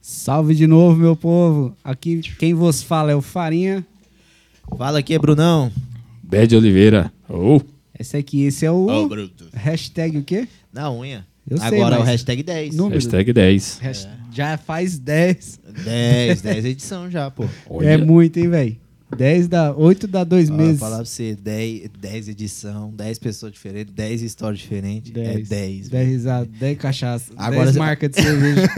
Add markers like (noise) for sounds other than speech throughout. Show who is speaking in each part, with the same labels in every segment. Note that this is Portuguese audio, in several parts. Speaker 1: Salve de novo, meu povo. Aqui quem vos fala é o Farinha.
Speaker 2: Fala aqui, é Brunão.
Speaker 3: Bad Oliveira. Oh.
Speaker 1: Esse aqui, esse é o
Speaker 4: Ô, Bruto.
Speaker 1: hashtag o quê?
Speaker 2: Uh. Na unha.
Speaker 1: Eu sei,
Speaker 2: Agora é o
Speaker 1: mas-
Speaker 2: hashtag 10.
Speaker 1: Número.
Speaker 3: Hashtag 10.
Speaker 1: Hasht-
Speaker 2: É.
Speaker 1: Já faz 10.
Speaker 2: 10, 10 edição
Speaker 1: (laughs)
Speaker 2: já, pô.
Speaker 3: Olha.
Speaker 1: É muito, hein, velho? 10 da 8 da 2
Speaker 2: Ó,
Speaker 1: meses.
Speaker 2: falar pra você, 10, 10 edição, 10 pessoas diferentes, 10 histórias diferentes. É
Speaker 1: 10.
Speaker 2: 10.
Speaker 1: 10 risadas, 10 cachaça,
Speaker 2: Agora
Speaker 1: 10
Speaker 2: você-
Speaker 1: marca de
Speaker 2: (laughs)
Speaker 1: cerveja.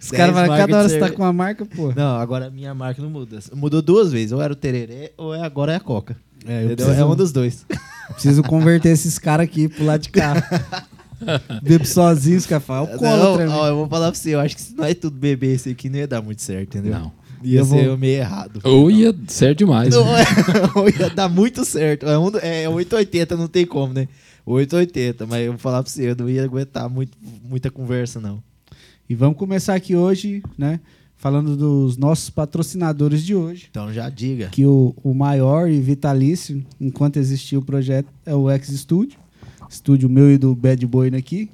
Speaker 1: Os caras falam, cada hora você tá com uma marca, pô.
Speaker 2: Não, agora a minha marca não muda. Mudou duas vezes. Ou era o tererê, ou é agora é a coca.
Speaker 1: É, eu
Speaker 2: Entendeu?
Speaker 1: preciso,
Speaker 2: É um dos dois.
Speaker 1: preciso converter esses caras aqui pro lado de cá.
Speaker 2: (laughs)
Speaker 1: Bebo sozinho, os caras falam, (laughs) é o
Speaker 2: Não,
Speaker 1: colo
Speaker 2: ó, eu vou falar pra você, eu acho que se nós tudo beber isso aqui, não ia dar muito certo, entendeu?
Speaker 3: Não.
Speaker 2: Ia
Speaker 1: Eu
Speaker 2: ser
Speaker 1: vou-
Speaker 2: meio errado.
Speaker 3: Ou Oh, ia ser demais.
Speaker 2: Não,
Speaker 1: (laughs)
Speaker 3: né?
Speaker 2: é, ia dar muito certo. É, um, do- é 880, não tem como, né? 880, mas eu vou falar pra você, eu não ia aguentar muito, muita conversa, não.
Speaker 1: E vamos começar aqui hoje, né? Falando dos nossos patrocinadores de hoje.
Speaker 2: Então já diga.
Speaker 1: Que o, o maior e vitalício, enquanto existir o projeto, é o X Studio. Estúdio meu e do Bad Boy aqui.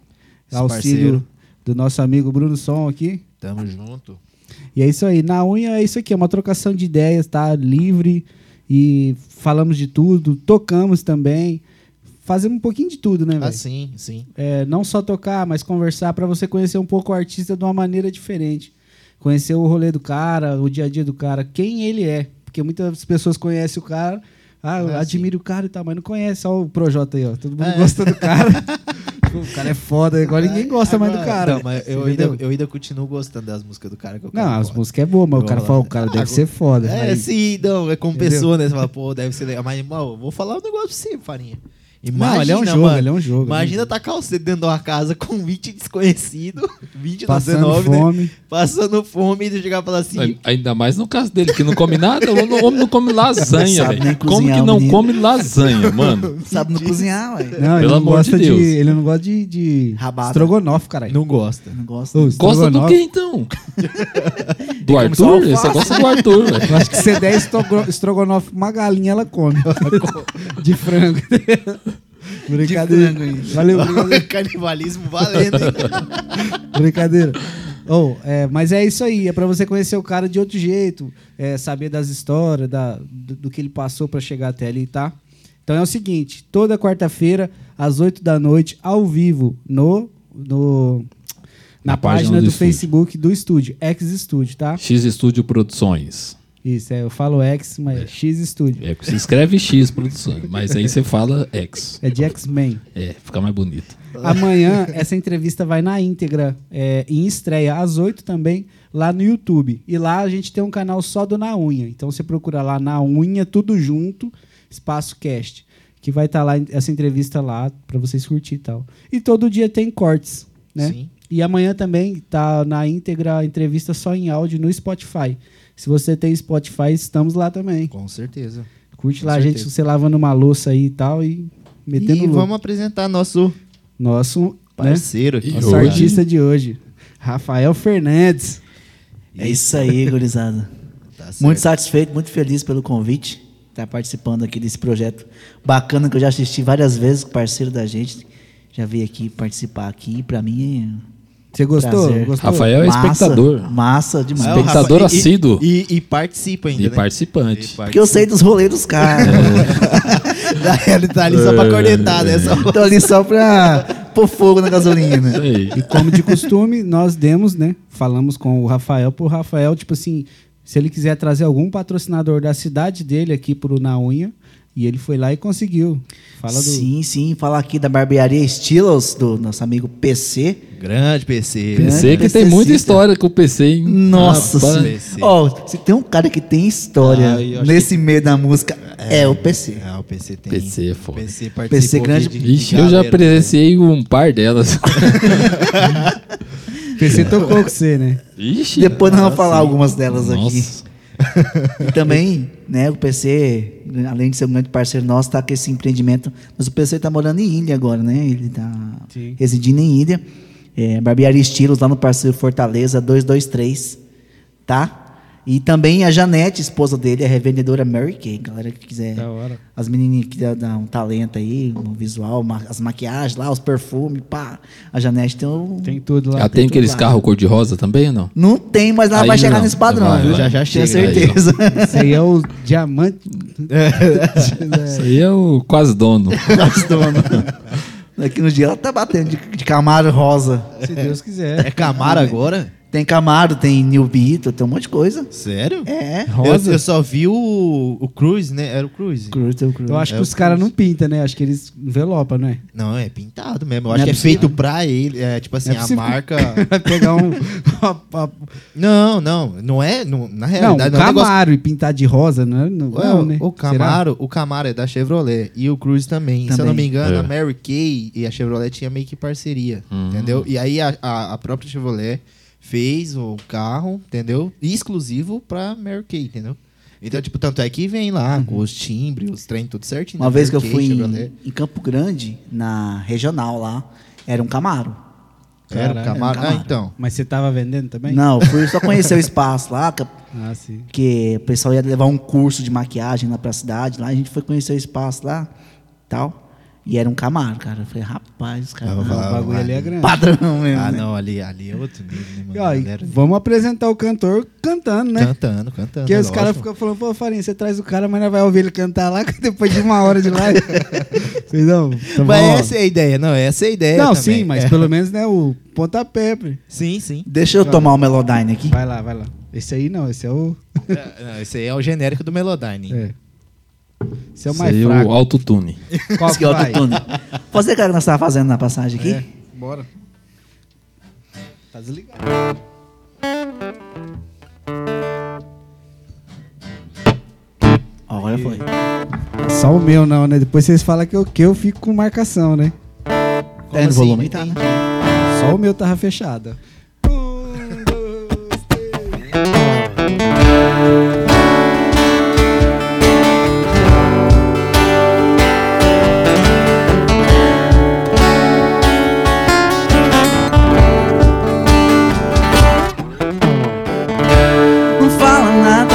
Speaker 2: Esse
Speaker 1: Auxílio
Speaker 2: parceiro.
Speaker 1: do nosso amigo Bruno Som aqui.
Speaker 2: Tamo junto.
Speaker 1: E é isso aí. Na unha é isso aqui, é uma trocação de ideias, tá? Livre. E falamos de tudo, tocamos também. Fazemos um pouquinho de tudo, né, velho?
Speaker 2: Ah, sim, sim.
Speaker 1: É, não só tocar, mas conversar pra você conhecer um pouco o artista de uma maneira diferente. Conhecer o rolê do cara, o dia a dia do cara, quem ele é. Porque muitas pessoas conhecem o cara, ah, eu
Speaker 2: Ah,
Speaker 1: admiro o cara e tal, mas não conhece. Olha o Projota aí, ó. Todo mundo
Speaker 2: É.
Speaker 1: gosta do
Speaker 2: (laughs)
Speaker 1: cara. o cara é foda, agora ninguém gosta mais do
Speaker 2: Agora-
Speaker 1: cara. né?
Speaker 2: Não, mas eu ainda,
Speaker 1: entendeu?
Speaker 2: eu ainda continuo gostando das músicas do cara que eu
Speaker 1: Não,
Speaker 2: quero
Speaker 1: as
Speaker 2: falar.
Speaker 1: músicas é boa, mas o cara
Speaker 2: Agora-
Speaker 1: fala, o cara deve
Speaker 2: Agora-
Speaker 1: ser foda.
Speaker 2: É,
Speaker 1: mas-
Speaker 2: sim, não, é como
Speaker 1: Entendeu?
Speaker 2: pessoa, né? Você fala, pô, deve ser legal. Mas, irmão, eu vou falar um negócio pra você, Farinha.
Speaker 1: Não, ele é um jogo, ele é um jogo.
Speaker 2: Imagina tacar você dentro de uma casa com 20 desconhecidos, 20 não,
Speaker 1: passando
Speaker 2: 19, né?
Speaker 1: fome.
Speaker 2: Passando fome e tu chegar e falar assim,
Speaker 3: Ai- Ainda mais no caso dele, que não come nada. O homem- o homem não come lasanha,
Speaker 5: Não sabe nem
Speaker 3: velho. Como
Speaker 5: cozinhar,
Speaker 3: que não
Speaker 5: menino.
Speaker 3: come lasanha,
Speaker 5: (laughs)
Speaker 3: mano?
Speaker 5: Sabe não cozinhar, ué.
Speaker 1: Não, ele
Speaker 3: Pelo
Speaker 1: não
Speaker 3: amor de
Speaker 1: gosta de,
Speaker 3: Deus.
Speaker 1: ele não gosta de, de
Speaker 2: Rabada.
Speaker 1: estrogonofe, caralho.
Speaker 2: não gosta.
Speaker 5: Não gosto.
Speaker 1: Ô,
Speaker 3: Gosta do
Speaker 1: estrogonofe-
Speaker 3: quê,
Speaker 5: (laughs)
Speaker 3: então? Do Arthur? Você gosta do Arthur,
Speaker 1: Eu
Speaker 3: velho.
Speaker 1: acho que se der estogro- estrogonofe pra uma galinha, ela come. (laughs) de frango. brincadeira.
Speaker 5: frango ainda.
Speaker 1: Valeu, brincadeira.
Speaker 2: (laughs) Canibalismo valendo, hein?
Speaker 3: (laughs)
Speaker 1: Brincadeira. Oh, é, mas é isso aí, é pra você conhecer o cara de outro jeito, é, saber das histórias, da- do, do que ele passou pra chegar até ali, tá? Então é o seguinte, toda quarta-feira, às 8 da noite, ao vivo, no, no- na,
Speaker 3: Na
Speaker 1: página,
Speaker 3: página
Speaker 1: do,
Speaker 3: do estúdio.
Speaker 1: Facebook do estúdio, X Estúdio, tá?
Speaker 3: X Estúdio Produções.
Speaker 1: Isso, é, eu falo X, mas é X Estúdio.
Speaker 3: É, porque você escreve X Produções, mas aí você fala X.
Speaker 1: É de X-Men.
Speaker 3: É, fica mais bonito.
Speaker 1: Amanhã essa entrevista vai na íntegra, é, em estreia, às 8 também, lá no YouTube. E lá a gente tem um canal só do Na Unha. Então você procura lá Na Unha, tudo junto, espaço cast. Que vai estar lá essa entrevista lá pra vocês curtir e tal. E todo dia tem cortes, né?
Speaker 2: Sim.
Speaker 1: E amanhã também tá na íntegra a entrevista só em áudio no Spotify. Se você tem Spotify, estamos lá também.
Speaker 2: Com certeza.
Speaker 1: Curte
Speaker 2: Com
Speaker 1: lá a gente,
Speaker 2: certeza.
Speaker 1: você lavando uma louça aí e tal e metendo
Speaker 2: e
Speaker 1: louco.
Speaker 2: vamos apresentar nosso
Speaker 1: Nosso né?
Speaker 2: parceiro aqui.
Speaker 3: E
Speaker 1: Nosso
Speaker 3: hoje?
Speaker 1: artista de hoje, Rafael Fernandes.
Speaker 5: (laughs) É isso aí, gurizada.
Speaker 2: Tá certo.
Speaker 5: Muito satisfeito, muito feliz pelo convite. Estar participando aqui desse projeto bacana que eu já assisti várias vezes, parceiro da gente. Já veio aqui participar aqui. Pra mim
Speaker 1: Você gostou?
Speaker 5: Prazer.
Speaker 1: gostou?
Speaker 3: Rafael é
Speaker 5: massa,
Speaker 3: espectador.
Speaker 5: Massa
Speaker 2: É, o
Speaker 5: demais.
Speaker 2: Rafa-
Speaker 3: espectador
Speaker 2: e-
Speaker 3: assíduo.
Speaker 2: E, e participa ainda,
Speaker 3: E
Speaker 2: né?
Speaker 3: participante.
Speaker 5: Porque eu sei dos rolês dos caras.
Speaker 3: É.
Speaker 2: Da (laughs) ele tá ali só pra cornetar, né? Só-
Speaker 5: (laughs) Tô ali só pra pôr fogo na gasolina.
Speaker 3: Aí.
Speaker 1: E como de costume, nós demos, né? Falamos com o Rafael, pro Rafael, tipo assim, se ele quiser trazer algum patrocinador da cidade dele aqui pro Na Unha, e ele foi lá e conseguiu. Fala do...
Speaker 5: Sim, sim. Falar aqui da barbearia Stilos, do nosso amigo PC.
Speaker 2: Grande PC. né?
Speaker 3: PC que tem muita
Speaker 5: Necessita.
Speaker 3: história com o PC, hein?
Speaker 5: Nossa
Speaker 3: Rapaz.
Speaker 5: senhora.
Speaker 2: PC.
Speaker 5: Ó, se tem um cara que tem história
Speaker 2: Ah, eu acho
Speaker 5: nesse meio da música, é, o PC.
Speaker 2: Ah, o PC tem.
Speaker 3: PC é foda.
Speaker 2: PC participou
Speaker 5: PC grande-
Speaker 2: de- de
Speaker 3: Ixi, eu já
Speaker 2: galera,
Speaker 3: presenciei um par delas.
Speaker 1: PC tocou com você, né?
Speaker 3: Ixi.
Speaker 5: Depois nós vamos falar algumas delas aqui.
Speaker 3: É. Ah, Nossa.
Speaker 5: E também, né, o PC, além de ser um grande parceiro nosso, tá com esse empreendimento. Mas o PC tá morando em Ilha agora, né? Ele tá
Speaker 1: Sim.
Speaker 5: residindo em Ilha. É, Barbearia Estilos, lá no parceiro Fortaleza 223, tá? E também a Janete, esposa dele, é revendedora Mary Kay. Galera que quiser.
Speaker 1: Da hora.
Speaker 5: As menininhas que dá- dá um talento aí, um visual, ma- as maquiagens lá, os perfumes, pá. A Janete tem um.
Speaker 1: Tem tudo lá.
Speaker 3: Ela Ah, tem aqueles
Speaker 5: lá.
Speaker 3: carros cor-de-rosa também ou não?
Speaker 5: Não tem, mas ela
Speaker 3: Aí
Speaker 5: vai chegar
Speaker 3: não.
Speaker 5: nesse padrão,
Speaker 3: Vai,
Speaker 5: viu?
Speaker 3: vai.
Speaker 2: Já, já
Speaker 5: Tenho
Speaker 2: chega,
Speaker 3: aí,
Speaker 5: certeza. (laughs)
Speaker 1: Isso aí é o diamante.
Speaker 3: Isso aí é o
Speaker 1: (laughs)
Speaker 3: quase dono.
Speaker 5: Daqui no dia ela tá batendo de, de Camaro rosa.
Speaker 1: Se Deus quiser.
Speaker 2: É (laughs) Camaro agora?
Speaker 5: Tem Camaro, tem New Beetle, tem um monte de coisa.
Speaker 2: Sério?
Speaker 5: É.
Speaker 1: Rosa?
Speaker 2: Eu, eu só vi o, o Cruz, né? Era o Cruz.
Speaker 5: Cruz, tem um o Cruz.
Speaker 1: Eu acho
Speaker 2: É
Speaker 1: que os
Speaker 2: o
Speaker 1: caras não pintam, né? Acho que eles envelopam, né?
Speaker 2: Não, é pintado mesmo. Eu
Speaker 5: Não
Speaker 2: acho
Speaker 5: é
Speaker 2: que é
Speaker 5: possível.
Speaker 2: feito pra ele. É tipo assim,
Speaker 1: Não é
Speaker 2: a
Speaker 1: possível.
Speaker 5: (laughs)
Speaker 2: marca.
Speaker 1: (laughs) Vai pegar um. uma- uma-
Speaker 2: Não, não. Não é. não-
Speaker 1: Não,
Speaker 2: na
Speaker 1: um
Speaker 2: realidade, não, é um
Speaker 1: Camaro
Speaker 2: negócio-
Speaker 1: e pintar de rosa, não, é- não,
Speaker 2: Ué,
Speaker 1: não, né?
Speaker 2: o Camaro, o Camaro é da Chevrolet e o Cruze também. Se eu não me
Speaker 5: Também.
Speaker 2: engano,
Speaker 3: É.
Speaker 2: a Mary Kay e a Chevrolet tinha meio que parceria, entendeu? E aí a, a- a própria Chevrolet fez o carro, entendeu? Exclusivo pra Mary Kay, entendeu? Então, tipo, tanto é que vem lá com os timbres, os trem, tudo certinho.
Speaker 5: Uhum. Uma
Speaker 2: da
Speaker 5: vez que eu
Speaker 2: Mary
Speaker 5: fui
Speaker 2: Kay,
Speaker 5: em,
Speaker 2: Chevrolet.
Speaker 5: em Campo Grande, na regional lá, era um Camaro.
Speaker 2: Era o
Speaker 1: Caralho.
Speaker 2: Camaro.
Speaker 5: Camaro.
Speaker 2: Ah, então.
Speaker 1: Mas você tava vendendo também?
Speaker 5: Não, eu fui só conhecer o espaço lá, que-
Speaker 1: Ah, sim.
Speaker 5: que o pessoal ia levar um curso de maquiagem lá pra cidade, lá a gente foi conhecer o espaço lá, tal. E era um Camaro, cara. Eu falei, rapaz, os caras
Speaker 2: Ah, vou
Speaker 1: Ah,
Speaker 2: falar.
Speaker 1: o bagulho
Speaker 2: Ah,
Speaker 1: ali é
Speaker 2: ali.
Speaker 1: grande.
Speaker 5: (laughs) padrão mesmo.
Speaker 2: Ah,
Speaker 5: né?
Speaker 2: não, ali, ali é outro nível, né, mano?
Speaker 1: E, ó, e
Speaker 2: Galera,
Speaker 1: vamos apresentar o cantor cantando, né?
Speaker 2: Cantando, cantando.
Speaker 1: Porque
Speaker 2: é
Speaker 1: os caras
Speaker 2: lógico.
Speaker 1: ficam falando, pô, Farinha, você traz o cara, mas não vai ouvir ele cantar lá (laughs) depois de uma hora de
Speaker 2: (laughs)
Speaker 1: live. Vocês não, então
Speaker 2: Mas
Speaker 1: vamos-
Speaker 2: essa é a ideia, não, essa é a ideia.
Speaker 1: Não,
Speaker 2: também.
Speaker 1: sim, mas
Speaker 2: É.
Speaker 1: pelo menos, né, o pontapé. pô.
Speaker 2: Sim, sim.
Speaker 5: Deixa eu tomar o Melodyne aqui.
Speaker 1: Vai lá, vai lá. Esse aí não, esse é o.
Speaker 2: (laughs) É, não, esse aí é o genérico do Melodyne.
Speaker 1: É. Esse é o
Speaker 3: Isso
Speaker 1: mais
Speaker 3: aí é
Speaker 1: fraco.
Speaker 3: o autotune.
Speaker 1: Qual
Speaker 5: Isso
Speaker 1: que
Speaker 5: que é
Speaker 1: vai?
Speaker 5: autotune. Você, cara, que nós tava fazendo na passagem aqui?
Speaker 1: É, bora. Tá desligado.
Speaker 5: Ó, agora foi.
Speaker 1: Só o meu não, né? Depois vocês falam que eu, que eu fico com marcação, né?
Speaker 5: Tá no
Speaker 2: assim?
Speaker 5: volume aí,
Speaker 2: Não
Speaker 5: tá? né?
Speaker 1: Só o meu tava fechado.
Speaker 5: Não fala nada,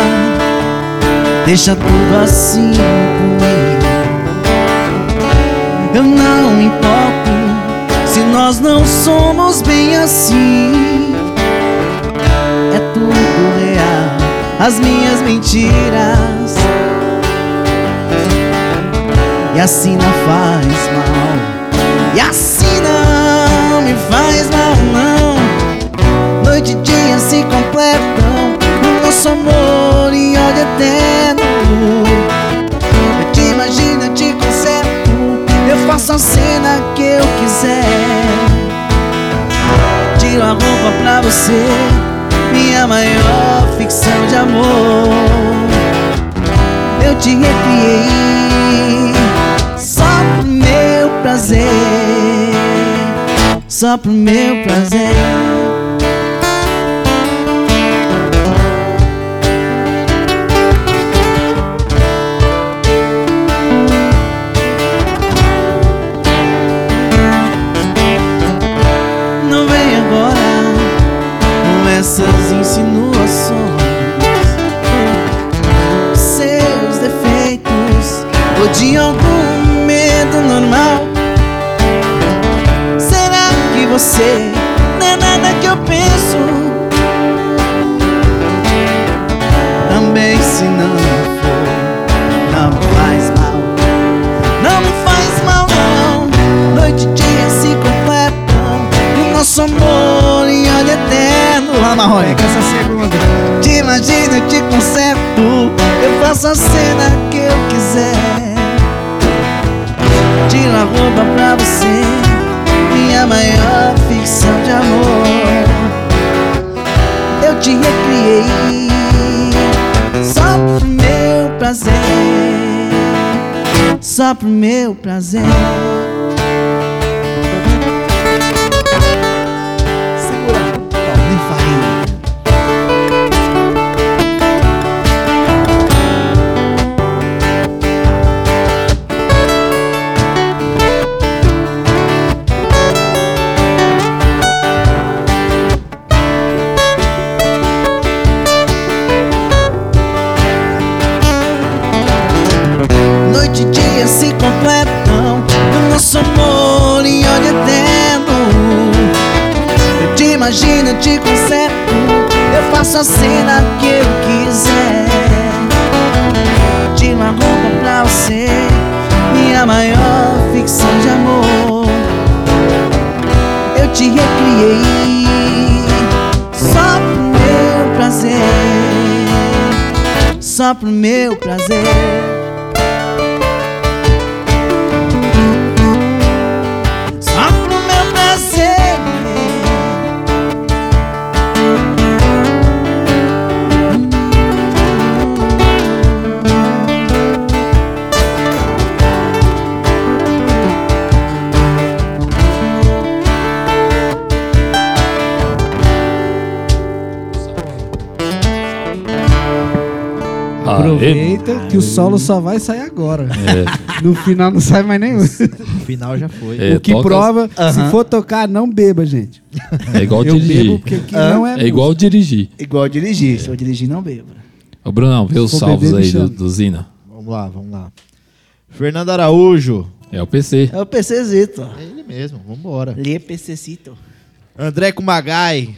Speaker 5: deixa tudo assim comigo. Eu não me importo se nós não somos bem assim. É tudo real, as minhas mentiras. E assim não faz mal. E assim não me faz mal, não. Noite e dia se completam O nosso amor e ódio eterno Eu te imagino, eu te conserto Eu faço a cena que eu quiser Tiro a roupa pra você Minha maior ficção de amor eu te recriei só pro meu prazer, só pro meu prazer. Não vem agora com essas insinuações seus defeitos ou de algum medo normal? Será que você não é nada que eu penso? Também se não for, não me faz mal. Não me faz mal, não. Noite e dia se completam. O nosso amor em olho eterno. Lá, Marrone.
Speaker 1: Pega essa segunda.
Speaker 5: Te imagino, eu te conserto Eu faço a cena que eu quiser Tiro a roupa pra você Minha maior ficção de amor Eu te recriei Só pro meu prazer Só pro meu prazer Segura, Ó, nem vai Imagina, eu te conserto Eu faço a cena que eu quiser De uma roupa pra você Minha maior ficção de amor Eu te recriei Só pro meu prazer Só pro meu prazer Só pro meu prazer
Speaker 3: Ah,
Speaker 1: Aproveita
Speaker 3: é?
Speaker 1: que o solo só vai sair agora. No final não sai mais nenhum.
Speaker 2: No final já foi.
Speaker 3: É,
Speaker 1: o (laughs) que
Speaker 3: toca-
Speaker 1: prova, se for tocar, não beba, gente.
Speaker 3: É igual
Speaker 1: Eu bebo
Speaker 3: dirigir.
Speaker 1: porque aqui não é.
Speaker 3: É igual dirigir.
Speaker 2: Igual dirigir.
Speaker 5: Se eu dirigir, não bebo
Speaker 3: Ô, Brunão, vê os
Speaker 1: for
Speaker 3: salvos
Speaker 1: beber, me
Speaker 3: aí do,
Speaker 1: chama.
Speaker 3: do Zina.
Speaker 2: Vamos lá, vamos lá. Fernando Araújo.
Speaker 3: É o PC.
Speaker 5: É o PCzito
Speaker 2: É ele mesmo, vambora.
Speaker 5: Lê PCzito
Speaker 2: André Kumagai.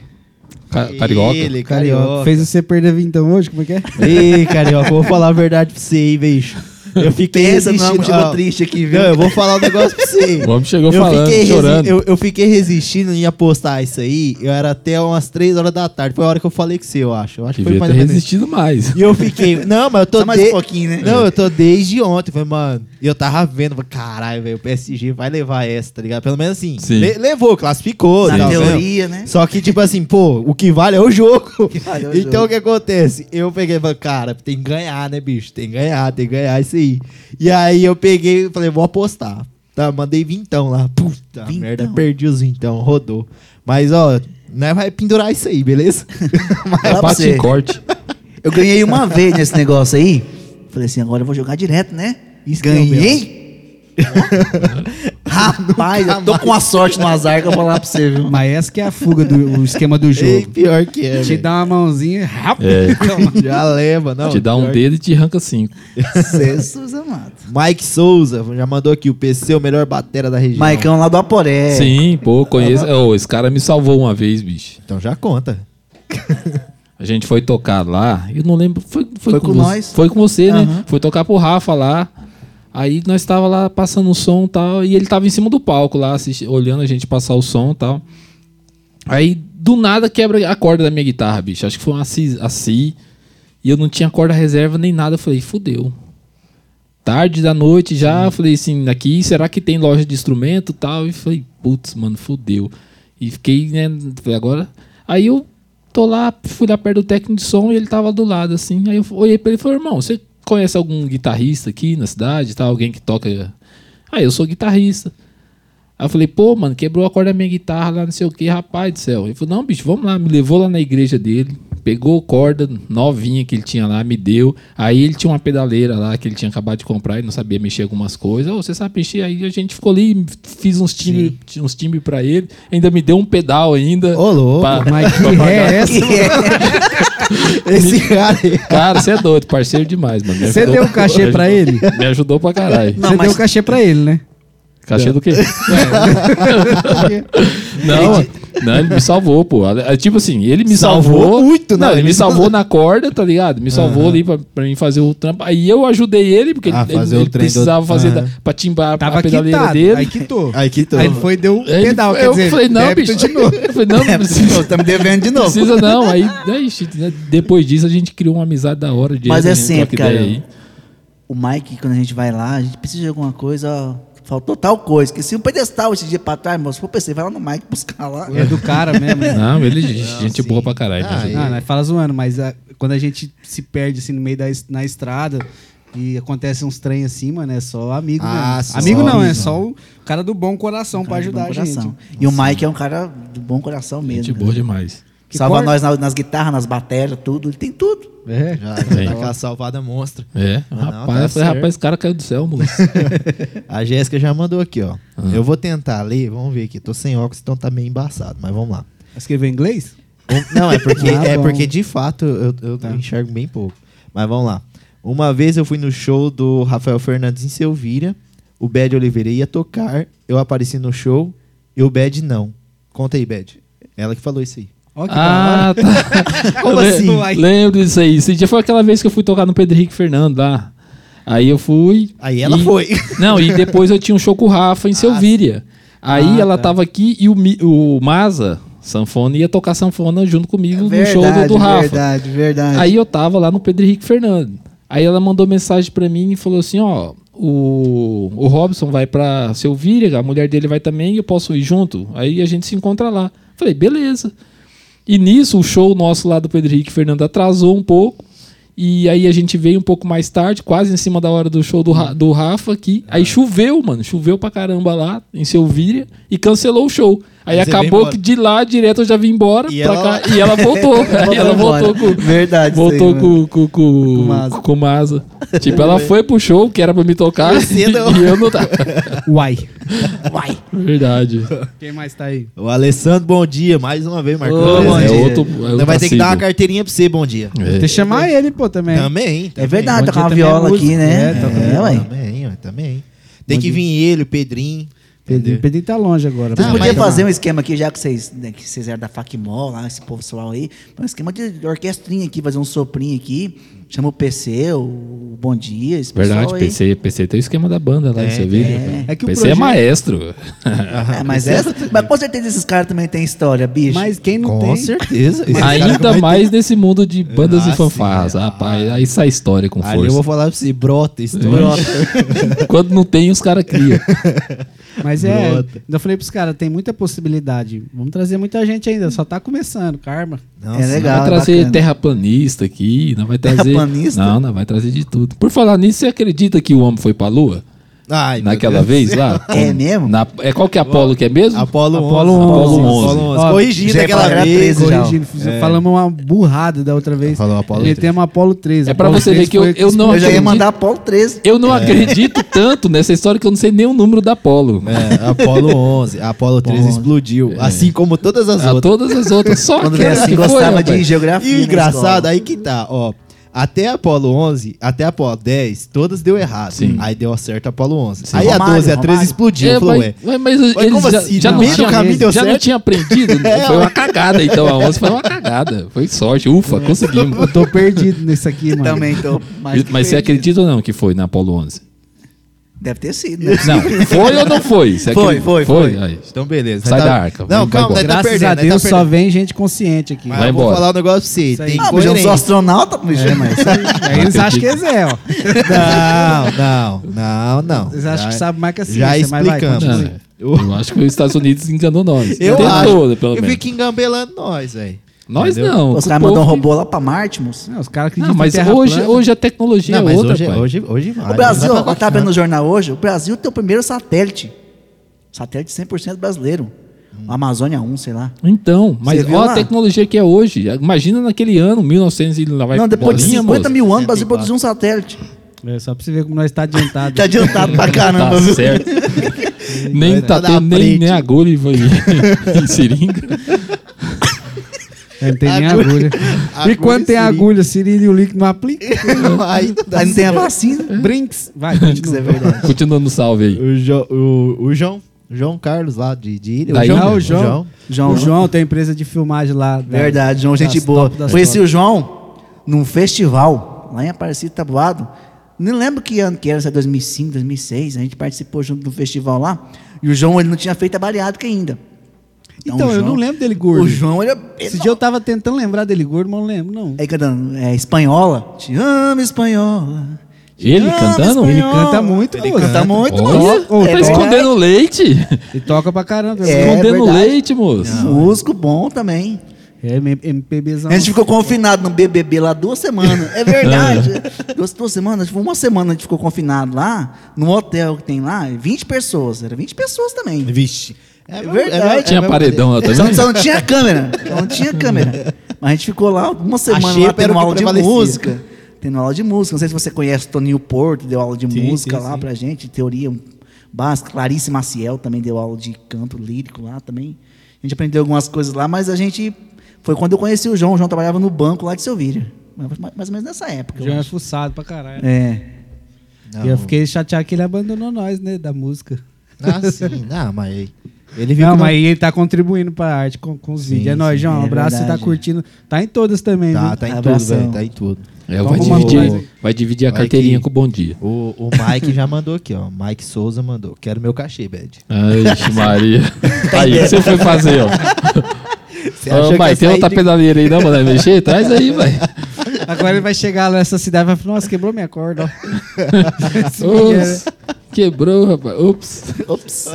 Speaker 3: Ca- Carioca.
Speaker 2: Ele,
Speaker 1: Carioca.
Speaker 2: carioca.
Speaker 1: Fez você perder vintão hoje? Como é que é?
Speaker 2: Ei, carioca, eu vou falar a verdade pra você, hein, bicho. Eu fiquei
Speaker 5: Pensa numa
Speaker 2: resistindo-
Speaker 5: mochila
Speaker 2: ó,
Speaker 5: é triste aqui, viu?
Speaker 2: Não, eu vou falar um negócio pra você.
Speaker 3: O homem chegou
Speaker 2: eu
Speaker 3: falando,
Speaker 2: fiquei resi-
Speaker 3: chorando.
Speaker 2: Eu, eu fiquei resistindo em apostar isso aí. Eu era até umas 3 horas da tarde. Foi a hora que eu falei com você, eu acho. Eu acho que foi
Speaker 3: Devia
Speaker 2: mais
Speaker 3: ter
Speaker 2: ou menos. isso.
Speaker 3: resistido mais.
Speaker 2: E eu fiquei. Não, mas eu tô.
Speaker 5: Só mais um
Speaker 2: de-
Speaker 5: pouquinho, né?
Speaker 2: Não, eu tô desde ontem. Falei, mano. E eu tava vendo. falei, Caralho, velho. O PSG vai levar essa, tá ligado? Pelo menos assim.
Speaker 3: Sim.
Speaker 2: le- levou, classificou.
Speaker 5: Na
Speaker 2: tal,
Speaker 5: teoria, né?
Speaker 2: né? Só que, tipo assim, pô, o que vale é o jogo.
Speaker 5: vale é o
Speaker 2: então
Speaker 5: jogo.
Speaker 2: o que acontece? Eu peguei e falei, cara, tem que ganhar, né, bicho? Tem que ganhar, tem que ganhar isso aí. E aí eu peguei e falei, vou apostar. Tá, mandei vintão lá. Puta
Speaker 5: Vintão.
Speaker 2: merda, perdi os vintão, rodou. Mas, ó, nós vai pendurar isso aí,
Speaker 5: (laughs)
Speaker 2: beleza?
Speaker 5: Fala pra
Speaker 3: Bate
Speaker 5: você.
Speaker 3: em corte.
Speaker 5: Eu
Speaker 2: (laughs)
Speaker 5: ganhei uma vez nesse negócio aí. Falei assim, agora eu vou jogar direto, né?
Speaker 2: Isso que é o
Speaker 5: ganhei? (laughs) Rapaz, eu tô com uma sorte no azar que eu vou falar pra você, viu?
Speaker 1: Mas essa que é a fuga do o esquema do
Speaker 2: Ei,
Speaker 1: jogo.
Speaker 2: pior que é.
Speaker 1: Te
Speaker 2: velho.
Speaker 1: dá uma mãozinha rápido.
Speaker 2: (laughs)
Speaker 3: É.
Speaker 2: Já leva, não.
Speaker 3: Te dá um
Speaker 2: pior
Speaker 3: dedo e te arranca cinco.
Speaker 2: é
Speaker 5: Jesus amado.
Speaker 2: Mike Souza já mandou aqui o PC, o melhor batera da região.
Speaker 5: Maicão lá do
Speaker 1: É.
Speaker 5: Aporé. (laughs)
Speaker 3: Sim, pô, conheço. Ô, esse cara me salvou uma vez, bicho.
Speaker 2: Então já conta.
Speaker 3: A gente foi tocar lá, eu não lembro. Foi, foi,
Speaker 5: Foi com
Speaker 3: vo-
Speaker 5: nós?
Speaker 3: Foi com você,
Speaker 5: Aham.
Speaker 3: né? Foi tocar pro Rafa lá. Aí nós tava lá passando o som e tal. E ele tava em cima do palco lá, assisti- olhando a gente passar o som e tal. Aí do nada quebra a corda da minha guitarra, bicho. Acho que foi uma si, a si. E eu não tinha corda reserva nem nada. Eu falei, fudeu. Tarde da noite já, eu falei assim, aqui será que tem loja de instrumento e tal? E falei, putz, mano, fudeu. E fiquei, né, falei, agora. Aí eu tô lá, fui lá perto do técnico de som e ele tava do lado, assim. Aí eu olhei pra ele e falei, irmão, você conhece algum guitarrista aqui na cidade e tal? Alguém que toca. Ah, eu sou guitarrista. Aí eu falei, pô, mano, quebrou a corda da minha guitarra lá, não sei o que, rapaz do céu. Ele falou, não, bicho, vamos lá. Me levou lá na igreja dele, pegou a corda novinha que ele tinha lá, me deu. Aí ele tinha uma pedaleira lá que ele tinha acabado de comprar e não sabia mexer algumas coisas. Ô, você sabe mexer? Aí a gente ficou ali, fiz uns timbres uns timbre pra ele, ainda me deu um pedal ainda.
Speaker 2: Ô, louco.
Speaker 3: pra-
Speaker 1: Mas que ré é essa?
Speaker 2: Esse
Speaker 3: (laughs)
Speaker 2: cara aí.
Speaker 3: Cara, você é doido, parceiro demais, mano. Me
Speaker 1: Você
Speaker 3: ajudou-
Speaker 1: deu o cachê pra ele?
Speaker 3: (laughs) Me ajudou pra caralho.
Speaker 5: Não,
Speaker 1: Você
Speaker 5: mas-
Speaker 1: deu o cachê pra ele,
Speaker 3: (laughs)
Speaker 1: né?
Speaker 3: Cachê do quê?
Speaker 1: (laughs)
Speaker 3: não, não, ele me salvou, pô. É, Tipo assim, ele me salvou.
Speaker 2: Salvou muito, né?
Speaker 3: Não, ele
Speaker 2: Ele
Speaker 3: me
Speaker 2: me
Speaker 3: salvou na corda, tá ligado? Me salvou ali pra, pra mim fazer o trampo. Aí eu ajudei ele, porque
Speaker 2: Ah,
Speaker 3: ele,
Speaker 2: fazer
Speaker 3: ele
Speaker 2: o trem do-
Speaker 3: precisava fazer
Speaker 2: Aham.
Speaker 3: da, pra timbar a
Speaker 1: Tava
Speaker 3: pedaleira
Speaker 1: quitado.
Speaker 3: dele.
Speaker 1: Aí quitou.
Speaker 2: Aí que tô.
Speaker 1: Aí ele foi e deu o
Speaker 3: Aí Então, ele-
Speaker 1: pedal. quer
Speaker 3: eu
Speaker 1: dizer,
Speaker 3: falei, não,
Speaker 1: débito
Speaker 3: bicho.
Speaker 1: de novo.
Speaker 3: Eu falei, não, não precisa.
Speaker 5: Tá me devendo de
Speaker 3: Não
Speaker 5: novo.
Speaker 3: precisa não, aí, aí shit, né? depois disso a gente criou uma amizade da hora. De
Speaker 5: Mas
Speaker 3: a
Speaker 5: é
Speaker 3: gente troca
Speaker 5: sempre,
Speaker 3: ideia
Speaker 5: cara.
Speaker 3: aí.
Speaker 5: O Mike, quando a gente vai lá, a gente precisa de alguma coisa, ó. Faltou tal coisa. Esqueci um pedestal esse dia pra trás, moço. Pô, pensei, vai lá no Mike buscar lá.
Speaker 1: É do cara mesmo, (laughs) né?
Speaker 3: Não, ele é gente boa pra caralho.
Speaker 2: Ah,
Speaker 3: né?
Speaker 1: Ah, nós fala zoando, mas ah, quando a gente se perde assim no meio da es- na estrada e acontece uns trem assim, mano, é só amigo
Speaker 2: Ah,
Speaker 1: mesmo.
Speaker 2: só
Speaker 1: Amigo não, é
Speaker 2: amigo.
Speaker 1: só o cara do bom coração pra
Speaker 5: Cara de bom
Speaker 1: ajudar a gente.
Speaker 5: coração. E o Mike é um cara de bom coração mesmo.
Speaker 3: Gente
Speaker 5: né?
Speaker 3: boa demais.
Speaker 1: Que
Speaker 5: Salva
Speaker 1: cor-
Speaker 5: nós na- nas, guitarras, nas baterias, tudo. Ele tem tudo.
Speaker 1: É.
Speaker 2: Já, já tá aquela salvada monstro.
Speaker 3: É,
Speaker 2: Não,
Speaker 3: rapaz,
Speaker 2: tá
Speaker 3: eu falei,
Speaker 2: certo.
Speaker 3: rapaz, esse cara caiu do céu, moço.
Speaker 2: A Jéssica já mandou aqui, ó.
Speaker 3: Ah.
Speaker 2: Eu vou tentar ler, vamos ver aqui. Tô sem óculos, então tá meio embaçado, mas vamos lá.
Speaker 1: Escreveu em inglês?
Speaker 2: Um- Não, é (laughs) porque,
Speaker 1: Ah,
Speaker 2: é
Speaker 1: bom.
Speaker 2: porque de fato eu, eu enxergo bem pouco. Mas vamos lá. Uma vez eu fui no show do Rafael Fernandes em Selvíria. O Bad Oliveira ia tocar. Eu apareci no show e o Bad não. Conta aí, Bad. Ela que falou isso aí.
Speaker 1: Ó que da
Speaker 3: Ah,
Speaker 1: hora.
Speaker 3: tá.
Speaker 1: (laughs) Como
Speaker 3: Eu le-
Speaker 1: assim? Uai.
Speaker 3: Lembro disso aí. Esse dia foi aquela vez que eu fui tocar no Pedro Henrique Fernando lá. Aí eu fui.
Speaker 2: Aí ela
Speaker 3: e-
Speaker 2: foi.
Speaker 3: (laughs) Não, e depois eu tinha um show com o Rafa em Selvíria. Aí
Speaker 1: Ah,
Speaker 3: ela
Speaker 1: tá.
Speaker 3: tava aqui e o, Mi- o Maza, sanfona, ia tocar sanfona junto comigo
Speaker 1: Um
Speaker 3: no show do, do Rafa.
Speaker 5: verdade, verdade.
Speaker 3: Aí eu tava lá no Pedro Henrique Fernando. Aí ela mandou mensagem pra mim e falou assim: ó, o, o Robson vai pra Selvíria, a mulher dele vai também, eu posso ir junto. Aí a gente se encontra lá. Falei, beleza. E nisso o show nosso lá do Pedro Henrique Fernando atrasou um pouco. E aí a gente veio um pouco mais tarde, quase em cima da hora do show do, Ra- do Rafa aqui.
Speaker 2: É.
Speaker 3: Aí choveu, mano. Choveu pra caramba lá em Selvíria e cancelou o show. Aí
Speaker 2: Aí você veio
Speaker 3: acabou
Speaker 2: embora.
Speaker 3: que de lá direto eu já vim embora
Speaker 2: E
Speaker 3: pra
Speaker 2: ela-
Speaker 3: cá.
Speaker 2: (laughs)
Speaker 3: E ela voltou. Aí (laughs) ela voltou com,
Speaker 5: Verdade, isso aí,
Speaker 3: Voltou
Speaker 5: mano.
Speaker 3: com, com, com,
Speaker 5: Com asa.
Speaker 3: com, com asa. Tipo, ela foi pro show, que era pra me tocar.
Speaker 2: Você não.
Speaker 3: (laughs) E eu não tava.
Speaker 1: Uai.
Speaker 3: Verdade.
Speaker 1: Quem mais tá aí?
Speaker 2: O Alessandro, bom dia. Mais uma vez, Marcão.
Speaker 5: Ô, bom
Speaker 2: É
Speaker 3: é
Speaker 5: dia.
Speaker 3: outro. É outro
Speaker 2: Não vai ter que dar uma
Speaker 3: cacildo.
Speaker 2: carteirinha pra você, bom dia.
Speaker 1: Tem que chamar ele, pô, também.
Speaker 2: Também.
Speaker 5: É
Speaker 2: também.
Speaker 5: verdade,
Speaker 1: Bom
Speaker 5: tá com
Speaker 1: dia
Speaker 5: uma
Speaker 1: também é
Speaker 5: viola aqui,
Speaker 1: música.
Speaker 5: né?
Speaker 1: É, tá com
Speaker 5: É,
Speaker 1: viola.
Speaker 5: ué.
Speaker 2: Também, ué, também. Tem que vir ele, o Pedrinho.
Speaker 1: Pedrinho,
Speaker 2: entendeu?
Speaker 1: Pedrinho tá longe agora.
Speaker 5: Vocês
Speaker 2: Ah,
Speaker 5: podiam
Speaker 2: mas-
Speaker 5: fazer um esquema aqui, já que vocês, né, que vocês eram da Facmol, lá, esse povo pessoal aí. Um esquema de orquestrinha aqui, fazer um soprinho aqui. Chama o PC, o Bom Dia, esse
Speaker 3: Verdade,
Speaker 5: pessoal aí.
Speaker 3: PC, PC tem o esquema da banda lá em
Speaker 2: É,
Speaker 3: Sevilha.
Speaker 1: É que o
Speaker 3: PC é
Speaker 1: projeto-
Speaker 3: maestro.
Speaker 5: É, mas, essa, mas com certeza esses caras também têm história, bicho.
Speaker 1: Mas quem não
Speaker 2: Com
Speaker 1: tem...
Speaker 2: certeza. Esse cara que
Speaker 3: Ainda
Speaker 2: vai
Speaker 3: mais nesse mundo de bandas
Speaker 2: Ah,
Speaker 3: e fanfarras.
Speaker 2: sim, é.
Speaker 3: Rapaz, aí sai história com
Speaker 2: Ali eu
Speaker 3: força.
Speaker 2: vou falar pra você, brota isso.
Speaker 3: (laughs) Quando não tem, os caras criam.
Speaker 1: Mas é,
Speaker 2: Brota.
Speaker 1: eu falei pros caras, tem muita possibilidade. Vamos trazer muita gente ainda, só tá começando, karma.
Speaker 5: é legal.
Speaker 3: vai trazer
Speaker 5: bacana.
Speaker 3: terraplanista aqui, não vai trazer.
Speaker 5: Terraplanista?
Speaker 3: Não, não vai trazer de tudo. Por falar nisso, você acredita que o homem foi pra lua?
Speaker 2: Ai, meu
Speaker 3: Naquela
Speaker 2: Deus.
Speaker 3: vez lá?
Speaker 5: (laughs) É mesmo?
Speaker 3: Na- é qual que é Apolo que é mesmo?
Speaker 2: Apolo 11.
Speaker 1: Apolo 11.
Speaker 2: Apolo 11.
Speaker 1: Ó,
Speaker 2: Corrigindo
Speaker 5: já é
Speaker 2: aquela
Speaker 5: pra
Speaker 2: vez.
Speaker 5: 13 já. um
Speaker 1: Corrigindo, fiz- falamos uma burrada da outra vez.
Speaker 2: Falou Apolo
Speaker 3: (laughs)
Speaker 1: Metemos Apolo 3.
Speaker 3: É pra você ver que eu, eu não
Speaker 5: eu já ia
Speaker 3: acredito.
Speaker 5: mandar Paulo 13.
Speaker 3: Eu não acredito tanto nessa história que eu não sei nem o número da Apolo.
Speaker 2: É,
Speaker 3: (laughs)
Speaker 2: Apolo 11. A Apolo 13
Speaker 5: É.
Speaker 2: explodiu. Assim como todas as
Speaker 3: A
Speaker 2: outras.
Speaker 3: todas as outras. Só
Speaker 5: Quando
Speaker 3: que
Speaker 5: vem assim,
Speaker 3: que foi,
Speaker 5: gostava de
Speaker 3: rapaz.
Speaker 5: geografia.
Speaker 2: E
Speaker 5: na
Speaker 2: engraçado,
Speaker 5: escola.
Speaker 2: aí que tá, ó. Até Apolo 11, até Apolo 10, todas deu errado.
Speaker 3: Sim.
Speaker 2: Aí deu certo Apolo 11.
Speaker 3: Sim.
Speaker 2: Aí a
Speaker 5: Romário,
Speaker 2: 12 e a 13
Speaker 5: Romário.
Speaker 2: explodiu.
Speaker 3: É,
Speaker 2: falou, ué.
Speaker 3: mas, mas, mas
Speaker 2: Mas
Speaker 3: eles
Speaker 2: como
Speaker 3: já,
Speaker 2: assim?
Speaker 3: já
Speaker 2: No
Speaker 3: não
Speaker 2: meio do
Speaker 3: tinha,
Speaker 2: caminho deu
Speaker 3: já não
Speaker 2: certo?
Speaker 3: tinha aprendido. né? Foi uma cagada, então. A 11 foi uma cagada. Foi sorte. Ufa,
Speaker 1: (laughs)
Speaker 3: conseguimos.
Speaker 1: Eu tô perdido nisso
Speaker 2: (laughs)
Speaker 1: aqui, mano.
Speaker 5: Também tô.
Speaker 3: Mas,
Speaker 5: mais que
Speaker 3: você
Speaker 5: perdido.
Speaker 3: acredita ou não que foi na Apolo 11?
Speaker 5: Deve ter sido, né?
Speaker 3: Não, foi ou não é foi? Você
Speaker 5: Foi,
Speaker 3: acredita?
Speaker 5: foi, foi.
Speaker 3: Aí.
Speaker 2: Então beleza.
Speaker 3: Sai
Speaker 2: Nós
Speaker 3: da arca,
Speaker 2: Não,
Speaker 3: vai- vai
Speaker 2: calma, nós
Speaker 3: embora.
Speaker 2: tá
Speaker 1: Graças
Speaker 2: perdendo.
Speaker 1: a
Speaker 2: nós tá
Speaker 1: Deus só
Speaker 2: perdendo.
Speaker 1: vem gente consciente aqui.
Speaker 2: Mas
Speaker 3: Vai
Speaker 2: eu vou
Speaker 3: embora.
Speaker 2: falar um negócio pra você.
Speaker 1: Isso aí.
Speaker 2: Tem
Speaker 5: Ah, mas eu não
Speaker 2: coerência.
Speaker 5: sou astronauta, bicho. É, mas...
Speaker 1: Aí eles acham que eles é, ó.
Speaker 2: Não, não, não, não.
Speaker 1: Eles acham que
Speaker 2: Já-
Speaker 1: sabem mais que a
Speaker 2: Já
Speaker 1: ciência, mas vai,
Speaker 2: explicamos.
Speaker 1: continua.
Speaker 3: Não, né?
Speaker 2: Sim.
Speaker 3: eu, acho que os Estados Unidos enganou nós.
Speaker 2: Eu
Speaker 3: Tentou,
Speaker 2: acho.
Speaker 3: pelo
Speaker 2: eu
Speaker 3: menos.
Speaker 2: fico engambelando nós, velho.
Speaker 3: Nós
Speaker 2: Entendeu?
Speaker 3: não.
Speaker 5: Os
Speaker 3: com
Speaker 5: caras
Speaker 3: o
Speaker 5: mandam um
Speaker 3: povo
Speaker 5: robô lá pra Marte, moço.
Speaker 1: Não, os caras acreditam
Speaker 3: Não, mas
Speaker 1: em terra
Speaker 3: hoje,
Speaker 1: plana.
Speaker 3: hoje a tecnologia
Speaker 2: Não,
Speaker 3: é
Speaker 2: mas
Speaker 3: outra,
Speaker 2: hoje,
Speaker 3: pai.
Speaker 2: hoje, hoje vai.
Speaker 5: O Brasil, tá
Speaker 2: Não dá
Speaker 5: eu
Speaker 2: pra
Speaker 5: tava vendo no jornal hoje, o Brasil tem o primeiro satélite. Satélite 100% brasileiro. O Amazônia 1, sei lá.
Speaker 3: Então,
Speaker 5: Você
Speaker 3: mas
Speaker 5: viu
Speaker 3: olha
Speaker 5: lá?
Speaker 3: a tecnologia que é hoje. Imagina naquele ano, 1900 e lá vai
Speaker 5: não, depois de
Speaker 3: bolinha,
Speaker 5: 50
Speaker 3: moço.
Speaker 5: mil anos, o Brasil produziu um satélite.
Speaker 1: É, só pra você ver como nós tá adiantado.
Speaker 5: Tá adiantado pra caramba,
Speaker 3: Tá (laughs)
Speaker 5: viu? (laughs)
Speaker 3: certo. nem
Speaker 2: Tá
Speaker 3: tá
Speaker 2: na
Speaker 3: tendo nem,
Speaker 2: frente.
Speaker 3: nem agulha e vai- (laughs) e seringa.
Speaker 1: É, Não tem nem agulha.
Speaker 2: (laughs) Agulha-
Speaker 1: E quando
Speaker 2: agulha
Speaker 1: tem
Speaker 2: e
Speaker 1: agulha, sirene e o líquido não aplica.
Speaker 2: (laughs) Aí não dá
Speaker 5: Aí não tem a vacina.
Speaker 1: Brinks. Vai,
Speaker 5: Isso
Speaker 1: continua.
Speaker 5: é verdade.
Speaker 3: Continuando o salve aí.
Speaker 2: O, Jo- o- o João. o João Carlos lá de, de Ilha.
Speaker 3: Da
Speaker 2: o João,
Speaker 3: Ilha?
Speaker 1: Ah, o João. O João tem empresa de filmagem lá. da-
Speaker 5: Verdade, João,
Speaker 1: das
Speaker 5: gente
Speaker 1: top
Speaker 5: boa.
Speaker 1: das
Speaker 5: Conheci
Speaker 1: top.
Speaker 5: o João num festival lá em Aparecida Tabuado. Nem lembro que ano que era, se é 2005, 2006. A gente participou junto do festival lá. E o João, ele não tinha feito a bariátrica ainda.
Speaker 1: Então,
Speaker 5: o
Speaker 1: eu
Speaker 5: João-
Speaker 1: não lembro dele gordo.
Speaker 5: O João, ele é...
Speaker 1: Esse dia eu tava tentando lembrar dele gordo, mas não lembro, não.
Speaker 5: Aí cantando, é espanhola. Te amo, espanhola.
Speaker 3: Ele
Speaker 5: Te amo,
Speaker 3: cantando?
Speaker 5: espanhola.
Speaker 1: Ele canta muito,
Speaker 5: Ele
Speaker 1: moço.
Speaker 5: canta muito,
Speaker 3: Olha,
Speaker 5: moço.
Speaker 1: ô,
Speaker 5: É
Speaker 3: tá
Speaker 1: bom.
Speaker 3: escondendo leite.
Speaker 1: E toca pra caramba.
Speaker 5: É,
Speaker 3: escondendo
Speaker 5: verdade.
Speaker 3: leite, moço.
Speaker 5: verdade. Músico bom também.
Speaker 1: É M- MPBzão.
Speaker 5: A gente ficou confinado no BBB lá duas semanas. É verdade. duas, duas semanas, tipo, uma semana a gente ficou confinado lá, num hotel que tem lá, 20 pessoas. Era 20 pessoas também.
Speaker 2: Vixe. É,
Speaker 5: É
Speaker 2: mesmo-
Speaker 5: verdade.
Speaker 2: é-
Speaker 3: Tinha
Speaker 2: é mesmo-
Speaker 3: paredão lá também.
Speaker 5: Só, só
Speaker 2: (laughs)
Speaker 5: não tinha câmera. Só não tinha câmera. Mas a gente ficou lá uma semana
Speaker 2: Achei
Speaker 5: lá
Speaker 2: que era
Speaker 5: tendo
Speaker 2: o que
Speaker 5: aula de
Speaker 2: prevalecia.
Speaker 5: música. Tendo aula de música. Não sei se você conhece o Toninho Porto, deu aula de
Speaker 2: Sim,
Speaker 5: música
Speaker 2: sim,
Speaker 5: lá
Speaker 2: sim.
Speaker 5: pra gente, teoria básica. Clarice Maciel também deu aula de canto lírico lá também. A gente aprendeu algumas coisas lá, mas a gente. Foi quando eu conheci o João. O João trabalhava no banco lá de Silvíria. Mais, mais ou menos nessa época.
Speaker 1: O
Speaker 5: eu
Speaker 1: João é
Speaker 5: acho.
Speaker 1: fuçado pra caralho.
Speaker 5: É.
Speaker 2: Não.
Speaker 1: E eu fiquei chateado que ele abandonou nós, né? Da música. (laughs)
Speaker 2: Ah, sim. Não, mas... Ele Ah, viu
Speaker 1: Não,
Speaker 2: que
Speaker 1: mas aí ele tá contribuindo pra arte com, com os
Speaker 2: Sim,
Speaker 1: vídeos. É nóis,
Speaker 5: sim,
Speaker 1: João. Um
Speaker 5: é
Speaker 1: abraço, você tá
Speaker 5: verdade.
Speaker 1: curtindo. Tá em todas também,
Speaker 2: Tá,
Speaker 1: viu?
Speaker 2: tá em
Speaker 5: Abração.
Speaker 2: tudo, velho. Tá em tudo.
Speaker 3: É,
Speaker 1: Toma
Speaker 3: vai
Speaker 1: uma coisa.
Speaker 3: dividir, vai dividir a
Speaker 2: Vai
Speaker 3: carteirinha
Speaker 2: que-
Speaker 3: com o Bom Dia.
Speaker 2: O, o Mike já mandou aqui, ó. Mike Souza mandou. Quero meu cachê, Bad.
Speaker 3: Ai, Maria. Aí, o que você foi fazer, ó?
Speaker 2: Você
Speaker 3: Ô, vai, tem outra pedaleira aí, não, mano? Vai mexer? Traz aí,
Speaker 2: (laughs)
Speaker 3: vai.
Speaker 1: Agora ele vai chegar lá nessa cidade e vai falar, nossa, quebrou minha corda, ó. Esse né? dinheiro.
Speaker 3: Ups, quebrou, rapaz. Ups.
Speaker 5: (laughs)
Speaker 2: Ops.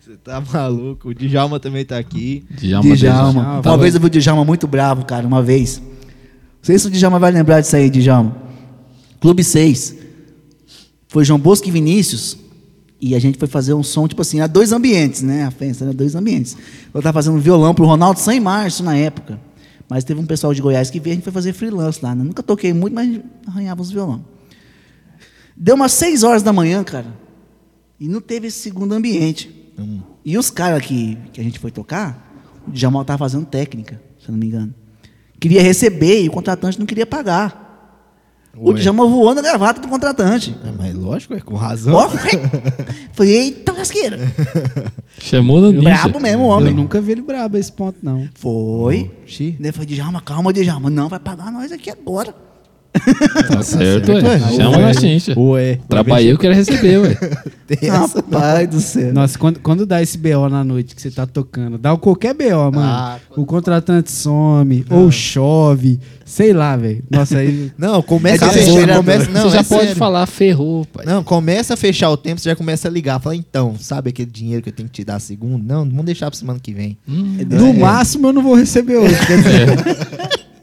Speaker 2: Você tá maluco? O Djalma também tá aqui.
Speaker 3: Djalma,
Speaker 5: Djalma.
Speaker 1: Djalma.
Speaker 5: Uma vez eu vi o Djalma muito bravo, cara, uma vez. Não sei se o Djalma vai lembrar disso aí, Djalma. Clube 6. Foi João Bosco e Vinícius. E a gente foi fazer um som, tipo assim, era dois ambientes, né? A festa era dois ambientes. Eu tava fazendo violão pro Ronaldo Sem Março na época. Mas teve um pessoal de Goiás que veio, a gente foi fazer freelance lá. né? Nunca toquei muito, mas arranhava uns violão. Deu umas seis horas da manhã, cara. E não teve esse segundo ambiente. E os caras que, que a gente foi tocar, o Djamal estava fazendo técnica, se eu não me engano. Queria receber e o contratante não queria pagar. O
Speaker 2: Ué.
Speaker 5: Djamal voou na gravata do contratante.
Speaker 2: É, mas lógico, é com razão.
Speaker 5: Ó, (laughs) Falei, eita lasqueira.
Speaker 3: Chamou no ninja.
Speaker 5: Brabo mesmo o
Speaker 1: Eu
Speaker 5: homem.
Speaker 1: nunca vi ele brabo a esse ponto, não.
Speaker 5: Foi.
Speaker 2: Oxi.
Speaker 5: Daí eu falei, Djalma, calma, Djalma. Não, vai pagar nós aqui agora.
Speaker 3: Tá certo, ué.
Speaker 2: é. ué.
Speaker 3: Chama
Speaker 2: Ué.
Speaker 3: na chincha.
Speaker 2: Ué.
Speaker 3: Trabalhei, eu quero receber, ué.
Speaker 2: Tem essa.
Speaker 5: Rapaz do céu.
Speaker 1: Nossa, quando, quando dá esse BO na noite que você tá tocando, dá o qualquer BO, mano.
Speaker 2: Ah,
Speaker 1: o contratante some, ou chove, sei lá, velho. Nossa,
Speaker 2: (laughs)
Speaker 1: aí.
Speaker 2: Não, começa
Speaker 5: É
Speaker 2: a fechar.
Speaker 5: desesperador.
Speaker 2: Começa, não,
Speaker 3: Você já
Speaker 2: é
Speaker 3: pode
Speaker 2: sério.
Speaker 3: falar, ferrou, pai.
Speaker 2: Não, começa a fechar o tempo, você já começa a ligar. Fala, então, sabe aquele dinheiro que eu tenho que te dar segundo? Não, vamos deixar pra semana que vem.
Speaker 1: no
Speaker 2: é.
Speaker 1: máximo eu não vou receber hoje. quer dizer,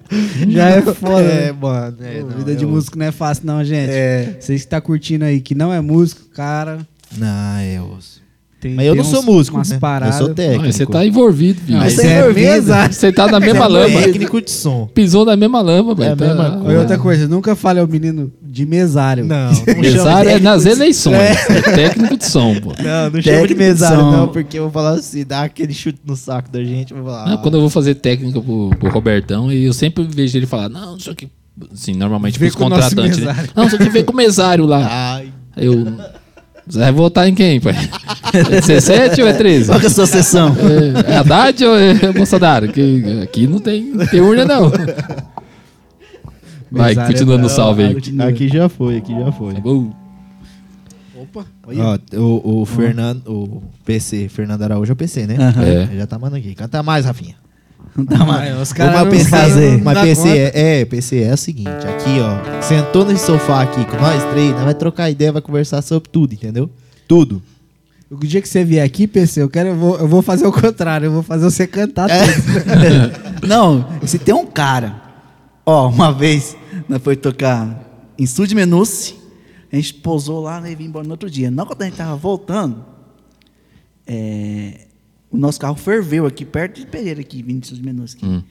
Speaker 1: (laughs) Já é foda.
Speaker 2: É,
Speaker 1: né?
Speaker 2: mano. É,
Speaker 1: Pô,
Speaker 2: não,
Speaker 1: vida de
Speaker 2: eu-
Speaker 1: músico não é fácil, não, gente.
Speaker 2: É.
Speaker 1: Vocês que tá curtindo aí, que não é músico, cara.
Speaker 2: um- Não, eu ouço.
Speaker 1: Tem,
Speaker 2: Mas eu
Speaker 1: tem
Speaker 2: não sou
Speaker 1: uns-
Speaker 2: músico,
Speaker 1: umas
Speaker 2: né?
Speaker 1: paradas.
Speaker 2: Eu sou técnico.
Speaker 3: Mas você tá envolvido, filho.
Speaker 1: Mas
Speaker 5: Você
Speaker 1: é
Speaker 5: é envolvido.
Speaker 1: mesa.
Speaker 3: Você tá na mesma lama.
Speaker 2: é técnico de som.
Speaker 3: Pisou na mesma lama, velho.
Speaker 2: a
Speaker 3: Tá-
Speaker 2: mesma
Speaker 1: E outra coisa, nunca fale ao menino de mesário. (laughs)
Speaker 2: Não, não chama
Speaker 3: Mesário é
Speaker 2: técnico
Speaker 3: nas
Speaker 2: um de- É.
Speaker 3: eleições. É técnico de som, pô.
Speaker 2: Não, não chama
Speaker 5: Técnico
Speaker 2: de
Speaker 5: de
Speaker 2: mesário,
Speaker 5: som.
Speaker 2: não, porque eu vou falar assim, dá aquele chute no saco da gente, eu vou falar.
Speaker 3: Não,
Speaker 1: Ah.
Speaker 3: quando eu vou fazer técnica pro, pro Robertão, e eu sempre vejo ele falar, não, isso aqui. Assim, normalmente
Speaker 1: Vê
Speaker 3: pros
Speaker 1: com o nosso
Speaker 3: contratantes. Né?
Speaker 1: mesário.
Speaker 3: Não, isso aqui vem com o mesário lá.
Speaker 1: (laughs)
Speaker 2: "Ah, Ai,
Speaker 3: Eu. Você vai votar em quem, pai? É 17 ou é 13?
Speaker 5: Qual que é a sua sessão?
Speaker 3: É, é Haddad ou é Bolsonaro? Que, aqui não tem, não tem urna, não. Vai,
Speaker 1: Mesário é
Speaker 3: continuando o
Speaker 1: brabo.
Speaker 3: salve aí.
Speaker 2: aqui já foi, aqui já foi.
Speaker 3: Acabou.
Speaker 2: Ó, o, o Fernando, o PC, Fernando Araújo é o PC, né?
Speaker 5: Aham.
Speaker 3: É.
Speaker 2: Ele Já tá mandando aqui. Canta mais, Rafinha.
Speaker 5: Não dá mais.
Speaker 1: Ah, os
Speaker 2: Ô,
Speaker 1: caras
Speaker 2: mas
Speaker 1: não
Speaker 2: PC,
Speaker 1: fazem, não
Speaker 2: mas
Speaker 1: dá
Speaker 2: PC
Speaker 1: conta.
Speaker 2: é, é, PC é o seguinte, aqui, ó. Sentou nesse sofá aqui com nós três, nós vai trocar ideia, vai conversar sobre tudo, entendeu? Tudo.
Speaker 1: O dia que você vier aqui, PC, eu quero, eu vou, eu vou fazer o contrário, eu vou fazer você cantar tudo.
Speaker 5: (laughs) Não, se tem um cara. Ó, uma vez nós foi tocar em Sul de Menuce, a gente pousou lá né, e vim embora no outro dia. Não, quando a gente tava voltando, é, o nosso carro ferveu aqui, perto de Pereira, aqui, vindo de Sul de Menuce. Aqui.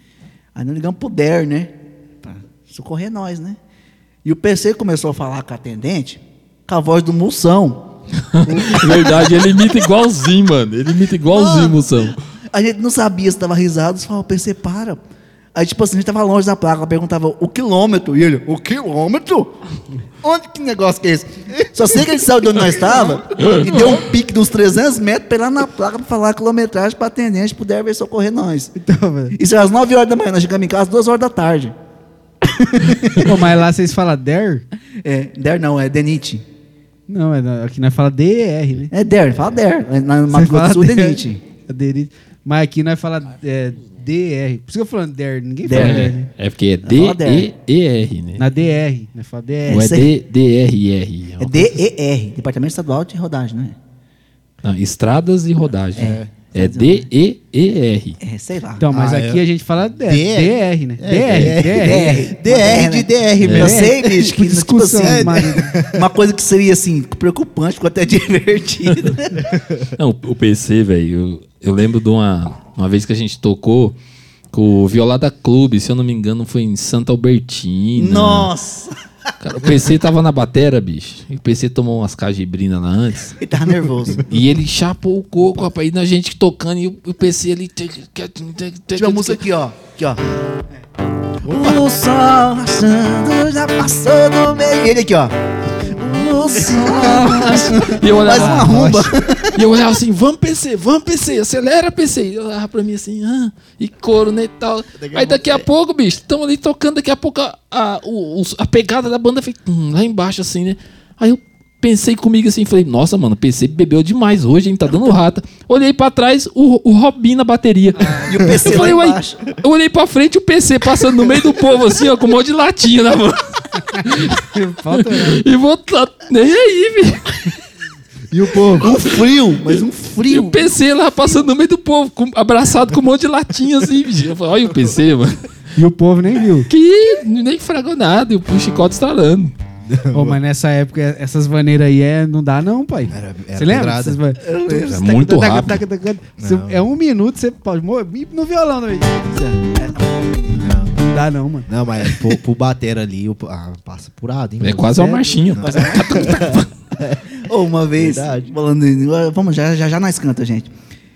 Speaker 5: Aí nós ligamos pro DER, né? Pra socorrer nós, né? E o PC começou a falar com a atendente com a voz do Mulsão.
Speaker 3: (laughs) Verdade, ele imita igualzinho, mano. Ele imita igualzinho,
Speaker 1: Ah.
Speaker 5: Mano.
Speaker 3: moção.
Speaker 5: A gente não sabia se tava risado, só falava, PC, para. Aí, tipo assim, a gente tava longe da placa, ela perguntava o quilômetro. E ele, o quilômetro? Onde que negócio que é esse? Só sei que ele saiu de onde nós estava e deu um pique de uns 300 metros pra ir lá na placa pra falar a quilometragem pra atendente puder ver socorrer nós.
Speaker 1: Então, velho.
Speaker 5: Isso era às 9 horas da manhã, nós chegamos em casa às 2 horas da tarde.
Speaker 1: Pô, mas lá vocês falam DER?
Speaker 5: É, DER não, é DENIT.
Speaker 1: Não, é, na- aqui nós fala DR, né?
Speaker 5: É DER, fala DER. é Na Mato
Speaker 1: Você fala
Speaker 5: Grosso do Sul,
Speaker 1: DER.
Speaker 5: DENIT.
Speaker 1: Aderite. Mas aqui nós fala é, DR. Por isso que eu tô falando DR, ninguém fala
Speaker 5: DR.
Speaker 1: DR. né?
Speaker 3: É, é porque é
Speaker 5: Fala DR.
Speaker 3: D-E-E-R, né?
Speaker 1: Na DR, nós fala DR.
Speaker 3: Ou é
Speaker 5: isso aí.
Speaker 3: D-D-R-R.
Speaker 5: É DER, Departamento Estadual de Rodagem, né?
Speaker 3: Não, Ah, estradas e rodagem. É, D-E-E-R.
Speaker 5: É, sei lá.
Speaker 1: Então, mas
Speaker 2: Ah,
Speaker 1: aqui
Speaker 2: é.
Speaker 1: a gente fala DR,
Speaker 2: DR,
Speaker 1: DR né?
Speaker 2: É,
Speaker 1: DR, DR.
Speaker 5: DR. DR de DR,
Speaker 1: É.
Speaker 5: Eu (laughs) sei, bicho, que tipo
Speaker 1: Discussão,
Speaker 5: assim,
Speaker 1: marido.
Speaker 5: uma coisa que seria assim, preocupante, ficou até divertido.
Speaker 3: Não, o PC, velho, eu, eu lembro de uma, uma vez que a gente tocou com o Violada Clube, se eu não me engano, foi em Santa Albertina.
Speaker 5: (laughs) Nossa!
Speaker 3: Cara, o PC tava na batera, bicho. E o PC tomou umas cajibrinas lá antes.
Speaker 5: Ele tava nervoso.
Speaker 3: E ele chapou o coco, rapaz, e na gente tocando, e o, o PC ali.
Speaker 5: Tive a música aqui, ó. Aqui, ó. É. O sol rachando já passou do meio. E ele aqui, ó. O (laughs) o som.
Speaker 3: E eu
Speaker 5: Faz
Speaker 3: olhava,
Speaker 1: Ah,
Speaker 5: uma rumba. (laughs)
Speaker 3: E eu olhava assim, vamos PC, vamos PC, acelera PC. E eu olhava pra mim assim, ah, e coro, né, e tal. Aí daqui
Speaker 5: é.
Speaker 3: a pouco, bicho, tamo ali tocando, daqui a pouco a, a, o- os- a pegada da banda fica hum, lá embaixo assim, né. Aí eu pensei comigo assim, falei, nossa, mano, PC bebeu demais hoje, hein, tá dando rata. Olhei pra trás, o, o Robin na bateria.
Speaker 5: Ah, E o PC
Speaker 3: Eu
Speaker 5: lá
Speaker 3: falei, uai,
Speaker 5: embaixo.
Speaker 3: eu olhei pra frente o PC passando no meio do povo assim, ó, com um monte de latinha na mão.
Speaker 1: (laughs) Falta, né?
Speaker 3: E vou tá, nem aí, bicho.
Speaker 2: E o povo? Um frio, mas um
Speaker 3: E o
Speaker 2: frio.
Speaker 3: PC lá passando no meio do povo, com- abraçado com um monte de latinha assim, bicho. Eu falei, olha o PC, mano.
Speaker 1: E o povo nem viu.
Speaker 3: Que nem fragou nada, e o chicote estralando.
Speaker 1: (laughs) Ô, mas nessa época, essas vaneiras aí é, não dá não, pai. Você lembra? dessas van-
Speaker 3: Era muito
Speaker 1: Taca,
Speaker 3: rápido.
Speaker 1: taca, taca, taca. Você- É um minuto, você pode... mo- No violão, não é? Não dá não, mano.
Speaker 2: Não, mas pro, pro bater ali, o, ah, passa apurado, hein?
Speaker 3: É quase uma marchinha.
Speaker 5: Ô, uma vez,
Speaker 2: Verdade.
Speaker 5: falando em- ah, Vamos, já, já, já nós canta, gente.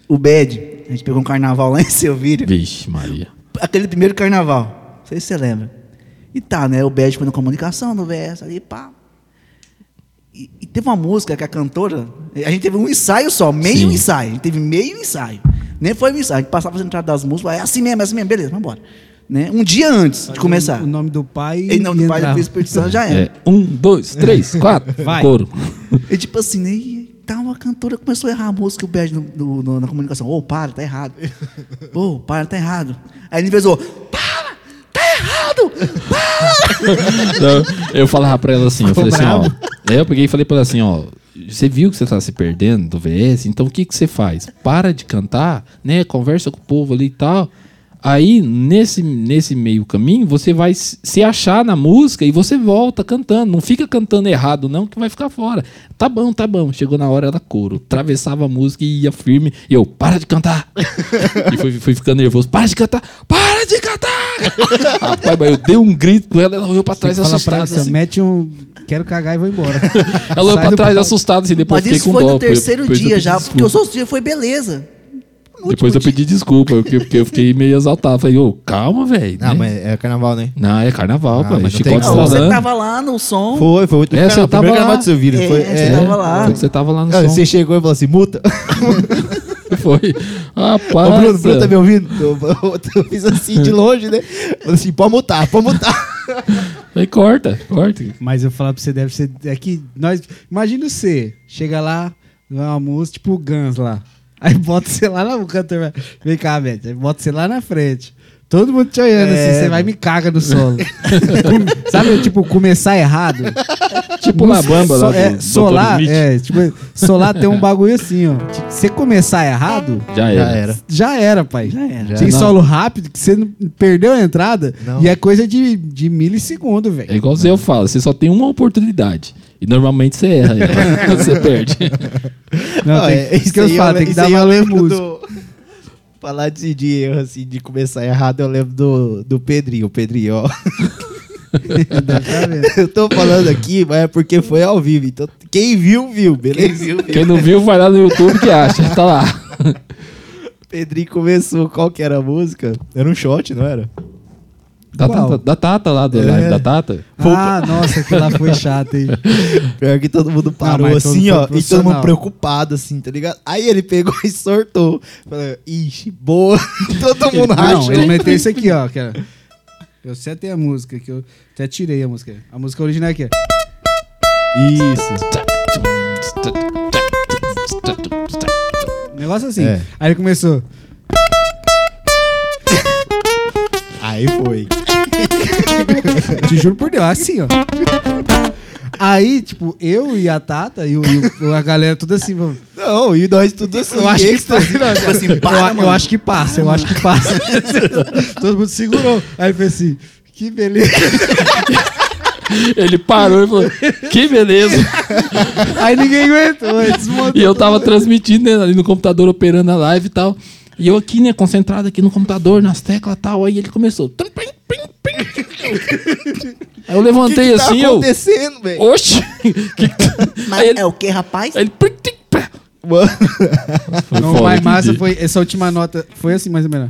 Speaker 5: O Bad, a gente pegou um carnaval lá em Selvírio.
Speaker 3: Vixe, Maria.
Speaker 5: Aquele primeiro carnaval. Não sei se você lembra. E tá, né? O Bad foi na comunicação, no verso ali, pá. E, e teve uma música que a cantora. A gente teve um ensaio só, meio
Speaker 3: Sim.
Speaker 5: ensaio. A gente teve meio ensaio. Nem foi um ensaio. A gente passava as entradas das músicas, é assim mesmo, é assim mesmo, beleza, vamos embora. Né? Um dia antes de começar.
Speaker 1: O nome do pai...
Speaker 5: Em nome
Speaker 1: e
Speaker 5: do
Speaker 1: entrar.
Speaker 5: Pai, do Filho e do Espírito Santo já era.
Speaker 3: É, um, dois, três, quatro.
Speaker 1: Vai.
Speaker 3: Couro.
Speaker 5: E tipo assim, né? E tá uma cantora começou a errar a música, o Bad no- no- no- na comunicação. Ô, para, tá errado. Ô, para, tá errado. Aí ele vezou, para, tá errado.
Speaker 3: Então, eu falava pra ela assim, eu falei assim, ó. Aí eu peguei e falei pra ela assim, ó. Você viu que você tá se perdendo do VS, então o que que você faz? Para de cantar, né? Conversa com o povo ali e tal. Aí, nesse, nesse meio caminho, você vai se se achar na música e você volta cantando. Não fica cantando errado, não, que vai ficar fora. Tá bom, tá bom. Chegou na hora, ela coro. Atravessava a música e ia firme. E eu, para de cantar. e fui, fui ficando nervoso. Para de cantar, para de cantar. Rapaz, mas eu dei um grito com ela, ela olhou pra trás
Speaker 1: Você fala pra
Speaker 3: assustada.
Speaker 1: ela, você
Speaker 3: assim.
Speaker 1: mete um... Quero cagar e vou
Speaker 3: (laughs)
Speaker 1: embora.
Speaker 3: Ela olhou
Speaker 1: Sai
Speaker 3: pra
Speaker 1: do
Speaker 3: trás
Speaker 1: palco.
Speaker 3: assustada, assim, depois
Speaker 5: Mas
Speaker 3: eu fiquei
Speaker 5: isso
Speaker 3: com
Speaker 5: foi
Speaker 3: dó.
Speaker 5: no terceiro
Speaker 3: depois eu
Speaker 5: dia
Speaker 3: pedi
Speaker 5: já,
Speaker 3: desculpa.
Speaker 5: porque os outros dias foi beleza. No
Speaker 3: Depois eu
Speaker 5: último
Speaker 3: pedi desculpa, porque, porque eu fiquei meio exaltado. Falei, ô, calma, velho.
Speaker 2: Não,
Speaker 3: né?
Speaker 2: mas é carnaval, né?
Speaker 3: Não, é carnaval,
Speaker 2: Ah,
Speaker 3: pai.
Speaker 2: mas não tem
Speaker 3: Chicote
Speaker 5: dia. Não, você
Speaker 3: estralando.
Speaker 5: tava lá no som.
Speaker 2: Foi, foi muito
Speaker 3: É, você
Speaker 2: carnaval.
Speaker 3: tava
Speaker 2: Primeiro carnaval
Speaker 3: lá.
Speaker 2: do seu vídeo,
Speaker 5: É,
Speaker 2: foi.
Speaker 5: você
Speaker 2: é.
Speaker 5: tava lá.
Speaker 3: Você tava lá no
Speaker 2: Ah,
Speaker 3: som.
Speaker 2: Você chegou e falou assim, multa.
Speaker 3: Foi. Ah,
Speaker 2: Ô,
Speaker 3: Rapaz.
Speaker 2: Bruno, Bruno tá me ouvindo? Eu, (laughs) eu fiz assim de longe, né? Falei assim, pode multar, pode multar.
Speaker 3: Aí corta, corta.
Speaker 1: Mas eu falar pra você, deve ser. É que nós. Imagina você, chega lá, no almoço, tipo o Guns lá. Aí bota você lá na. O cantor vai. Vem cá, Beth. Aí bota você lá na frente. Todo mundo te olhando
Speaker 3: É.
Speaker 1: assim, você vai e me caga no
Speaker 3: (laughs)
Speaker 1: solo. Com- Sabe, tipo, começar errado?
Speaker 3: Tipo
Speaker 1: Não-
Speaker 3: La Bamba lá.
Speaker 1: so- é,
Speaker 3: do Dr.
Speaker 1: solar,
Speaker 3: Smith.
Speaker 1: é, tipo, solar tem um bagulho assim, ó. Tipo, Você começar errado,
Speaker 3: Já era.
Speaker 1: (laughs)
Speaker 2: É.
Speaker 1: já era, pai.
Speaker 5: Já era.
Speaker 1: Tem
Speaker 3: Não.
Speaker 1: solo rápido que você não- perdeu a entrada
Speaker 2: Não.
Speaker 1: e é coisa de, de milissegundo, velho.
Speaker 3: É igual eu falo, você só tem uma oportunidade. E normalmente você erra, né? você perde.
Speaker 1: Não,
Speaker 2: Ah,
Speaker 1: tem,
Speaker 2: é,
Speaker 1: isso que eu
Speaker 2: aí
Speaker 1: falo,
Speaker 2: le-
Speaker 1: tem que
Speaker 2: isso
Speaker 1: dar
Speaker 2: aí eu
Speaker 1: valor (laughs)
Speaker 2: lembro
Speaker 1: músico.
Speaker 2: do- Falar de, de erro, assim, de começar errado, eu lembro do, do Pedrinho, o Pedrinho, ó. (laughs) Eu tô falando aqui, mas é porque foi ao vivo. Então, quem viu, viu, beleza?
Speaker 3: Quem não viu, vai lá no YouTube que acha. Tá lá.
Speaker 2: Pedrinho começou, qual que era a música? Era um shot, não era?
Speaker 3: Da
Speaker 1: Qual?
Speaker 3: Tata, da Tata lá, do
Speaker 2: É.
Speaker 3: live da Tata.
Speaker 1: Ah, nossa, aquilo lá foi chato, (laughs) hein?
Speaker 2: Pior que todo mundo parou
Speaker 1: mas todo
Speaker 2: assim,
Speaker 1: mundo
Speaker 2: ó, e todo
Speaker 1: profissional.
Speaker 2: mundo preocupado, assim, tá ligado? Aí ele pegou (laughs) e sortou. Falou, ixi, boa. (laughs) todo mundo
Speaker 1: Não,
Speaker 2: rachou.
Speaker 1: ele meteu isso aqui, ó. Que era... Eu setei a música, que eu até tirei a música. A música original aqui. ó.
Speaker 2: Isso.
Speaker 1: Um Negócio assim.
Speaker 2: É.
Speaker 1: Aí ele começou.
Speaker 2: Aí foi.
Speaker 1: Te juro por Deus, assim, ó. Aí, tipo, eu e a Tata e, o, e o- a galera tudo assim, vamos.
Speaker 2: Não, e nós tudo assim.
Speaker 1: Eu acho que
Speaker 2: extra.
Speaker 5: Tipo
Speaker 2: (laughs)
Speaker 5: assim,
Speaker 1: Eu,
Speaker 5: para,
Speaker 1: eu
Speaker 5: mano.
Speaker 1: acho que passa, eu acho que (laughs) passa. Todo mundo segurou. Aí ele fez assim, que beleza. (laughs)
Speaker 3: Ele parou e falou: Que beleza.
Speaker 1: Aí ninguém aguentou, aí desmontou.
Speaker 3: E eu tava transmitindo né, ali no computador, operando a live e tal. E eu aqui, né, concentrado aqui no computador, nas teclas e tal. Aí ele começou. Tum, pim, pim, pim. Aí eu
Speaker 2: que
Speaker 3: levantei
Speaker 2: que tá
Speaker 3: assim, eu.
Speaker 2: acontecendo, velho?
Speaker 3: Oxi! (laughs) Que que-
Speaker 5: Mas
Speaker 3: Aí ele.
Speaker 5: é o que, rapaz?
Speaker 3: aí ele pim, tim, pá.
Speaker 2: Mano,
Speaker 3: Foi
Speaker 1: Não,
Speaker 3: foda,
Speaker 1: vai
Speaker 3: aquele
Speaker 1: massa
Speaker 3: dia.
Speaker 1: foi. Essa última nota foi assim, mais ou menos.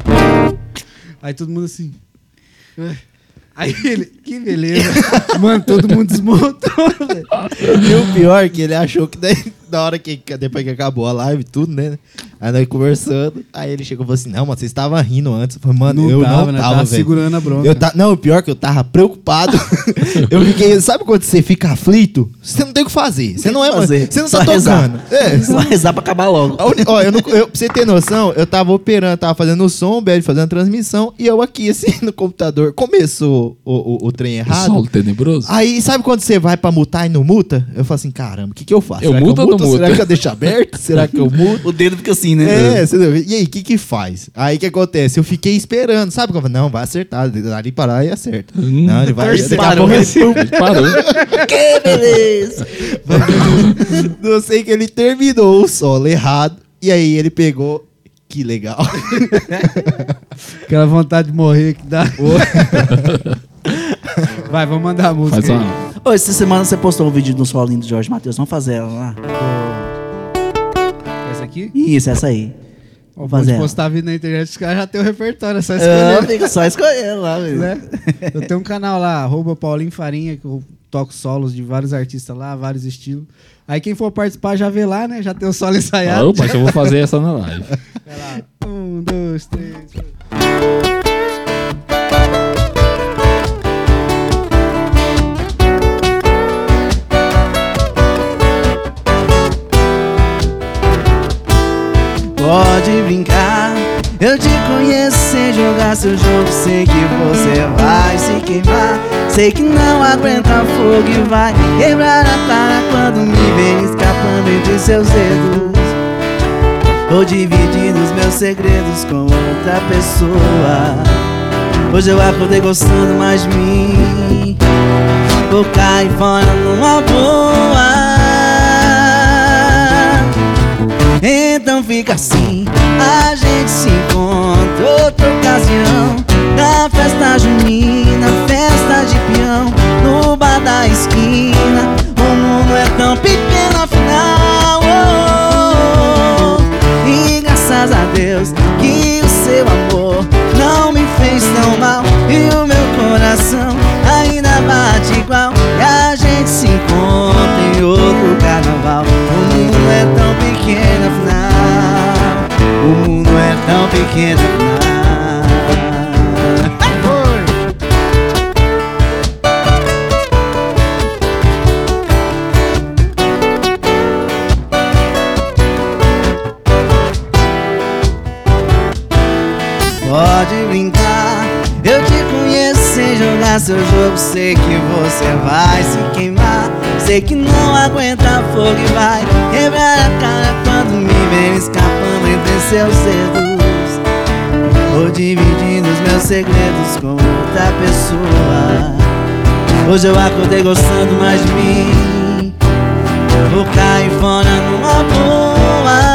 Speaker 1: Aí todo mundo assim. Aí ele, que beleza. Mano, todo mundo desmontou, velho.
Speaker 2: E o pior é que ele achou que daí, (laughs) na hora que depois que acabou a live, tudo, né? Aí nós conversando, aí ele chegou e falou assim: Não, mano, você estava rindo antes. Eu falei, mano, eu
Speaker 1: né?
Speaker 2: não tava,
Speaker 1: Tava
Speaker 2: velho.
Speaker 1: segurando a bronca.
Speaker 2: Eu ta... Não, o pior é que eu tava preocupado. eu fiquei. Sabe quando você fica aflito? Você não tem o que fazer. Você não é mais.
Speaker 5: Fazer.
Speaker 2: Você não
Speaker 5: Só
Speaker 2: tá
Speaker 5: rezar.
Speaker 2: tocando. É.
Speaker 5: (laughs) Só rezar pra acabar logo.
Speaker 2: A uni- Ó, eu não, eu, pra você ter noção, eu tava operando, tava fazendo o som, o Bad fazendo a transmissão, e eu aqui, assim, no computador. Começou o, o, o trem
Speaker 3: O
Speaker 2: errado.
Speaker 3: solo um tenebroso.
Speaker 2: Aí, sabe quando você vai pra mutar e não muta? Eu falo assim, caramba, o que, que eu faço?
Speaker 3: Eu
Speaker 2: Será que
Speaker 3: muto ou não muto?
Speaker 2: Será que eu deixo
Speaker 3: (laughs)
Speaker 2: aberto? Será que eu muto?
Speaker 5: O dedo fica assim, né?
Speaker 2: É, você não- e aí, o que que faz? Aí o que acontece? Eu fiquei esperando, sabe? Como? Não, vai acertar, ali parar e acerta.
Speaker 3: Hum.
Speaker 2: não, ele vai
Speaker 5: torce
Speaker 2: daqui a
Speaker 5: para,
Speaker 2: pouco ele-
Speaker 3: Ele parou.
Speaker 5: (laughs) Que beleza!
Speaker 3: né?
Speaker 2: (laughs) Não sei que ele terminou o solo errado, e aí ele pegou, que legal. (laughs)
Speaker 1: Aquela vontade de morrer que dá. (laughs) Vai, vamos mandar a música.
Speaker 3: Faz uma.
Speaker 1: aí.
Speaker 5: Ô, essa semana você postou um vídeo do solinho do Jorge Matheus. Vamos fazer ela lá.
Speaker 1: Essa aqui?
Speaker 5: Isso, essa aí.
Speaker 1: Ó, Vou
Speaker 5: Vamos fazer
Speaker 1: te
Speaker 5: ela.
Speaker 1: postar vídeo na internet, os caras já tem o repertório, é só
Speaker 5: Ah,
Speaker 1: escolher.
Speaker 5: fica só escolher lá mesmo.
Speaker 1: né? Eu tenho um canal lá, arroba Paulinho Farinha, que eu toco solos de vários artistas lá, vários estilos. Aí quem for participar já vê lá, né? Já tem o solo
Speaker 3: Ah,
Speaker 1: ensaiado.
Speaker 3: opa, que eu vou fazer essa na live.
Speaker 1: Vai lá. Um, dois, três. quatro.
Speaker 5: Pode brincar, eu te conheço sem jogar seu jogo. Sei que você vai se queimar. Sei que não aguenta fogo e vai quebrar a cara quando me ver escapando entre seus dedos. Ou dividindo os meus segredos com outra pessoa. Hoje eu acordei gostando mais de mim. Vou cair fora numa boa. Então fica assim, a gente se encontra outra ocasião Na festa junina, festa de peão No bar da esquina, o mundo é tão pequeno afinal oh, oh, oh. E graças a Deus que o seu amor não me fez tão mal E o meu coração ainda bate igual E a gente se encontra em outro carnaval O mundo é tão pequeno afinal O mundo é tão pequeno afinal Pode brincar, eu te conheço sem jogar seu jogo. Sei que você vai se queimar. Sei que não aguenta fogo e vai quebrar a cara quando me ver escapando entre seus dedos. Vou dividindo os meus segredos com outra pessoa. Hoje eu acordei gostando mais de mim. Vou cair fora numa boa.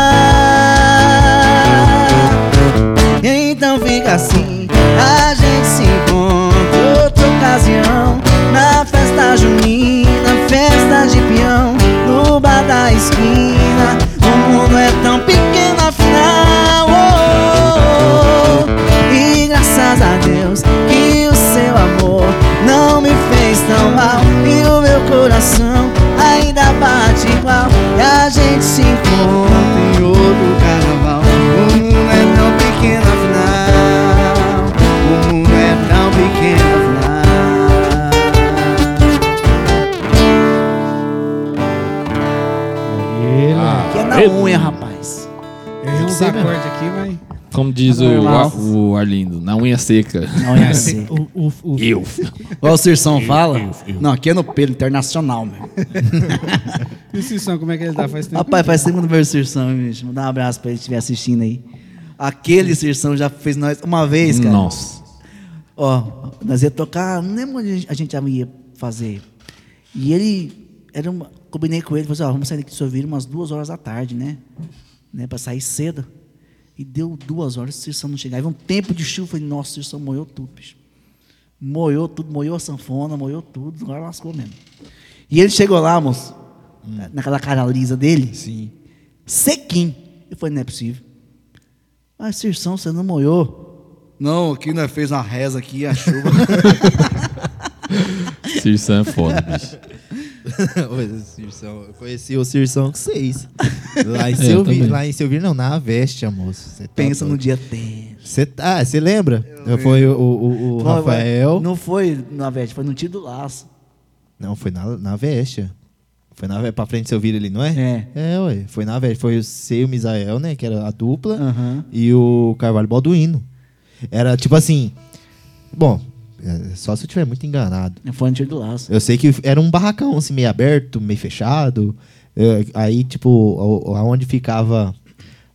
Speaker 5: Então fica assim, a gente se encontra outra ocasião Na festa junina, festa de peão No bar da esquina, o mundo é tão pequeno afinal oh, oh, oh. E graças a Deus que o seu amor não me fez tão mal E o meu coração ainda bate igual E a gente se encontra em outro carnaval O mundo é tão pequeno afinal O mundo é tão pequeno afinal
Speaker 3: Ah,
Speaker 5: Que é na
Speaker 3: eita.
Speaker 5: unha, rapaz
Speaker 1: Errei uns acordes é um aqui, mas.
Speaker 3: Como diz o, Ar- o Arlindo, na unha seca.
Speaker 5: Na (laughs) unha assim
Speaker 1: O, o, o-
Speaker 3: Eu.
Speaker 5: Igual o Cirção fala Não, aqui é no pelo internacional, meu
Speaker 1: E o Sissão, como é que ele tá? Faz tempo.
Speaker 5: Rapaz, faz tempo que eu não vejo o Cirção, hein, bicho Mandar um abraço pra ele que estiver assistindo aí Aquele Cirção já fez nós uma vez, cara
Speaker 3: Nossa.
Speaker 5: Ó, nós ia tocar, não lembro onde a gente ia fazer. E ele, era uma, combinei com ele, falei assim, ó, vamos sair daqui de Sorvira umas duas horas da tarde, né? né? Pra sair cedo. E deu duas horas, o Cirção não chegava. E um tempo de chuva, eu falei, nossa, o Cirção moiou tudo, bicho. Moiou tudo, moiou a sanfona, moiou tudo, agora lascou mesmo. E ele chegou lá, moço, naquela cara lisa dele, Sim. sequinho. Eu falei, não é possível. "Ah, né, Mas, Cirção, você não moiou? Não, aqui nós fez uma reza aqui, a chuva.
Speaker 3: Cirção é foda, bicho.
Speaker 2: Ô, Cirção, eu conheci o Cirção com vocês. Lá em
Speaker 3: É, eu
Speaker 2: Silvir,
Speaker 3: também.
Speaker 2: lá em Silvir não, na Avestia, moço. Cê tá
Speaker 5: Pensa no
Speaker 2: doido.
Speaker 5: dia tenso.
Speaker 2: Cê tá, ah, você lembra? foi o, o- o
Speaker 5: Foi,
Speaker 2: Rafael.
Speaker 5: Não foi na veste, foi no tiro do laço.
Speaker 2: Não, foi na, na Avestia. Foi na Ave- pra frente do Silvir ali, não é?
Speaker 5: É.
Speaker 2: É, ué. Foi na Avestia. Foi o Seu e o Misael, né? Que era a dupla.
Speaker 5: Aham.
Speaker 2: E o Carvalho Balduino. Era tipo assim. Bom, é, só se eu tiver muito enganado.
Speaker 5: Foi no tiro do laço.
Speaker 2: Eu sei que era um barracão, assim, meio aberto, meio fechado. É, aí, tipo, o- o- aonde ficava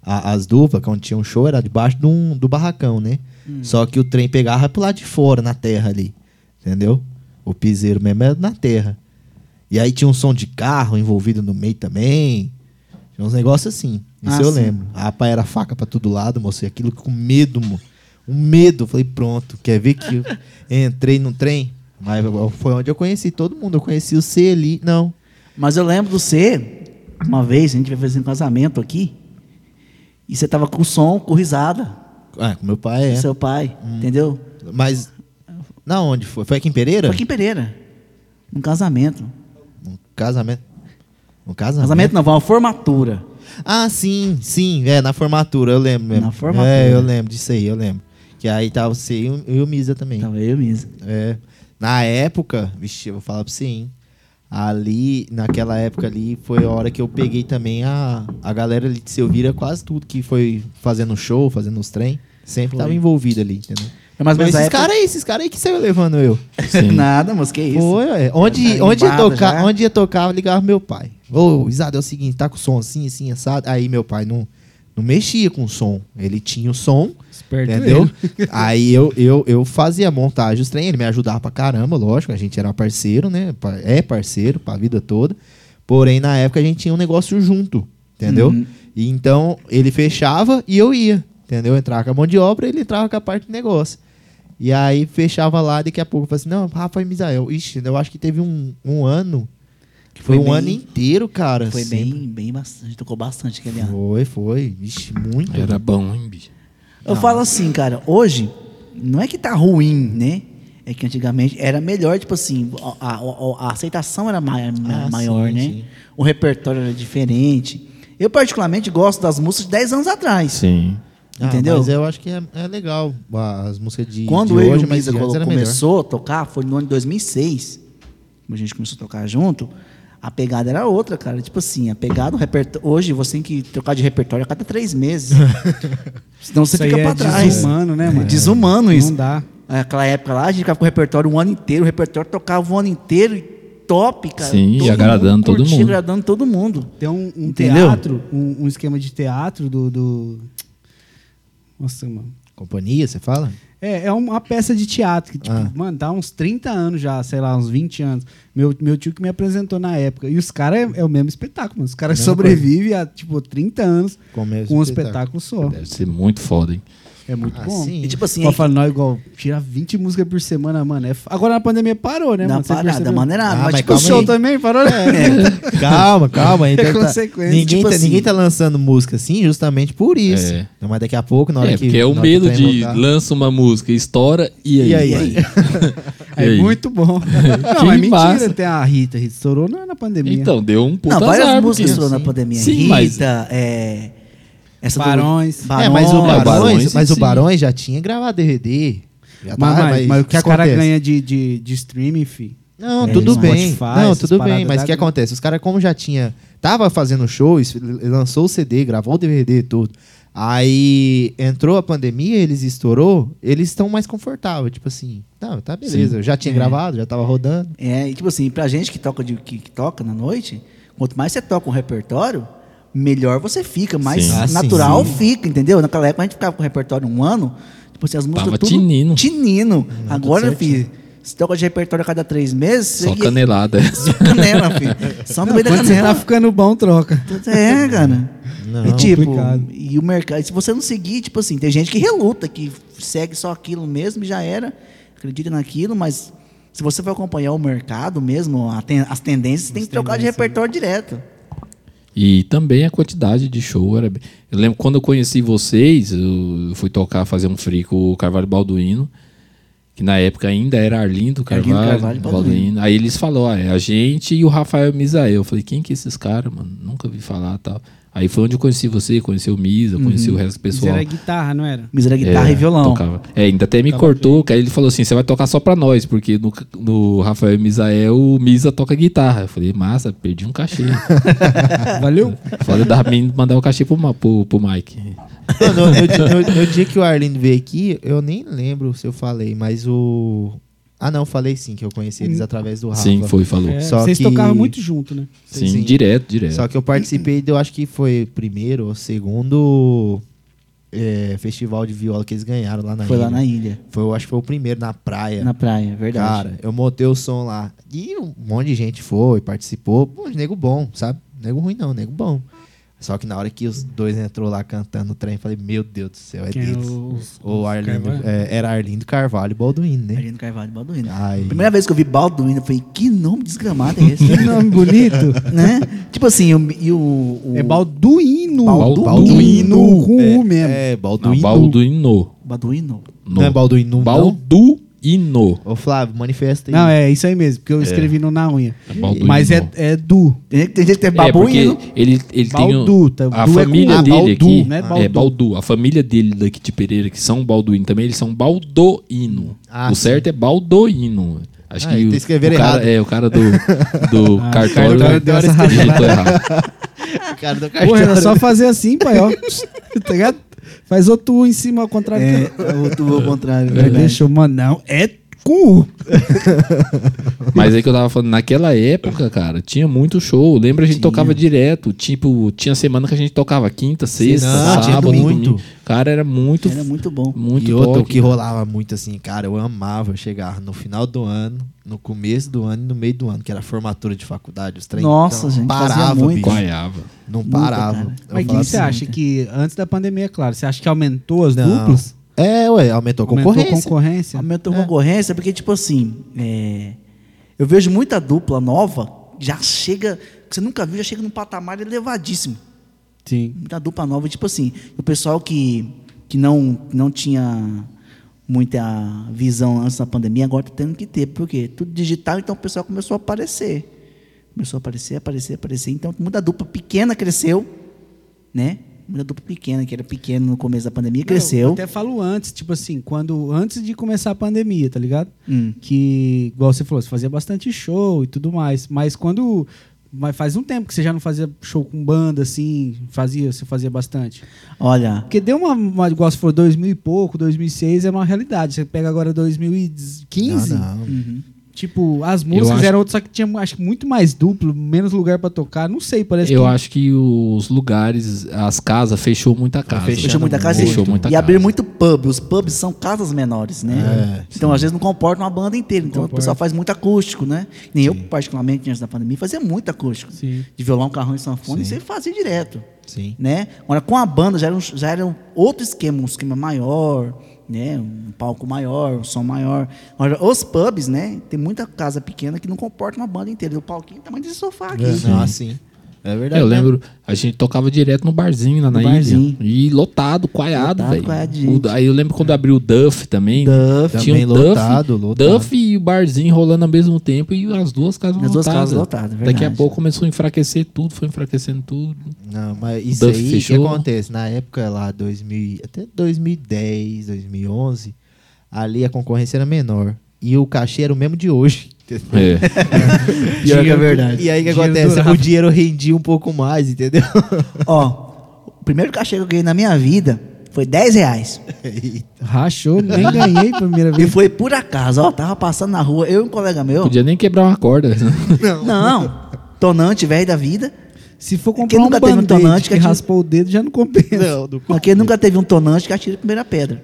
Speaker 2: a- as duplas, que onde tinha um show, era debaixo de um- do barracão, né? Só que o trem pegava pro lado de fora, na terra ali. Entendeu? O piseiro mesmo era na terra. E aí tinha um som de carro envolvido no meio também. Tinha uns negócios assim. Isso
Speaker 5: Ah,
Speaker 2: eu
Speaker 5: sim.
Speaker 2: lembro. A pá era faca pra todo lado, moço. E aquilo com medo, mo. Um medo. Eu Falei, pronto. Quer ver que
Speaker 5: (laughs)
Speaker 2: eu entrei no trem? Mas foi onde eu conheci todo mundo. Eu conheci o C ali. Não.
Speaker 5: Mas eu lembro do você, uma vez, a gente vai fazer um casamento aqui, e você tava com som, com risada,
Speaker 2: Ah, com meu pai é.
Speaker 5: com seu pai, entendeu?
Speaker 2: Mas. Na onde foi? Foi aqui em Pereira?
Speaker 5: Foi aqui em Pereira, num casamento.
Speaker 2: Um casamento. Um casamento?
Speaker 5: Casamento não, foi uma formatura.
Speaker 2: Ah, sim, sim. É, na formatura, eu lembro mesmo.
Speaker 5: Na formatura.
Speaker 2: É, eu lembro disso aí, eu lembro. Que aí tava você e o, e o Misa também.
Speaker 5: Tava eu mesmo.
Speaker 2: É. Na época, vixi, eu vou falar pra você, hein? Ali, naquela época ali, foi a hora que eu peguei também a, a galera ali de Selvira, quase tudo que foi fazendo show, fazendo os trem. Sempre tava envolvido ali, entendeu?
Speaker 5: É mais ou
Speaker 2: Mas
Speaker 5: menos
Speaker 2: esses
Speaker 5: a época-
Speaker 2: caras aí, esses caras aí que saiu levando eu.
Speaker 5: (laughs)
Speaker 3: Sim.
Speaker 5: Nada, mas que isso.
Speaker 2: Foi, ué.
Speaker 5: Já
Speaker 2: Onde,
Speaker 5: tá
Speaker 2: onde, ia
Speaker 5: limbado,
Speaker 2: tocar,
Speaker 5: já.
Speaker 2: onde ia tocar, eu ligava meu pai. Ô, Isado, é o seguinte, tá com o som assim, assim, assado. Aí meu pai não, não mexia com o som. Ele tinha o som,
Speaker 1: (laughs) Esperto
Speaker 2: entendeu?
Speaker 1: ele.
Speaker 5: (laughs)
Speaker 2: Aí eu, eu, eu fazia a montagem dos trem, ele me ajudava pra caramba, lógico. A gente era parceiro, né? Pa- É parceiro pra vida toda. Porém, na época a gente tinha um negócio junto, entendeu?
Speaker 5: Uhum.
Speaker 2: E então ele fechava e eu ia, entendeu? Eu entrava com a mão de obra, ele entrava com a parte do negócio. E aí fechava lá, daqui a pouco eu falei assim, não, Rafa e Misael. Ixi, eu acho que teve um, um ano. Que foi,
Speaker 5: foi
Speaker 2: um
Speaker 5: bem-
Speaker 2: ano inteiro, cara.
Speaker 5: Foi
Speaker 2: assim.
Speaker 5: bem, bem bastante, tocou bastante aquele ano.
Speaker 2: Foi, foi. Ixi, muito.
Speaker 3: Era bom, hein, bicho.
Speaker 5: Eu falo assim, cara, hoje não é que tá ruim, né? É que antigamente era melhor, tipo assim, a, a- a- a aceitação era ma- ma-
Speaker 2: Ah,
Speaker 5: maior,
Speaker 2: sim,
Speaker 5: né?
Speaker 2: sim.
Speaker 5: O repertório era diferente. Eu, particularmente, gosto das músicas de 10 anos atrás.
Speaker 3: Sim.
Speaker 2: Ah,
Speaker 5: Entendeu?
Speaker 2: mas eu acho que é, é legal as músicas de,
Speaker 5: Quando
Speaker 2: de
Speaker 5: eu
Speaker 2: hoje,
Speaker 5: e o
Speaker 2: mas
Speaker 5: Misa
Speaker 2: de antes era melhor.
Speaker 5: começou a tocar, foi no ano de 2006. Quando a gente começou a tocar junto, a pegada era outra, cara. Tipo assim, a pegada, o repertório. Hoje você tem que trocar de repertório a cada
Speaker 2: (laughs)
Speaker 5: três meses. Senão você
Speaker 1: Isso aí
Speaker 5: fica
Speaker 1: é
Speaker 5: pra trás.
Speaker 1: desumano, né, mano?
Speaker 5: Desumano isso.
Speaker 1: Não dá.
Speaker 5: Aquela época lá, a gente ficava com o repertório um ano inteiro, o repertório tocava o ano inteiro, e top, cara.
Speaker 3: Sim, e
Speaker 5: Todo
Speaker 3: agradando todo
Speaker 5: curtia,
Speaker 3: mundo.
Speaker 5: agradando todo mundo.
Speaker 1: Tem um, um
Speaker 5: Entendeu?
Speaker 1: teatro, um, um esquema de teatro do. do... Nossa, mano.
Speaker 2: Companhia, você fala?
Speaker 1: É, é uma peça de teatro que, tipo,
Speaker 2: Ah.
Speaker 1: mano, tá uns 30 anos já, sei lá, uns 20 anos. Meu, meu tio que me apresentou na época. E os caras é, é o mesmo espetáculo, mano. Os caras
Speaker 2: Mesma
Speaker 1: sobrevivem há, tipo, 30 anos
Speaker 2: Com é o mesmo
Speaker 1: com um
Speaker 2: espetáculo.
Speaker 1: espetáculo só.
Speaker 3: Deve ser muito foda, hein?
Speaker 1: É muito
Speaker 2: Ah,
Speaker 1: bom.
Speaker 2: sim.
Speaker 5: E tipo assim,
Speaker 1: Igual fala, não, igual, tirar 20 músicas por semana, mano. é f- Agora na pandemia parou, né,
Speaker 5: na
Speaker 1: mano? Você
Speaker 5: parada,
Speaker 1: percebeu?
Speaker 5: maneirada.
Speaker 2: Ah,
Speaker 5: mas,
Speaker 2: mas
Speaker 5: tipo,
Speaker 1: O
Speaker 2: Calma
Speaker 1: show
Speaker 2: aí. É.
Speaker 1: também parou, né?
Speaker 2: (laughs) Calma, calma. Ainda
Speaker 1: É
Speaker 2: tá-
Speaker 1: consequência,
Speaker 2: Ninguém,
Speaker 5: tipo
Speaker 2: tá,
Speaker 5: assim.
Speaker 2: ninguém tá lançando música assim justamente por isso.
Speaker 3: É.
Speaker 2: Então, mas daqui a pouco, na hora
Speaker 3: É,
Speaker 2: que.
Speaker 3: porque é o
Speaker 2: na hora que
Speaker 3: medo
Speaker 2: trem
Speaker 3: de
Speaker 2: voltar-
Speaker 3: lança uma música, estoura e aí.
Speaker 2: E aí?
Speaker 3: vai.
Speaker 5: (laughs)
Speaker 3: E
Speaker 1: É
Speaker 3: aí?
Speaker 1: muito bom. Não,
Speaker 3: Que
Speaker 1: mas mentira,
Speaker 3: massa.
Speaker 1: tem a Rita. A Rita estourou na, na pandemia.
Speaker 3: Então, deu um puta
Speaker 5: não, várias
Speaker 3: azar,
Speaker 5: músicas
Speaker 3: porque-
Speaker 5: foram na pandemia.
Speaker 3: Sim,
Speaker 5: Rita,
Speaker 3: mas
Speaker 5: é. Essa do-
Speaker 1: Barões. É,
Speaker 2: É, mas o
Speaker 3: É, o
Speaker 2: Barões,
Speaker 3: Barões,
Speaker 2: mas
Speaker 3: sim.
Speaker 2: o Barões já tinha gravado DVD. Já
Speaker 1: mas,
Speaker 2: tá,
Speaker 1: mas- mas o que a cara
Speaker 2: acontece?
Speaker 1: ganha de, de, de streaming, fi?
Speaker 2: Não,
Speaker 1: É,
Speaker 2: tudo
Speaker 1: Spotify,
Speaker 2: bem. Não,
Speaker 1: essas
Speaker 2: tudo bem.
Speaker 1: paradas
Speaker 2: Mas
Speaker 1: da-
Speaker 2: o que acontece? Os caras, como já tinha. Tava fazendo shows, lançou o CD, gravou o DVD e tudo. Aí entrou a pandemia, eles estourou, eles estão mais confortáveis. Tipo assim, não, tá beleza. Eu já tinha gravado, já tava rodando.
Speaker 5: É, e tipo assim, pra gente que toca, de, que, que toca na noite, quanto mais você toca um repertório, melhor você fica, mais
Speaker 3: Sim.
Speaker 2: Ah, sim,
Speaker 5: natural
Speaker 2: sim.
Speaker 5: fica, entendeu? Naquela época a gente ficava com o repertório um ano, tipo assim, as músicas
Speaker 3: Tava
Speaker 5: tudo
Speaker 3: tinindo.
Speaker 5: tinindo. Agora, filho, você toca de repertório a cada três meses,
Speaker 3: Só
Speaker 5: você-
Speaker 3: canelada. (laughs)
Speaker 5: Só canela, filho. Só no meio da
Speaker 1: Quando você tá
Speaker 5: canela.
Speaker 1: ficando bom, troca.
Speaker 5: É, cara.
Speaker 2: Não,
Speaker 5: e tipo,
Speaker 1: complicado.
Speaker 5: e o mercado, e se você não seguir, tipo assim, tem gente que reluta, que segue só aquilo mesmo e já era, acredita naquilo, mas se você for acompanhar o mercado mesmo, a ten- as tendências, né? tem que trocar de repertório direto.
Speaker 3: E também a quantidade de show era. bem- Eu lembro quando eu conheci vocês, eu fui tocar, fazer um free com o Carvalho Balduino. que na época ainda era Arlindo Carvalho,
Speaker 5: Arlindo Carvalho e Balduino.
Speaker 3: Balduino. Aí eles falaram, ah, é a gente e o Rafael Misael. Eu falei, quem que é esses caras, mano? Nunca vi falar tal. Aí foi onde eu conheci você, conheci o Misa, conheci
Speaker 5: Uhum.
Speaker 3: o resto do
Speaker 1: Mas
Speaker 3: pessoal.
Speaker 1: Era é guitarra, não era?
Speaker 5: Mas era guitarra
Speaker 3: É,
Speaker 5: e violão.
Speaker 3: tocava. É, ainda até me cortou, que aí ele falou assim: você vai tocar só pra nós, porque no, no Rafael Misael, o Misa toca guitarra. Eu falei, massa, perdi
Speaker 2: (laughs)
Speaker 3: um cachê.
Speaker 1: Valeu?
Speaker 3: Foda da mim mandar o cachê pro, Ma- pro, pro Mike.
Speaker 2: (laughs) Mano, no, no- no- no dia que o Arlindo veio aqui, eu nem lembro se eu falei, mas o. Ah, não, falei sim, que eu conheci eles através do Rafa.
Speaker 3: Sim, foi, falou.
Speaker 1: É,
Speaker 2: Só
Speaker 1: vocês
Speaker 2: que-
Speaker 1: tocavam muito junto, né?
Speaker 3: Sim,
Speaker 2: sim.
Speaker 3: direto, direto.
Speaker 2: Só que eu participei, do, eu acho que foi primeiro ou segundo é, festival de viola que eles ganharam lá na
Speaker 5: Foi
Speaker 2: ilha.
Speaker 5: lá na ilha, É.
Speaker 2: Foi, eu acho que foi o primeiro na praia.
Speaker 5: na praia, verdade.
Speaker 2: Cara, eu montei o som lá. E um monte de gente foi, participou. Pô, nego bom, sabe? Nego ruim não, nego bom. Só que na hora que os dois entrou lá cantando o trem, eu falei, meu Deus do céu, é
Speaker 1: Quem é
Speaker 2: deles.
Speaker 1: os-
Speaker 2: o
Speaker 1: os
Speaker 2: Arlindo,
Speaker 1: Carvalho?
Speaker 2: é, era Arlindo Carvalho e Balduino, né?
Speaker 5: Arlindo Carvalho e Balduino.
Speaker 2: Ai.
Speaker 5: Primeira vez que eu vi Balduino, eu falei, que nome desgramado é (laughs) esse?
Speaker 1: Que nome bonito.
Speaker 5: né? Tipo assim, o, e o, o-
Speaker 1: É Balduino.
Speaker 5: Balduino.
Speaker 1: Balduino. Com U mesmo.
Speaker 2: É, Balduino.
Speaker 3: Não, Balduino.
Speaker 5: Balduino.
Speaker 3: No.
Speaker 2: Não é Balduino, não?
Speaker 3: Balduino.
Speaker 2: Ô, Flávio, manifesta aí.
Speaker 1: Não, é isso aí mesmo, porque eu escrevi no na unha.
Speaker 3: É Balduino.
Speaker 1: Mas é, é Du.
Speaker 5: Tem gente tem gente que é
Speaker 3: É, porque
Speaker 5: babuíno.
Speaker 3: ele, ele tem um-
Speaker 1: Baldu, tá?
Speaker 3: a
Speaker 1: Du é com
Speaker 3: família
Speaker 1: A,
Speaker 3: dele
Speaker 1: Baldu,
Speaker 3: aqui,
Speaker 1: né?
Speaker 3: é
Speaker 1: Baldu.
Speaker 3: Baldu, a família dele daqui de Pereira, que são Balduino também, eles são Baldoino.
Speaker 2: Ah,
Speaker 3: o certo é Baldoino. Acho
Speaker 2: Ah,
Speaker 3: que
Speaker 2: ele
Speaker 3: o,
Speaker 2: tá escrevendo
Speaker 3: o cara,
Speaker 2: errado.
Speaker 3: É, o cara do,
Speaker 1: (laughs)
Speaker 3: do
Speaker 1: então Ah,
Speaker 3: cartório
Speaker 1: cara, deu essa razão.
Speaker 3: digitou errado.
Speaker 2: O cara
Speaker 1: Porra,
Speaker 2: do cartório.
Speaker 1: era só fazer assim, pai, ó. tá ligado? Faz outro U em cima ao contrário.
Speaker 5: É, é outro ao contrário,
Speaker 1: É,
Speaker 5: verdade.
Speaker 1: deixa eu, mano, não, é com U.
Speaker 3: Mas aí que eu tava falando, naquela época, cara, tinha muito show. Lembra a gente tocava direto, tipo, tinha semana que a gente tocava quinta, sexta,
Speaker 2: Não, tinha
Speaker 3: sábado,
Speaker 2: domingo.
Speaker 3: domingo. Cara, era muito
Speaker 5: Era muito bom.
Speaker 3: muito né?
Speaker 2: e outro
Speaker 3: toque.
Speaker 2: que rolava muito assim, cara, eu amava chegar no final do ano, no começo do ano e no meio do ano, que era formatura de faculdade, os treinos.
Speaker 5: Nossa, gente, fazia muito.
Speaker 3: Guaiava.
Speaker 2: Não
Speaker 5: Muita,
Speaker 2: parava.
Speaker 5: cara. é
Speaker 2: Eu
Speaker 1: Mas o que
Speaker 2: falava
Speaker 1: você
Speaker 2: assim,
Speaker 1: acha? Que antes da pandemia, é claro, você acha que aumentou as
Speaker 2: Não.
Speaker 1: duplas?
Speaker 2: É, ué, aumentou a
Speaker 1: Aumentou
Speaker 2: concorrência.
Speaker 1: concorrência?
Speaker 5: Aumentou a concorrência porque, tipo assim, é, eu vejo muita dupla nova, já chega, que você nunca viu, já chega num patamar elevadíssimo.
Speaker 1: Sim.
Speaker 5: Muita dupla nova, tipo assim, o pessoal que, que não, não tinha muita visão antes da pandemia, agora tá tendo que ter, porque tudo digital, então o pessoal começou a aparecer. Começou a aparecer, aparecer, aparecer. Então, muita dupla pequena cresceu, né? Muita dupla pequena, que era pequena no começo da
Speaker 1: Não,
Speaker 5: pandemia,
Speaker 1: eu
Speaker 5: cresceu.
Speaker 1: até falo antes, tipo assim, quando antes de começar a pandemia, tá ligado?
Speaker 5: Hum.
Speaker 1: Que, igual você falou, você fazia bastante show e tudo mais. Mas quando. Mas faz um tempo que você já não fazia show com banda, assim, fazia, você fazia bastante.
Speaker 5: Olha,
Speaker 1: Porque deu uma, uma igual você falou, 2000 e pouco, 2006 é uma realidade. Você pega agora 2015,
Speaker 2: Não, não.
Speaker 5: Hum.
Speaker 1: tipo, as
Speaker 3: Eu
Speaker 1: músicas
Speaker 3: acho-
Speaker 1: eram outras, só que tinha acho que muito mais duplo, menos lugar pra tocar, não sei, parece
Speaker 3: Eu
Speaker 1: que
Speaker 3: acho que os lugares, as casas, fechou muita casa.
Speaker 2: fechando
Speaker 5: Fechou muita casa
Speaker 3: Fechou
Speaker 5: e,
Speaker 3: muita
Speaker 5: e abriram
Speaker 3: casa. É,
Speaker 5: muito pub. Os pubs são casas menores, né? então, às vezes, não comporta uma banda inteira. Então, o pessoal faz muito acústico, né? Nem eu, particularmente, antes da pandemia, fazia muito acústico.
Speaker 1: Sim.
Speaker 5: De violão, carrão e sanfone, você fazia direto,
Speaker 2: Sim.
Speaker 5: né? Agora, com a banda, já era, um, já era um outro esquema. Um esquema maior, né? Um palco maior, um som maior. Agora, os pubs, né? Tem muita casa pequena que não comporta uma banda inteira. O palquinho é tamanho desse sofá aqui.
Speaker 2: É, não, assim. É verdade.
Speaker 3: Eu
Speaker 2: né?
Speaker 3: lembro, a gente tocava direto no barzinho lá na
Speaker 5: No barzinho.
Speaker 3: ilha. E lotado, coaiado,
Speaker 5: Lotado,
Speaker 3: velho.
Speaker 5: coaiado de gente.
Speaker 3: O da- Aí eu lembro quando abriu o Duff também.
Speaker 5: Duff.
Speaker 3: Tinha
Speaker 2: Também
Speaker 3: o Duff,
Speaker 2: lotado, lotado.
Speaker 3: Duff e o barzinho rolando ao mesmo tempo e as duas casas
Speaker 5: As duas
Speaker 3: lotadas.
Speaker 5: casas lotadas, é
Speaker 3: Daqui a
Speaker 5: verdade.
Speaker 3: pouco começou a enfraquecer tudo, foi enfraquecendo tudo.
Speaker 2: Não, mas isso
Speaker 3: Duff
Speaker 2: aí, o que
Speaker 3: fechou.
Speaker 2: acontece? Na época lá, 2000, e- até 2010, 2011, ali a concorrência era menor. E o cachê era o mesmo de hoje. (laughs)
Speaker 3: (laughs) É.
Speaker 5: Diga a verdade.
Speaker 2: E aí o que
Speaker 1: Dinheiro
Speaker 2: acontece?
Speaker 1: durava.
Speaker 2: O dinheiro rendia um pouco mais,
Speaker 5: (laughs)
Speaker 2: entendeu?
Speaker 5: Ó, o primeiro cachê que eu ganhei na minha vida foi 10 reais.
Speaker 1: rachou, nem ganhei a primeira
Speaker 5: E
Speaker 1: vez.
Speaker 5: foi por acaso, ó, tava passando na rua, eu e um colega meu.
Speaker 3: Podia nem quebrar uma corda.
Speaker 5: (laughs)
Speaker 3: (laughs)
Speaker 5: Não, tonante velho da vida.
Speaker 1: Se for
Speaker 5: Quem
Speaker 1: comprar um
Speaker 5: nunca teve um
Speaker 1: band-aid
Speaker 5: tonante
Speaker 1: que
Speaker 5: que atira-
Speaker 1: raspou o dedo, já não compensa.
Speaker 2: Não, do cu.
Speaker 5: Porque nunca teve um tonante que atira a primeira pedra.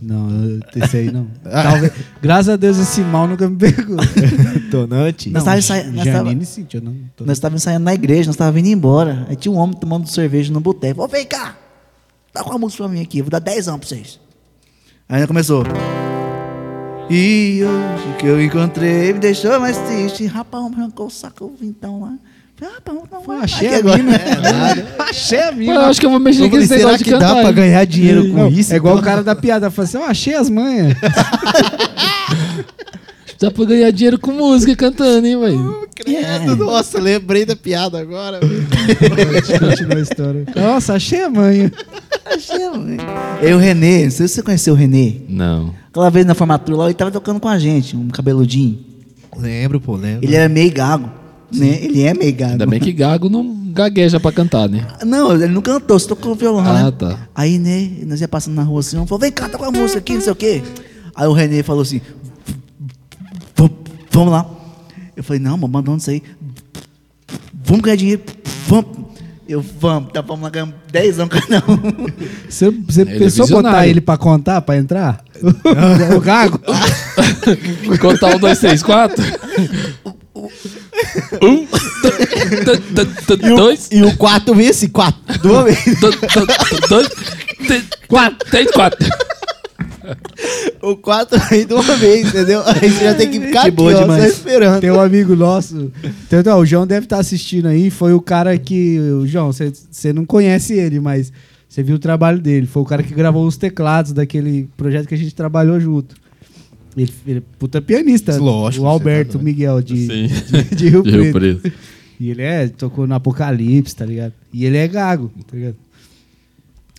Speaker 1: Não, esse aí
Speaker 3: (laughs)
Speaker 1: não.
Speaker 3: Ah.
Speaker 1: Talvez- graças a Deus esse mal nunca me pegou. tá,
Speaker 2: Tonante.
Speaker 5: Não. Nós tava ensai- nós tava-
Speaker 1: Janine sentiu, não. tô-
Speaker 5: Nós estávamos ensaiando na igreja, nós estávamos indo embora. Aí tinha um homem tomando cerveja no boteco. Ô, vem cá! Dá com a música pra mim aqui, eu vou dar 10 anos pra vocês. Aí nós começou. E hoje que eu encontrei, me deixou mais triste. Rapaz, arrancou o saco, então lá. Rapaz, não vai.
Speaker 1: Achei
Speaker 5: tá Aqui
Speaker 1: a
Speaker 5: agora. (laughs)
Speaker 1: mina. (laughs) Achei a
Speaker 3: Pô, eu
Speaker 1: mina.
Speaker 3: acho que eu vou mexer
Speaker 2: Eu
Speaker 3: com
Speaker 2: falei,
Speaker 3: esse
Speaker 2: será
Speaker 3: negócio de
Speaker 2: que dá
Speaker 3: cantar.
Speaker 2: pra ganhar dinheiro com
Speaker 1: Não,
Speaker 2: isso?
Speaker 1: é igual o cara da piada. Fala assim, eu achei as manhas.
Speaker 3: Dá pra ganhar dinheiro com música cantando, hein, velho?
Speaker 5: É.
Speaker 2: Credo, Nossa, lembrei da piada agora. velho.
Speaker 1: Continua a história. Nossa, achei a manha.
Speaker 5: Achei, mãe. Eu, Renê, não sei se você conheceu o Renê.
Speaker 3: Não.
Speaker 5: Aquela vez na formatura lá, ele tava tocando com a gente, um cabeludinho.
Speaker 2: Lembro, pô, lembro.
Speaker 5: Ele era meio gago, né? Ele é meio gago.
Speaker 3: Ainda
Speaker 2: (laughs)
Speaker 3: bem que gago não gagueja pra cantar, né?
Speaker 5: Não, ele não cantou, só tocou violão,
Speaker 3: Ah,
Speaker 5: né?
Speaker 3: tá.
Speaker 5: Aí, né, nós ia passando na rua assim, um falou, vem cá, tá com a música aqui, não sei o quê. Aí o Renê falou assim, "V- vamos lá. Eu falei, não, mano, manda isso aí. Vamos ganhar dinheiro, vamos. Eu, vamos, tá, vamos lá, ganhamos 10 anos cada um.
Speaker 1: Você, você
Speaker 3: Ele é
Speaker 1: pensou botar
Speaker 3: visionário.
Speaker 1: ele pra contar, pra entrar? (laughs) o
Speaker 3: (laughs)
Speaker 1: gago?
Speaker 3: Contar um, dois, três, quatro. Um, do- do- do- dois,
Speaker 2: E
Speaker 5: é
Speaker 2: o 4 esse 4 do homem.
Speaker 3: do- do- dois, três, quatro, três, quatro.
Speaker 2: O (laughs) 4 vem de uma vez, entendeu? Aí você já tem que ficar
Speaker 5: De
Speaker 2: aqui,
Speaker 5: boa
Speaker 2: ó,
Speaker 5: demais.
Speaker 2: só esperando.
Speaker 1: Tem um amigo nosso. Tem- não, o João deve estar assistindo aí. Foi o cara que. O João, você- você não conhece ele, mas você viu o trabalho dele. Foi o cara que gravou os teclados daquele projeto que a gente trabalhou junto. Ele, ele é puta pianista.
Speaker 2: Lógico,
Speaker 1: o
Speaker 2: você
Speaker 1: Alberto
Speaker 2: tá doido.
Speaker 1: Miguel de,
Speaker 3: Sim.
Speaker 1: de, de Rio,
Speaker 3: (laughs) De Rio
Speaker 1: Preto.
Speaker 3: Preto.
Speaker 1: E ele é, tocou no Apocalipse, tá ligado? E ele é gago, tá ligado?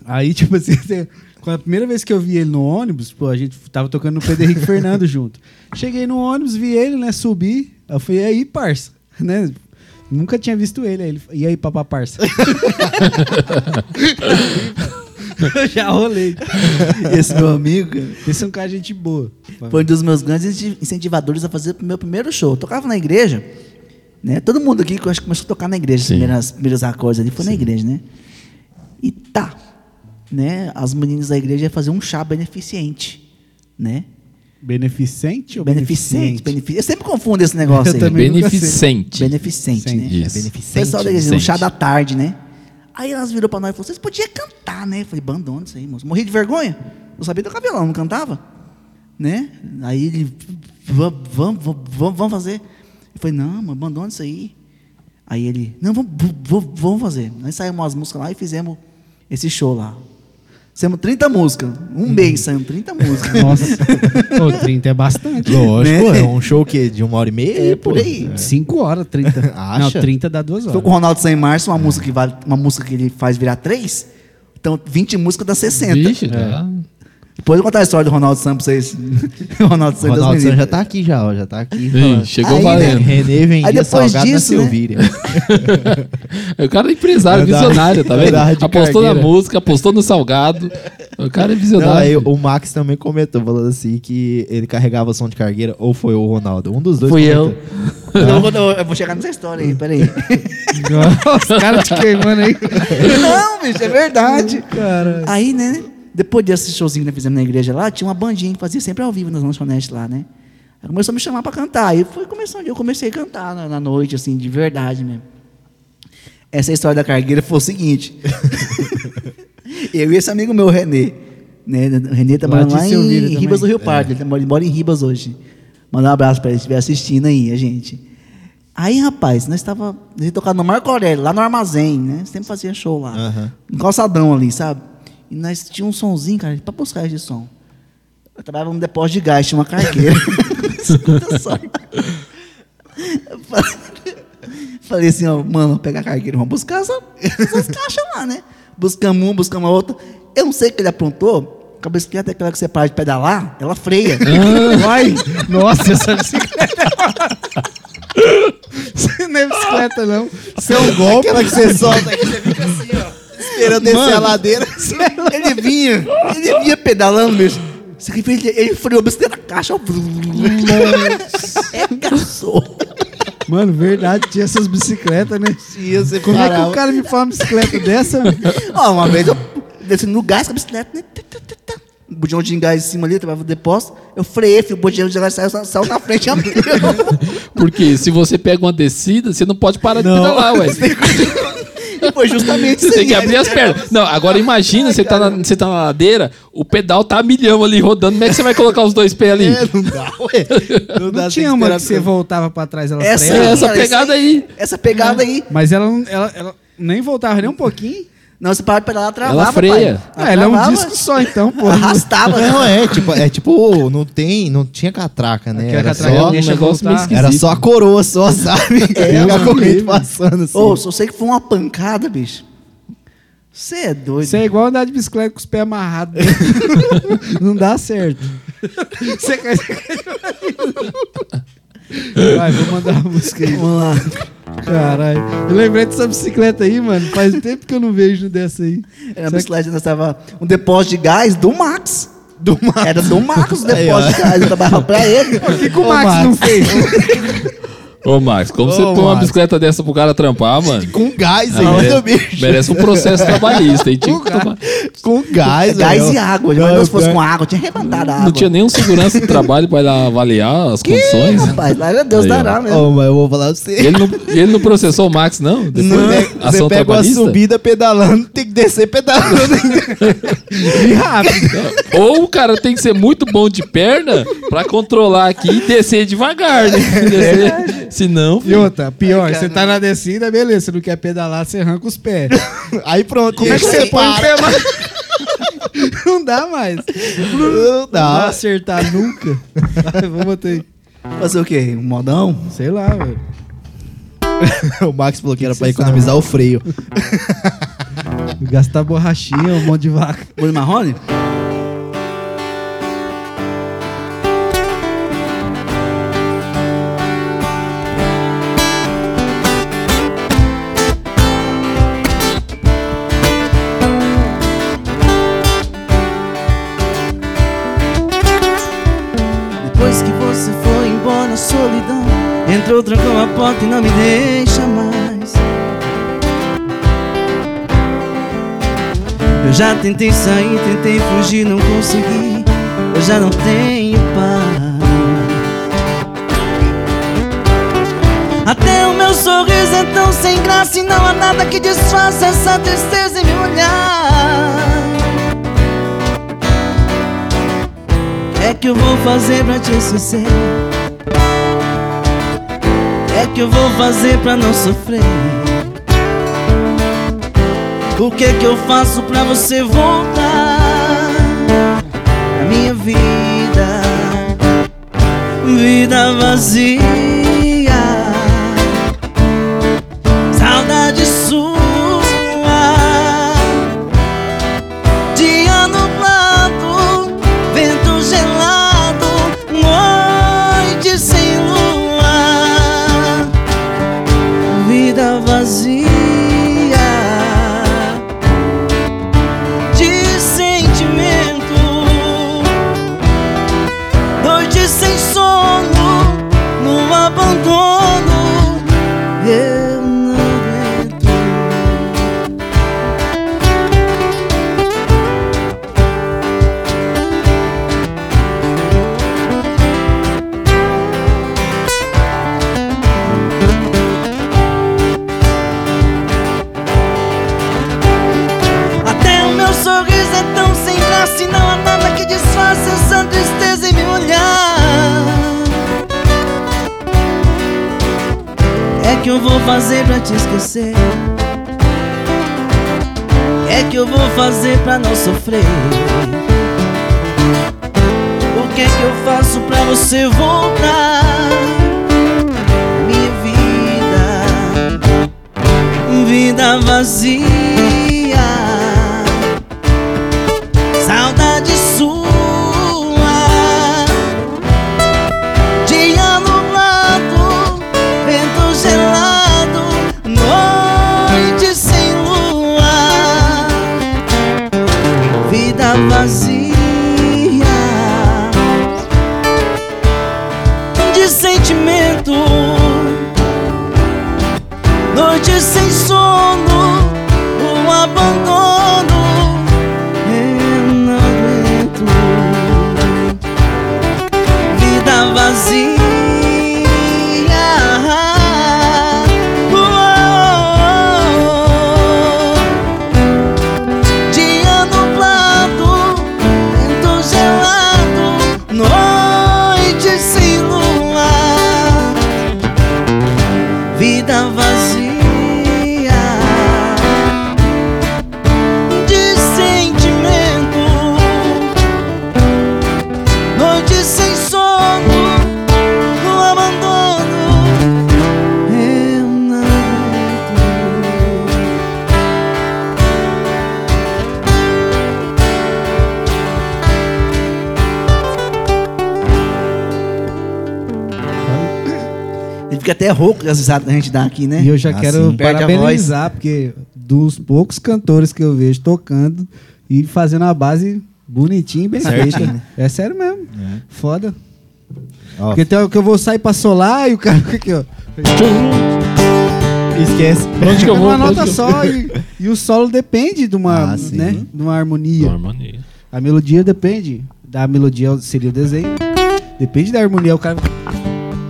Speaker 1: Aí, tipo assim, (laughs) você- quando a primeira vez que eu vi ele no ônibus, pô, a gente tava tocando no Pedro Henrique Fernando (laughs) junto. Cheguei no ônibus, vi ele, né, subi, eu falei, e aí, parça, (laughs) né? Nunca tinha visto ele, aí ele, e aí, papá, parça? (laughs) eu já rolei.
Speaker 5: Esse meu amigo,
Speaker 1: Esse é um cara de gente boa.
Speaker 5: Foi um dos meus grandes incenti- incentivadores a fazer o meu primeiro show. Eu tocava na igreja, né? Todo mundo aqui que eu acho que começou a tocar na igreja, os
Speaker 3: Sim.
Speaker 5: primeiras- primeiros acordes ali foi na igreja, né? E tá, né? As meninas da igreja iam fazer um chá beneficente, né?
Speaker 1: Beneficente ou
Speaker 5: Beneficente,
Speaker 1: beneficente?
Speaker 5: benefi- Eu sempre confundo esse negócio
Speaker 1: Eu
Speaker 5: aí.
Speaker 1: também
Speaker 2: assim.
Speaker 1: nunca sei.
Speaker 3: Beneficente.
Speaker 5: Beneficente, né?
Speaker 3: Isso.
Speaker 5: O pessoal da igreja, um
Speaker 3: Beneficente.
Speaker 5: chá da tarde, né? Aí elas virou pra nós e falou: vocês podiam cantar, né? Eu falei, bandona isso aí, moço. Morri de vergonha? Eu sabia tocar violão, não cantava? Né? Aí ele, vamos, vamos, vamos, vamos fazer. Eu falei, não, mano, abandona isso aí. Aí ele, não, vamos, vamos, vamos fazer. Nós saímos umas músicas lá e fizemos esse show lá. Fizemos 30 músicas. Um mês saímos 30 músicas.
Speaker 1: Nossa, Ô, 30 é bastante.
Speaker 2: Lógico, é um show que de uma hora e meia,
Speaker 5: (laughs) né? É, por aí.
Speaker 1: 5 horas, 30. Não,
Speaker 2: Acha?
Speaker 1: 30 dá 2
Speaker 5: Estou
Speaker 1: horas.
Speaker 5: com o Ronaldo Sem Márcio, uma música que vale, uma música que ele faz virar três. Então, 20 músicas dá 60.
Speaker 2: É.
Speaker 3: Vixe, tá.
Speaker 5: Depois eu vou contar a história do Ronaldo Sam pra vocês. (laughs) Ronaldo
Speaker 2: Ronaldo
Speaker 5: Sam, Deus me
Speaker 2: Santos já
Speaker 5: livre.
Speaker 2: tá aqui já, ó, já tá aqui.
Speaker 3: Ih,
Speaker 2: Ó.
Speaker 3: chegou
Speaker 2: Aí,
Speaker 3: valendo.
Speaker 2: Né? Renê vendia
Speaker 5: Aí depois
Speaker 2: salgado
Speaker 5: disso,
Speaker 2: na
Speaker 5: né?
Speaker 2: Silvíria.
Speaker 3: O cara é empresário,
Speaker 2: Andar-
Speaker 3: visionário, tá vendo?
Speaker 2: andar de
Speaker 3: Apostou na
Speaker 2: cargueira.
Speaker 3: música, apostou no salgado. O cara é
Speaker 2: Não,
Speaker 3: visionário.
Speaker 2: aí o Max também comentou, falando assim que ele carregava som de cargueira, ou foi o Ronaldo. Um dos dois.
Speaker 3: Fui
Speaker 2: comentou.
Speaker 5: Não, eu vou- não, eu vou chegar nessa história aí, peraí.
Speaker 1: Os caras te queimando aí.
Speaker 5: não, bicho, é verdade.
Speaker 1: Cara.
Speaker 5: Aí, né? Depois desse showzinho que nós fizemos na igreja lá, tinha uma bandinha que fazia sempre ao vivo nas lanchonetes lá, né? Aí começou a me chamar pra cantar. Aí foi começando, eu comecei a cantar na, na noite, assim, de verdade mesmo. Essa história da cargueira foi o seguinte. eu e esse amigo meu, Renê. Né? O Renê tá
Speaker 1: Lá
Speaker 5: morando
Speaker 1: de
Speaker 5: lá
Speaker 1: Silvira
Speaker 5: em
Speaker 1: também.
Speaker 5: Ribas do Rio Pardo. Ele tá- Ele mora em Ribas hoje. Mandar um abraço pra ele, se estiver assistindo aí, a gente. Aí, rapaz, nós estava nós ia tocar no Marco Aurélio, lá no armazém, né? Sempre fazia show lá.
Speaker 2: Aham.
Speaker 5: Um calçadão ali, sabe? E nós tinha um sonzinho, cara, pra buscar esse som. Eu trabalhava num depósito de gás, tinha uma cargueira. (laughs) Escuta só. Eu falei- Falei assim, ó, mano, vamos pegar a cargueira, vamos buscar essa- essas caixas lá, né? Buscamos um, buscamos outro. Eu não sei o que ele aprontou. Cabeça que até aquela que você para de pedalar, ela freia.
Speaker 1: Vai. Nossa, essa bicicleta. (laughs) Isso não é bicicleta, não. Isso é um golpe.
Speaker 2: Aquela que você
Speaker 5: (laughs)
Speaker 2: solta aqui, você fica assim, ó. Esperando descer a ladeira.
Speaker 5: ele vinha, ele vinha pedalando mesmo. Só que ele, ele freou a bicicleta na caixa. ó. É Arregaçou.
Speaker 1: Mano, verdade, tinha essas bicicletas, né?
Speaker 2: E você
Speaker 1: Como é que
Speaker 2: parava.
Speaker 1: o cara me fala uma bicicleta dessa?
Speaker 5: (laughs) Ó, uma vez eu desci no gás com a bicicleta, né? Tá, tá, tá, tá. O bujão de gás em cima ali, tava no depósito. Eu freiei, filho, o bujão de gás saiu, saiu na frente. (laughs) abriu.
Speaker 2: (laughs)
Speaker 3: Porque se você pega uma descida, você não pode parar de pedalar, ué.
Speaker 2: Foi justamente
Speaker 3: Você
Speaker 2: isso
Speaker 3: tem que
Speaker 2: aí.
Speaker 3: abrir as pernas. Não, agora imagina, você tá, na, você tá na ladeira, o pedal tá a milhão ali rodando. Como é que você vai colocar os dois pés ali?
Speaker 2: É, não dá, ué. Não,
Speaker 1: Não
Speaker 2: dá, tem
Speaker 1: tinha
Speaker 2: que
Speaker 1: uma
Speaker 2: esperar
Speaker 1: que você voltava pra trás ela
Speaker 5: Essa
Speaker 3: É
Speaker 1: freava?
Speaker 3: essa
Speaker 5: Cara, isso
Speaker 3: pegada aí.
Speaker 5: Essa pegada aí.
Speaker 1: Mas ela, não- ela, ela nem voltava nem um pouquinho.
Speaker 5: Não, você parava de pedalar, travava,
Speaker 3: Ela freia.
Speaker 5: pai.
Speaker 1: Ah, ela é um
Speaker 5: travava,
Speaker 1: disco só, então, pô.
Speaker 5: Arrastava. né,
Speaker 2: Não, é tipo, é tipo, não tem, não tinha catraca, né?
Speaker 1: Aquela
Speaker 2: Era
Speaker 1: catraca
Speaker 2: só,
Speaker 1: não deixa
Speaker 3: um negócio
Speaker 1: voltar.
Speaker 3: meio esquisito.
Speaker 2: era só a coroa, só, sabe? Ficar com o
Speaker 1: Deus
Speaker 2: corrente
Speaker 1: me
Speaker 2: passando assim.
Speaker 5: Ô, só sei que foi uma pancada, bicho. Você é doido.
Speaker 1: Isso é igual andar de bicicleta com os pés amarrados. né? não dá certo. (laughs) Você quer... Vai, vou mandar uma música aí.
Speaker 5: Vamos lá.
Speaker 1: Caralho. Eu lembrei dessa bicicleta aí, mano. Faz tempo que eu não vejo dessa aí.
Speaker 5: Era
Speaker 1: Será
Speaker 5: uma bicicleta, nós tava um depósito de gás do Max. Do Max. Era do Max o
Speaker 2: Aí, ó.
Speaker 5: depósito de gás. Eu trabalhava pra ele.
Speaker 1: que, que o Max, não fez?
Speaker 3: Ô, Max, como
Speaker 2: Ô,
Speaker 3: você põe uma
Speaker 2: Max.
Speaker 3: bicicleta dessa pro cara trampar, mano?
Speaker 2: Com gás
Speaker 3: Ah,
Speaker 2: ainda,
Speaker 3: merece,
Speaker 2: bicho.
Speaker 3: merece um processo trabalhista. Aí tinha que tomar-
Speaker 2: Com gás,
Speaker 5: É gás
Speaker 2: velho.
Speaker 5: e água.
Speaker 2: Não, é,
Speaker 5: Mas se
Speaker 2: eu-
Speaker 5: fosse com água, tinha arrebentado a água.
Speaker 3: Não tinha nenhum segurança de trabalho pra ir lá avaliar as condições.
Speaker 5: Rapaz, lá era Deus
Speaker 3: Aí, ó.
Speaker 5: dará né? mesmo.
Speaker 2: Ô, mas eu vou falar pra você.
Speaker 3: Ele não, ele não processou o Max, não? Depois,
Speaker 2: Não,
Speaker 3: da
Speaker 2: né?
Speaker 3: ação
Speaker 2: você pega uma
Speaker 3: trabalhista?
Speaker 2: subida pedalando, tem que descer pedalando.
Speaker 1: (laughs)
Speaker 2: (laughs)
Speaker 1: E rápido.
Speaker 3: Ou o cara tem que ser muito bom de perna pra controlar aqui e descer devagar, né? Descer. Se não,
Speaker 1: E outra, pior, você tá na descida, beleza. Você não quer pedalar, você arranca os pés.
Speaker 2: Aí pronto.
Speaker 1: Como é que
Speaker 2: aí
Speaker 1: você põe o
Speaker 2: para.
Speaker 1: pé mais? (laughs) Não dá mais.
Speaker 2: Não
Speaker 1: Não vai
Speaker 2: dá.
Speaker 1: acertar nunca. (laughs) Vai, vou botar aí.
Speaker 5: Fazer o quê? Um modão?
Speaker 1: Sei lá, velho.
Speaker 2: O Max falou que era pra economizar o freio.
Speaker 1: Gastar borrachinha, um monte de vaca.
Speaker 5: Bruno Marrone? Depois que você foi embora, a solidão entrou, trancou a porta e não me deixa mais. Eu já tentei sair, tentei fugir, não consegui. Eu já não tenho paz. Até o meu sorriso é tão sem graça e não há nada que disfarça essa tristeza em meu olhar. É que eu vou fazer pra te esquecer. É que eu vou fazer pra não sofrer. O que que eu faço pra você voltar pra minha vida? Vida vazia, saudade sua, dia nublado, vento gelado, noite sem lua vida vazia de sentimento, noite sem sono, no abandono. Eu não aguento. Até o meu sorriso é tão sem graça e não há nada que disfarce essa tristeza em meu olhar. É que eu vou fazer pra te esquecer. É que eu vou fazer pra não sofrer. O que é que eu faço pra você voltar? Minha vida vida vazia, saudade sua, dia nublado, vento gelado, noite sem lua, vida vazia de sentimento. Noite sem sono, o abandono. Eu não aguento. Vida vazia. Uou, fica até rouco com as risadas que a gente dá aqui, né?
Speaker 1: E eu já
Speaker 2: Ah,
Speaker 1: quero
Speaker 5: sim. Perde a
Speaker 1: parabenizar, porque dos poucos cantores que eu vejo tocando e fazendo a base bonitinha e bem
Speaker 2: Certinho,
Speaker 1: feita.
Speaker 2: né?
Speaker 1: É sério mesmo. Foda.
Speaker 2: Ó,
Speaker 1: Porque tem hora que eu vou sair pra solar e o cara fica aqui, ó.
Speaker 2: Esquece.
Speaker 3: Pra onde que eu vou?
Speaker 1: uma
Speaker 3: Pra onde
Speaker 1: nota
Speaker 3: que eu-
Speaker 1: só e, e o solo depende de uma,
Speaker 2: Ah, sim.
Speaker 1: né, de uma harmonia.
Speaker 3: Harmonia.
Speaker 1: A melodia depende. Da melodia seria o desenho. Depende da harmonia. O cara.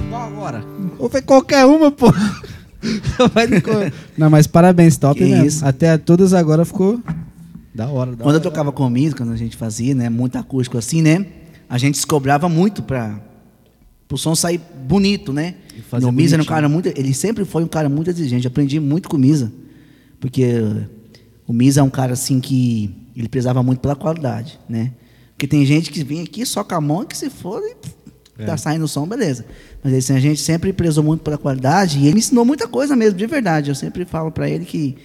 Speaker 1: Qual agora? Ou foi qualquer uma, pô. (laughs) Vai de cor. Não, mas parabéns, top
Speaker 5: Que
Speaker 1: mesmo.
Speaker 5: isso.
Speaker 1: Até todas agora ficou. Da hora, da
Speaker 5: Quando eu
Speaker 1: hora.
Speaker 5: tocava com comigo, quando a gente fazia, né, muito acústico assim, né, a gente se cobrava muito para o som sair bonito, né?
Speaker 1: fazer
Speaker 5: o Misa era
Speaker 1: bonitinho.
Speaker 5: um cara muito, ele sempre foi um cara muito exigente. Eu aprendi muito com o Misa, porque o Misa é um cara assim que ele prezava muito pela qualidade, né? Porque tem gente que vem aqui só com a mão e que se for e pff,
Speaker 1: É.
Speaker 5: tá saindo o som, beleza. Mas assim, a gente sempre prezou muito pela qualidade e ele me ensinou muita coisa mesmo, de verdade. Eu sempre falo para ele que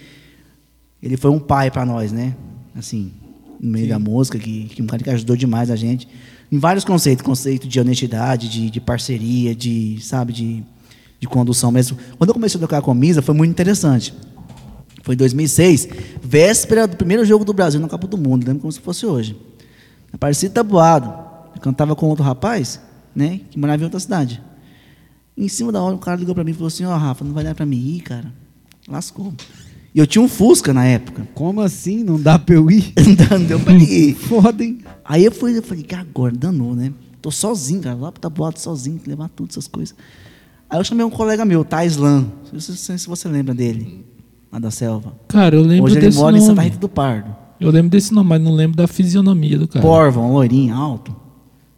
Speaker 5: ele foi um pai para nós, né? Assim, no meio da música, que, que um cara que ajudou demais a gente. Em vários conceitos, conceito de honestidade, de, de parceria, de, sabe, de, de condução mesmo. Quando eu comecei a tocar com a Misa, foi muito interessante. Foi em 2006, véspera do primeiro jogo do Brasil na Copa do Mundo, lembro como se fosse hoje. Na Aparecida Tabuado, eu cantava com outro rapaz, né, que morava em outra cidade. Em cima da hora, o cara ligou pra mim e falou assim: Ó, Rafa, não vai dar pra mim ir, cara. Lascou. E eu tinha um Fusca na época.
Speaker 1: Como assim? Não dá pra eu ir? (laughs)
Speaker 5: não deu pra ir.
Speaker 1: Foda, hein?
Speaker 5: Aí eu fui, eu falei, cara, agora danou, né? Tô sozinho, cara, lá pro tabuado, sozinho, tem que levar tudo, essas coisas. Aí eu chamei um colega meu, Thais Lan. Não sei se- se você lembra dele, lá da selva.
Speaker 3: Cara, eu lembro
Speaker 5: Hoje ele
Speaker 3: desse
Speaker 5: mora em Santa
Speaker 3: nome.
Speaker 5: Rita do Pardo.
Speaker 3: Eu lembro desse nome, mas não lembro da fisionomia do cara.
Speaker 5: Porva, um loirinho alto.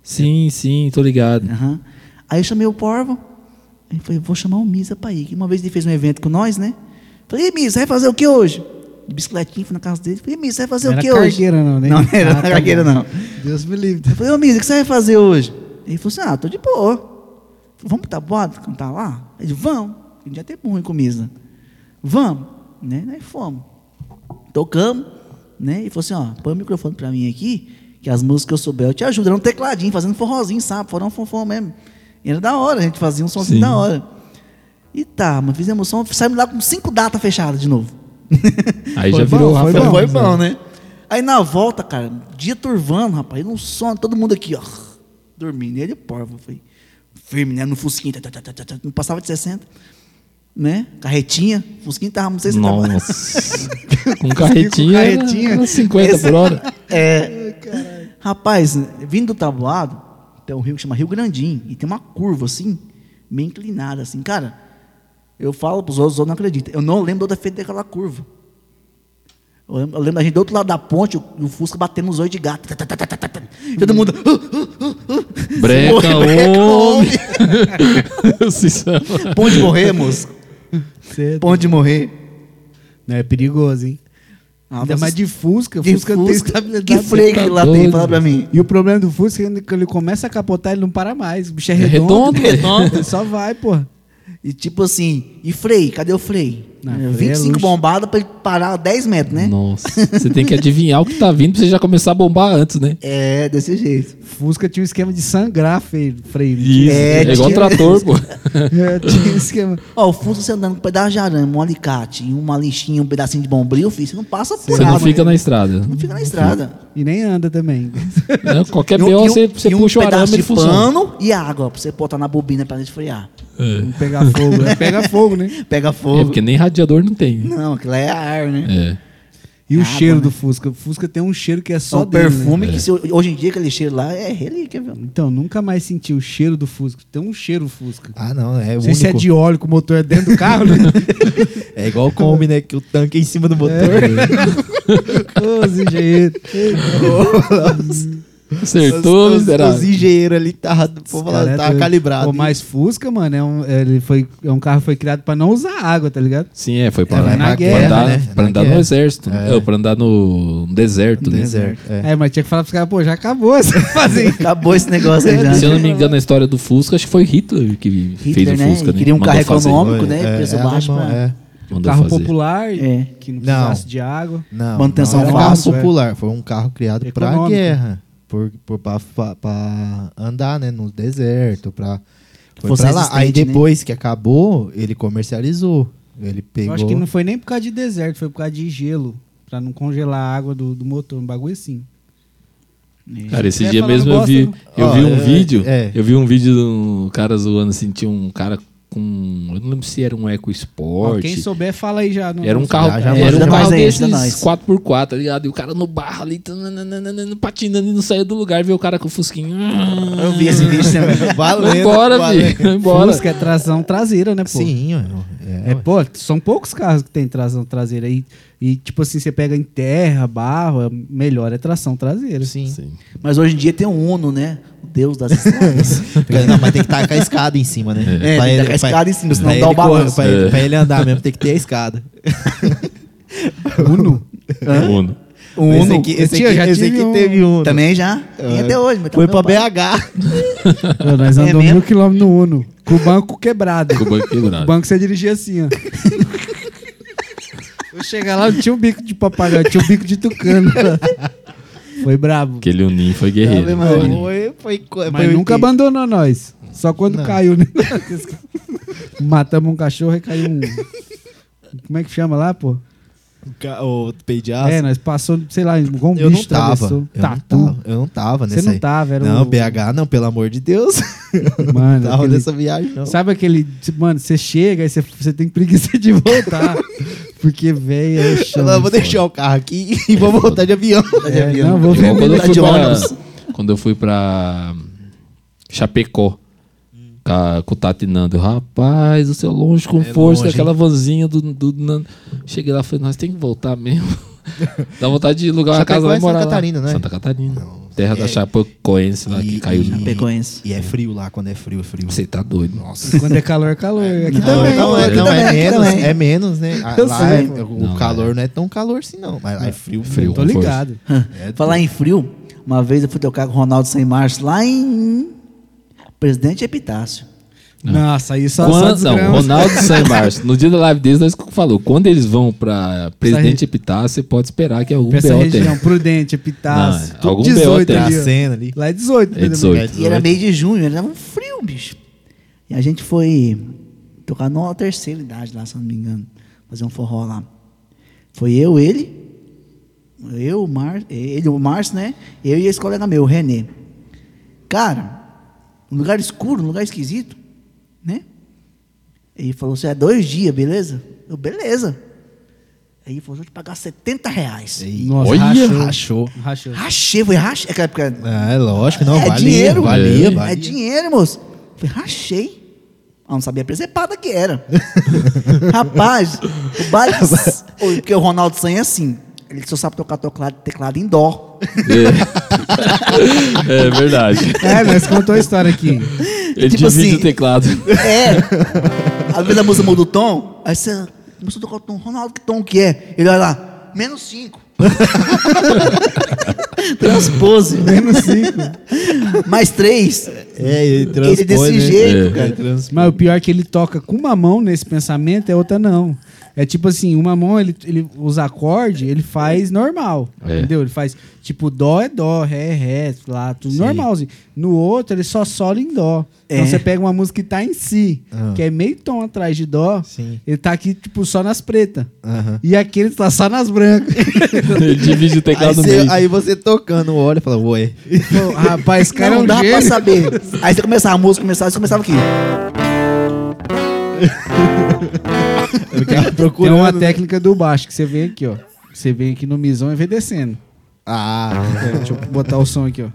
Speaker 3: Sim, sim, tô ligado.
Speaker 5: Aham. Aí eu chamei o Porvo. Aí eu falei, vou chamar o Misa pra ir. Que uma vez ele fez um evento com nós, né? Falei, "Ei, Misa, vai fazer o que hoje? De bicicletinha, fui na casa dele. Falei, "Ei, Misa, vai fazer
Speaker 1: Não
Speaker 5: o
Speaker 1: era
Speaker 5: que hoje?
Speaker 1: cargueira, não, né?
Speaker 5: Não, não era
Speaker 1: Ah, tá
Speaker 5: cargueira,
Speaker 1: bom.
Speaker 5: não.
Speaker 1: Deus me livre.
Speaker 5: Eu falei, ô Misa, o que você vai fazer hoje? Ele falou assim, ah, tô de boa. Eu falei, Vamos pra borda cantar lá? Ele disse, vamos. Ele já tem ruim com Misa. Vamos. Né? Aí fomos. Tocamos, né? E falou assim, ó, põe o microfone pra mim aqui, que as músicas que eu souber eu te ajudo. Era um tecladinho, fazendo forrozinho, sabe? Forão fofão mesmo. E era da hora, a gente fazia um somzinho
Speaker 3: Sim.
Speaker 5: da hora. E tá, mas fizemos som, saímos lá com cinco datas fechadas de novo.
Speaker 3: Aí
Speaker 1: Foi
Speaker 3: já virou
Speaker 1: bom,
Speaker 3: o
Speaker 1: foi
Speaker 3: Rafael.
Speaker 5: Foi,
Speaker 1: bom.
Speaker 5: foi bom, né? Aí na volta, cara, dia turvando, rapaz, não sono, todo mundo aqui, ó, dormindo. E ele, porva, foi firme, né? No fusquinha, tá, tá, tá, tá, tá, tá, não passava de 60, né? Carretinha, fusquinha tava, não sei se tava... (laughs)
Speaker 3: Nossa. Com carretinha,
Speaker 1: carretinha.
Speaker 3: era 50 por hora.
Speaker 5: É. Rapaz, vindo do tabuado, tem um rio que chama Rio Grandinho. E tem uma curva assim, meio inclinada, assim. Cara, eu falo pros outros, os outros não acreditam. Eu não lembro da feita daquela curva. Eu lembro, eu lembro da gente do outro lado da ponte, o, o Fusca batendo nos olhos de gato. Tá, tá, tá, tá, tá, tá, tá. Todo mundo. "Ah,
Speaker 3: Breca,
Speaker 5: Oi, (laughs)
Speaker 3: homem. Assim, Se chama.
Speaker 5: Ponte morrer, moço.
Speaker 1: Cê-
Speaker 5: Ponte morrer.
Speaker 1: Não, é perigoso, hein?
Speaker 5: Ah,
Speaker 1: Ainda
Speaker 5: vocês-
Speaker 1: mais de Fusca.
Speaker 5: de
Speaker 1: Fusca, tem estabilidade. Tá
Speaker 5: Que freio que lá tem,
Speaker 3: doido.
Speaker 5: fala pra mim.
Speaker 1: E o problema do Fusca é que ele começa a capotar, ele não para mais. O bicho é
Speaker 3: É
Speaker 1: redondo.
Speaker 3: redondo, redondo.
Speaker 1: (laughs) Ele só vai, porra.
Speaker 5: E tipo assim, e freio? Cadê o freio?
Speaker 1: Não,
Speaker 5: É,
Speaker 1: freio é
Speaker 5: 25
Speaker 1: luxo.
Speaker 5: bombadas pra ele parar 10 metros, né?
Speaker 3: Nossa, você tem que adivinhar o que tá vindo pra você já começar a bombar antes, né?
Speaker 5: É, desse jeito.
Speaker 1: Fusca tinha um esquema de sangrar feio, freio.
Speaker 5: É,
Speaker 3: é igual tá-
Speaker 5: tinha-
Speaker 3: trator, pô.
Speaker 1: É, tinha um esquema.
Speaker 5: Ó, o Fusca você andando com um pedaço de arame, um alicate, e uma lixinha, um pedacinho de bombril, filho, você não passa por
Speaker 3: Você não
Speaker 5: água,
Speaker 3: fica
Speaker 5: né?
Speaker 3: na estrada.
Speaker 5: Não fica na estrada.
Speaker 1: E nem anda também.
Speaker 3: Né? Qualquer
Speaker 5: E um-
Speaker 3: BO
Speaker 5: e um-
Speaker 3: você, você
Speaker 5: e um
Speaker 3: puxa o
Speaker 5: pedaço
Speaker 3: arame e
Speaker 5: de
Speaker 3: funciona.
Speaker 5: pano e água pra você botar na bobina pra esfriar.
Speaker 1: Não pegar fogo. né? Pega fogo, né?
Speaker 5: Pega
Speaker 3: É,
Speaker 5: fogo.
Speaker 3: porque nem radiador não tem.
Speaker 5: Não, aquilo lá é ar, né?
Speaker 3: É.
Speaker 1: E o
Speaker 5: Água,
Speaker 1: cheiro
Speaker 5: né?
Speaker 1: do Fusca. O Fusca tem um cheiro que é
Speaker 5: Só
Speaker 1: só
Speaker 5: um
Speaker 1: dele, né?
Speaker 5: perfume que se- hoje em dia aquele cheiro lá é relíquia, viu? (laughs)
Speaker 1: Então, nunca mais senti o cheiro do Fusca. Tem um cheiro Fusca.
Speaker 2: Ah, não, é
Speaker 1: Não
Speaker 2: o
Speaker 1: sei se é
Speaker 2: único.
Speaker 1: de óleo que o motor é dentro do carro, (laughs) né?
Speaker 2: É igual o Kombi, né? Que o tanque é em cima do motor. (laughs)
Speaker 1: Os engenheiros. (laughs)
Speaker 3: Acertou,
Speaker 2: os,
Speaker 3: miserável.
Speaker 2: os engenheiros ali tá, pô, falar,
Speaker 1: Cara, é
Speaker 2: tá
Speaker 1: doido.
Speaker 2: calibrado.
Speaker 1: Pô, mas Fusca, mano, é um, ele foi, é um carro que foi criado pra não usar água, tá ligado?
Speaker 3: Sim, é, foi pra,
Speaker 1: É, vai na
Speaker 3: pra
Speaker 1: guerra,
Speaker 3: andar,
Speaker 2: né?
Speaker 3: pra
Speaker 2: Na
Speaker 3: andar
Speaker 2: guerra.
Speaker 3: no exército.
Speaker 2: É.
Speaker 3: É. pra andar no no deserto, né?
Speaker 2: deserto. É.
Speaker 1: É, mas tinha que falar pros caras, pô, já acabou
Speaker 2: (laughs)
Speaker 1: essa fazer.
Speaker 5: Acabou esse negócio aí né?
Speaker 3: Se
Speaker 5: já.
Speaker 3: eu não me engano, a história do Fusca, acho que foi Hitler que fez
Speaker 5: Hitler,
Speaker 3: o
Speaker 5: né?
Speaker 3: Fusca,
Speaker 5: Ele queria um
Speaker 3: Mandou
Speaker 5: carro
Speaker 3: fazer.
Speaker 5: econômico. Cômico, né? Preço
Speaker 2: é,
Speaker 5: baixo
Speaker 2: alemão,
Speaker 5: pra-
Speaker 2: é.
Speaker 3: Mandou
Speaker 1: Carro
Speaker 3: fazer.
Speaker 1: popular,
Speaker 5: É.
Speaker 1: que não precisasse
Speaker 2: Não.
Speaker 1: de água.
Speaker 2: Não,
Speaker 5: Manutenção
Speaker 2: não era
Speaker 1: fácil,
Speaker 2: carro popular. Foi um carro criado pra
Speaker 1: Econômico.
Speaker 2: guerra. Por, por, pra, pra- pra andar, né? No deserto, pra... Foi
Speaker 5: Força
Speaker 2: pra lá. Aí
Speaker 5: Resistente, né?
Speaker 2: depois que acabou, ele comercializou. Ele
Speaker 1: Eu
Speaker 2: pegou.
Speaker 1: acho que não foi nem por causa de deserto, foi por causa de gelo. Pra não congelar a água do, do motor, um bagulho assim.
Speaker 3: Cara, esse
Speaker 1: Quer
Speaker 3: dia
Speaker 1: falar,
Speaker 3: mesmo
Speaker 1: não
Speaker 3: eu vi,
Speaker 1: gosta,
Speaker 3: eu
Speaker 2: Ó,
Speaker 3: vi um
Speaker 2: é,
Speaker 3: vídeo,
Speaker 2: é.
Speaker 3: eu vi um vídeo do cara zoando assim, tinha um cara com, eu não lembro se era um Eco
Speaker 1: Ó, quem
Speaker 3: Sport,
Speaker 1: souber, fala aí já. não-
Speaker 3: era um
Speaker 1: não-
Speaker 3: carro,
Speaker 2: já- já
Speaker 3: era um
Speaker 2: ajuda
Speaker 3: carro
Speaker 5: nós aí, ajuda
Speaker 3: desses
Speaker 5: nós.
Speaker 3: 4x4, tá ligado? E o cara no barro ali, tananana, patinando e não saía do lugar, vê o cara com o fusquinho.
Speaker 5: Eu vi esse vídeo também.
Speaker 2: (laughs) Valendo,
Speaker 3: Vai embora,
Speaker 2: valendo.
Speaker 3: filho, vai embora.
Speaker 1: Fusca é tração traseira, né, pô?
Speaker 2: Sim, ué,
Speaker 1: É,
Speaker 2: é, ué.
Speaker 1: pô, são poucos carros que tem tração traseira aí. E, tipo assim, você pega em terra, barro, é- melhor é tração traseira.
Speaker 2: Sim.
Speaker 3: Sim.
Speaker 5: Mas hoje em dia tem um Uno, né? O Deus
Speaker 3: (laughs)
Speaker 5: das estradas.
Speaker 2: Não, mas tem que tacar a escada em cima, né?
Speaker 5: É,
Speaker 2: Pra
Speaker 5: tem
Speaker 2: ele-
Speaker 5: que tacar a
Speaker 2: pra-
Speaker 5: escada em cima, senão
Speaker 2: pra
Speaker 5: dá o
Speaker 2: ele correr-
Speaker 5: balanço.
Speaker 2: Pra, ele- pra ele andar mesmo, tem que ter a escada. (laughs)
Speaker 1: Uno.
Speaker 3: Uno.
Speaker 1: Um
Speaker 2: esse
Speaker 1: Uno.
Speaker 2: aqui, esse
Speaker 1: Eu tinha-
Speaker 2: aqui,
Speaker 1: já
Speaker 2: esse
Speaker 1: tive
Speaker 2: aqui
Speaker 1: um.
Speaker 2: teve um.
Speaker 5: Também já? Tem
Speaker 3: É.
Speaker 5: até hoje, mas tá
Speaker 2: Foi
Speaker 5: meu
Speaker 2: pra
Speaker 5: pai.
Speaker 2: BH.
Speaker 1: Pô, Nós
Speaker 5: É
Speaker 1: andamos
Speaker 5: mesmo?
Speaker 1: mil quilômetros no Uno. Com o banco quebrado.
Speaker 3: Com o banco quebrado.
Speaker 1: O banco você dirigia
Speaker 2: (laughs)
Speaker 1: assim, ó. Eu chegar lá, não tinha um bico de papagaio, tinha um bico de tucano. Foi brabo.
Speaker 3: Aquele Uninho foi guerreiro.
Speaker 5: Ave
Speaker 3: olha.
Speaker 5: Maria.
Speaker 2: Foi, foi, foi,
Speaker 1: Mas nunca abandonou nós. Só quando
Speaker 2: Não.
Speaker 1: caiu, né? (laughs) Matamos um cachorro e caiu um. Como é que chama lá, pô?
Speaker 2: O pediatra.
Speaker 1: É, nós passou, sei lá, igual um
Speaker 2: eu não
Speaker 1: bicho
Speaker 2: tava.
Speaker 1: atravessou.
Speaker 2: Eu
Speaker 5: Tá,
Speaker 2: não
Speaker 1: Tatu.
Speaker 2: tava. Eu não tava
Speaker 1: Você
Speaker 2: nessa
Speaker 1: não
Speaker 2: aí.
Speaker 1: tava, era
Speaker 2: Não,
Speaker 1: um...
Speaker 2: BH não, pelo amor de Deus.
Speaker 1: Mano,
Speaker 2: (laughs) Tava
Speaker 1: aquele-
Speaker 2: nessa viagem, não.
Speaker 1: Sabe aquele. tipo, Mano, você chega e você, você tem preguiça de
Speaker 2: (laughs)
Speaker 1: voltar. porque, velho, é
Speaker 2: Eu
Speaker 1: chão.
Speaker 2: não, vou deixar o carro aqui (laughs) e vou voltar de avião.
Speaker 1: É, não, vou ver
Speaker 3: Igual quando eu
Speaker 5: Tá
Speaker 3: fui
Speaker 5: de
Speaker 3: pra-
Speaker 5: ônibus.
Speaker 3: quando eu fui pra Chapecó com a- com o Tati Nando. Eu, Rapaz, o seu longe com força,
Speaker 2: É longe,
Speaker 3: aquela vanzinha do, do Nando. Cheguei lá e falei, nós tem que
Speaker 2: (laughs)
Speaker 3: voltar mesmo. Dá vontade de alugar uma
Speaker 2: Chapecó
Speaker 3: casa lá
Speaker 2: é
Speaker 3: e
Speaker 2: Santa
Speaker 3: morar lá.
Speaker 2: Catarina, né?
Speaker 3: Santa Catarina. Terra da Chapecoense lá que
Speaker 2: E-
Speaker 3: caiu.
Speaker 5: Ah,
Speaker 2: e-
Speaker 3: no-
Speaker 5: Chapecoense.
Speaker 2: E é frio lá, quando é frio, é frio.
Speaker 3: Você tá doido.
Speaker 2: Nossa.
Speaker 1: Quando é calor, é calor. Aqui
Speaker 5: Não,
Speaker 1: também.
Speaker 2: não,
Speaker 5: aqui
Speaker 2: é, não,
Speaker 5: também,
Speaker 2: é
Speaker 5: aqui
Speaker 2: menos,
Speaker 5: também.
Speaker 2: é menos, né? A-
Speaker 1: Eu
Speaker 2: lá
Speaker 1: sei.
Speaker 2: é- o
Speaker 3: Não, né?
Speaker 2: calor não é tão calor assim, não. Mas lá é frio.
Speaker 3: Frio.
Speaker 1: Tô ligado.
Speaker 2: É,
Speaker 5: Falar em frio, uma vez eu fui tocar com o Ronaldo Sem Março lá em Presidente Epitácio.
Speaker 1: Nossa, aí só, só
Speaker 3: Quando, não,
Speaker 1: desgrama.
Speaker 3: Ronaldo San Março. No dia da live deles, nós falou. Quando eles vão pra Presidente Epitácio, você pode esperar que é algum
Speaker 1: Pra Essa
Speaker 3: BO
Speaker 1: região,
Speaker 3: tem.
Speaker 1: Prudente, Epitácio.
Speaker 3: Não, é,
Speaker 1: tudo
Speaker 3: algum BO
Speaker 1: 18
Speaker 3: tem.
Speaker 2: a
Speaker 1: ali, ó.
Speaker 2: cena ali.
Speaker 1: Lá é 18.
Speaker 3: É 18.
Speaker 5: E era meio de junho, era um frio, bicho. E a gente foi tocar numa terceira idade lá, se eu não me engano. Fazer um forró lá. Foi eu, ele, eu, o Mar, ele, o Márcio, né? Eu e esse colega meu, o Renê. Cara, um lugar escuro, um lugar esquisito, né? Ele falou, você é dois dias, beleza? Eu, beleza. Aí ele falou, vou te pagar 70 reais.
Speaker 1: Nossa,
Speaker 3: Olha,
Speaker 1: rachou. Rachou.
Speaker 5: Rachei, foi rachei. Aquela época
Speaker 2: É, lógico, não.
Speaker 5: é
Speaker 2: valia,
Speaker 5: dinheiro.
Speaker 2: Valia,
Speaker 5: é,
Speaker 2: valia.
Speaker 5: dinheiro, moço. Falei, rachei. Ah, não sabia a presepada que era. Rapaz, o baile. Oi, Porque o Ronaldo Sanha é assim. Ele só sabe tocar teclado, teclado em dó.
Speaker 3: É, é verdade.
Speaker 1: É, nós contou a história aqui.
Speaker 3: Ele
Speaker 5: Tipo
Speaker 3: divide
Speaker 5: assim,
Speaker 3: o teclado.
Speaker 5: É. Às vezes a música muda o tom, aí você começou a tocar o tom. Ronaldo, que tom que é? Ele olha lá, menos cinco. Transpose.
Speaker 1: Menos 5.
Speaker 5: Mais três.
Speaker 2: É, ele transpôs,
Speaker 5: Ele desse
Speaker 2: né?
Speaker 5: jeito,
Speaker 3: É.
Speaker 5: cara.
Speaker 2: Ele transpôs.
Speaker 1: Mas o pior é que ele toca com uma mão nesse pensamento e a outra não. É tipo assim, uma mão, ele, ele os acordes, ele faz normal.
Speaker 3: É.
Speaker 1: Entendeu? Ele faz tipo dó é dó, ré é ré, lá, tudo normalzinho. No outro, ele só sola em dó.
Speaker 5: É.
Speaker 1: Então você pega uma música que tá em si,
Speaker 2: Ah.
Speaker 1: que é meio tom atrás de dó,
Speaker 2: Sim.
Speaker 1: ele tá aqui, tipo, só nas pretas.
Speaker 2: Aham.
Speaker 1: E aquele tá só nas
Speaker 5: (laughs)
Speaker 1: brancas.
Speaker 3: Ele divide o
Speaker 2: Aí,
Speaker 3: teclado no
Speaker 2: você-
Speaker 3: meio.
Speaker 2: aí você tocando, olha e fala, ué.
Speaker 1: Pô, rapaz, esse cara
Speaker 5: não
Speaker 1: é um
Speaker 5: dá pra
Speaker 1: gênio.
Speaker 5: saber. Aí você começava a música, começava, você começava aqui.
Speaker 2: Eu
Speaker 1: (laughs)
Speaker 2: tava
Speaker 1: Tem
Speaker 2: procurando.
Speaker 5: né?
Speaker 1: uma técnica do baixo que você vem aqui, ó. Você vem aqui no mizão e vem descendo.
Speaker 2: Ah,
Speaker 1: Pera, deixa eu botar o som aqui, ó.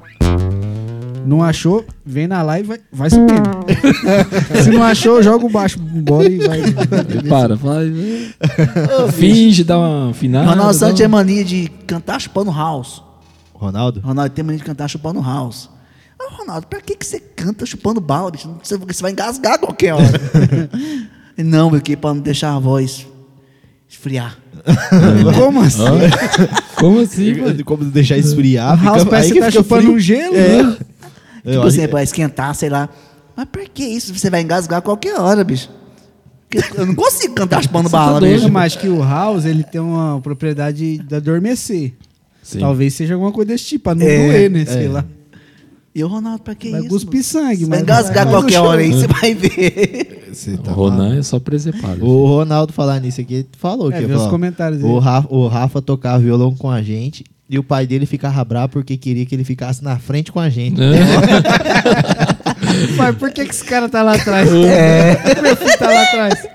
Speaker 1: Não achou? Vem na live, vai, vai subindo. (laughs) Se não achou, joga o baixo embora e
Speaker 2: (laughs)
Speaker 1: vai.
Speaker 3: Ele para, faz. Finge, dá uma
Speaker 1: Ah,
Speaker 3: afinada.
Speaker 5: Ronaldo
Speaker 3: dá uma-
Speaker 5: Santos tinha mania de cantar chupando house.
Speaker 2: Ronaldo?
Speaker 5: Ronaldo tem mania de cantar chupando house. Ah, Ronaldo, pra que, que você canta chupando bala, bicho? Não sei, porque Você vai engasgar a
Speaker 1: (laughs)
Speaker 5: qualquer hora. não, meu que pra não deixar a voz esfriar.
Speaker 1: Como assim?
Speaker 3: Como assim, mano?
Speaker 2: Fica- Como deixar esfriar.
Speaker 1: O House
Speaker 2: fica-
Speaker 1: parece
Speaker 2: aí
Speaker 1: que tá
Speaker 2: fica
Speaker 1: chupando
Speaker 2: frio.
Speaker 1: um gelo,
Speaker 2: É.
Speaker 1: né?
Speaker 2: Eu acho-
Speaker 5: tipo assim, pra esquentar, sei lá. Mas pra que isso? Você vai engasgar a qualquer hora, bicho. Porque Eu não consigo cantar
Speaker 1: (laughs)
Speaker 5: chupando
Speaker 1: tá
Speaker 5: bala, bicho.
Speaker 1: Eu acho que o House ele tem uma propriedade de adormecer.
Speaker 3: Sim.
Speaker 1: Talvez seja alguma coisa desse tipo, pra não
Speaker 5: É,
Speaker 1: doer, né? Sei lá.
Speaker 5: E o Ronaldo, pra que
Speaker 1: Vai
Speaker 5: isso?
Speaker 1: cuspir sangue,
Speaker 5: mano? Vai
Speaker 1: mas
Speaker 5: engasgar
Speaker 1: vai-
Speaker 5: qualquer
Speaker 1: vai- (laughs)
Speaker 5: hora aí, você vai ver.
Speaker 2: Você
Speaker 3: O
Speaker 2: tá
Speaker 3: Ronan é só presepado.
Speaker 2: O Ronaldo falar nisso aqui, ele falou
Speaker 1: É,
Speaker 2: que
Speaker 1: vê
Speaker 2: ia
Speaker 1: os
Speaker 2: falar.
Speaker 1: comentários aí.
Speaker 2: o, Rafa, o Rafa tocava violão com a gente e o pai dele ficava bravo porque queria que ele ficasse na frente com a
Speaker 3: Né,
Speaker 2: gente.
Speaker 3: É,
Speaker 1: Mas por que, que esse cara tá lá atrás?
Speaker 2: É.
Speaker 1: (laughs) Meu filho tá lá atrás.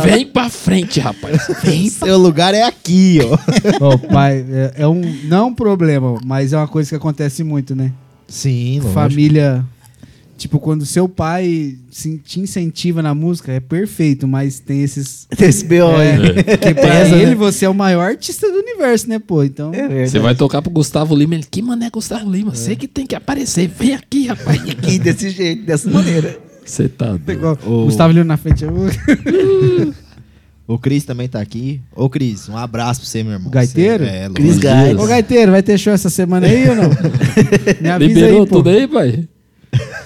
Speaker 2: (laughs)
Speaker 3: Vem pra frente, rapaz.
Speaker 2: Seu lugar é aqui, ó.
Speaker 1: Ô, pai, é, é um. Não um problema, mas é uma coisa que acontece muito, né?
Speaker 2: Sim, lógico.
Speaker 1: Família. Tipo, quando seu pai se- te incentiva na música, é perfeito, mas tem esses.
Speaker 5: Esse B.O. É,
Speaker 1: É, que pra
Speaker 3: né?
Speaker 1: ele você é o maior artista do universo, né, pô? Então.
Speaker 5: É.
Speaker 3: Você vai tocar pro Gustavo Lima. Ele, que mané Gustavo Lima? Você que tem que aparecer. Vem aqui, rapaz.
Speaker 5: aqui, desse jeito, dessa maneira.
Speaker 3: Você tá doido.
Speaker 1: Igual
Speaker 2: O-
Speaker 1: o Gustavo Lima na frente. eu-
Speaker 2: O Cris também tá aqui. Ô, Cris, um abraço pra você, meu irmão.
Speaker 1: O gaiteiro?
Speaker 2: Você- é,
Speaker 5: Cris
Speaker 2: lógico.
Speaker 5: Gás.
Speaker 1: Ô, Gaiteiro, vai ter show essa semana aí ou
Speaker 3: (laughs)
Speaker 1: não? Me avisa
Speaker 3: Liberou
Speaker 1: aí, pô.
Speaker 3: tudo aí, pai?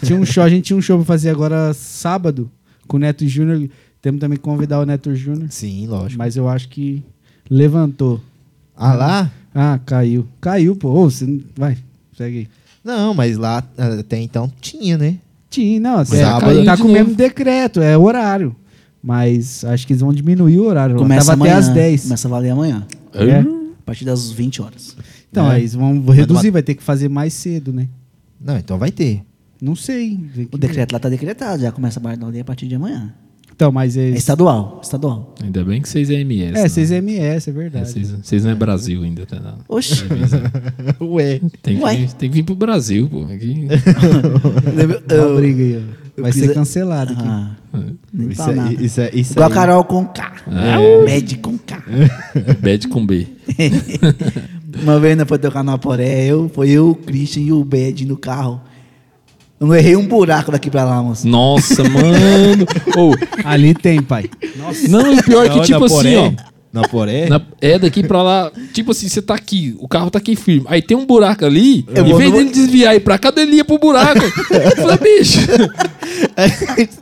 Speaker 1: Tinha um show, a gente tinha um show pra fazer agora sábado com o Neto Júnior. Temos também que convidar o Neto Júnior.
Speaker 2: Sim, lógico.
Speaker 1: Mas eu acho que levantou.
Speaker 2: Ah lá?
Speaker 1: Ah, caiu. Caiu, pô. Ô, você... não- Vai, segue aí.
Speaker 2: Não, mas lá até então tinha, né?
Speaker 1: Tinha, não. Você
Speaker 2: Sábado.
Speaker 1: caiu tá
Speaker 3: de
Speaker 1: com o
Speaker 3: novo.
Speaker 1: mesmo decreto, é horário. Mas acho que eles vão diminuir o horário.
Speaker 5: Começa
Speaker 1: Tava
Speaker 5: amanhã.
Speaker 1: até às 10.
Speaker 5: Começa a valer amanhã.
Speaker 1: É.
Speaker 5: A partir das 20 horas.
Speaker 1: Então,
Speaker 2: É.
Speaker 1: aí eles vão reduzir, vai ter que fazer mais cedo, né?
Speaker 2: Não, então vai ter. (laughs)
Speaker 1: Não sei. tem que
Speaker 5: O
Speaker 1: ver.
Speaker 5: decreto lá tá decretado, já começa a guardar a partir de amanhã.
Speaker 1: Então, mas
Speaker 5: É
Speaker 1: eles...
Speaker 5: estadual, estadual.
Speaker 3: Ainda bem que vocês é MS.
Speaker 1: É,
Speaker 3: né?
Speaker 1: 6MS, é
Speaker 3: É,
Speaker 1: verdade.
Speaker 3: Vocês vocês não é Brasil ainda, tá? Não.
Speaker 5: (laughs) Oxi.
Speaker 2: Ué.
Speaker 3: Tem que,
Speaker 5: Ué.
Speaker 3: vir, tem que vir pro Brasil, pô. Aqui-
Speaker 5: Lembra-
Speaker 1: Ó,
Speaker 5: eu-
Speaker 1: briga aí, ó.
Speaker 5: eu
Speaker 1: Vai
Speaker 5: quis-
Speaker 1: ser cancelado aqui.
Speaker 5: Ah, nem
Speaker 2: Isso,
Speaker 5: fala
Speaker 2: é,
Speaker 5: nada.
Speaker 2: isso, é, isso
Speaker 5: Igual a
Speaker 2: aí.
Speaker 5: Carol com K. Med com K.
Speaker 3: Bad com B.
Speaker 5: Uma vez nós foi tocar na Poré, eu, foi eu, o Christian e o Bad no carro. Eu não errei um buraco daqui pra lá, moço.
Speaker 3: Nossa, mano. Ô,
Speaker 1: Ali tem, pai.
Speaker 3: não, e o pior é
Speaker 2: Não,
Speaker 3: que, tipo
Speaker 2: na
Speaker 3: assim,
Speaker 2: Poré?
Speaker 3: ó.
Speaker 2: Na Poré?
Speaker 3: na- é daqui pra lá. Tipo assim, você tá aqui, o carro tá aqui firme. Aí tem um buraco ali.
Speaker 5: Eu
Speaker 3: em
Speaker 5: vou
Speaker 3: vez
Speaker 5: no-
Speaker 3: dele desviar e ir pra cá, ele ia pro buraco. Eu falei,
Speaker 2: (laughs)
Speaker 3: bicho. (laughs)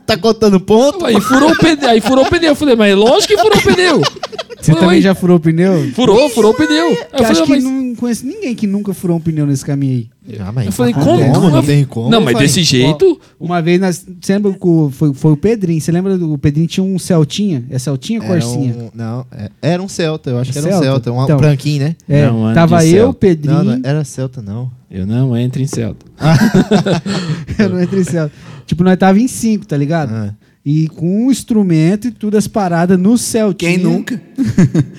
Speaker 2: tá contando ponto?
Speaker 3: Aí furou o pneu. Aí furou o pneu. Eu falei, mas é lógico que furou o pneu.
Speaker 1: Você
Speaker 3: Falei,
Speaker 1: também
Speaker 3: mas
Speaker 1: já furou o pneu?
Speaker 3: Furou, furou o pneu. Aí
Speaker 1: Eu
Speaker 3: eu
Speaker 1: acho
Speaker 3: falei,
Speaker 1: que
Speaker 3: mas.
Speaker 1: não conheço ninguém que nunca furou um pneu nesse caminho aí.
Speaker 2: Ah, mas
Speaker 3: Eu falei,
Speaker 2: tá
Speaker 3: como?
Speaker 2: Não,
Speaker 3: Como?
Speaker 2: tem como.
Speaker 3: Não, mas
Speaker 2: falei.
Speaker 3: É desse jeito.
Speaker 1: Ó, uma vez, nós, você lembra que o- foi, foi o Pedrinho? Você lembra do o Pedrinho tinha um Celtinha? É Celtinha ou
Speaker 2: Era
Speaker 1: Corsinha?
Speaker 2: um, não, é- era um Celta, eu acho que era um
Speaker 1: Celta?
Speaker 2: Celta, um
Speaker 1: Então.
Speaker 2: branquinho, né?
Speaker 1: É,
Speaker 3: Não, era
Speaker 1: tava
Speaker 3: de
Speaker 1: eu,
Speaker 3: Celta.
Speaker 1: o Pedrinho.
Speaker 2: Não, é não, era Celta, não.
Speaker 3: Eu não entro em Celta.
Speaker 1: (laughs) eu não entrei em Celta. Tipo, nós tava em cinco, tá ligado?
Speaker 2: Ah.
Speaker 1: E com um instrumento e tudo as paradas no Celtinha.
Speaker 5: Quem nunca?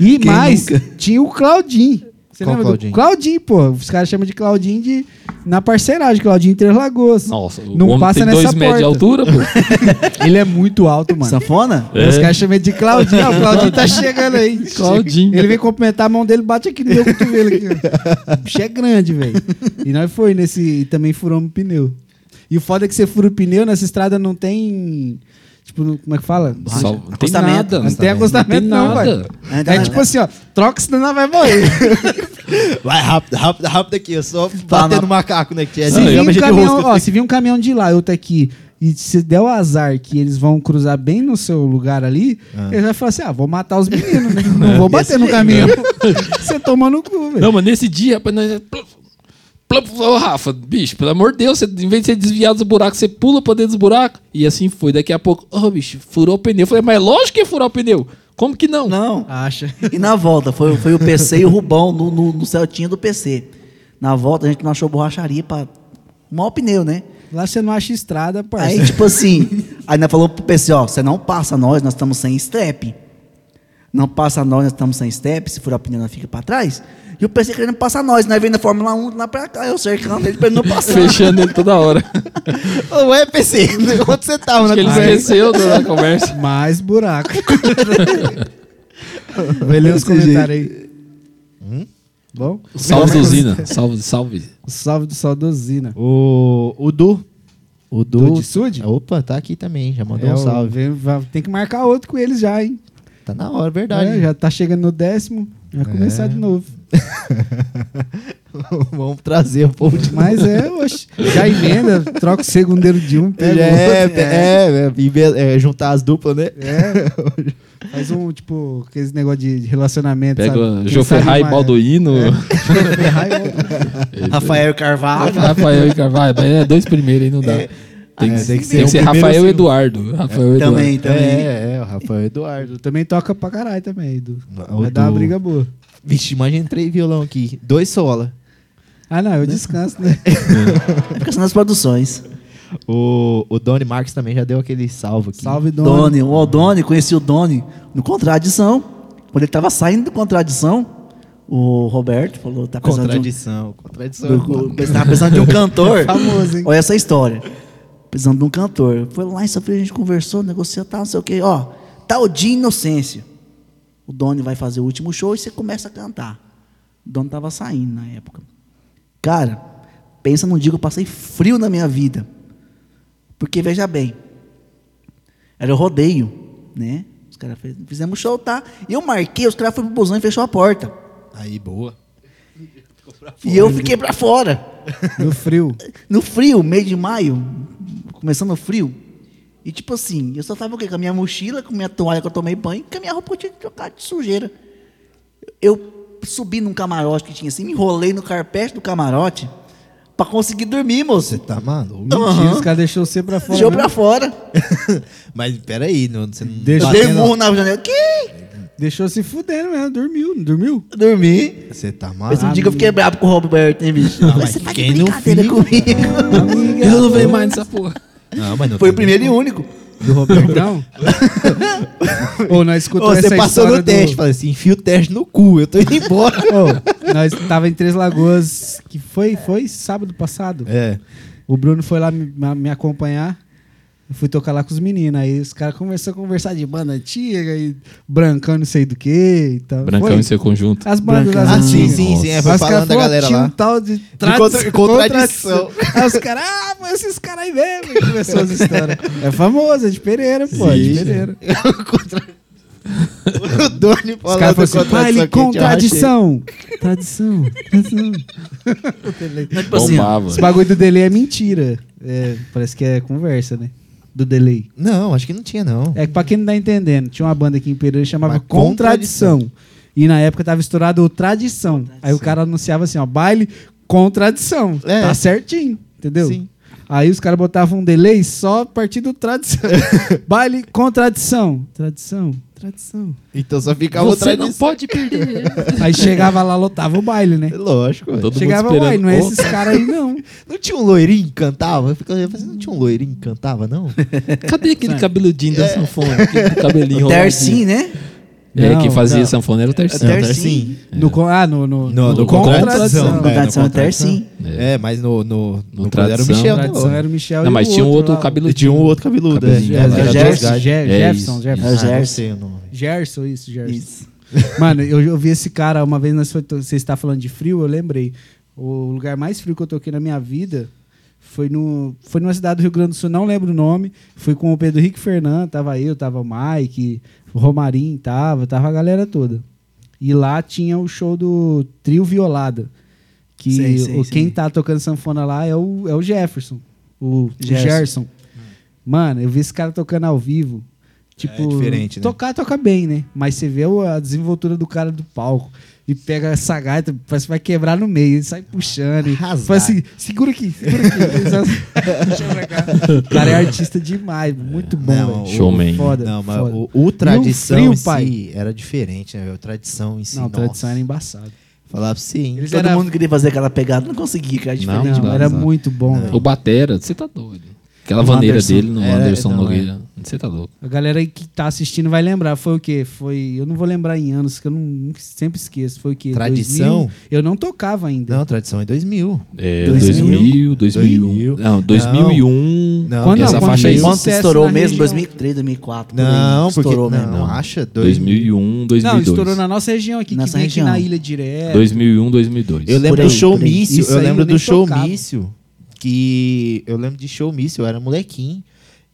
Speaker 1: E
Speaker 5: Quem
Speaker 1: mais,
Speaker 5: nunca?
Speaker 1: tinha o Claudinho. Você
Speaker 2: Qual
Speaker 1: lembra
Speaker 2: Claudinho?
Speaker 1: do Claudinho, pô? Os caras chamam de Claudinho de, na parceragem, Claudinho em Três Lagoas.
Speaker 3: Nossa, o
Speaker 1: Não
Speaker 3: homem
Speaker 1: passa
Speaker 3: tem
Speaker 1: nessa
Speaker 3: dois metros de
Speaker 1: porta.
Speaker 3: altura,
Speaker 1: (laughs)
Speaker 3: pô.
Speaker 1: Ele é muito alto, mano.
Speaker 5: Sanfona?
Speaker 1: Os caras chamam ele de Claudinho. Ó, o Claudinho (laughs) tá chegando aí.
Speaker 3: Claudinho.
Speaker 1: Ele vem cumprimentar a mão dele, bate aqui no meu cotovelo. Aqui. ó. O bicho é grande, velho. E nós foi nesse. E também furamos o pneu. E o foda é que você fura o pneu, nessa estrada não tem. Tipo, não- como é que fala?
Speaker 3: Só- não tem
Speaker 5: Acostamento.
Speaker 3: nada.
Speaker 1: Não tem acostamento, não, velho.
Speaker 5: Ainda
Speaker 1: É tipo assim, ó, troca, senão nós vai morrer.
Speaker 2: (laughs) Vai rápido, rápido, rápido aqui. Eu só bater no macaco, né? Que é
Speaker 1: se,
Speaker 2: de-
Speaker 1: vir
Speaker 2: chama
Speaker 1: um
Speaker 2: de
Speaker 1: caminhão,
Speaker 2: rosca.
Speaker 1: ó, se vir um caminhão de lá e outro aqui, e se der o azar que eles vão cruzar bem no seu lugar ali, eles vão falar assim: ah, vou matar os meninos, né? Não vou bater no caminhão. (laughs) Você toma no cu, velho.
Speaker 3: Não, mas nesse dia, rapaz, nós... pluf, pluf, Ô, Rafa, bicho, pelo amor de Deus, você, em vez de ser desviado dos buracos, você pula pra dentro dos buracos. E assim foi. Daqui a pouco, ô, bicho, furou o pneu. Eu falei, mas é lógico que ia furar o pneu. Como que não?
Speaker 5: Não.
Speaker 1: Acha.
Speaker 5: E na volta, foi, foi o PC e o Rubão no, no, no Celtinha do PC. Na volta, a gente não achou borracharia pra. Mó pneu, né?
Speaker 1: Lá você não acha estrada, parça.
Speaker 5: Aí, tipo assim, aí nós falou pro PC, ó, você não passa nós, nós estamos sem step. Não passa nós, nós estamos sem step, se furar o pneu, nós fica pra trás. E o PC querendo passar nós, nós vendo a Fórmula 1 lá pra cá, eu cercando ele pra ele
Speaker 3: (laughs)
Speaker 5: não passar.
Speaker 3: Fechando ele toda hora.
Speaker 2: Ué, PC, (laughs) onde você tava
Speaker 3: Acho
Speaker 2: na
Speaker 3: que ele
Speaker 2: conversa?
Speaker 3: esqueceu da da
Speaker 1: (laughs)
Speaker 3: conversa.
Speaker 1: Mais buraco. Vai ler os
Speaker 5: Desse
Speaker 1: comentários aí. Bom,
Speaker 3: Salve, usina. Salve, salve.
Speaker 1: salve do Saudosina.
Speaker 2: O, o Du. O Du.
Speaker 1: Du de Sud?
Speaker 2: Opa, tá aqui também. Já mandou
Speaker 1: É,
Speaker 2: um
Speaker 1: o-
Speaker 2: salve.
Speaker 1: vem- vai- Tem que marcar outro com eles já, hein?
Speaker 2: Tá na hora, verdade.
Speaker 1: É, já tá chegando no décimo. Vai começar de novo.
Speaker 2: (laughs) Vamos trazer o povo de
Speaker 1: Mas é, oxe. Já emenda, troca o segundeiro de um, pega
Speaker 2: É, (laughs) é,
Speaker 1: o outro.
Speaker 2: é, é, embe- é, juntar as duplas, né?
Speaker 1: É. Faz um, tipo, aqueles negócio de relacionamento.
Speaker 3: Pega
Speaker 1: sabe? Quem
Speaker 3: Joffrey
Speaker 1: sabe
Speaker 3: e
Speaker 1: mais-
Speaker 3: (laughs) Balduino.
Speaker 5: Rafael Carvalho.
Speaker 3: Rafael e Carvalho. mas É dois primeiros aí, não dá. Tem que,
Speaker 2: é,
Speaker 3: tem que ser, Rafael e Eduardo. Rafael e
Speaker 5: Também, também.
Speaker 2: É, é, o Rafael Eduardo.
Speaker 1: Também toca pra caralho também, Edu.
Speaker 2: O
Speaker 1: Vai dar uma
Speaker 2: Edu.
Speaker 1: briga boa.
Speaker 2: Vixe, imagina três violão aqui. Dois sola.
Speaker 1: Ah, não, eu descanso, né?
Speaker 5: É porque são nas produções.
Speaker 2: O, o Doni Marques também já deu aquele salvo aqui.
Speaker 1: Salve, Dona.
Speaker 5: Doni, o Aldoni, conheci o Doni no Contradição. Quando ele tava saindo do Contradição, o Roberto falou: tá precisando de um
Speaker 2: Contradição, contradição.
Speaker 5: Do- do- eu Tava precisando de
Speaker 1: (laughs)
Speaker 5: um cantor.
Speaker 1: É Famoso, hein?
Speaker 5: Olha essa história. Precisando de um cantor. Foi lá em São Paulo, a gente conversou, negociou, tal, não sei o quê. Ó, tal dia Inocência. O Doni vai fazer o último show e você começa a cantar. O Doni tava saindo na época. Cara, pensa num dia que eu passei frio na minha vida. Porque, veja bem, era o rodeio, né? Os caras fez- fizemos show, tá? E eu marquei, os caras foram pro busão e fechou a porta.
Speaker 2: Aí, boa.
Speaker 5: E eu fiquei pra fora.
Speaker 1: No frio.
Speaker 5: No frio, meio de maio, começando o frio. E tipo assim, eu só tava o quê? Com a minha mochila, com a minha toalha que eu tomei banho, com a minha roupa que eu tinha que trocar de sujeira. Eu subi num camarote que tinha assim, me enrolei no carpete do camarote pra conseguir dormir, moço.
Speaker 2: Você tá maluco?
Speaker 1: Mentira, os caras deixou você pra fora. né?
Speaker 5: Deixou
Speaker 1: mesmo.
Speaker 5: pra fora.
Speaker 2: (laughs) Mas peraí, não, você não. tá-
Speaker 1: Deixa-
Speaker 5: Eu
Speaker 1: Batendo
Speaker 5: dei um murro na janela. Que?
Speaker 1: Deixou se fudendo mesmo, dormiu, não dormiu.
Speaker 5: Dormi.
Speaker 2: Você tá
Speaker 5: Mas
Speaker 2: maluco.
Speaker 5: não diga que eu fiquei brabo com o Roberto, hein, bicho?
Speaker 2: mas
Speaker 5: Você tá de
Speaker 2: quem não
Speaker 5: brincadeira
Speaker 2: fica,
Speaker 5: comigo.
Speaker 1: Amiga.
Speaker 3: Eu não vejo mais nessa porra.
Speaker 2: Não, mas não
Speaker 5: Foi o
Speaker 2: tem-
Speaker 5: primeiro e único.
Speaker 1: Do Robertão? Ô, nós
Speaker 2: Ô,
Speaker 1: escutamos essa
Speaker 2: você passou
Speaker 1: história
Speaker 2: no teste,
Speaker 1: do...
Speaker 2: falei assim, enfia o teste no cu, eu tô
Speaker 1: (laughs)
Speaker 2: indo embora.
Speaker 1: Ô, nós tava em Três Lagoas, que foi, foi sábado passado.
Speaker 2: é.
Speaker 1: O Bruno foi lá me, ma- me acompanhar. Eu fui tocar lá com os meninos. Aí os caras começaram a conversar de banda antiga e brancão não sei do que e tal.
Speaker 3: Brancão
Speaker 1: Foi?
Speaker 3: em seu conjunto.
Speaker 1: As bandas das
Speaker 2: Ah, sim,
Speaker 1: antigas.
Speaker 2: sim, sim. É, foi
Speaker 1: Aí os caras
Speaker 2: falando da
Speaker 1: falaram,
Speaker 2: galera
Speaker 1: tinha um
Speaker 2: lá.
Speaker 1: tal de,
Speaker 2: contra- contradição.
Speaker 1: Aí os caras, ah, mas esses caras aí mesmo. E começou as
Speaker 2: (laughs)
Speaker 1: histórias. É famoso, é de Pereira, pô. é de
Speaker 3: Sim.
Speaker 1: Pereira.
Speaker 2: (laughs) O Doni
Speaker 1: Os
Speaker 2: falando
Speaker 1: caras
Speaker 2: do
Speaker 1: falaram assim, baile
Speaker 2: que eu já
Speaker 1: contradição. Tradição,
Speaker 2: (laughs)
Speaker 1: tradição.
Speaker 5: Mas, tipo assim,
Speaker 3: Bombava.
Speaker 1: Esse bagulho do delay é mentira. É, parece que é conversa, né? Do delay.
Speaker 2: achei. Não, acho que não tinha, não.
Speaker 1: É que pra quem não tá entendendo, tinha uma banda aqui em Pereira que chamava
Speaker 2: Uma
Speaker 1: Contradição.
Speaker 2: Contradição.
Speaker 1: E na época tava estourado o Tradição. Aí o cara anunciava assim, ó, baile Contradição.
Speaker 2: É.
Speaker 1: Tá certinho, entendeu?
Speaker 2: Sim.
Speaker 1: Aí os caras botavam um delay só a partir do Tradição. baile Contradição. Tradição, tradição.
Speaker 2: Então só ficava o
Speaker 3: Você não
Speaker 2: tradição.
Speaker 3: pode perder.
Speaker 1: Aí chegava lá, lotava o baile, né?
Speaker 2: Lógico. velho.
Speaker 3: Todo
Speaker 1: chegava
Speaker 3: mundo
Speaker 1: lá,
Speaker 3: esperando.
Speaker 1: não é
Speaker 3: Ô,
Speaker 1: esses caras aí não.
Speaker 2: Não tinha um loirinho que cantava? Eu ficava pensando, não tinha um loirinho que cantava, não?
Speaker 3: (laughs) Cadê aquele cabeludinho
Speaker 2: É.
Speaker 3: da sanfona? Aquele cabelinho
Speaker 5: o Tercinho, né?
Speaker 3: enroladinho? É,
Speaker 1: Não,
Speaker 3: quem fazia
Speaker 1: não. É,
Speaker 3: sanfona era É, o
Speaker 5: O
Speaker 3: Tercinho.
Speaker 5: Tercinho.
Speaker 1: No, con- ah, no, no,
Speaker 2: No- no Contradição.
Speaker 5: O
Speaker 2: É,
Speaker 5: Contradição é o
Speaker 2: no Contradição.
Speaker 5: Tercinho.
Speaker 2: É, mas no. No, no,
Speaker 3: No
Speaker 2: quando era o
Speaker 3: tradição.
Speaker 2: Michel,
Speaker 1: Contradição
Speaker 2: né?
Speaker 1: era o Michel e
Speaker 3: Não, mas
Speaker 1: é o
Speaker 3: tinha um outro
Speaker 1: lá, o-
Speaker 2: E
Speaker 3: cabeludinho.
Speaker 2: tinha um outro cabeludo. é.
Speaker 3: Cabeludinho,
Speaker 2: Era
Speaker 3: né?
Speaker 2: dois
Speaker 5: Gerson.
Speaker 2: gajos.
Speaker 1: Ge-
Speaker 3: É
Speaker 1: Jefferson,
Speaker 3: isso,
Speaker 1: Jefferson.
Speaker 5: É o
Speaker 2: Ah, não
Speaker 5: Gerson.
Speaker 2: sei o nome.
Speaker 1: Gerson, isso, Gerson.
Speaker 5: Isso.
Speaker 1: (laughs) Mano, eu, eu vi esse cara, uma vez nós foi to- você está falando de frio, eu lembrei. O lugar mais frio que eu toquei na minha vida foi, no, foi numa cidade do Rio Grande do Sul, não lembro o nome. Fui com o Pedro Henrique Fernando, tava eu, tava o Mike, o Romarim tava, tava a galera toda. E lá tinha o show do Trio Violada. Que
Speaker 5: Sei, sei,
Speaker 1: o,
Speaker 5: sei.
Speaker 1: quem tá tocando sanfona lá é o, é o Jefferson. O o Gerson.
Speaker 5: Gerson.
Speaker 1: Mano, eu vi esse cara tocando ao vivo.
Speaker 5: É
Speaker 1: Tipo,
Speaker 2: diferente, né?
Speaker 1: tocar, toca bem, né? Mas você vê o- a desenvoltura do cara do palco. E pega essa gaita, parece que vai quebrar no meio. Ele sai puxando. E
Speaker 2: Arrasar.
Speaker 1: fala assim, segura aqui, segura
Speaker 2: (laughs)
Speaker 1: aqui. Ele só- puxa pra cá. o cara é artista demais, muito bom,
Speaker 2: Não,
Speaker 1: velho.
Speaker 2: o-
Speaker 3: Showman.
Speaker 1: Foda,
Speaker 2: Não, mas
Speaker 1: foda.
Speaker 2: o, o tradição
Speaker 1: frio,
Speaker 2: em si
Speaker 1: pai.
Speaker 2: era diferente, né? velho? O tradição em si,
Speaker 1: Não, a
Speaker 2: nossa.
Speaker 1: tradição era embaçada.
Speaker 2: Falar pra você, hein?
Speaker 1: Eles
Speaker 5: Todo
Speaker 1: era-
Speaker 5: mundo queria fazer aquela pegada, não conseguia, cara. Tipo,
Speaker 3: Não,
Speaker 1: Não,
Speaker 3: não,
Speaker 1: era
Speaker 3: não.
Speaker 1: muito bom, velho.
Speaker 3: O Batera, você tá doido. Aquela
Speaker 1: No
Speaker 3: maneira
Speaker 1: Anderson. então, é.
Speaker 3: dele no
Speaker 2: Era,
Speaker 3: Anderson
Speaker 2: não,
Speaker 3: Nogueira. Você tá louco.
Speaker 1: A galera aí que tá assistindo vai lembrar. Foi o quê? Foi. Eu não vou lembrar em anos, que eu não, sempre esqueço. Foi o quê?
Speaker 2: Tradição?
Speaker 1: 2000? Eu não tocava ainda.
Speaker 2: Não, tradição é 2000.
Speaker 3: É,
Speaker 1: 2000,
Speaker 3: 2000, 2001. Não, 2001.
Speaker 2: Não,
Speaker 1: Quando-
Speaker 2: não,
Speaker 3: essa
Speaker 1: quando
Speaker 3: faixa aí.
Speaker 1: fez
Speaker 5: Quanto
Speaker 1: sucesso
Speaker 5: estourou
Speaker 1: na
Speaker 5: mesmo?
Speaker 1: região.
Speaker 5: 2003, 2004. por aí.
Speaker 2: porque
Speaker 5: um, estourou
Speaker 2: não,
Speaker 5: mesmo.
Speaker 2: não acha?
Speaker 3: 2001,
Speaker 1: Não,
Speaker 3: 2002.
Speaker 1: estourou na nossa região aqui,
Speaker 5: Nossa
Speaker 1: que vem
Speaker 5: região.
Speaker 1: aqui na ilha direto.
Speaker 3: 2001, 2002.
Speaker 2: Eu lembro do
Speaker 5: aí, por aí.
Speaker 2: showmício,
Speaker 1: Isso
Speaker 2: eu
Speaker 1: aí eu
Speaker 2: lembro
Speaker 1: nem
Speaker 2: do
Speaker 1: tocava.
Speaker 2: showmício que eu lembro de showmício, eu era molequinho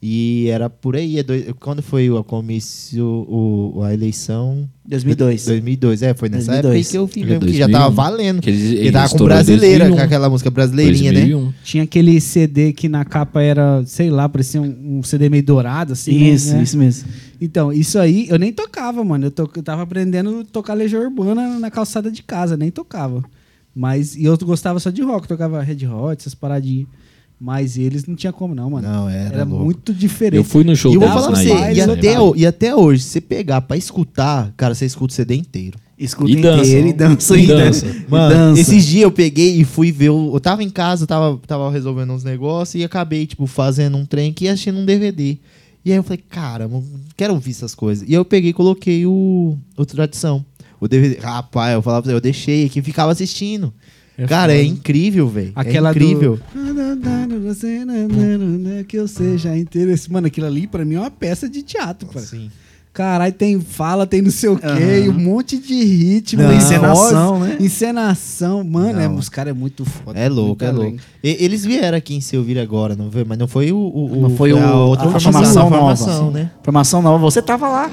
Speaker 2: e era por aí, é dois- quando foi o comício, o, a eleição
Speaker 5: 2002.
Speaker 2: 2002, é, foi nessa
Speaker 5: 2002.
Speaker 2: época aí que eu vi mesmo que já
Speaker 3: 2001.
Speaker 2: tava valendo.
Speaker 3: Que eles-
Speaker 2: Que
Speaker 3: eles
Speaker 2: tava com
Speaker 3: estouraram em
Speaker 2: brasileira,
Speaker 3: 2001.
Speaker 2: com aquela música brasileirinha, né?
Speaker 3: 2001.
Speaker 1: Tinha aquele CD que na capa era, sei lá, parecia um, um CD meio dourado, assim. né?
Speaker 5: Isso,
Speaker 1: né?
Speaker 5: isso mesmo.
Speaker 1: Então, isso aí, eu nem tocava, mano. Eu, to- eu tava aprendendo a tocar Legião Urbana na calçada de casa, nem tocava. Mas e eu gostava só de rock, tocava Red Hot, essas paradinhas. Mas eles não tinha como
Speaker 3: um.
Speaker 1: não, mano.
Speaker 2: Não, era louco.
Speaker 1: muito diferente.
Speaker 3: Eu fui no show
Speaker 2: E eu vou
Speaker 1: Dava
Speaker 3: deles
Speaker 2: falar pra
Speaker 1: pra
Speaker 2: você,
Speaker 1: ir,
Speaker 3: na
Speaker 2: e
Speaker 1: né,
Speaker 3: Ilha,
Speaker 2: até,
Speaker 3: né?
Speaker 2: o- e até hoje, se pegar pra escutar, cara, você escuta o CD inteiro.
Speaker 5: Escuta
Speaker 3: E dança.
Speaker 5: inteiro e dança
Speaker 3: E
Speaker 5: ainda.
Speaker 3: dança.
Speaker 5: E
Speaker 2: Mano,
Speaker 5: dança.
Speaker 2: esses dias eu peguei e fui ver. o- eu tava em casa, tava, tava resolvendo uns negócios e acabei, tipo, fazendo um trem aqui e assistindo um DVD. E aí eu falei, cara, não quero ouvir essas coisas. E eu peguei e coloquei o, o Tradição. O DVD. Rapaz, eu falava pra você, eu deixei aqui e ficava assistindo. cara, é incrível, velho.
Speaker 1: Aquela
Speaker 2: é incrível.
Speaker 1: do... Que eu seja inteiro. Esse- Mano, aquilo ali pra mim é uma peça de teatro, cara.
Speaker 2: Assim.
Speaker 1: Caralho, tem fala, tem não sei o quê,
Speaker 5: Aham.
Speaker 1: e um monte de ritmo,
Speaker 5: Não,
Speaker 1: e
Speaker 5: encenação, né?
Speaker 1: Encenação, mano, é,
Speaker 2: Não.
Speaker 1: os caras é muito foda.
Speaker 2: É louco, é
Speaker 1: muito
Speaker 2: louco. E- eles vieram aqui em Seuvira agora, não foi? Mas não foi o. o-
Speaker 5: Não foi o-
Speaker 2: a outra
Speaker 5: a
Speaker 2: formação,
Speaker 5: formação
Speaker 2: a
Speaker 5: nova.
Speaker 2: formação, né?
Speaker 5: Formação nova, você tava lá.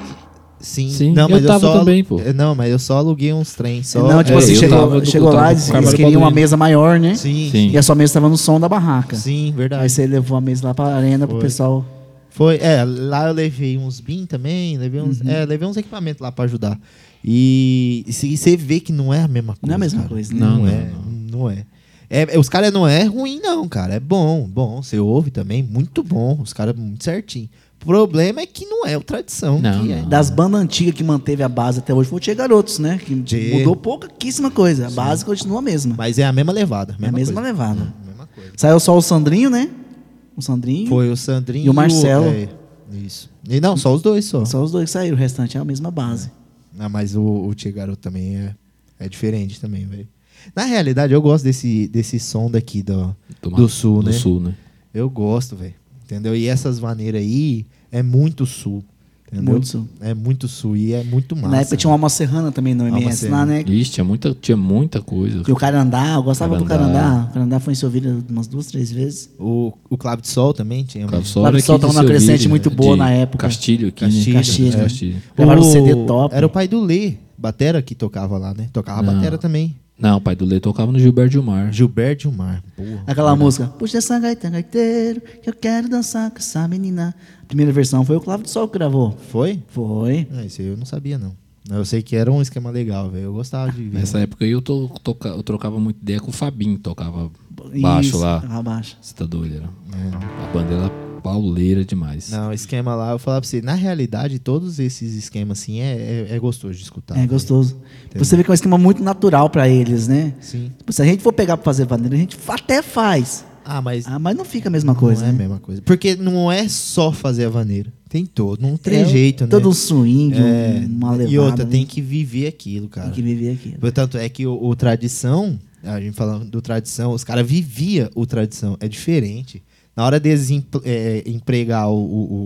Speaker 2: Sim,
Speaker 3: Sim,
Speaker 2: não,
Speaker 3: eu
Speaker 2: mas eu,
Speaker 3: tava
Speaker 2: só alu-
Speaker 3: também, pô.
Speaker 2: eh, Não, mas eu só aluguei uns trens. Só...
Speaker 5: não, tipo
Speaker 3: é,
Speaker 5: assim,
Speaker 3: eu
Speaker 5: chegou,
Speaker 3: tava do-
Speaker 5: chegou lá
Speaker 3: tava
Speaker 5: e
Speaker 3: com
Speaker 5: disse
Speaker 3: o Carvalho
Speaker 5: eles queriam uma
Speaker 3: Balduino.
Speaker 5: mesa maior, né?
Speaker 2: Sim, sim,
Speaker 3: Sim.
Speaker 5: E a sua mesa tava no som da barraca. Aí
Speaker 2: verdade.
Speaker 5: você levou a mesa lá pra arena pro
Speaker 2: Foi.
Speaker 5: pessoal.
Speaker 2: Foi, é, lá eu levei uns BIM também, levei uns,
Speaker 5: Uhum.
Speaker 2: é, levei uns equipamentos lá pra ajudar. E e se- você vê que não é a mesma coisa.
Speaker 5: Não é a mesma
Speaker 2: cara.
Speaker 5: coisa, né?
Speaker 2: Não,
Speaker 3: Não,
Speaker 2: é,
Speaker 3: não,
Speaker 2: não, é. É, é, Os caras não é ruim, não, cara. É bom, bom. Você ouve também, muito bom. Os caras muito certinho. O problema é que não é o tradição.
Speaker 3: Não,
Speaker 2: que é.
Speaker 3: não.
Speaker 5: Das bandas antigas que manteve a base até hoje foi o Tia Garotos, né? Que
Speaker 2: Tchê.
Speaker 5: mudou pouquíssima coisa. A base continua a mesma.
Speaker 2: Mas é a mesma levada.
Speaker 5: é a mesma
Speaker 2: coisa.
Speaker 5: levada.
Speaker 2: Mesma coisa.
Speaker 5: Saiu só o Sandrinho, né? O Sandrinho.
Speaker 2: Foi o Sandrinho
Speaker 5: E o Marcelo.
Speaker 2: é, isso. E não, só os dois só.
Speaker 5: Só os dois que saíram, o restante é a mesma base.
Speaker 2: Ah, mas o, o Tia Garoto também é, é diferente também, velho. Na realidade, eu gosto desse, desse som daqui do,
Speaker 3: Tomar-
Speaker 2: do sul, né?
Speaker 3: Do sul, né?
Speaker 2: Eu gosto, velho. Entendeu? E essas maneiras aí é muito sul. Entendeu?
Speaker 5: Muito sul.
Speaker 2: É muito sul e é muito massa.
Speaker 5: Na época tinha uma Alma Serrana também no
Speaker 2: Alma
Speaker 5: MS lá,
Speaker 2: Serrana.
Speaker 5: né?
Speaker 3: Ixi, tinha muita, tinha muita coisa.
Speaker 5: E o Carandá, eu gostava do
Speaker 3: Carandá.
Speaker 5: Carandá. O Carandá foi em Sevilha umas duas, três vezes.
Speaker 2: O, o Clave de Sol também tinha.
Speaker 3: Cara,
Speaker 2: um-
Speaker 3: só
Speaker 5: Lá
Speaker 3: era
Speaker 5: do Sol
Speaker 3: aqui de
Speaker 5: tava numa
Speaker 3: Sevilha,
Speaker 5: crescente muito
Speaker 3: de
Speaker 5: boa na época.
Speaker 3: Castilho aqui,
Speaker 2: Castilho,
Speaker 3: né?
Speaker 5: Castilho, né?
Speaker 3: Castilho.
Speaker 5: Levaram o CD top.
Speaker 2: Era o pai do Lê, Batera, que tocava lá, né? Tocava
Speaker 3: Não.
Speaker 2: Batera também.
Speaker 3: Não, o pai do Lê tocava no Gilberto Gilmar.
Speaker 2: Gilberto Gilmar. Porra.
Speaker 5: Aquela música, puxa essa gaita gaiteiro, que eu quero dançar com essa menina. A primeira versão foi o Clavo do Sol que gravou.
Speaker 2: Foi?
Speaker 5: Foi.
Speaker 2: Ah, isso aí eu não sabia, não. Eu sei que era um esquema legal, velho. Eu gostava de
Speaker 5: (laughs)
Speaker 2: ver.
Speaker 3: Nessa época aí eu, to, toca, eu trocava muito ideia com o Fabinho, tocava baixo
Speaker 5: Isso,
Speaker 3: lá.
Speaker 5: tava Baixo.
Speaker 3: Você tá doido, era. A banda era pauleira demais.
Speaker 2: Não, esquema lá, eu falava pra você, na realidade, todos esses esquemas, assim, é, é, é gostoso de escutar.
Speaker 5: é
Speaker 2: né?
Speaker 5: gostoso. Você vê que é um esquema muito natural pra eles, né?
Speaker 2: Sim.
Speaker 5: Tipo, Se a gente for pegar pra fazer vaneira, a gente fa- até faz.
Speaker 2: Ah, mas
Speaker 5: Ah, mas não fica a mesma
Speaker 2: não
Speaker 5: coisa,
Speaker 2: é a
Speaker 5: né?
Speaker 2: mesma coisa. Porque não é só fazer a vaneira. Tem todo um
Speaker 5: É
Speaker 2: trejeito, né? É.
Speaker 5: Todo um swing, um- uma levada.
Speaker 2: E outra,
Speaker 5: né?
Speaker 2: tem que viver aquilo,
Speaker 5: Tem
Speaker 2: cara.
Speaker 5: que viver aqui.
Speaker 2: Portanto, é que o, o tradição, a gente falando do tradição, os caras viviam o tradição, é diferente. Na hora deles em- é, empregar, o, o-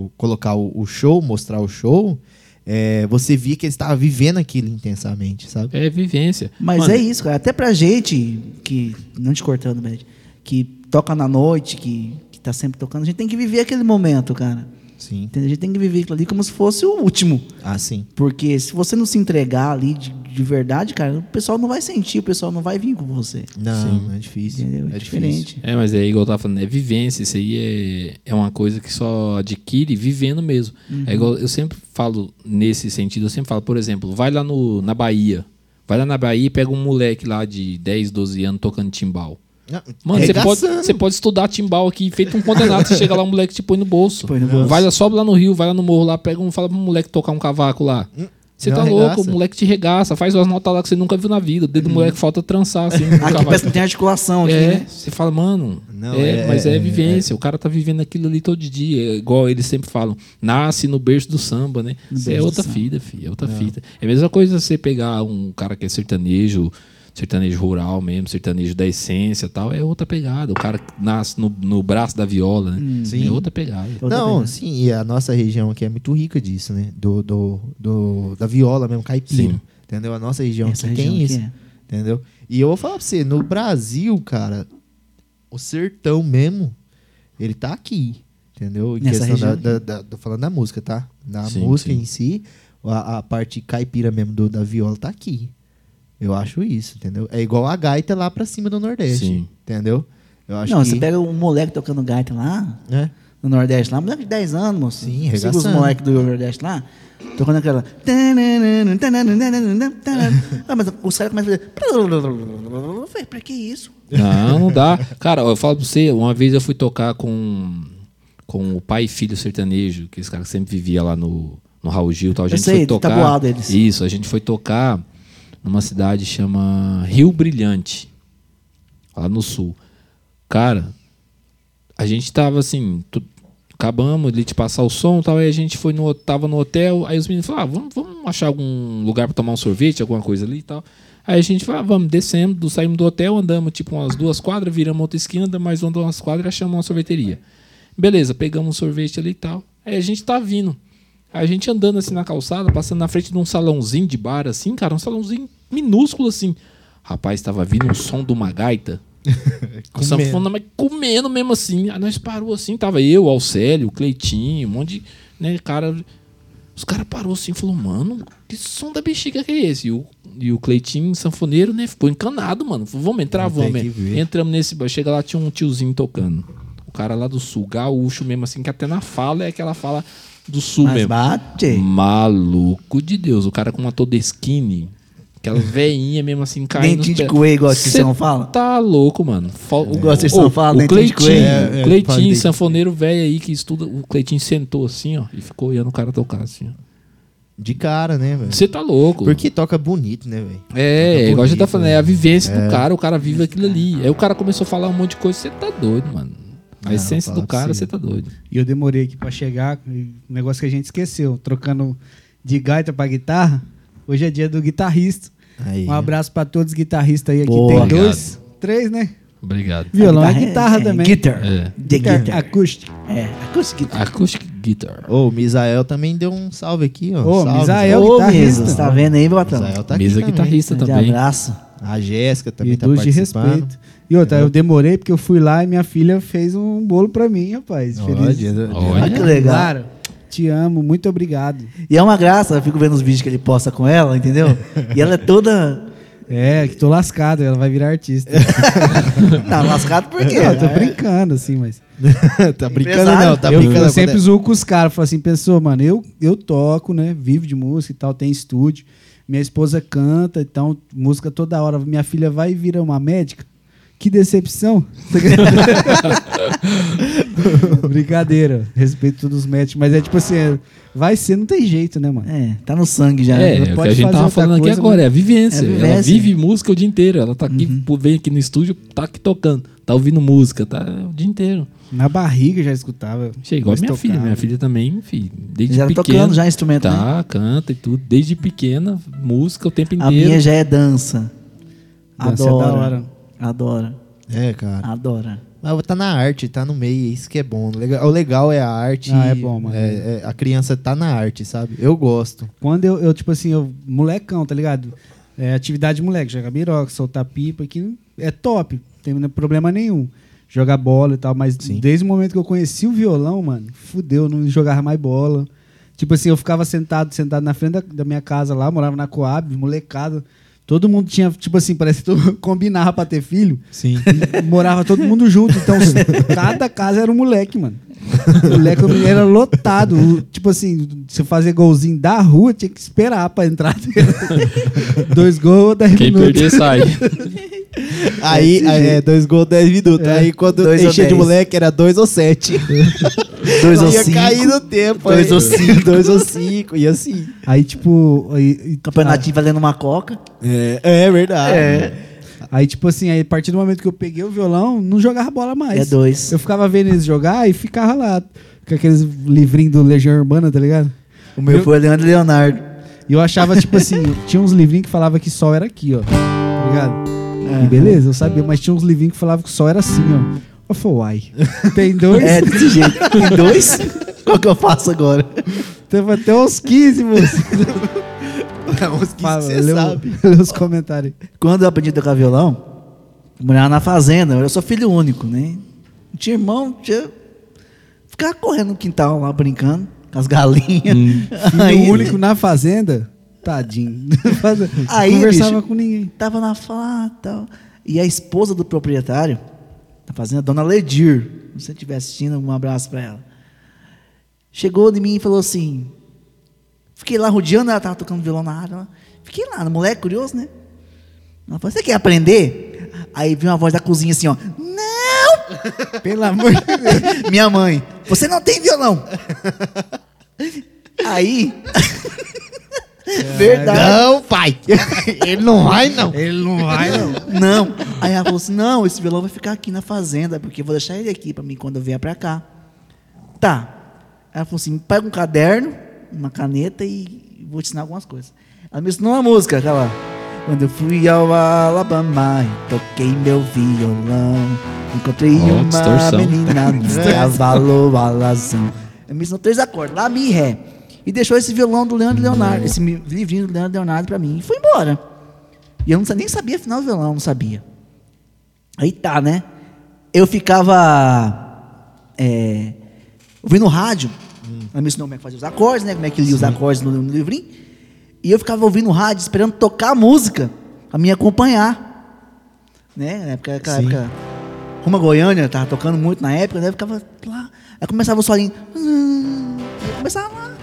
Speaker 2: o- colocar o, o show, mostrar o show, é, você via que eles estavam vivendo aquilo intensamente, sabe?
Speaker 3: É vivência.
Speaker 5: Mas
Speaker 3: Mano,
Speaker 5: é isso, cara. Até pra gente, que. Não te cortando, Beth, que toca na noite, que, que tá sempre tocando, a gente tem que viver aquele momento, cara.
Speaker 2: Sim.
Speaker 5: Entendeu? A gente tem que viver aquilo ali como se fosse o último.
Speaker 2: Ah, sim.
Speaker 5: Porque se você não se entregar ali de, de verdade, cara, o pessoal não vai sentir, o pessoal não vai vir com você.
Speaker 2: Não, não é difícil.
Speaker 5: Entendeu? É,
Speaker 2: É, difícil.
Speaker 5: diferente.
Speaker 3: É, mas é igual eu tava falando, é vivência. Isso aí é, é uma coisa que só adquire vivendo mesmo.
Speaker 5: Uhum.
Speaker 3: É igual, eu sempre falo nesse sentido, eu sempre falo, por exemplo, vai lá no, na Bahia. Vai lá na Bahia e pega um moleque lá de 10, 12 anos tocando timbal.
Speaker 2: Não,
Speaker 3: Mano,
Speaker 2: é
Speaker 3: você pode,
Speaker 2: engraçando.
Speaker 3: você pode estudar timbal aqui, feito um condenado, você chega lá, o moleque te põe no bolso.
Speaker 5: Põe no bolso.
Speaker 3: Vai lá, sobe lá no rio, vai lá no morro lá, pega um, fala pro moleque tocar um cavaco lá. Você
Speaker 2: não
Speaker 3: tá
Speaker 2: arregaça.
Speaker 3: louco, o moleque te regaça, faz umas notas lá que você nunca viu na vida. O dedo do moleque falta trançar, assim. no
Speaker 5: Uhum. Aqui
Speaker 3: cavaco.
Speaker 5: parece que não tem articulação aqui,
Speaker 3: É,
Speaker 5: né?
Speaker 3: você fala, mano,
Speaker 2: Não,
Speaker 3: é,
Speaker 2: é-
Speaker 3: mas é,
Speaker 2: é-
Speaker 3: vivência. O cara tá vivendo aquilo ali todo dia, é igual eles sempre falam. Nasce no berço do samba, né? Isso é
Speaker 5: berço do
Speaker 3: outra
Speaker 5: samba.
Speaker 3: fita, filho, é outra fita. É a mesma coisa você pegar um cara que é sertanejo, sertanejo rural mesmo, sertanejo da essência e tal, é outra pegada. O cara que nasce no, no braço da viola, né?
Speaker 2: Sim.
Speaker 3: É outra pegada.
Speaker 5: Outra
Speaker 2: não,
Speaker 5: pegada.
Speaker 2: sim, e a nossa região aqui é muito rica disso, né? Do, do, do- da viola mesmo, caipira.
Speaker 3: Sim.
Speaker 2: Entendeu? A nossa região
Speaker 5: Essa
Speaker 2: aqui tem
Speaker 5: região
Speaker 2: isso.
Speaker 5: aqui é.
Speaker 2: Entendeu? E eu vou falar pra você, no Brasil, cara, o sertão mesmo, ele tá aqui. Entendeu? Em
Speaker 5: Nessa
Speaker 2: questão da, da-
Speaker 5: região
Speaker 2: da- tô falando da música, tá? Da
Speaker 3: Sim,
Speaker 2: música
Speaker 3: sim.
Speaker 2: em si, a, a parte caipira mesmo do, da viola tá aqui. Eu acho isso, entendeu? É igual a gaita lá pra cima do Nordeste.
Speaker 3: Sim.
Speaker 2: Entendeu? Eu acho
Speaker 5: Não,
Speaker 2: que. é
Speaker 5: você pega um moleque tocando gaita lá,
Speaker 2: né?
Speaker 5: no Nordeste lá. Moleque de 10 anos, moço.
Speaker 2: Sim,
Speaker 5: Siga os
Speaker 2: regaçando.
Speaker 5: moleques do Nordeste lá. Tocando aquela. Ah, mas os caras começam a fazer. Eu falei, pra que isso?
Speaker 3: Não, não dá. Cara, ó, eu falo pra você, uma vez eu fui tocar com, com o pai e filho sertanejo, que esse cara que sempre vivia lá no, no Raul Gil e tal. A
Speaker 5: Eu
Speaker 3: gente
Speaker 5: sei,
Speaker 3: foi tocar.
Speaker 5: Taboada eles.
Speaker 3: Isso, a gente foi tocar numa cidade que chama Rio Brilhante, lá no sul. Cara, a gente tava assim, tu- acabamos de te passar o som e tal, aí a gente foi no, tava no hotel, aí os meninos falaram, ah, vamos, vamos achar algum lugar pra tomar um sorvete, alguma coisa ali e tal. Aí a gente falou, ah, vamos, descemos, do- saímos do hotel, andamos tipo umas duas quadras, viramos outra esquina, andamos mais uma, duas quadras, achamos uma sorveteria. Beleza, pegamos um sorvete ali e tal. Aí a gente tá vindo. A gente andando assim na calçada, passando na frente de um salãozinho de bar, assim, cara, um salãozinho minúsculo assim. Rapaz, tava vindo um som de uma gaita. Com sanfona, mas comendo mesmo assim. Aí nós parou assim, tava eu, o Alcélio, o Cleitinho, um monte de né, cara. Os caras parou assim e falou, mano, que som da bexiga que é esse? E o, e o Cleitinho, sanfoneiro, né, ficou encanado, mano. Falou, vamos entrar,
Speaker 2: Tem
Speaker 3: vamos.
Speaker 2: que ver.
Speaker 3: Entramos nesse bar. Chega lá, tinha um tiozinho tocando. O cara lá do sul, gaúcho mesmo, assim, que até na fala é aquela fala do sul
Speaker 5: Mas
Speaker 3: Hum, mesmo. Hum.
Speaker 5: bate.
Speaker 3: Maluco de Deus. O cara com uma Todeskine. Aquela veinha mesmo assim, caindo.
Speaker 5: Dentinho
Speaker 3: nos
Speaker 5: de
Speaker 3: pé.
Speaker 5: coelho, igual que
Speaker 3: Cê
Speaker 5: você não fala?
Speaker 3: Tá louco, mano. Fal- O,
Speaker 5: Igual vocês
Speaker 3: o-
Speaker 5: tão falando,
Speaker 3: o
Speaker 5: dentinho de
Speaker 3: Cleitinho,
Speaker 5: coelho.
Speaker 2: É, é, fala
Speaker 3: Cleitinho,
Speaker 2: dente.
Speaker 3: sanfoneiro velho aí que estuda. O Cleitinho sentou assim, ó, e ficou olhando o cara tocar assim. ó.
Speaker 2: De cara, né, velho?
Speaker 3: Você tá louco.
Speaker 2: Porque toca bonito, né, velho?
Speaker 3: É,
Speaker 2: Tá
Speaker 3: igual a gente tá
Speaker 2: bonito,
Speaker 3: falando, é
Speaker 2: né?
Speaker 3: a vivência do cara, o cara vive aquilo ali. Aí o cara começou a falar um monte de coisa, você tá doido, mano. A
Speaker 2: Ah,
Speaker 3: essência
Speaker 2: fala
Speaker 3: do
Speaker 2: pra
Speaker 3: cara,
Speaker 2: você.
Speaker 3: você tá doido.
Speaker 1: E eu demorei aqui pra chegar, e um negócio que a gente esqueceu, trocando de gaita pra guitarra. Hoje é dia do guitarrista.
Speaker 2: Aí.
Speaker 1: Um abraço pra todos os guitarristas aí. Aqui
Speaker 5: Boa.
Speaker 1: tem
Speaker 3: Obrigado.
Speaker 1: dois, três, né?
Speaker 3: Obrigado.
Speaker 1: Violão
Speaker 5: A
Speaker 1: e guitarra
Speaker 5: é- é
Speaker 1: também.
Speaker 5: Guitar.
Speaker 3: É.
Speaker 5: The guitar.
Speaker 1: acústica.
Speaker 5: É, acústica guitar.
Speaker 3: Acoustic Guitar.
Speaker 2: Ô, o Misael também deu um salve aqui, ó.
Speaker 1: Ô,
Speaker 2: salve,
Speaker 1: Misael. então.
Speaker 2: Misael.
Speaker 5: Ô,
Speaker 1: guitarrista.
Speaker 5: Miso, tá né? vendo aí, meu patrão?
Speaker 2: Misael tá aqui
Speaker 3: Mesa
Speaker 2: também.
Speaker 3: guitarrista
Speaker 5: Grande
Speaker 3: também.
Speaker 5: abraço.
Speaker 2: A Jéssica também
Speaker 1: E
Speaker 2: tá
Speaker 1: dos de
Speaker 2: participando.
Speaker 1: respeito. E outra, eu demorei porque eu fui lá e minha filha fez um bolo pra mim, rapaz.
Speaker 2: Ó,
Speaker 1: Feliz.
Speaker 2: dia do-
Speaker 3: Olha.
Speaker 5: Olha que legal.
Speaker 1: Claro. Te amo, muito obrigado.
Speaker 5: E é uma graça, eu fico vendo os vídeos que ele posta com ela, entendeu? E ela é toda.
Speaker 1: É, que tô lascado, ela vai virar artista.
Speaker 5: Não, lascado tá por quê?
Speaker 1: Não, (laughs)
Speaker 3: É.
Speaker 1: eu tô brincando, assim, mas.
Speaker 2: (laughs) tá brincando
Speaker 5: Empresário.
Speaker 2: não, tá
Speaker 1: eu,
Speaker 2: brincando.
Speaker 1: eu sempre zoo com os caras, falo assim, pensou, mano, eu, eu toco, né? Vivo de música e tal, tem estúdio. Minha esposa canta, então, música toda hora. Minha filha vai e vira uma médica. Que decepção. (laughs) Brincadeira. Respeito todos os médicos. Mas é tipo assim, é, vai ser, não tem jeito, né, mano?
Speaker 5: É, tá no sangue já.
Speaker 3: É,
Speaker 1: Ela
Speaker 3: é o
Speaker 5: né?
Speaker 3: que
Speaker 1: pode
Speaker 3: a gente
Speaker 1: fazer
Speaker 3: tava
Speaker 1: outra
Speaker 3: falando aqui
Speaker 1: coisa,
Speaker 3: agora,
Speaker 1: mas-
Speaker 3: é a vivência.
Speaker 5: É a
Speaker 3: Ela
Speaker 5: vivência. Uhum.
Speaker 3: vive música o dia inteiro. Ela tá aqui, pô, vem aqui no estúdio, tá aqui tocando, tá ouvindo música, tá o dia inteiro.
Speaker 1: Na barriga já escutava.
Speaker 3: Achei é igual
Speaker 1: Mas
Speaker 3: minha
Speaker 1: tocava.
Speaker 3: filha. Minha filha também, filho, desde
Speaker 5: já tá
Speaker 3: pequena.
Speaker 5: tocando já instrumento, né?
Speaker 3: Tá, canta e tudo. Desde pequena, música o tempo
Speaker 5: A
Speaker 3: inteiro.
Speaker 5: minha já é dança.
Speaker 1: Dança é
Speaker 5: Adora.
Speaker 1: da hora.
Speaker 5: Adora.
Speaker 2: É, cara.
Speaker 5: Adora.
Speaker 2: Mas tá na arte, tá no meio, isso que é bom. Legal- O legal é a arte.
Speaker 1: Ah, é bom, mano.
Speaker 2: é- é- a criança tá na arte, sabe? Eu gosto.
Speaker 1: (laughs) Quando eu, eu, tipo assim, eu, molecão, tá ligado? É, atividade moleque, jogar biroca, soltar pipa, que é top, não tem problema nenhum. Jogar bola e tal, mas desde o momento que eu conheci o violão, mano, fudeu, não jogava mais bola. Tipo assim, eu ficava sentado, sentado na frente da, da minha casa lá, morava na Coab, molecada. Todo mundo tinha, tipo assim, (laughs) parece que todo mundo combinava pra ter filho.
Speaker 2: Sim.
Speaker 1: (laughs) Morava todo mundo junto, então cada casa era um moleque, mano. O moleque era lotado. O- Tipo assim, se eu fazer golzinho da rua, tinha que esperar pra entrar. (laughs) Dois gols,
Speaker 5: é
Speaker 1: dez
Speaker 3: Quem
Speaker 1: minutos.
Speaker 3: perder
Speaker 5: (laughs)
Speaker 3: sai.
Speaker 2: Aí, aí, é, dois gols, dez minutos.
Speaker 1: É.
Speaker 2: Aí quando
Speaker 5: Dois ou
Speaker 2: enchia de
Speaker 5: dez.
Speaker 2: moleque, era dois ou sete. (laughs)
Speaker 5: Dois ou
Speaker 2: ia
Speaker 5: cinco.
Speaker 2: cair no tempo.
Speaker 5: Dois
Speaker 2: aí.
Speaker 5: ou
Speaker 2: (laughs)
Speaker 5: cinco.
Speaker 2: dois ou cinco. E assim.
Speaker 1: Aí, tipo. Aí, e-
Speaker 5: Campeonatinho valendo uma coca.
Speaker 2: É, é verdade. (laughs)
Speaker 1: aí, tipo assim, aí, a partir do momento que eu peguei o violão, não jogava bola mais.
Speaker 5: É dois.
Speaker 1: Eu ficava vendo eles jogar e ficava lá. Com aqueles livrinhos do Legião Urbana, tá ligado?
Speaker 5: O meu foi o Leandro e Leonardo.
Speaker 1: E eu achava, tipo assim, tinha uns livrinhos que falava que sol era aqui, ó. Tá ligado?
Speaker 5: É.
Speaker 1: E beleza, eu sabia, mas tinha uns livrinhos que falavam que sol era assim, ó. Eu falei, uai. Tem dois.
Speaker 5: (laughs) É, desse jeito. Tem dois? Qual que eu faço agora?
Speaker 1: Teve até uns 15,
Speaker 5: (laughs)
Speaker 1: moço.
Speaker 2: É uns que
Speaker 1: Fala,
Speaker 2: você
Speaker 1: lê o- (laughs)
Speaker 2: sabe.
Speaker 1: lê os comentários.
Speaker 5: Quando eu aprendi a tocar violão, eu morava na fazenda, eu sou filho único, né? Não tinha irmão, não tinha. Ficava correndo no quintal lá brincando com as galinhas.
Speaker 1: Filho único na fazenda, tadinho.
Speaker 5: Aí,
Speaker 1: Conversava
Speaker 5: bicho.
Speaker 1: com ninguém.
Speaker 5: Tava na fala ah, tal. E a esposa do proprietário da fazenda, dona Ledir, se você estiver assistindo, um abraço pra ela. Chegou de mim e falou assim. Fiquei lá rodeando, ela tava tocando violão na área. lá. Fiquei lá, moleque curioso, né? Ela falou, você quer aprender? Aí veio uma voz da cozinha assim, ó. Não!
Speaker 1: Pelo amor de Deus.
Speaker 5: Minha mãe, você não tem violão. Aí. (laughs)
Speaker 2: né?
Speaker 5: Verdade.
Speaker 2: Não, pai. (laughs) Ele não vai, não.
Speaker 1: Ele não vai, não.
Speaker 5: Não. Aí ela falou assim: não, esse violão vai ficar aqui na fazenda, porque eu vou deixar ele aqui pra mim quando eu vier pra cá. Tá. Ela falou assim: pega um caderno, uma caneta e vou te ensinar algumas coisas. Ela me ensinou uma música, aquela. Quando eu fui ao Alabama e toquei meu violão, encontrei
Speaker 3: Ó,
Speaker 5: uma
Speaker 3: distorção. (laughs)
Speaker 5: menina, descavalou a lazão. Ela me ensinou três acordes, lá, mi, ré. E deixou esse violão do Leandro Leonardo, esse mi- livrinho do Leandro Leonardo pra mim e foi embora. E eu não sa- nem sabia afinal o violão, não sabia. Aí tá, né? Eu ficava é, ouvindo rádio. Ela me ensinou como é que fazia os acordes, né? Como é que lia os acordes no, no livrinho. E eu ficava ouvindo rádio, esperando tocar a música pra me acompanhar. Né? Na época, aquela
Speaker 2: Sim.
Speaker 5: época. Roma Goiânia tava tocando muito na época, né? Eu ficava lá. Aí começava o solinho. Aí eu começava lá.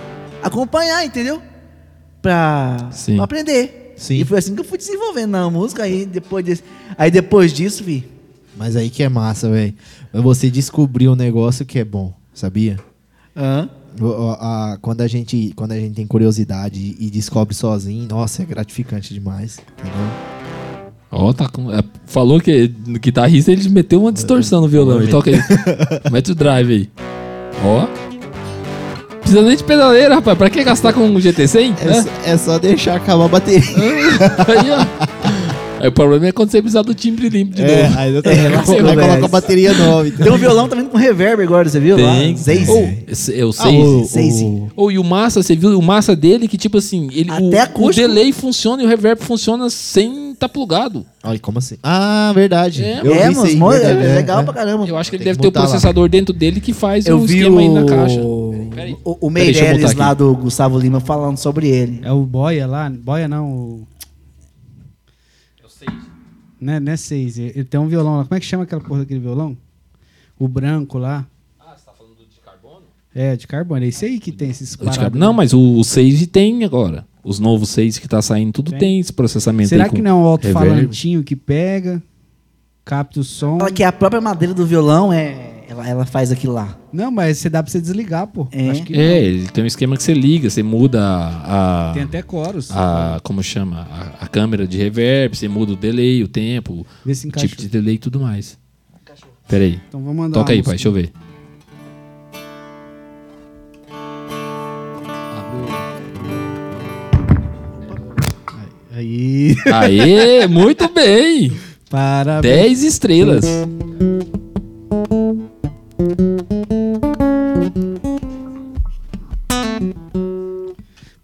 Speaker 5: Acompanhar, entendeu? Pra,
Speaker 3: Sim.
Speaker 5: pra aprender.
Speaker 2: Sim.
Speaker 5: E foi assim que eu fui desenvolvendo na música. Aí depois, desse, aí depois disso, vi.
Speaker 2: Mas aí que é massa, velho. Você descobriu um negócio que é bom, sabia?
Speaker 5: Hã?
Speaker 2: O- o- a- quando, a gente, quando a gente tem curiosidade e descobre sozinho, nossa, é gratificante demais. Entendeu?
Speaker 3: Ó, tá com. é, falou que no guitarrista ele meteu uma distorção no violão. Ele
Speaker 5: (laughs)
Speaker 3: toca aí. Mete o drive aí. Ó. Precisa nem de pedaleira, rapaz. Pra que gastar com um GT100?
Speaker 2: É,
Speaker 3: né?
Speaker 2: só- é só deixar acabar a bateria.
Speaker 3: Aí, ó. Aí o problema é quando você precisar do timbre limpo de
Speaker 2: É,
Speaker 3: novo.
Speaker 2: aí eu também (laughs)
Speaker 3: É,
Speaker 2: colo- aí
Speaker 5: velho.
Speaker 2: coloca a bateria nova. então.
Speaker 5: Tem um violão também com reverb agora, você viu?
Speaker 3: Tem.
Speaker 5: Lá? Zeiss.
Speaker 3: Ou- esse-
Speaker 5: Ah,
Speaker 3: é o
Speaker 2: Ah,
Speaker 3: seis.
Speaker 5: Zeiss.
Speaker 3: Ou e o massa, você viu o massa dele que tipo assim, ele o-
Speaker 5: Até
Speaker 3: o,
Speaker 5: acústico.
Speaker 3: delay funciona e o reverb funciona sem tá plugado.
Speaker 2: Olha, como assim? Ah, verdade.
Speaker 3: É,
Speaker 2: vi
Speaker 5: é,
Speaker 2: isso
Speaker 5: mano,
Speaker 2: aí,
Speaker 5: mó- é
Speaker 2: verdade, é,
Speaker 5: legal
Speaker 2: é.
Speaker 5: pra caramba.
Speaker 3: Eu acho que ele
Speaker 2: Tem
Speaker 3: deve
Speaker 2: que
Speaker 3: ter o
Speaker 2: botar lá.
Speaker 3: processador dentro dele que faz
Speaker 5: Eu
Speaker 3: um
Speaker 5: vi
Speaker 3: esquema
Speaker 5: o...
Speaker 3: aí na caixa. peraí.
Speaker 5: o, o
Speaker 3: Peraí, deixa eu
Speaker 5: Meirelles
Speaker 3: botar
Speaker 5: lá do Gustavo Lima falando sobre ele.
Speaker 1: É o Boia lá? Boia não, o. Não é, não é seis. Ele tem um violão lá. Como é que chama aquela porra daquele violão? O branco lá. É, de carbono. É isso aí que tem esses
Speaker 3: Eu te
Speaker 1: paradas,
Speaker 3: quero- Não,
Speaker 1: né?
Speaker 3: mas o 6 tem agora. Os novos 6 que tá saindo, tudo tem,
Speaker 1: Tem.
Speaker 3: esse processamento
Speaker 1: Será
Speaker 3: aí
Speaker 1: que
Speaker 3: com
Speaker 1: não é um
Speaker 3: reverb.
Speaker 1: alto-falantinho que pega, capta o som?
Speaker 5: Fala que a própria madeira do violão é. Ela, ela faz aquilo lá.
Speaker 1: Não, mas você dá pra você desligar, pô.
Speaker 5: É.
Speaker 1: Acho que não.
Speaker 3: É, ele tem um esquema que você liga, você muda a. a-
Speaker 1: Tem até coros.
Speaker 3: a- como chama? A, a câmera de reverb, você muda o delay, o tempo,
Speaker 1: Vê se
Speaker 3: o
Speaker 1: encaixou.
Speaker 3: tipo de delay e tudo mais. Peraí,
Speaker 1: Então vou mandar
Speaker 3: toca
Speaker 1: uma
Speaker 3: aí, pai, deixa
Speaker 1: música.
Speaker 3: eu ver.
Speaker 2: Aí.
Speaker 3: Aê, muito (laughs) bem!
Speaker 1: Parabéns.
Speaker 3: 10 estrelas.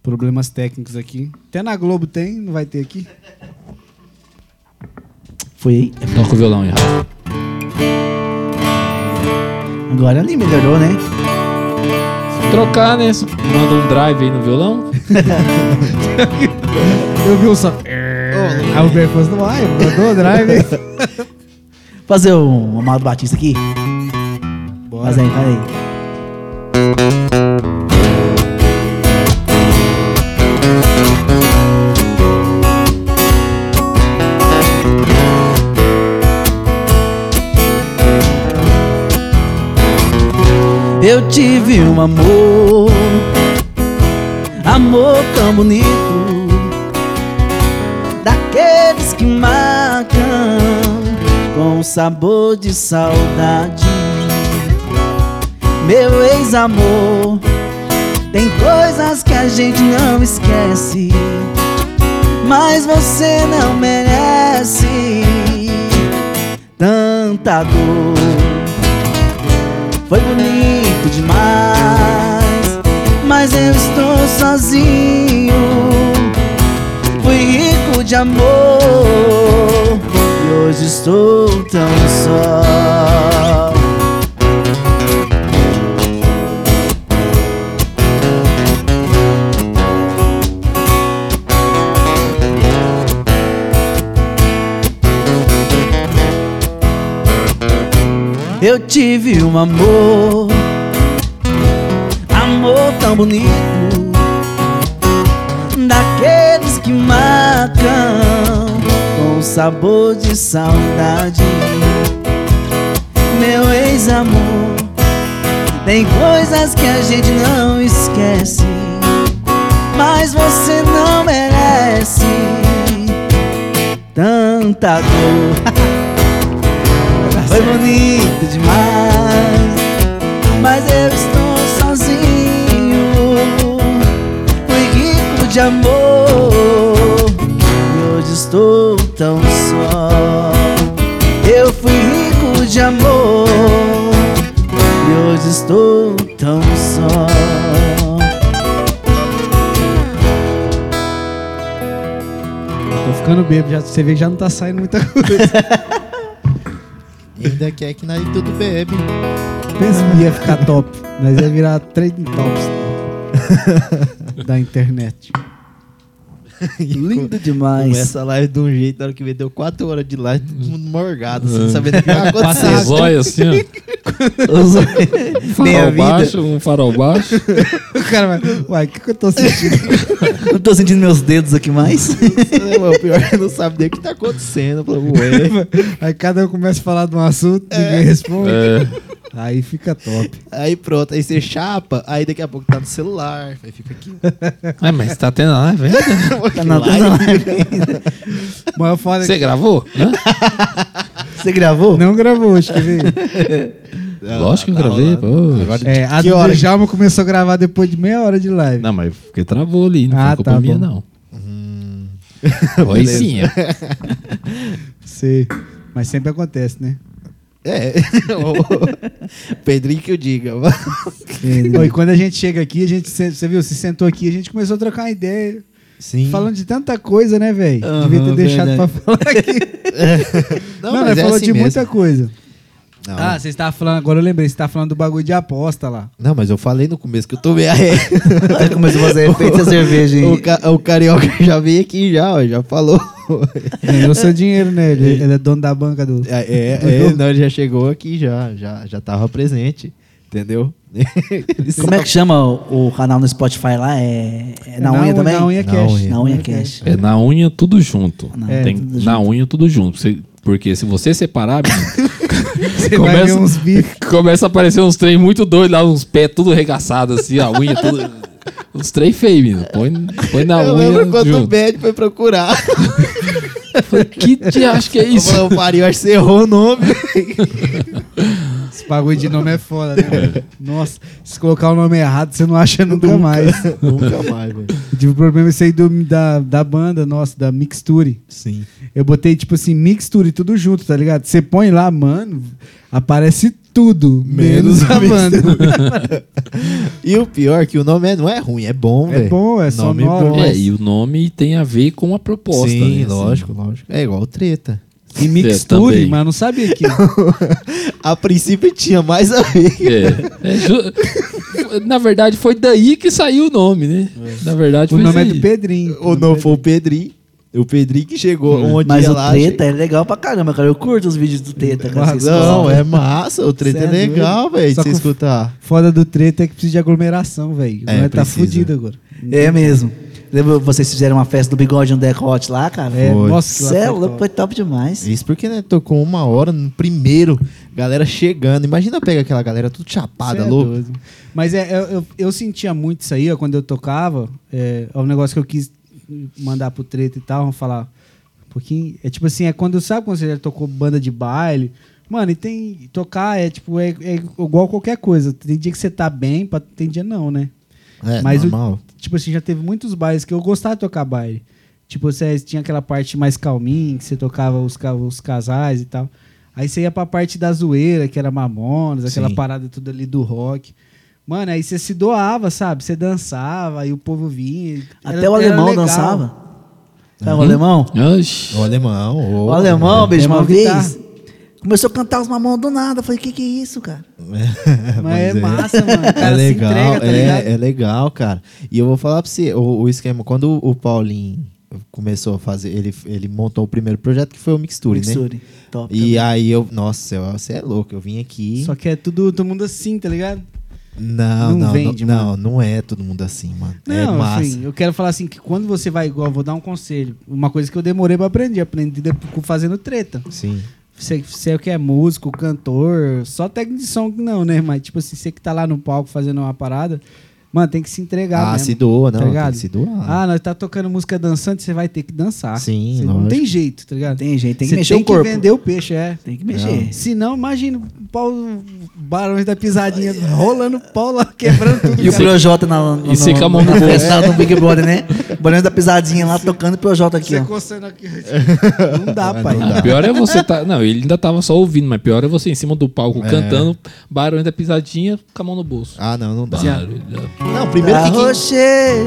Speaker 1: Problemas técnicos aqui. Até na Globo tem, não vai ter aqui.
Speaker 5: Foi aí.
Speaker 3: Toca o violão aí, Rafa.
Speaker 5: Agora ali melhorou, né?
Speaker 3: Trocar, né? Manda um drive aí no violão.
Speaker 1: Eu vi o só. Aí o Berfus não vai, mandou o (laughs) drive.
Speaker 5: Fazer um Amado Batista aqui. Faz aí, faz aí. Eu tive um amor, amor tão bonito, daqueles que marcam com sabor de saudade. Meu ex-amor, tem coisas que a gente não esquece, mas você não merece tanta dor. Foi bonito demais, mas eu estou sozinho. Fui rico de amor e hoje estou tão só. Eu tive um amor, amor tão bonito Daqueles que marcam Com sabor de saudade Meu ex-amor Tem coisas que a gente não esquece Mas você não merece Tanta dor Foi bonito demais mas eu estou sozinho Fui rico de amor E hoje estou tão só Eu fui rico de amor E hoje estou tão só
Speaker 1: Tô ficando bêbado, já, você vê que já não tá saindo muita coisa.
Speaker 2: Ainda quer que nós tudo bebe.
Speaker 1: Pensa que ia ficar top, mas ia virar trending tops (laughs) da internet.
Speaker 5: Lindo demais
Speaker 2: Começa a live de um jeito, na hora que vê, deu 4 horas de live, todo mundo morgado, sem saber do que tá
Speaker 1: (laughs)
Speaker 2: vai
Speaker 3: Passa
Speaker 2: acontecer.
Speaker 3: zóia assim, ó.
Speaker 5: Os- Meia
Speaker 3: Farol
Speaker 5: vida
Speaker 3: baixo, um farol baixo.
Speaker 1: O cara vai, uai, o que, que eu tô sentindo?
Speaker 5: Não tô sentindo meus dedos aqui mais (laughs)
Speaker 2: O pior é que não sabe nem o que tá acontecendo. Eu falo, ué.
Speaker 1: Aí cada um começa a falar de um assunto, ninguém responde.
Speaker 3: (laughs) É,
Speaker 1: Aí fica top.
Speaker 2: Aí pronto, aí você chapa, aí daqui a pouco tá no celular, aí fica aqui.
Speaker 3: é mas tá tendo lá, velho.
Speaker 5: Tá na tá na live ainda.
Speaker 1: Mas eu falo
Speaker 3: Você gravou? Hã?
Speaker 5: Você gravou?
Speaker 1: Não gravou, acho que veio.
Speaker 3: Lógico que eu
Speaker 2: Tá
Speaker 3: gravei.
Speaker 2: rolando.
Speaker 3: pô.
Speaker 1: É, a
Speaker 2: Que
Speaker 1: do
Speaker 2: hora?
Speaker 1: Djalma começou a gravar depois de meia hora de live.
Speaker 3: Não, mas porque travou ali, não
Speaker 1: Ah,
Speaker 3: foi culpa
Speaker 1: tá
Speaker 3: minha,
Speaker 1: bom.
Speaker 3: não. (laughs) Foi
Speaker 2: beleza.
Speaker 3: sim, ó.
Speaker 1: Sei. Mas sempre acontece, né?
Speaker 2: É, o É. (laughs) Pedrinho que eu diga.
Speaker 1: Ó, E quando a gente chega aqui, a gente, se- você viu, se sentou aqui, a gente começou a trocar uma ideia.
Speaker 2: Sim.
Speaker 1: Falando de tanta coisa, né, velho?
Speaker 5: Aham,
Speaker 1: Devia ter deixado
Speaker 5: verdade.
Speaker 1: pra falar aqui. Não, mas falou de muita coisa.
Speaker 2: é assim Não.
Speaker 1: Ah, você estava falando, agora eu lembrei, você estava falando do bagulho de aposta lá.
Speaker 2: não, mas eu falei no começo que eu tomei a ré.
Speaker 5: Até começou a fazer efeito a cerveja
Speaker 1: (laughs)
Speaker 2: o,
Speaker 5: aí
Speaker 2: ca- o carioca já veio aqui já, ó, já falou.
Speaker 1: Ganhou seu dinheiro, né? Ele, ele é dono da banca do.
Speaker 2: É, é, é, não, ele já chegou aqui já, já, já tava presente, entendeu? (laughs) Ele
Speaker 5: Como é que chama o, o canal no Spotify lá? É, é na, unha também?
Speaker 1: Na unha
Speaker 2: Na
Speaker 1: cash.
Speaker 2: unha.
Speaker 5: Na unha cash.
Speaker 3: É na unha tudo junto.
Speaker 5: Na
Speaker 1: unha
Speaker 3: Tem-
Speaker 5: tudo
Speaker 3: na unha tudo junto. Você- porque se você separar, menino,
Speaker 1: Você vai ver
Speaker 3: começa,
Speaker 1: uns bifes.
Speaker 3: (laughs) começa a aparecer uns trem muito doidos lá, uns pés tudo arregaçados assim, a unha tudo. (laughs) Uns trem feios, menino. Põe, põe na
Speaker 2: eu
Speaker 3: unha
Speaker 2: lembro quando o
Speaker 3: junto.
Speaker 2: Bad foi procurar.
Speaker 3: Que te acho que é
Speaker 2: (laughs) Eu
Speaker 3: isso?
Speaker 2: falei, o pariu, acho que você errou o nome.
Speaker 1: Esse bagulho de nome é foda, né? Nossa, se colocar o nome errado, você não acha nunca, mais.
Speaker 2: Nunca mais, velho.
Speaker 1: Eu tive problema isso aí do, da, da banda, nossa, da Mixture.
Speaker 2: Sim.
Speaker 1: Eu botei, tipo assim, Mixture tudo junto, tá ligado? Você põe lá, mano, aparece tudo, menos,
Speaker 2: Menos
Speaker 1: a
Speaker 2: a
Speaker 1: banda.
Speaker 2: E o pior é que o nome é- não é ruim, é bom,
Speaker 1: É
Speaker 2: velho.
Speaker 1: bom, é
Speaker 2: Nome
Speaker 1: sonoro.
Speaker 2: bom.
Speaker 3: É, e o nome tem a ver com a proposta.
Speaker 2: Sim,
Speaker 3: né, assim.
Speaker 2: lógico, lógico. É igual treta.
Speaker 1: E Mixture,
Speaker 3: também.
Speaker 1: mas eu não sabia
Speaker 2: (laughs)
Speaker 1: que...
Speaker 2: A princípio tinha mais a ver. (laughs)
Speaker 3: É, é ju- Na verdade, foi daí que saiu o nome, né? Na verdade,
Speaker 1: o
Speaker 3: foi
Speaker 1: nome é
Speaker 3: isso
Speaker 1: do
Speaker 3: aí.
Speaker 1: Pedrinho.
Speaker 2: Ou não, foi o Pedrinho. O Pedrinho que chegou um
Speaker 5: Mas
Speaker 2: dia
Speaker 5: o
Speaker 2: lá.
Speaker 5: Teta é legal pra caramba, cara. Eu curto os vídeos do Teta, cara.
Speaker 2: che-
Speaker 5: vocês
Speaker 2: Não,
Speaker 5: falam.
Speaker 2: é massa. O treta
Speaker 1: Cê
Speaker 2: é
Speaker 1: é doido.
Speaker 2: legal, velho.
Speaker 1: Só
Speaker 2: Você
Speaker 1: com-
Speaker 2: escutar.
Speaker 1: Foda do treta é que precisa de aglomeração, velho.
Speaker 2: É,
Speaker 1: É, tá
Speaker 2: precisa.
Speaker 1: fudido agora.
Speaker 5: É mesmo. Lembra vocês fizeram uma festa do bigode no decote lá, cara?
Speaker 1: É,
Speaker 2: Foi.
Speaker 1: nossa, que lá
Speaker 5: Cê é
Speaker 1: foi
Speaker 5: louco,
Speaker 1: top.
Speaker 5: foi top demais.
Speaker 2: Isso porque, né, tocou uma hora no primeiro, galera chegando. Imagina pega aquela galera tudo chapada,
Speaker 1: Cê é
Speaker 2: louco.
Speaker 1: doido. Mas é, eu, eu, eu sentia muito isso aí, ó, quando eu tocava. É, é um negócio que eu quis mandar pro treta e tal, vamos falar um pouquinho. É tipo assim, é quando, sabe quando você já tocou banda de baile? Mano, e tem. Tocar é tipo, é, é igual qualquer coisa. Tem dia que você tá bem, pra- tem dia não, né?
Speaker 2: É,
Speaker 1: Mas o-
Speaker 2: normal.
Speaker 1: Tipo assim, já teve muitos bailes que eu gostava de tocar baile. Tipo, você tinha aquela parte mais calminha, que você tocava os, ca- os casais e tal. Aí você ia pra parte da zoeira, que era Mamonas, aquela
Speaker 2: Sim.
Speaker 1: parada tudo ali do rock. Mano, aí você se doava, sabe? Você dançava, aí o povo vinha. Era-
Speaker 5: Até o
Speaker 1: era
Speaker 5: alemão
Speaker 1: legal. Uhum.
Speaker 5: dançava. Sabe o alemão?
Speaker 3: Oxi.
Speaker 2: O alemão. (laughs)
Speaker 5: O alemão, beijo, uma
Speaker 1: Alemão
Speaker 5: vez.
Speaker 1: guitarra.
Speaker 5: Começou a cantar os mamão do nada. Eu Falei, que que é isso, cara?
Speaker 1: Mas é massa, mano. O cara se
Speaker 2: é legal,
Speaker 1: entrega, tá ligado?
Speaker 2: é, é legal, cara. E eu vou falar pra você, o, o esquema, quando o Paulinho começou a fazer, ele, ele montou o primeiro projeto que foi o Mixture,
Speaker 5: Mixture.
Speaker 2: né?
Speaker 5: Top.
Speaker 2: E aí eu, nossa, eu- você é louco, eu vim aqui.
Speaker 1: Só que é tudo, todo mundo assim, tá ligado? Não
Speaker 2: Não, não, não,
Speaker 1: vende,
Speaker 2: não,
Speaker 1: mano.
Speaker 2: não é todo mundo assim, mano. é
Speaker 1: Não,
Speaker 2: massa.
Speaker 1: assim, eu quero falar assim que quando você vai igual, vou dar um conselho. Uma coisa que eu demorei pra aprender, aprendi depo- fazendo treta.
Speaker 2: Sim.
Speaker 1: Você, você que é músico, cantor, só técnico de som que não, né? Mas, tipo assim, você que tá lá no palco fazendo uma parada, mano, tem que se entregar.
Speaker 2: ah,
Speaker 1: mesmo.
Speaker 2: se doa, não.
Speaker 1: tá ligado?
Speaker 2: tem que se doar.
Speaker 1: Ah, nós tá tocando música dançante, você vai ter que dançar.
Speaker 2: Sim,
Speaker 1: Você não
Speaker 2: lógico.
Speaker 1: tem jeito, tá ligado?
Speaker 5: Tem jeito, tem que
Speaker 1: Você
Speaker 5: mexer
Speaker 1: tem
Speaker 5: o corpo.
Speaker 1: que vender o peixe, é.
Speaker 5: Tem que mexer.
Speaker 1: Se não, imagina o pau, o barões da pisadinha rolando o pau lá, quebrando tudo.
Speaker 5: E o
Speaker 1: cara.
Speaker 5: Projota na, na,
Speaker 3: E se com a mão
Speaker 5: na
Speaker 3: no bolso.
Speaker 5: festa do Big Brother, né? O Barão da pisadinha lá tocando e o Projota aqui,
Speaker 1: Você
Speaker 5: ó.
Speaker 1: coçando aqui. é Não dá, pai.
Speaker 2: dá.
Speaker 3: Pior é você tá. Não, ele ainda tava só ouvindo, mas pior é você em cima do palco cantando, barulho da pisadinha com a mão no bolso.
Speaker 2: Ah, não, não dá.
Speaker 3: Barulho da-
Speaker 2: Não, primeiro
Speaker 5: Da
Speaker 1: Ah,
Speaker 2: que quem...
Speaker 5: rocheira,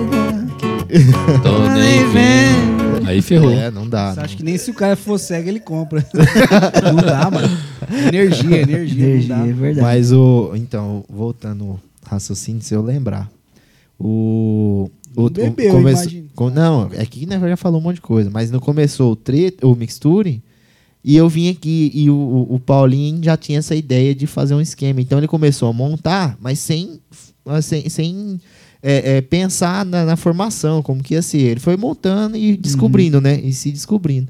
Speaker 3: Tô nem
Speaker 5: nem
Speaker 3: vendo.
Speaker 5: vem.
Speaker 3: Aí ferrou.
Speaker 2: É, não dá.
Speaker 1: Você
Speaker 2: não.
Speaker 1: acha que nem se o cara for cego ele compra. (laughs) não dá, mano. Energia, energia.
Speaker 5: Energia, é
Speaker 1: não dá.
Speaker 5: verdade.
Speaker 2: Mas o. Então, voltando ao raciocínio, se eu lembrar. O. o-
Speaker 1: Não
Speaker 2: o-
Speaker 1: bebeu,
Speaker 2: começo-
Speaker 1: imagino.
Speaker 2: com- não, é que né, já falou um monte de coisa, mas não começou o, tre, o Mixture e eu vim aqui e o, o- o Paulinho já tinha essa ideia de fazer um esquema. Então ele começou a montar, mas sem, sem, sem, é, é, pensar na, na formação, como que ia ser. Ele foi montando e descobrindo, né? E se descobrindo.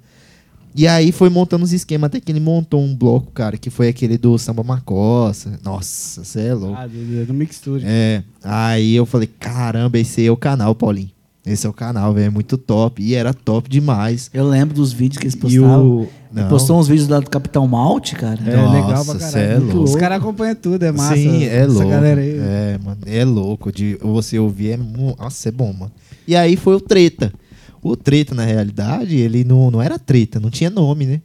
Speaker 2: E aí foi montando os esquemas, até que ele montou um bloco, cara, que foi aquele do Samba Macossa. Nossa, você é louco.
Speaker 1: Ah, Deus, Deus, no mixture.
Speaker 2: É. Aí eu falei, caramba, esse aí é o canal, Paulinho. Esse é o canal, velho. É muito top. E era top demais.
Speaker 5: Eu lembro dos vídeos que eles
Speaker 2: e
Speaker 5: postavam.
Speaker 2: o.
Speaker 5: Ele postou uns vídeos lá do Capitão Malte, cara.
Speaker 1: É,
Speaker 2: Nossa,
Speaker 1: legal pra
Speaker 2: cê é
Speaker 1: caralho. Muito
Speaker 2: louco.
Speaker 1: Os caras acompanham tudo, é massa.
Speaker 2: Sim, é
Speaker 1: essa
Speaker 2: louco.
Speaker 1: galera aí.
Speaker 2: É, mano, é louco. De você ouvir é. mu- Nossa, é bom, mano. E aí foi o treta. O treta, na realidade, ele não, não era treta, não tinha nome, né?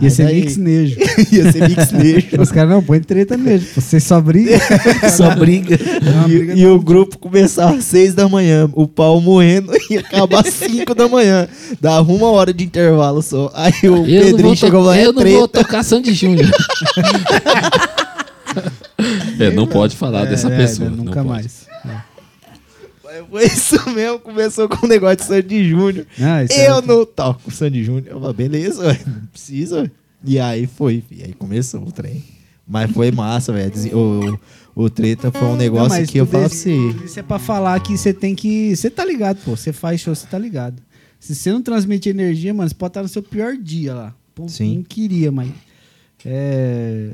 Speaker 1: Ia
Speaker 2: Aí
Speaker 1: ser
Speaker 2: daí- (laughs)
Speaker 1: mix né? nejo.
Speaker 2: Ia ser
Speaker 1: (laughs)
Speaker 2: mix nejo.
Speaker 1: Os caras não põem treta nejo. Vocês só
Speaker 2: (laughs)
Speaker 1: brigam.
Speaker 5: Só briga.
Speaker 1: É uma briga
Speaker 2: E, e o grupo começava às seis da manhã, o pau moendo (laughs) e acaba às cinco da manhã. Dava uma hora de intervalo só. Aí o
Speaker 3: Eu não vou,
Speaker 2: Pedrinho
Speaker 3: to-
Speaker 2: chegou lá, é
Speaker 3: eu não vou
Speaker 2: treta.
Speaker 3: tocar Sandy Júnior. é, não pode falar dessa
Speaker 1: É, é,
Speaker 3: pessoa.
Speaker 1: né,
Speaker 3: não
Speaker 1: Nunca
Speaker 3: pode.
Speaker 1: mais.
Speaker 2: É, Foi isso mesmo, começou com o negócio de Sandy Júnior.
Speaker 1: Ah, isso é
Speaker 2: Eu
Speaker 1: outro-
Speaker 2: não toco Sandy Júnior. Eu falei, beleza, ué, não precisa. ué. E aí foi, e aí começou o trem. Mas foi massa, velho. Desen- O, o, o treta foi um
Speaker 1: Não,
Speaker 2: negócio
Speaker 1: mas
Speaker 2: que eu
Speaker 1: tudo
Speaker 2: falo assim. pra
Speaker 1: isso-
Speaker 2: você.
Speaker 1: tudo Isso é pra falar que você tem que. Você tá ligado, pô. Você faz show, você tá ligado. Se você não transmite energia, mano, você pode estar no seu pior dia lá. Pô,
Speaker 2: Sim.
Speaker 1: Não queria, mas. é,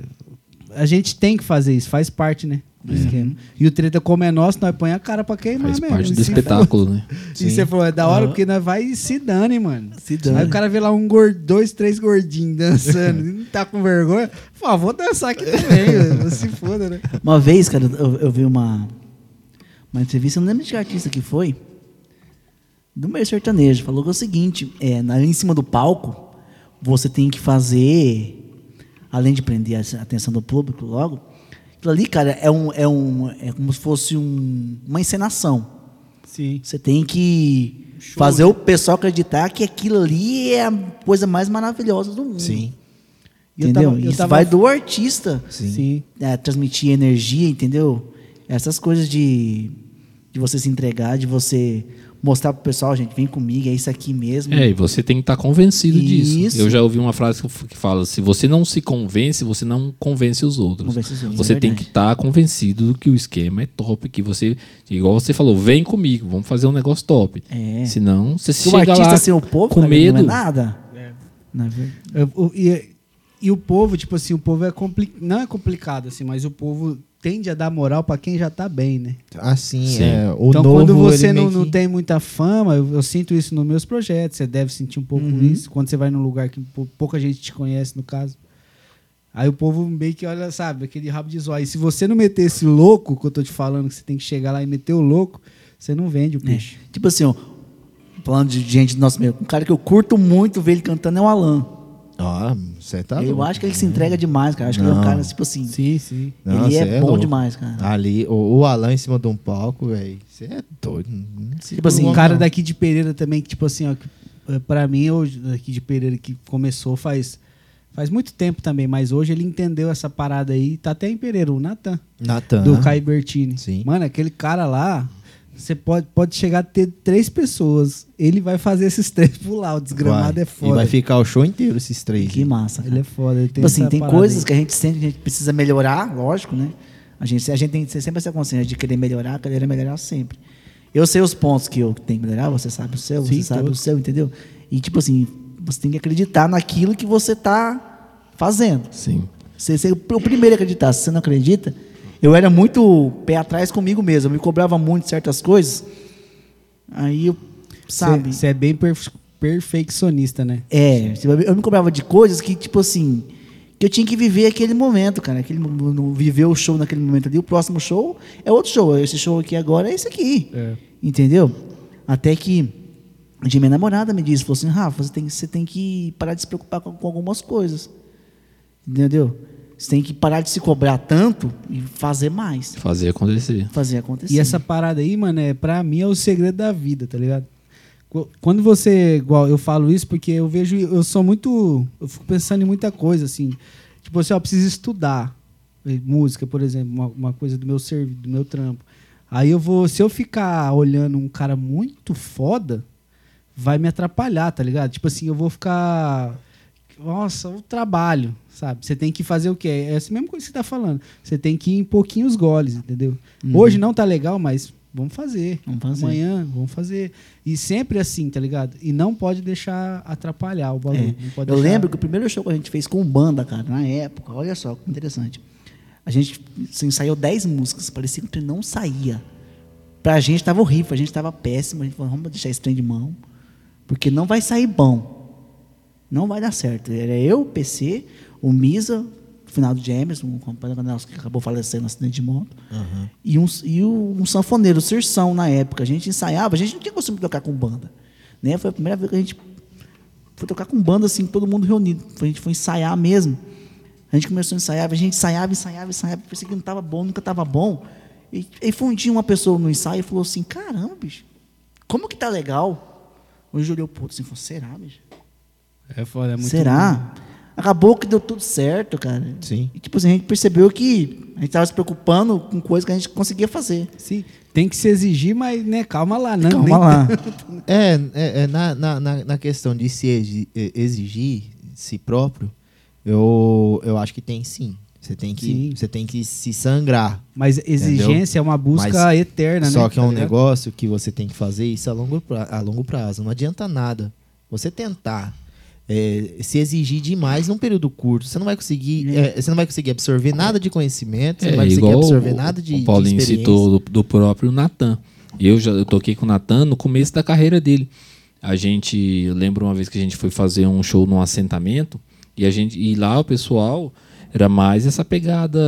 Speaker 1: A gente tem que fazer isso, faz parte, né?
Speaker 2: É.
Speaker 1: Do esquema. E o treta, como é nosso, nós põe a cara pra queimar
Speaker 3: Faz
Speaker 1: mesmo.
Speaker 3: parte
Speaker 1: E
Speaker 3: do
Speaker 1: se
Speaker 3: espetáculo, né?
Speaker 1: for- E você falou, é da hora, porque nós vai e se dane, mano.
Speaker 5: Se dane.
Speaker 1: Aí o cara vê lá um gor- dois, três gordinhos (laughs) dançando, e não tá com vergonha. Fala, "Ah, vou dançar aqui (laughs) também, velho. se foda, né?
Speaker 5: Uma vez, cara, eu, eu vi uma, uma entrevista, eu não lembro de que artista que foi, do meio sertanejo. Falou que é o seguinte: é, na, em cima do palco, você tem que fazer, além de prender a atenção do público logo, aquilo ali, cara, é, um, é, um, é como se fosse um- uma encenação.
Speaker 1: Sim.
Speaker 5: Você tem que
Speaker 1: Show,
Speaker 5: fazer o pessoal acreditar que aquilo ali é a coisa mais maravilhosa do mundo.
Speaker 2: Sim,
Speaker 1: E eu
Speaker 5: Entendeu?
Speaker 1: tava- eu
Speaker 5: Isso
Speaker 1: tava-
Speaker 5: vai do artista
Speaker 2: sim.
Speaker 1: Sim.
Speaker 5: é, transmitir energia, entendeu? Essas coisas de, de você se entregar, de você mostrar pro pessoal, gente, vem comigo, é isso aqui mesmo.
Speaker 3: É, e você tem que estar convencido
Speaker 5: Isso.
Speaker 3: disso. Eu já ouvi uma frase que f- que fala: se você não se convence, você não convence os outros.
Speaker 5: Convence os outros,
Speaker 3: você
Speaker 5: é
Speaker 3: tem que
Speaker 5: verdade.
Speaker 3: estar convencido do que o esquema é top, que você, igual você falou, vem comigo, vamos fazer um negócio top.
Speaker 5: É.
Speaker 3: Senão, você
Speaker 5: Se
Speaker 3: se
Speaker 5: o
Speaker 3: chega
Speaker 5: artista
Speaker 3: lá
Speaker 5: ser o povo,
Speaker 3: com
Speaker 5: cara, não é
Speaker 3: medo.
Speaker 5: nada. Na verdade.
Speaker 1: É, o- E, e o povo, tipo assim, o povo é complicado. Não é complicado, assim, mas o povo tende a dar moral pra quem já tá bem, né?
Speaker 2: Assim,
Speaker 3: Sim.
Speaker 2: é, o
Speaker 1: então,
Speaker 2: novo,
Speaker 1: quando você
Speaker 2: ele
Speaker 1: não,
Speaker 2: meio
Speaker 1: não
Speaker 2: que-
Speaker 1: tem muita fama, eu, eu sinto isso nos meus projetos, você deve sentir um pouco
Speaker 2: Uhum.
Speaker 1: isso. Quando você vai num lugar que pou- pouca gente te conhece, no caso. Aí o povo meio que olha, sabe, aquele rabo de zóio. E se você não meter esse louco que eu tô te falando, que você tem que chegar lá e meter o louco, você não vende o peixe.
Speaker 2: É,
Speaker 5: Tipo assim, ó, falando de gente do nosso meio, um cara que eu curto muito ver ele cantando é o Alan.
Speaker 2: Ah, você tá
Speaker 5: eu
Speaker 2: louco.
Speaker 5: acho que ele se entrega demais, cara. Acho que ele é um
Speaker 2: Não.
Speaker 5: cara, tipo assim,
Speaker 1: Sim, sim.
Speaker 2: Não,
Speaker 5: ele
Speaker 2: cê
Speaker 5: é,
Speaker 2: é
Speaker 5: bom
Speaker 2: louco.
Speaker 5: demais, cara.
Speaker 2: Ali, o, o Alan em cima de um palco, velho. Você é doido. não se
Speaker 5: Tipo assim,
Speaker 1: um
Speaker 2: iguala,
Speaker 1: cara
Speaker 2: não.
Speaker 1: daqui de Pereira também, que tipo assim, ó, que, eh, pra mim, hoje, daqui de Pereira, que começou faz, faz muito tempo também, mas hoje ele entendeu essa parada aí, tá até em Pereira, o Natan,
Speaker 2: Natan.
Speaker 1: do Caio Bertini.
Speaker 2: Sim.
Speaker 1: Mano, aquele cara lá, você pode, pode chegar a ter três pessoas, ele vai fazer esses (laughs) três pular, o desgramado é
Speaker 2: Vai. E vai
Speaker 1: foda.
Speaker 2: ficar o show inteiro esses três.
Speaker 5: Que massa.
Speaker 1: Ele é foda. Ele tem
Speaker 5: Tipo assim,
Speaker 1: essa
Speaker 5: tem
Speaker 1: parada
Speaker 5: coisas
Speaker 1: aí.
Speaker 5: que a gente sente que a gente precisa melhorar, lógico, né? A gente, a gente tem que ter sempre essa consciência de querer melhorar, querer melhorar sempre. Eu sei os pontos que eu tenho que melhorar, você sabe o seu,
Speaker 1: Sim,
Speaker 5: você sabe
Speaker 1: todos.
Speaker 5: o seu, entendeu? E tipo assim, você tem que acreditar naquilo que você está fazendo.
Speaker 3: Sim.
Speaker 5: Você, você é o primeiro a acreditar. Se você não acredita, eu era muito pé atrás comigo mesmo. Eu me cobrava muito de certas coisas. Aí eu, sabe?
Speaker 1: Você é bem perf- perfeccionista, né?
Speaker 5: É, tipo, eu me cobrava de coisas que, tipo assim, que eu tinha que viver aquele momento, cara. Aquele, mo- mo- viver o show naquele momento ali. O próximo show é outro show. Esse show aqui agora é esse aqui.
Speaker 1: É.
Speaker 5: Entendeu? Até que um dia minha namorada me disse, falou assim, Rafa, você tem, você tem que parar de se preocupar com, com algumas coisas. Entendeu? Você tem que parar de se cobrar tanto e fazer mais.
Speaker 3: Fazer acontecer.
Speaker 5: Fazer acontecer.
Speaker 1: E essa parada aí, mano, é, pra mim é o segredo da vida, tá ligado? Qu- Quando você. Igual, eu falo isso porque eu vejo. Eu sou muito. Eu fico pensando em muita coisa, assim. Tipo assim, ó, eu preciso estudar eh, música, por exemplo, uma, uma coisa do meu serviço, do meu trampo. Aí eu vou. Se eu ficar olhando um cara muito foda, vai me atrapalhar, tá ligado? Tipo assim, eu vou ficar. Nossa, o trabalho, sabe? Você tem que fazer o quê? É essa mesma coisa que você tá falando. Você tem que ir em pouquinhos goles, entendeu? Hoje não tá legal, mas vamos fazer.
Speaker 5: Uhum. Vamos fazer.
Speaker 1: Amanhã, vamos fazer. E sempre assim, tá ligado? E não pode deixar atrapalhar o bagulho. Não pode
Speaker 5: É. Eu
Speaker 1: deixar-
Speaker 5: lembro que o primeiro show que a gente fez com banda, cara, na época, olha só que interessante. A gente se ensaiou 10 músicas, parecia que não saía. Pra gente tava horrível, a gente tava péssimo, a gente falou, vamos deixar esse trem de mão, porque não vai sair bom. Não vai dar certo. Era eu, o PC, o Misa, o final do James, um companheiro nosso que acabou falecendo no acidente de moto, e, um, e o- um sanfoneiro, o Cirção, na época. A gente ensaiava, a gente não tinha costume de tocar com banda. Né? Foi a primeira vez que a gente foi tocar com banda, assim, todo mundo reunido. Foi- A gente foi ensaiar mesmo. A gente começou a ensaiar, a gente ensaiava, ensaiava, ensaiava, pensei que não estava bom, nunca estava bom. E, e foi um dia uma pessoa no ensaio e falou assim, caramba, bicho, como que tá legal? O Júlio olhou pro outro assim, e falou, será, bicho?
Speaker 1: É foda, é muito.
Speaker 5: Será? Acabou que deu tudo certo, cara.
Speaker 2: Sim.
Speaker 5: E, tipo assim, a gente percebeu que a gente estava se preocupando com coisas que a gente conseguia fazer.
Speaker 1: Sim, tem que se exigir, mas, né, calma lá. Não,
Speaker 5: (laughs) Calma
Speaker 1: nem-
Speaker 5: lá.
Speaker 2: É, é, é, na, na, na, na questão de se exi- eh, exigir si próprio, eu, eu acho que tem sim. Você tem que,
Speaker 1: Sim.
Speaker 2: você tem que se sangrar.
Speaker 1: Mas exigência é uma busca
Speaker 2: Mas
Speaker 1: eterna, né?
Speaker 2: Só que é
Speaker 1: Tá
Speaker 2: um
Speaker 1: ligado?
Speaker 2: negócio que você tem que fazer isso a longo, pra- a longo prazo. Não adianta nada. Você tentar eh, se exigir demais num período curto, você não vai conseguir.
Speaker 1: É.
Speaker 2: eh, você não vai conseguir absorver nada de conhecimento, você não vai
Speaker 3: é,
Speaker 2: conseguir
Speaker 3: igual
Speaker 2: absorver
Speaker 3: o,
Speaker 2: nada de.
Speaker 3: o Paulinho
Speaker 2: de experiência.
Speaker 3: citou do, do próprio Natan. Eu já eu toquei com o Natan no começo da carreira dele. A gente eu lembro uma vez que a gente foi fazer um show num assentamento e a gente e lá o pessoal era mais essa pegada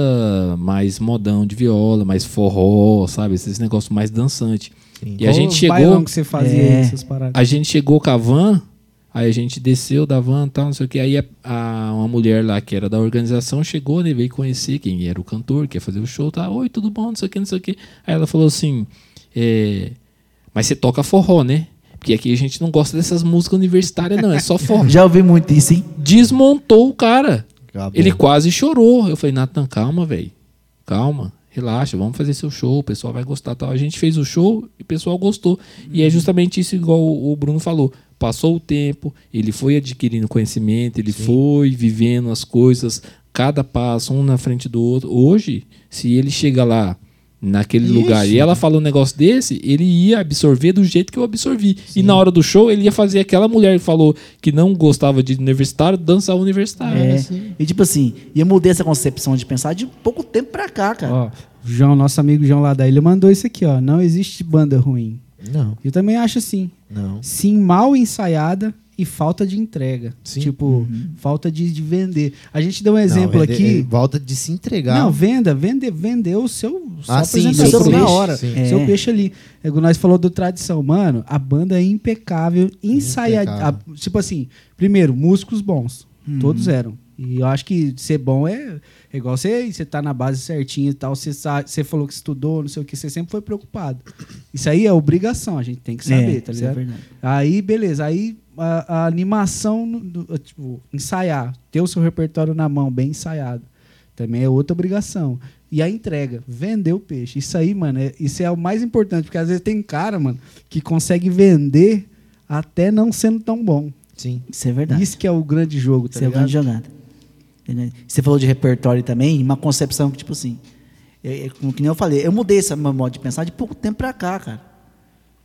Speaker 3: mais modão de viola, mais forró, sabe, esses negócios mais dançante.
Speaker 2: Sim.
Speaker 3: E a
Speaker 1: Qual
Speaker 3: gente
Speaker 1: bailão
Speaker 3: chegou,
Speaker 1: que você fazia
Speaker 5: É.
Speaker 1: aí, essas paradas.
Speaker 3: a gente chegou com a van, aí a gente desceu da van e tal, não sei o que. Aí a, a- uma mulher lá que era da organização chegou, né? Veio conhecer quem era o cantor, quer fazer o show, tá? Oi, tudo bom, não sei o que, não sei o que. Aí ela falou assim: é, Mas você toca forró, né? Porque aqui a gente não gosta dessas músicas universitárias, não, é só forró. (laughs)
Speaker 5: Já ouvi muito isso, hein?
Speaker 3: Desmontou o cara.
Speaker 2: Acabou.
Speaker 3: Ele quase chorou. Eu falei, Natan, calma, velho. Calma, relaxa, vamos fazer seu show, o pessoal vai gostar tal. A gente fez o show e o pessoal gostou. E é justamente isso, igual o o Bruno falou. Passou o tempo, ele foi adquirindo conhecimento, ele foi vivendo as coisas, cada passo, um na frente do outro. Hoje, se ele chega lá naquele lugar e ela fala um negócio desse, ele ia absorver do jeito que eu absorvi. E na hora do show, ele ia fazer aquela mulher que falou que não gostava de universitário, dançar universitário.
Speaker 5: É.
Speaker 3: né?
Speaker 5: E tipo assim, e eu mudei essa concepção de pensar de pouco tempo pra cá, cara.
Speaker 1: Ó, João, nosso amigo João lá da ilha, mandou isso aqui, ó. Não existe banda ruim.
Speaker 2: Não,
Speaker 1: Eu também acho assim.
Speaker 2: não.
Speaker 1: Sim, mal ensaiada e falta de entrega.
Speaker 2: Sim. Uhum.
Speaker 1: Tipo, falta de, de vender. A gente deu um exemplo
Speaker 2: Não, é ele-
Speaker 1: aqui.
Speaker 2: ele Volta de se entregar.
Speaker 1: Não, venda, vende, vendeu o seu, sua
Speaker 2: Ah, sim,
Speaker 1: apresentação
Speaker 2: seu
Speaker 1: na
Speaker 2: peixe,
Speaker 1: hora,
Speaker 2: sim.
Speaker 1: seu
Speaker 5: É.
Speaker 1: peixe ali. É igual Nós falou do tradição, mano, a banda é impecável, ensaiada,
Speaker 2: Impecável.
Speaker 1: a- tipo assim, primeiro, músicos bons,
Speaker 5: Hum.
Speaker 1: todos eram. E eu acho que ser bom é, é igual você, você tá na base certinha e tal, você, sa- você falou que estudou, não sei o que, você sempre foi preocupado. Isso aí é obrigação, a gente tem que saber,
Speaker 5: É,
Speaker 1: tá
Speaker 5: isso é
Speaker 1: ligado?
Speaker 5: verdade.
Speaker 1: Aí, beleza. Aí a, a animação, no- do- tipo, ensaiar, ter o seu repertório na mão, bem ensaiado. Também é outra obrigação. E a entrega, vender o peixe. Isso aí, mano, é- isso é o mais importante, porque às vezes tem cara, mano, que consegue vender até não sendo tão bom.
Speaker 2: Sim.
Speaker 5: Isso é verdade.
Speaker 1: Isso que é o grande jogo, tá
Speaker 5: Isso é uma
Speaker 1: ligado?
Speaker 5: é- grande jogada. Entendeu? Você falou de repertório também, uma concepção que, tipo assim, É, é, como que nem eu falei, eu mudei esse meu modo de pensar de pouco tempo pra cá, cara.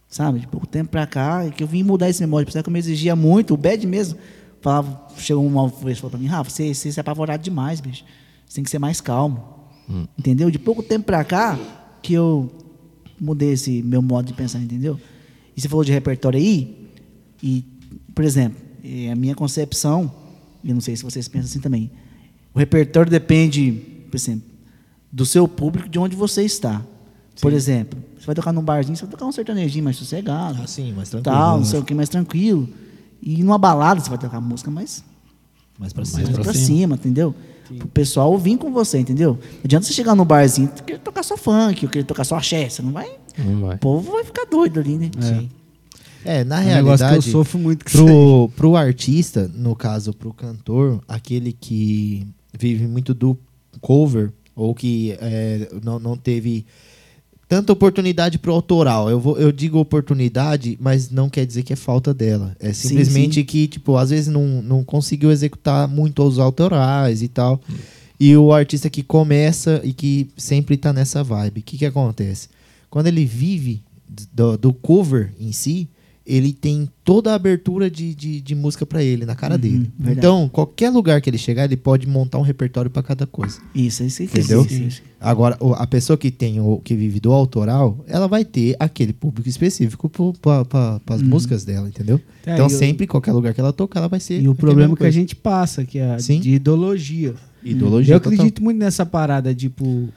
Speaker 5: Sabe? De pouco tempo pra cá, é que eu vim mudar esse meu modo de pensar, que eu me exigia muito. O Bad mesmo falava, chegou uma vez e falou pra mim, Rafa, você, você se é apavorado demais, bicho. Você tem que ser mais calmo. Entendeu? De pouco tempo pra cá que eu mudei esse meu modo de pensar, entendeu? E você falou de repertório aí, e, por exemplo, eh, a minha concepção, eu não sei se vocês pensam assim também, o repertório depende, por exemplo, do seu público, de onde você está. Por exemplo, você vai tocar num barzinho, você vai tocar um sertanejinho mais sossegado,
Speaker 2: Ah, sim, mas tranquilo.
Speaker 5: tal, não
Speaker 2: né?
Speaker 5: sei o que, mais tranquilo. E numa balada você vai tocar música mais
Speaker 2: Mais pra cima.
Speaker 3: Mais
Speaker 5: pra,
Speaker 3: pra
Speaker 5: cima,
Speaker 3: cima.
Speaker 5: entendeu? O pessoal vir com você, entendeu? Não adianta você chegar no barzinho e querer tocar só funk, ou querer tocar só axé, você não vai.
Speaker 3: Não
Speaker 5: O
Speaker 3: vai.
Speaker 5: povo vai ficar doido ali, né? Sim.
Speaker 2: É, na
Speaker 1: É um negócio que eu
Speaker 2: realidade,
Speaker 1: sofro muito com isso aí.
Speaker 2: pro, pro artista, no caso, pro cantor, aquele que vive muito do cover, ou que é, não, não teve tanta oportunidade pro autoral. Eu, vou, eu digo oportunidade, mas não quer dizer que é falta dela. É
Speaker 5: Sim,
Speaker 2: simplesmente
Speaker 5: sim.
Speaker 2: que, tipo, às vezes não, não conseguiu executar muito os autorais e tal.
Speaker 5: Hum.
Speaker 2: E o artista que começa e que sempre tá nessa vibe. O que, que acontece? Quando ele vive do, do cover em si, ele tem toda a abertura de, de, de música pra ele, na cara dele.
Speaker 5: Uhum, verdade.
Speaker 2: Então, qualquer lugar que ele chegar, ele pode montar um repertório pra cada coisa.
Speaker 5: Isso, é isso, isso.
Speaker 2: Entendeu?
Speaker 5: Isso, isso.
Speaker 2: Agora, o- a pessoa que tem o que vive do autoral, ela vai ter aquele público específico para as músicas dela, entendeu?
Speaker 1: É,
Speaker 2: então,
Speaker 1: Uhum. e o-
Speaker 2: sempre, qualquer lugar que ela tocar, ela vai ser.
Speaker 1: E o
Speaker 2: aquela
Speaker 1: problema que a
Speaker 2: coisa. Uhum.
Speaker 1: gente passa, que é a
Speaker 2: Sim.
Speaker 1: de ideologia.
Speaker 2: Ideologia.
Speaker 1: eu
Speaker 2: é total.
Speaker 1: acredito (laughs) muito nessa parada, tipo,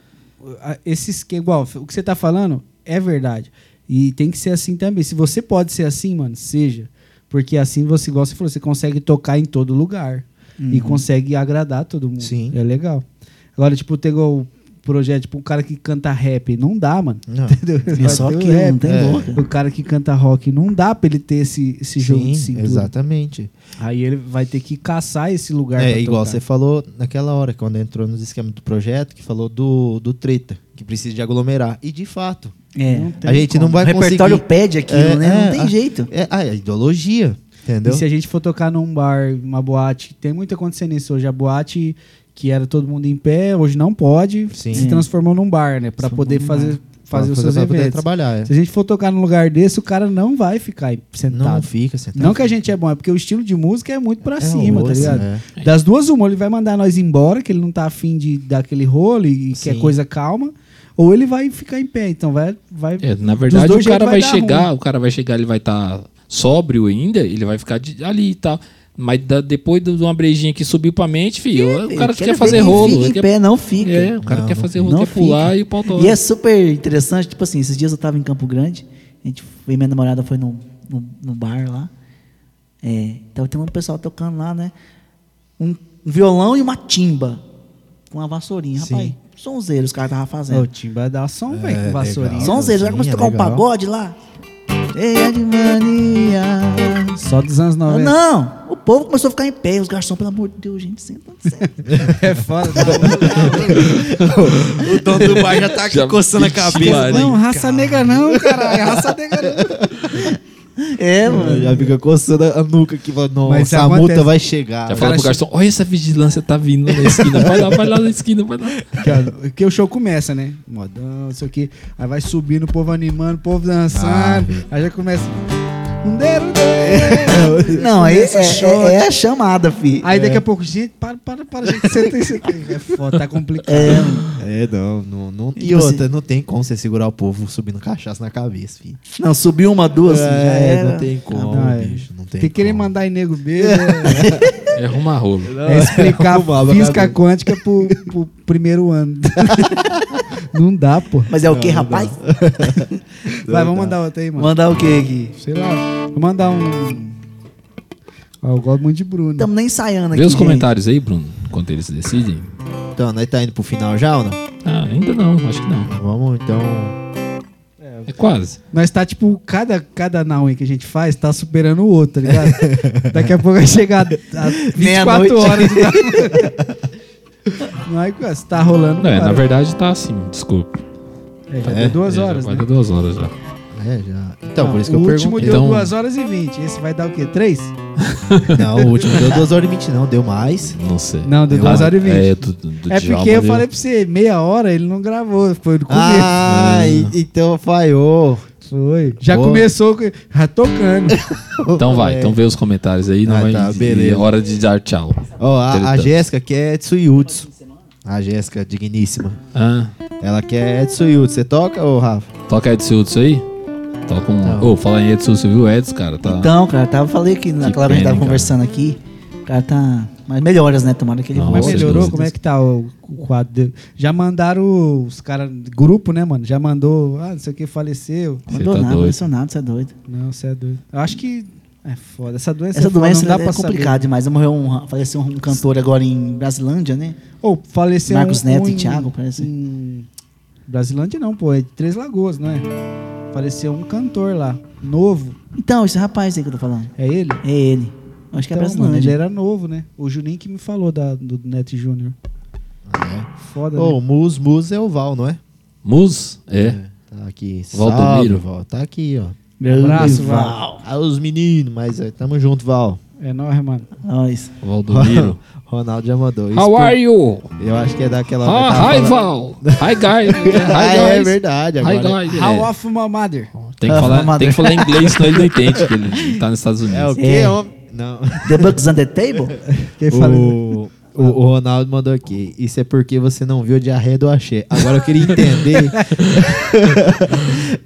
Speaker 1: a- esse esquema, igual, o que você tá falando é verdade. E tem que ser assim também. Se você pode ser assim, mano, seja. Porque assim você gosta, você falou, você consegue tocar em todo lugar. E consegue agradar todo mundo.
Speaker 2: Uhum. Sim.
Speaker 1: É legal. Agora, tipo, tem igual o projeto, tipo, um cara que canta rap, não dá, mano.
Speaker 2: Não.
Speaker 1: Entendeu?
Speaker 5: É só
Speaker 1: Vai ter o
Speaker 5: aquilo, não
Speaker 1: rap.
Speaker 5: tem
Speaker 2: é.
Speaker 5: boca.
Speaker 1: O cara que canta rock, não dá pra ele ter esse, esse jogo de
Speaker 2: Sim,
Speaker 1: cintura.
Speaker 2: exatamente.
Speaker 1: Aí ele vai ter que caçar esse lugar
Speaker 2: É,
Speaker 1: pra
Speaker 2: igual
Speaker 1: tocar.
Speaker 2: você falou naquela hora, quando entrou nos esquemas do projeto, que falou do, do treta, que precisa de aglomerar. E de fato,
Speaker 5: É.
Speaker 2: a gente não vai
Speaker 5: o repertório
Speaker 2: conseguir.
Speaker 5: pede aquilo,
Speaker 2: É,
Speaker 5: né?
Speaker 2: é,
Speaker 5: não tem
Speaker 2: a-
Speaker 5: jeito.
Speaker 2: É, ah, é ideologia, entendeu?
Speaker 1: E se a gente for tocar num bar, uma boate, tem muito acontecendo isso hoje. A boate que era todo mundo em pé, hoje não pode,
Speaker 2: Sim.
Speaker 1: se transformou num bar, né? Pra
Speaker 5: Transformou
Speaker 1: poder
Speaker 5: num
Speaker 1: fazer, fazer os seus
Speaker 2: pra poder
Speaker 1: eventos.
Speaker 2: trabalhar. é.
Speaker 1: Se a gente for tocar num lugar desse, o cara não vai ficar
Speaker 2: Não
Speaker 1: sentado.
Speaker 2: fica sentado.
Speaker 1: Não, que a gente é bom, é porque o estilo de música é muito pra
Speaker 2: É
Speaker 1: cima, tá
Speaker 2: outro,
Speaker 1: ligado?
Speaker 2: é.
Speaker 1: Das duas, uma, ele vai mandar nós embora, que ele não tá afim de dar aquele rolo e quer
Speaker 2: Sim.
Speaker 1: coisa calma, ou ele vai ficar em pé, então vai. vai
Speaker 3: É, na
Speaker 1: dos
Speaker 3: verdade,
Speaker 1: dois
Speaker 3: o
Speaker 1: jeitos
Speaker 3: cara vai,
Speaker 1: dar
Speaker 3: chegar,
Speaker 1: ruim.
Speaker 3: o cara vai chegar, ele vai estar sóbrio ainda, ele vai ficar de- ali e tal. Mas da- depois de uma brejinha que subiu pra mente, filho, o cara
Speaker 5: Quero
Speaker 3: quer
Speaker 5: ver
Speaker 3: fazer
Speaker 5: quem
Speaker 3: rolo.
Speaker 5: Fica em
Speaker 3: ele quer-
Speaker 5: pé, não fica.
Speaker 3: É, o cara quer fazer rolo,
Speaker 5: Não
Speaker 3: quer pular
Speaker 5: fica.
Speaker 3: e o pau tá
Speaker 5: E
Speaker 3: tola.
Speaker 5: é super interessante, tipo assim, esses dias eu tava em Campo Grande, a gente foi, minha namorada foi num, num, num bar lá. É, então tem um pessoal tocando lá, né? Um violão e uma timba. Com uma vassourinha, rapaz. Sonzeiro, os caras estavam
Speaker 1: Ô,
Speaker 2: É.
Speaker 1: O
Speaker 5: fazendo.
Speaker 1: Timba dá som, velho, com vassourinha.
Speaker 5: Sonzeiro, já
Speaker 2: sim,
Speaker 5: começou a
Speaker 2: é
Speaker 5: tocar um
Speaker 2: legal.
Speaker 5: pagode lá. Cheia de mania.
Speaker 1: Só dos anos
Speaker 5: Ah,
Speaker 1: 90.
Speaker 5: não, o povo começou a ficar em pé, os garçons, pelo amor de Deus, gente, senta, senta.
Speaker 1: É foda.
Speaker 2: né? O dono do bar já tá aqui coçando a cabeça.
Speaker 1: não, raça negra não, caralho. Raça negra não.
Speaker 5: É, mano.
Speaker 2: Já fica coçando a nuca que vai, não,
Speaker 1: Mas
Speaker 2: essa
Speaker 1: acontece.
Speaker 2: multa vai chegar.
Speaker 3: Já fala pro
Speaker 2: assim,
Speaker 3: garçom, olha essa vigilância tá vindo na esquina, vai lá, vai lá na esquina, vai lá.
Speaker 1: Que, ó, Porque o show começa, né? Modão, não sei o quê. Aí vai subindo, o povo animando, o povo
Speaker 2: Ah,
Speaker 1: dançando.
Speaker 2: velho.
Speaker 1: aí já começa. Um dedo, um dedo.
Speaker 5: Não, é,
Speaker 1: Começa o show.
Speaker 5: é, é a chamada, fi.
Speaker 1: Aí daqui a pouco, gente, para, para, para, gente, senta aí, senta aí. É foda, tá complicado.
Speaker 5: É, mano.
Speaker 2: É, não, não, não- E
Speaker 5: Tipo assim-
Speaker 2: outra, não tem como você segurar o povo subindo cachaça na cabeça, filho.
Speaker 5: Não, subiu uma, duas, já
Speaker 2: É,
Speaker 5: era.
Speaker 2: não tem como,
Speaker 1: Não, é.
Speaker 2: bicho. Não tem
Speaker 1: Tem que querer
Speaker 2: como.
Speaker 1: mandar em nego beijo. É,
Speaker 3: É arruma rolo.
Speaker 1: é (laughs) explicar
Speaker 2: Arrumava,
Speaker 1: física
Speaker 2: cara.
Speaker 1: quântica pro, pro primeiro (laughs) ano. Não dá, pô.
Speaker 5: Mas é o que, rapaz?
Speaker 1: Vai, vamos mandar outra aí, mano.
Speaker 5: Mandar o que aqui?
Speaker 1: Sei lá. Vou mandar um. Ah, eu gosto muito de Bruno.
Speaker 5: Estamos nem ensaiando aqui.
Speaker 3: Vê os
Speaker 5: gente.
Speaker 3: comentários aí, Bruno, enquanto eles decidem.
Speaker 2: Então, nós tá indo pro final já ou não?
Speaker 3: Ah, ainda não, acho que não.
Speaker 2: Vamos, então.
Speaker 3: É quase.
Speaker 1: Nós tá, tipo, cada, cada naui que a gente faz tá superando o outro, tá
Speaker 2: (laughs)
Speaker 1: ligado? Daqui a pouco vai chegar a, a 24
Speaker 5: Meia-noite.
Speaker 1: horas de (laughs) Não é que você tá rolando.
Speaker 3: Não, é, na
Speaker 1: cara.
Speaker 3: verdade tá assim, desculpa.
Speaker 1: É, já deu duas
Speaker 3: É, já
Speaker 1: horas,
Speaker 3: vai
Speaker 1: né?
Speaker 3: dar duas horas já.
Speaker 2: É, já. Então,
Speaker 1: Não,
Speaker 2: por isso que
Speaker 1: o
Speaker 2: eu
Speaker 1: último
Speaker 2: perguntei.
Speaker 1: deu
Speaker 3: Então-
Speaker 1: 2 horas e 20. Esse vai dar o quê? 3?
Speaker 2: Não, o último deu 2 horas e 20, não. Deu (laughs) mais.
Speaker 3: Não sei.
Speaker 1: Não, deu
Speaker 2: Eu-
Speaker 1: 2 horas e 20.
Speaker 3: É,
Speaker 1: É,
Speaker 3: do, do- do Djalma
Speaker 1: porque eu
Speaker 3: ali.
Speaker 1: falei pra você, meia hora ele não gravou. Foi do começo.
Speaker 2: Ah, e-
Speaker 3: É.
Speaker 2: então falhou.
Speaker 1: Foi. Já
Speaker 2: Boa.
Speaker 1: começou com- já tocando.
Speaker 3: Então vai, então vê os comentários aí. Não
Speaker 2: Ah,
Speaker 3: vai,
Speaker 2: tá,
Speaker 3: e
Speaker 2: beleza.
Speaker 3: é hora de dar tchau.
Speaker 2: Ó, a, a
Speaker 3: Tretando.
Speaker 2: Jéssica quer Tsuyutsu. A Jéssica, digníssima.
Speaker 3: Ah,
Speaker 2: Ela quer Tsuyutsu. Você toca, ô Rafa?
Speaker 3: toca Edsutsu aí? Toca um. Ô, fala em Edsutsu, viu? Edson, cara, tá.
Speaker 5: Então, cara, tava, falei que naquela hora a gente
Speaker 3: pena,
Speaker 5: tava
Speaker 3: hein,
Speaker 5: conversando aqui. O cara tá. Mas melhoras, né? Tomara que ele
Speaker 3: Não,
Speaker 1: Mas
Speaker 3: Nossa,
Speaker 1: melhorou?
Speaker 3: Deus.
Speaker 1: Como é que tá o, o quadro dele? Já mandaram os caras. Grupo, né, mano? Já mandou. Ah, não sei o que, faleceu.
Speaker 3: Você
Speaker 5: Mandou
Speaker 3: tá
Speaker 5: nada,
Speaker 3: doido.
Speaker 5: não nada, você é doido.
Speaker 1: Não, você é doido. Eu acho que. É foda. Essa doença,
Speaker 5: Essa
Speaker 1: é foda,
Speaker 5: doença
Speaker 1: não dá
Speaker 5: é
Speaker 1: pra
Speaker 5: complicada demais. Morreu um, faleceu um cantor agora em Brasilândia, né?
Speaker 1: saber. Ou faleceu
Speaker 5: Marcos
Speaker 1: um-
Speaker 5: Neto
Speaker 1: um
Speaker 5: e
Speaker 1: em-
Speaker 5: Thiago, assim. parece.
Speaker 1: em Brasilândia não, pô. É de Três Lagoas, não é? Faleceu um cantor lá. Novo.
Speaker 5: Então, esse rapaz aí que eu tô falando.
Speaker 1: É ele?
Speaker 5: É ele. Eu acho que é
Speaker 1: Então, mano, ele
Speaker 5: Brasilândia.
Speaker 1: era novo, né? O Juninho que me falou da, do Neto Júnior. Foda,
Speaker 2: Ô,
Speaker 1: né?
Speaker 2: Mus, Mus é o Val, não é?
Speaker 3: Mus? É.
Speaker 2: Tá aqui. Salve,
Speaker 3: Valdomiro.
Speaker 2: Val. Tá aqui, ó.
Speaker 5: Grande
Speaker 1: Abraço, Val.
Speaker 2: Ah, os meninos, mas é, tamo junto, Val.
Speaker 1: É nóis, mano.
Speaker 5: Nós.
Speaker 3: Valdomiro.
Speaker 2: Ronaldo já mandou. Isso
Speaker 3: (laughs) How
Speaker 2: por-
Speaker 3: are you?
Speaker 2: Eu acho que é daquela.
Speaker 3: Ah, hi,
Speaker 2: tava falando-
Speaker 3: Val. Hi, guys. Hi,
Speaker 2: (laughs) Ah, (laughs) é
Speaker 3: guys.
Speaker 2: verdade.
Speaker 3: Hi,
Speaker 2: Agora.
Speaker 3: guys.
Speaker 1: How
Speaker 3: É,
Speaker 1: of my mother.
Speaker 3: tem, que falar, tem que falar inglês, senão ele não entende que ele tá nos Estados Unidos.
Speaker 2: É o quê,
Speaker 5: É.
Speaker 2: homem? Não.
Speaker 5: The Bugs on the Table? (laughs)
Speaker 1: Quem fala
Speaker 2: O, o, o Ronaldo mandou aqui. Isso é porque você não viu a diarreia do axé. Agora eu queria (laughs) entender.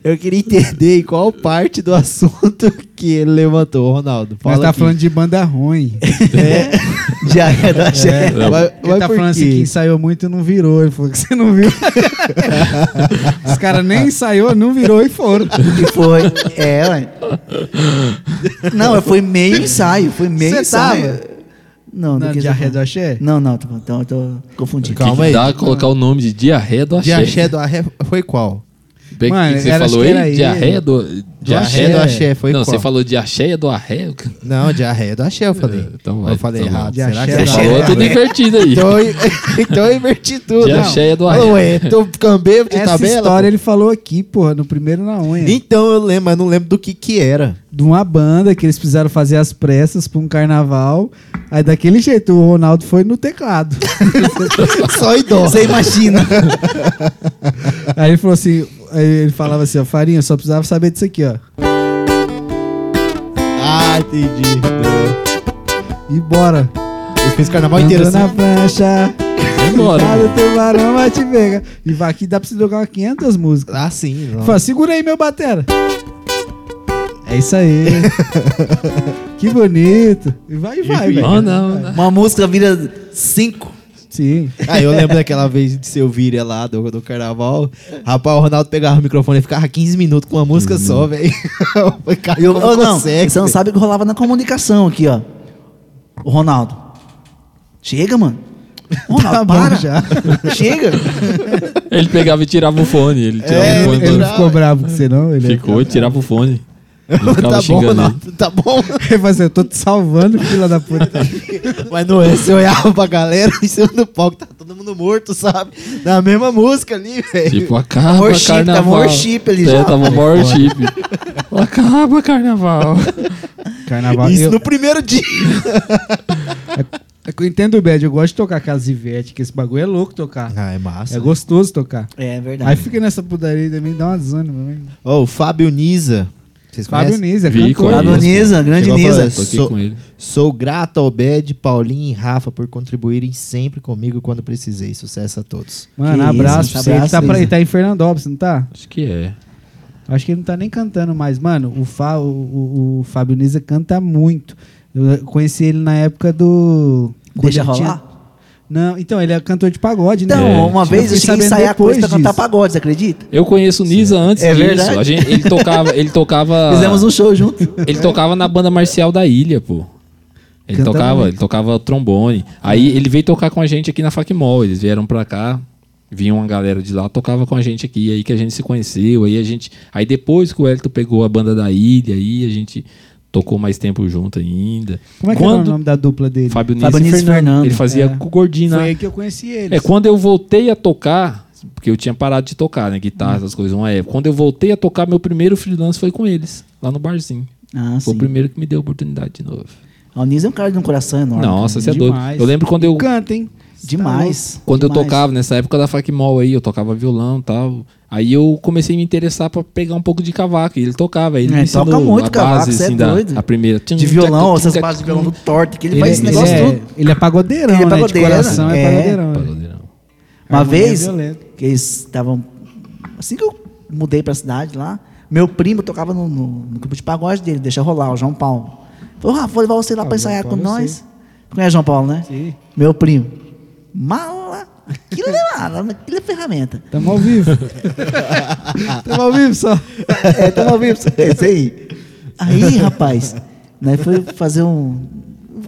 Speaker 2: eu queria entender em qual parte do assunto que ele levantou, Ronaldo. Fala
Speaker 1: Nós tá
Speaker 2: aqui.
Speaker 1: falando de banda ruim.
Speaker 5: Já é do axé.
Speaker 2: Mas-
Speaker 1: Ele
Speaker 2: mas
Speaker 1: tá
Speaker 2: por
Speaker 1: falando assim
Speaker 2: quê?
Speaker 1: que ensaiou muito e não virou. Ele falou que você não
Speaker 2: (laughs)
Speaker 1: viu. Os caras nem ensaiou, não virou e foram.
Speaker 5: E foi. É, ué. Não, foi meio ensaio. Foi meio
Speaker 1: Você
Speaker 5: ensaio. Não,
Speaker 1: Na
Speaker 5: não,
Speaker 2: tá
Speaker 5: quis
Speaker 1: diarreia do
Speaker 5: falar.
Speaker 1: axé?
Speaker 5: não, não, tô, tô, tô confundindo.
Speaker 3: Tem
Speaker 2: Calma
Speaker 3: que
Speaker 2: aí.
Speaker 3: dar, colocar o nome de diarreia do
Speaker 2: De
Speaker 3: axé.
Speaker 2: axé do axé foi qual?
Speaker 3: Bem, que
Speaker 1: Mano,
Speaker 3: que você
Speaker 1: era-
Speaker 3: falou
Speaker 1: acho que
Speaker 3: aí?
Speaker 1: era
Speaker 3: Diarreia
Speaker 1: ele.
Speaker 3: do...
Speaker 2: Diarreia do axé foi
Speaker 3: Não,
Speaker 2: qual?
Speaker 3: você falou diarreia do arreia.
Speaker 2: Não, diarreia do axé, eu falei.
Speaker 3: Então vai,
Speaker 2: eu falei
Speaker 3: então
Speaker 2: errado.
Speaker 1: vai. De
Speaker 2: Será que
Speaker 1: axé
Speaker 2: é
Speaker 3: Você
Speaker 1: do
Speaker 2: axé?
Speaker 3: falou
Speaker 1: axé.
Speaker 3: tudo invertido aí.
Speaker 2: Então, eu- (laughs) então eu inverti tudo.
Speaker 3: De
Speaker 2: Não.
Speaker 3: axé é do axé.
Speaker 2: Ué, tô cambebo de
Speaker 1: Essa
Speaker 2: tabela.
Speaker 1: história é
Speaker 2: pô.
Speaker 1: ele falou aqui, porra, no primeiro na unha.
Speaker 2: Então eu lembro, mas não lembro do que que era. (laughs)
Speaker 1: De uma banda que eles precisaram fazer as pressas pra um carnaval. Aí daquele jeito o Ronaldo foi no
Speaker 2: (laughs)
Speaker 1: teclado.
Speaker 2: Só idoso.
Speaker 5: Você imagina.
Speaker 1: Aí ele falou assim, aí ele falava assim, ó, Farinha, eu só precisava saber disso aqui, ó.
Speaker 2: Ah, entendi.
Speaker 1: E bora.
Speaker 2: Eu fiz carnaval inteiro
Speaker 1: Entrou na
Speaker 2: assim.
Speaker 1: prancha,
Speaker 3: Vai embora.
Speaker 1: nada o tubarão vai te pegar. E vai aqui dá pra você tocar umas 500 músicas.
Speaker 2: Ah, sim. não.
Speaker 1: Fala, segura aí, meu batera. É isso aí. (laughs) que bonito. E vai, e vai, velho.
Speaker 3: Oh, não, não.
Speaker 5: Uma música vira cinco.
Speaker 1: Sim.
Speaker 2: Ah, eu lembro daquela vez de seu vira lá do, do carnaval. Rapaz, o Ronaldo pegava o microfone e ficava 15 minutos com uma música só, velho. (laughs) Foi cara,
Speaker 5: Eu,
Speaker 2: como
Speaker 5: oh, não,
Speaker 2: consegue,
Speaker 5: você não
Speaker 2: velho?
Speaker 5: sabe o que rolava na comunicação aqui, ó. O Ronaldo. Chega, mano. Ronaldo,
Speaker 1: bom
Speaker 5: para.
Speaker 1: já.
Speaker 5: Chega.
Speaker 3: Ele pegava e tirava o fone. Ele tirava
Speaker 2: É,
Speaker 3: o fone.
Speaker 1: Ele
Speaker 3: do-
Speaker 1: não ficou bravo com você, não? Ele
Speaker 3: Ficou e tirava o fone. Ele ficava
Speaker 2: tá bom,
Speaker 3: xingando ele.
Speaker 2: Ronaldo, tá bom.
Speaker 1: (laughs) Ele falou assim, eu tô te salvando, fila da (laughs) puta.
Speaker 2: Mas não é, você olhava pra galera (laughs) em cima do palco, tá todo mundo morto, sabe? Na mesma música ali, velho.
Speaker 3: Tipo, acaba
Speaker 5: Worship, tava
Speaker 3: carnaval.
Speaker 5: worship ali
Speaker 3: é,
Speaker 5: já.
Speaker 3: Tava worship. acaba carnaval.
Speaker 1: Carnaval.
Speaker 2: Isso
Speaker 1: Eu,
Speaker 2: no primeiro dia.
Speaker 1: é que eu entendo bad, eu gosto de tocar aquelas Ivete, que esse bagulho é louco tocar.
Speaker 2: Ah, é massa.
Speaker 1: É gostoso tocar.
Speaker 5: É
Speaker 1: Aí
Speaker 5: verdade.
Speaker 1: fica nessa putaria também, dá uma desânimo. né?
Speaker 2: Ó, o Fábio Niza. Vocês
Speaker 1: Fábio
Speaker 2: conhecem?
Speaker 1: Nisa,
Speaker 3: Vi,
Speaker 1: cantor.
Speaker 3: conheço.
Speaker 5: Fábio Niza, grande
Speaker 2: Chegou a
Speaker 5: Niza.
Speaker 2: falar- é,
Speaker 3: Toquei
Speaker 2: Sou-
Speaker 3: com ele.
Speaker 2: Sou grato ao Bed, Paulinho e Rafa por contribuírem sempre comigo quando precisei. Sucesso a todos.
Speaker 1: Mano,
Speaker 5: Que
Speaker 1: abraço
Speaker 5: isso,
Speaker 1: pra você.
Speaker 5: abraço,
Speaker 1: Ele tá, pra-
Speaker 5: Isa.
Speaker 1: ele tá em Fernandópolis, não tá?
Speaker 3: Acho que é.
Speaker 1: Acho que ele não tá nem cantando mais. Mano, o, Fá, o, o, o Fábio Niza canta muito. Eu eh, conheci ele na época do. quando
Speaker 5: Deixa
Speaker 1: ele
Speaker 5: rolar?
Speaker 1: Não, então, ele é cantor de pagode, né?
Speaker 5: Então,
Speaker 1: É.
Speaker 5: uma vez eu
Speaker 1: Fiquei
Speaker 5: cheguei a
Speaker 1: sabendo
Speaker 5: ensaiar
Speaker 1: depois
Speaker 5: coisa pra cantar
Speaker 1: disso.
Speaker 5: pagode, você acredita?
Speaker 3: Eu conheço o Nisa antes
Speaker 5: É
Speaker 3: disso.
Speaker 5: verdade.
Speaker 3: A gente, ele tocava, ele tocava,
Speaker 5: (laughs) Fizemos um show junto.
Speaker 3: ele tocava na banda marcial da ilha, pô. Ele
Speaker 1: Canta
Speaker 3: tocava,
Speaker 1: muito. É.
Speaker 3: ele tocava trombone. Aí ele veio tocar com a gente aqui na Facmol. Eles vieram pra cá, vinha uma galera de lá, tocava com a gente aqui, aí que a gente se conheceu, aí a gente, aí depois que o Elton pegou a banda da ilha, aí a gente tocou mais tempo junto ainda.
Speaker 1: Como é que era o
Speaker 3: Quando
Speaker 1: nome da dupla dele?
Speaker 3: Fábio Nisso,
Speaker 5: Fábio Nisso e Fernando.
Speaker 3: ele fazia
Speaker 1: É.
Speaker 3: com o Gordinho,
Speaker 1: Foi
Speaker 3: né?
Speaker 1: aí que eu conheci ele.
Speaker 3: É, quando eu voltei a tocar, Porque eu tinha parado de tocar, né? Guitarra, essas coisas, uma época. Quando eu voltei a tocar, meu primeiro freelance foi com eles, lá no barzinho.
Speaker 5: Ah,
Speaker 3: Foi
Speaker 5: sim.
Speaker 3: o primeiro que me deu a oportunidade de novo.
Speaker 5: Ah, O Nils é um cara de um coração enorme.
Speaker 3: Nossa,
Speaker 5: cara.
Speaker 3: você é doido.
Speaker 1: demais.
Speaker 3: Eu lembro quando eu,
Speaker 1: Canta, hein? Cê tá
Speaker 5: Demais.
Speaker 3: quando eu
Speaker 5: demais.
Speaker 3: tocava, nessa época da Facmol aí, eu tocava violão e tal. Aí eu comecei a me interessar pra pegar um pouco de cavaco. E ele tocava. Aí ele
Speaker 5: É,
Speaker 3: me ensinou
Speaker 5: toca muito
Speaker 3: a
Speaker 5: cavaco,
Speaker 3: base,
Speaker 5: cê é
Speaker 3: assim, da-
Speaker 5: doido.
Speaker 3: A primeira.
Speaker 5: De violão, essas bases de violão do torto, que ele,
Speaker 1: Ele,
Speaker 5: faz esse
Speaker 1: ele
Speaker 5: negócio
Speaker 1: é,
Speaker 5: tudo.
Speaker 1: ele é pagodeirão,
Speaker 5: Ele
Speaker 1: né?
Speaker 5: é
Speaker 1: De
Speaker 5: pagodeiro,
Speaker 1: coração é,
Speaker 5: é.
Speaker 1: pagodeirão.
Speaker 5: Uma
Speaker 1: Harmonia
Speaker 5: vez,
Speaker 1: violenta.
Speaker 5: que eles estavam. Assim que eu mudei pra cidade lá, meu primo tocava no, no- no grupo de pagode dele, deixa rolar, o João Paulo. Falou, Rafa, vou levar você lá
Speaker 1: Ah,
Speaker 5: pra
Speaker 1: o
Speaker 5: ensaiar
Speaker 1: João
Speaker 5: com
Speaker 1: Paulo eu
Speaker 5: nós. Conhece o João Paulo, né?
Speaker 1: Sim.
Speaker 5: Meu primo. Mala. Aquilo é mala, aquilo é ferramenta.
Speaker 1: Tamo ao
Speaker 5: (laughs)
Speaker 1: vivo. Tamo ao vivo só.
Speaker 5: É, tamo ao vivo. É isso aí. Aí, rapaz, né, foi fazer um.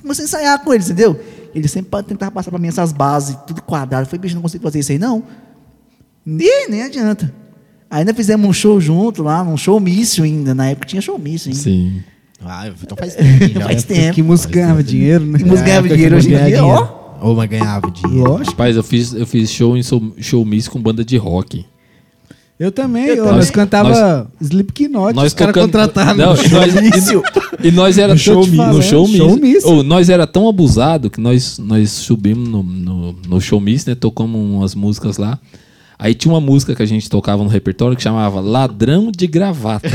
Speaker 5: Comecei a ensaiar com ele, entendeu? Ele sempre pa- tentava passar pra mim essas bases, tudo quadrado. Eu falei, bicho, não consigo fazer isso aí, não. Nem, nem adianta. Ainda fizemos um show junto lá, um showmício ainda. Na época tinha showmício ainda.
Speaker 3: Sim.
Speaker 2: Ah, então faz tempo. já.
Speaker 5: Faz
Speaker 1: É
Speaker 5: tempo.
Speaker 1: que música ganhava dinheiro, né?
Speaker 5: Que música ganhava dinheiro hoje em dia, ó.
Speaker 2: Ou, mas ganhava dinheiro.
Speaker 1: Lógico.
Speaker 3: Rapaz, eu fiz, eu fiz show em show, showmício com banda de rock.
Speaker 1: Eu também.
Speaker 5: Eu
Speaker 1: ó,
Speaker 5: também.
Speaker 1: Nós cantava Slipknot. Os caras contrataram. (laughs)
Speaker 3: Não, e nós,
Speaker 5: Showmício.
Speaker 3: e nós era
Speaker 1: No é, showmício.
Speaker 3: no showmício.
Speaker 1: Showmício.
Speaker 3: Ou nós era tão abusado que nós nós subimos no no, no showmício, né? Tocamos umas músicas lá. Aí tinha uma música que a gente tocava no repertório que chamava Ladrão
Speaker 1: (laughs)
Speaker 3: de Gravata.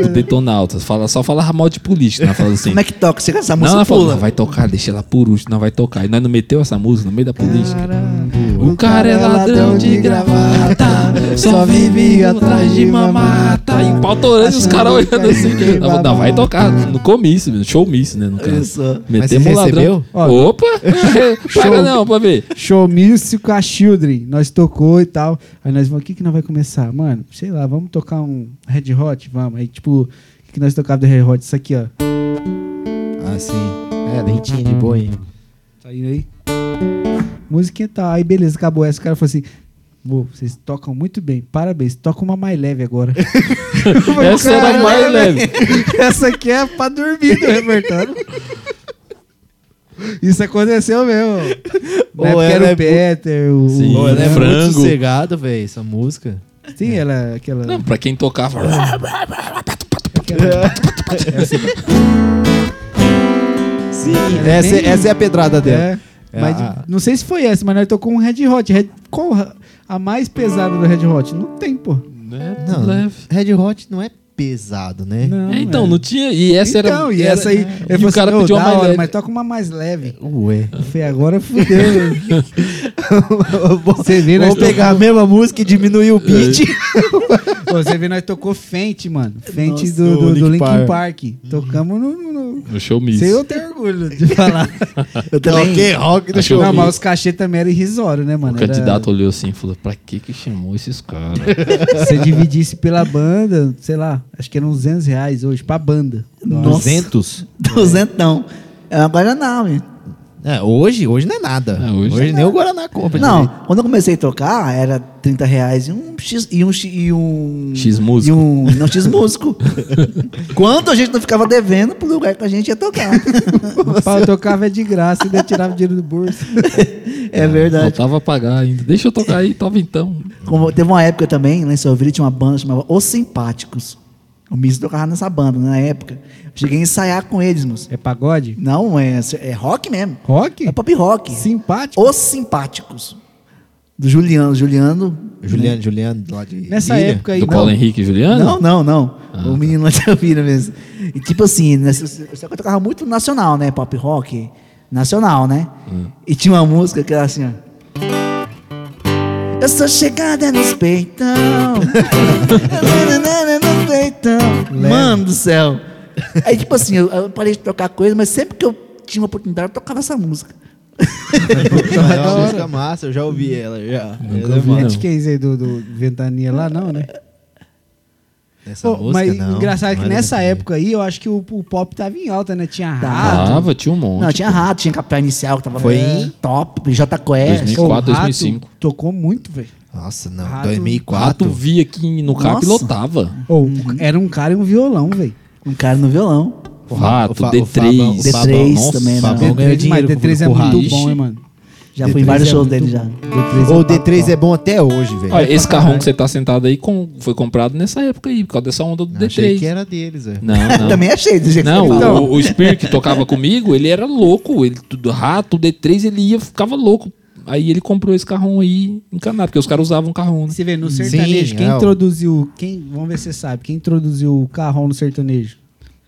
Speaker 3: do Detonautas. Fala, só falava mal de política. Né? Falava assim,
Speaker 5: Como é que toca? Você essa
Speaker 3: não,
Speaker 5: música
Speaker 3: ela falou,
Speaker 5: pula.
Speaker 3: não, vai tocar, deixa ela por último, não vai tocar. E nós não meteu essa música no meio da política. o cara é ladrão de gravata, só vive atrás de mamata. E o pau torando e os caras olhando assim. que- Não, não, vai tocar no comício, no showmício, né? No caso.
Speaker 5: Isso.
Speaker 3: Metemos o
Speaker 2: você
Speaker 3: ladrão.
Speaker 2: recebeu?
Speaker 3: Opa! Paga não, pra ver.
Speaker 1: Show Music com a Children. Nós tocou e tal. Aí nós vamos, o que que nós vai começar? Mano, sei lá, vamos tocar um Red Hot? Vamos. Aí, tipo, o que que nós tocava do Red Hot? Isso aqui, ó.
Speaker 2: Ah, sim. É, dentinho de boi.
Speaker 1: Tá indo aí. Musiquinha tá. Aí, beleza, acabou essa. O cara falou assim... Pô, vocês tocam muito bem, parabéns. Toca uma mais leve
Speaker 3: (laughs)
Speaker 1: agora. um Eu falei,
Speaker 3: Essa era a mais
Speaker 1: "Caralho,
Speaker 3: leve.
Speaker 1: né, (laughs) Essa aqui é pra dormir do repertório. Isso aconteceu mesmo.
Speaker 2: Ou
Speaker 1: Na época
Speaker 2: ela
Speaker 1: era
Speaker 2: é
Speaker 1: o Peter, o.
Speaker 3: Sim.
Speaker 2: Pô, ela é
Speaker 3: Frango.
Speaker 2: muito sossegado, velho, essa música.
Speaker 1: Sim, ela. Aquela. né?
Speaker 3: Não, pra quem tocava.
Speaker 1: aquela-
Speaker 2: Sim, essa,
Speaker 1: bem-
Speaker 2: essa é a pedrada dela.
Speaker 1: é, mas
Speaker 2: a-
Speaker 1: não sei se foi essa, mas nós tocou um Red Hot. Red, qual a- a mais pesada do Red Hot? Não tem, pô.
Speaker 2: Não,
Speaker 3: leve.
Speaker 2: Red Hot não é pesado, né?
Speaker 1: Não,
Speaker 3: É, então,
Speaker 1: é.
Speaker 3: não tinha. E essa era.
Speaker 1: Então, e
Speaker 3: era- é.
Speaker 1: essa aí.
Speaker 3: e
Speaker 1: ele falou
Speaker 3: o cara
Speaker 1: assim, "Ô,
Speaker 3: pediu
Speaker 1: da
Speaker 3: uma mais
Speaker 1: hora,
Speaker 3: leve.
Speaker 1: mas toca uma mais leve.
Speaker 2: Ué.
Speaker 1: Eu falei, agora fudeu. Você vê, nós
Speaker 2: Vou
Speaker 1: tocou-
Speaker 2: pegar a mesma música e diminuir o beat.
Speaker 1: Ô, Você vê, nós tocou Fente, mano. Fente
Speaker 2: Nossa,
Speaker 1: do, do,
Speaker 2: do
Speaker 1: do Linkin
Speaker 2: Linkin
Speaker 1: Park. Tocamos no. no, no...
Speaker 3: No
Speaker 1: Isso
Speaker 3: showmício.
Speaker 1: aí eu tenho orgulho de falar.
Speaker 2: (laughs)
Speaker 5: Eu também.
Speaker 2: Rock, É. rock do
Speaker 3: Acho
Speaker 2: show.
Speaker 1: não, mas os cachê também eram irrisórios, né,
Speaker 3: O
Speaker 1: mano? Era-
Speaker 3: candidato olhou assim e falou: pra que que chamou esses caras?
Speaker 1: Se dividisse pela banda, sei lá, acho que eram 200 reais hoje, pra banda.
Speaker 5: Nossa.
Speaker 2: 200?
Speaker 5: Duzentão. Agora não, hein?
Speaker 2: É, hoje, hoje não é nada.
Speaker 3: É, hoje
Speaker 2: hoje nem o Guaraná compra.
Speaker 5: Não,
Speaker 2: direito.
Speaker 5: quando eu comecei a tocar, era 30 reais e um X. E um, X- e um
Speaker 3: X músico.
Speaker 5: E um, não, X músico. Quanto a gente não ficava devendo pro lugar que a gente ia tocar.
Speaker 1: Pra eu tocava é de graça, ainda tirava dinheiro do bolso.
Speaker 5: é verdade.
Speaker 3: Faltava pagar ainda. Deixa eu tocar aí, tava então.
Speaker 5: Como- teve uma época também, lá em Sorville tinha uma banda chamada Os Simpáticos. O Miss tocava nessa banda né, na época. Cheguei a ensaiar com eles, moço.
Speaker 1: É pagode?
Speaker 5: Não, é, é rock mesmo.
Speaker 1: Rock?
Speaker 5: É pop rock.
Speaker 1: Simpático.
Speaker 5: Os Simpáticos. Do Juliano. Juliano.
Speaker 2: Juliano, Juliano, lá de.
Speaker 1: Nessa
Speaker 2: (laughs) Ilha.
Speaker 1: época aí.
Speaker 3: Do
Speaker 1: não.
Speaker 3: Paulo Henrique e Juliano?
Speaker 5: Não, não, não. o menino lá (laughs) de Alvira mesmo. E tipo assim, né, só que eu tocava muito nacional, né? Pop rock nacional, né? E tinha uma música que era assim, ó. Eu sou chegada nos peitão. Nananana no peitão.
Speaker 1: Leve.
Speaker 5: Mano do céu. Aí tipo assim, eu, eu parei de tocar coisa, mas sempre que eu tinha uma oportunidade, eu tocava essa música.
Speaker 2: Não, É uma música massa, eu já ouvi ela. Já.
Speaker 3: Nunca
Speaker 2: Ela é
Speaker 3: ouvi,
Speaker 1: É
Speaker 2: massa.
Speaker 1: de quem isso aí do, do Ventania lá, não, né?
Speaker 2: Essa
Speaker 1: Pô,
Speaker 2: música,
Speaker 1: mas
Speaker 2: não,
Speaker 1: engraçado
Speaker 2: não
Speaker 1: que
Speaker 2: é
Speaker 1: nessa
Speaker 2: dessa
Speaker 1: época aí, eu acho que o, o pop tava em alta, né? Tinha rato.
Speaker 2: Ah,
Speaker 3: Tava, tinha um monte.
Speaker 5: Não, tinha rato, tinha capital inicial que tava
Speaker 2: Foi
Speaker 5: bem
Speaker 2: em-
Speaker 5: top, J Quest.
Speaker 3: 2004,
Speaker 1: Ô, Rato
Speaker 3: 2005.
Speaker 1: Tocou muito, velho.
Speaker 2: Nossa, não.
Speaker 1: Rato-
Speaker 2: 2004.
Speaker 3: Rato via aqui no
Speaker 5: Nossa.
Speaker 3: carro e lotava.
Speaker 1: Ô, Era um cara e um violão, velho.
Speaker 5: Um cara no violão. (laughs)
Speaker 2: Fa-
Speaker 3: Rato,
Speaker 2: o Fa- o
Speaker 3: D3.
Speaker 2: Fabão- o
Speaker 5: D3,
Speaker 2: Fabão-
Speaker 5: também, né?
Speaker 2: Fabão
Speaker 1: D3,
Speaker 2: ganhou dinheiro
Speaker 1: mas D3 é
Speaker 2: com o
Speaker 1: muito
Speaker 2: rato.
Speaker 1: bom, hein, mano.
Speaker 5: Já
Speaker 2: D3
Speaker 5: fui em vários
Speaker 2: é
Speaker 5: shows
Speaker 2: muito
Speaker 5: dele já.
Speaker 1: D3
Speaker 2: Ou
Speaker 1: é
Speaker 2: o D3
Speaker 1: papão.
Speaker 2: é bom até hoje, velho.
Speaker 3: Olha, esse carrão que você tá sentado aí com- foi comprado nessa época aí, por causa dessa onda do
Speaker 2: Eu
Speaker 3: D3.
Speaker 2: Achei que era deles, velho.
Speaker 3: Não,
Speaker 5: (laughs)
Speaker 3: não.
Speaker 5: Também achei do jeito
Speaker 3: Não,
Speaker 5: que você falou.
Speaker 3: o, o Spear que tocava comigo, ele era louco. Ele, tudo rato, o D3, ele ia, ficava louco. Aí ele comprou esse carrão aí encanado, porque os caras usavam carrão, né?
Speaker 1: Você vê, no sertanejo,
Speaker 2: Sim,
Speaker 1: quem
Speaker 2: é, ó.
Speaker 1: introduziu. Quem, vamos ver se você sabe. Quem introduziu o carrão no sertanejo?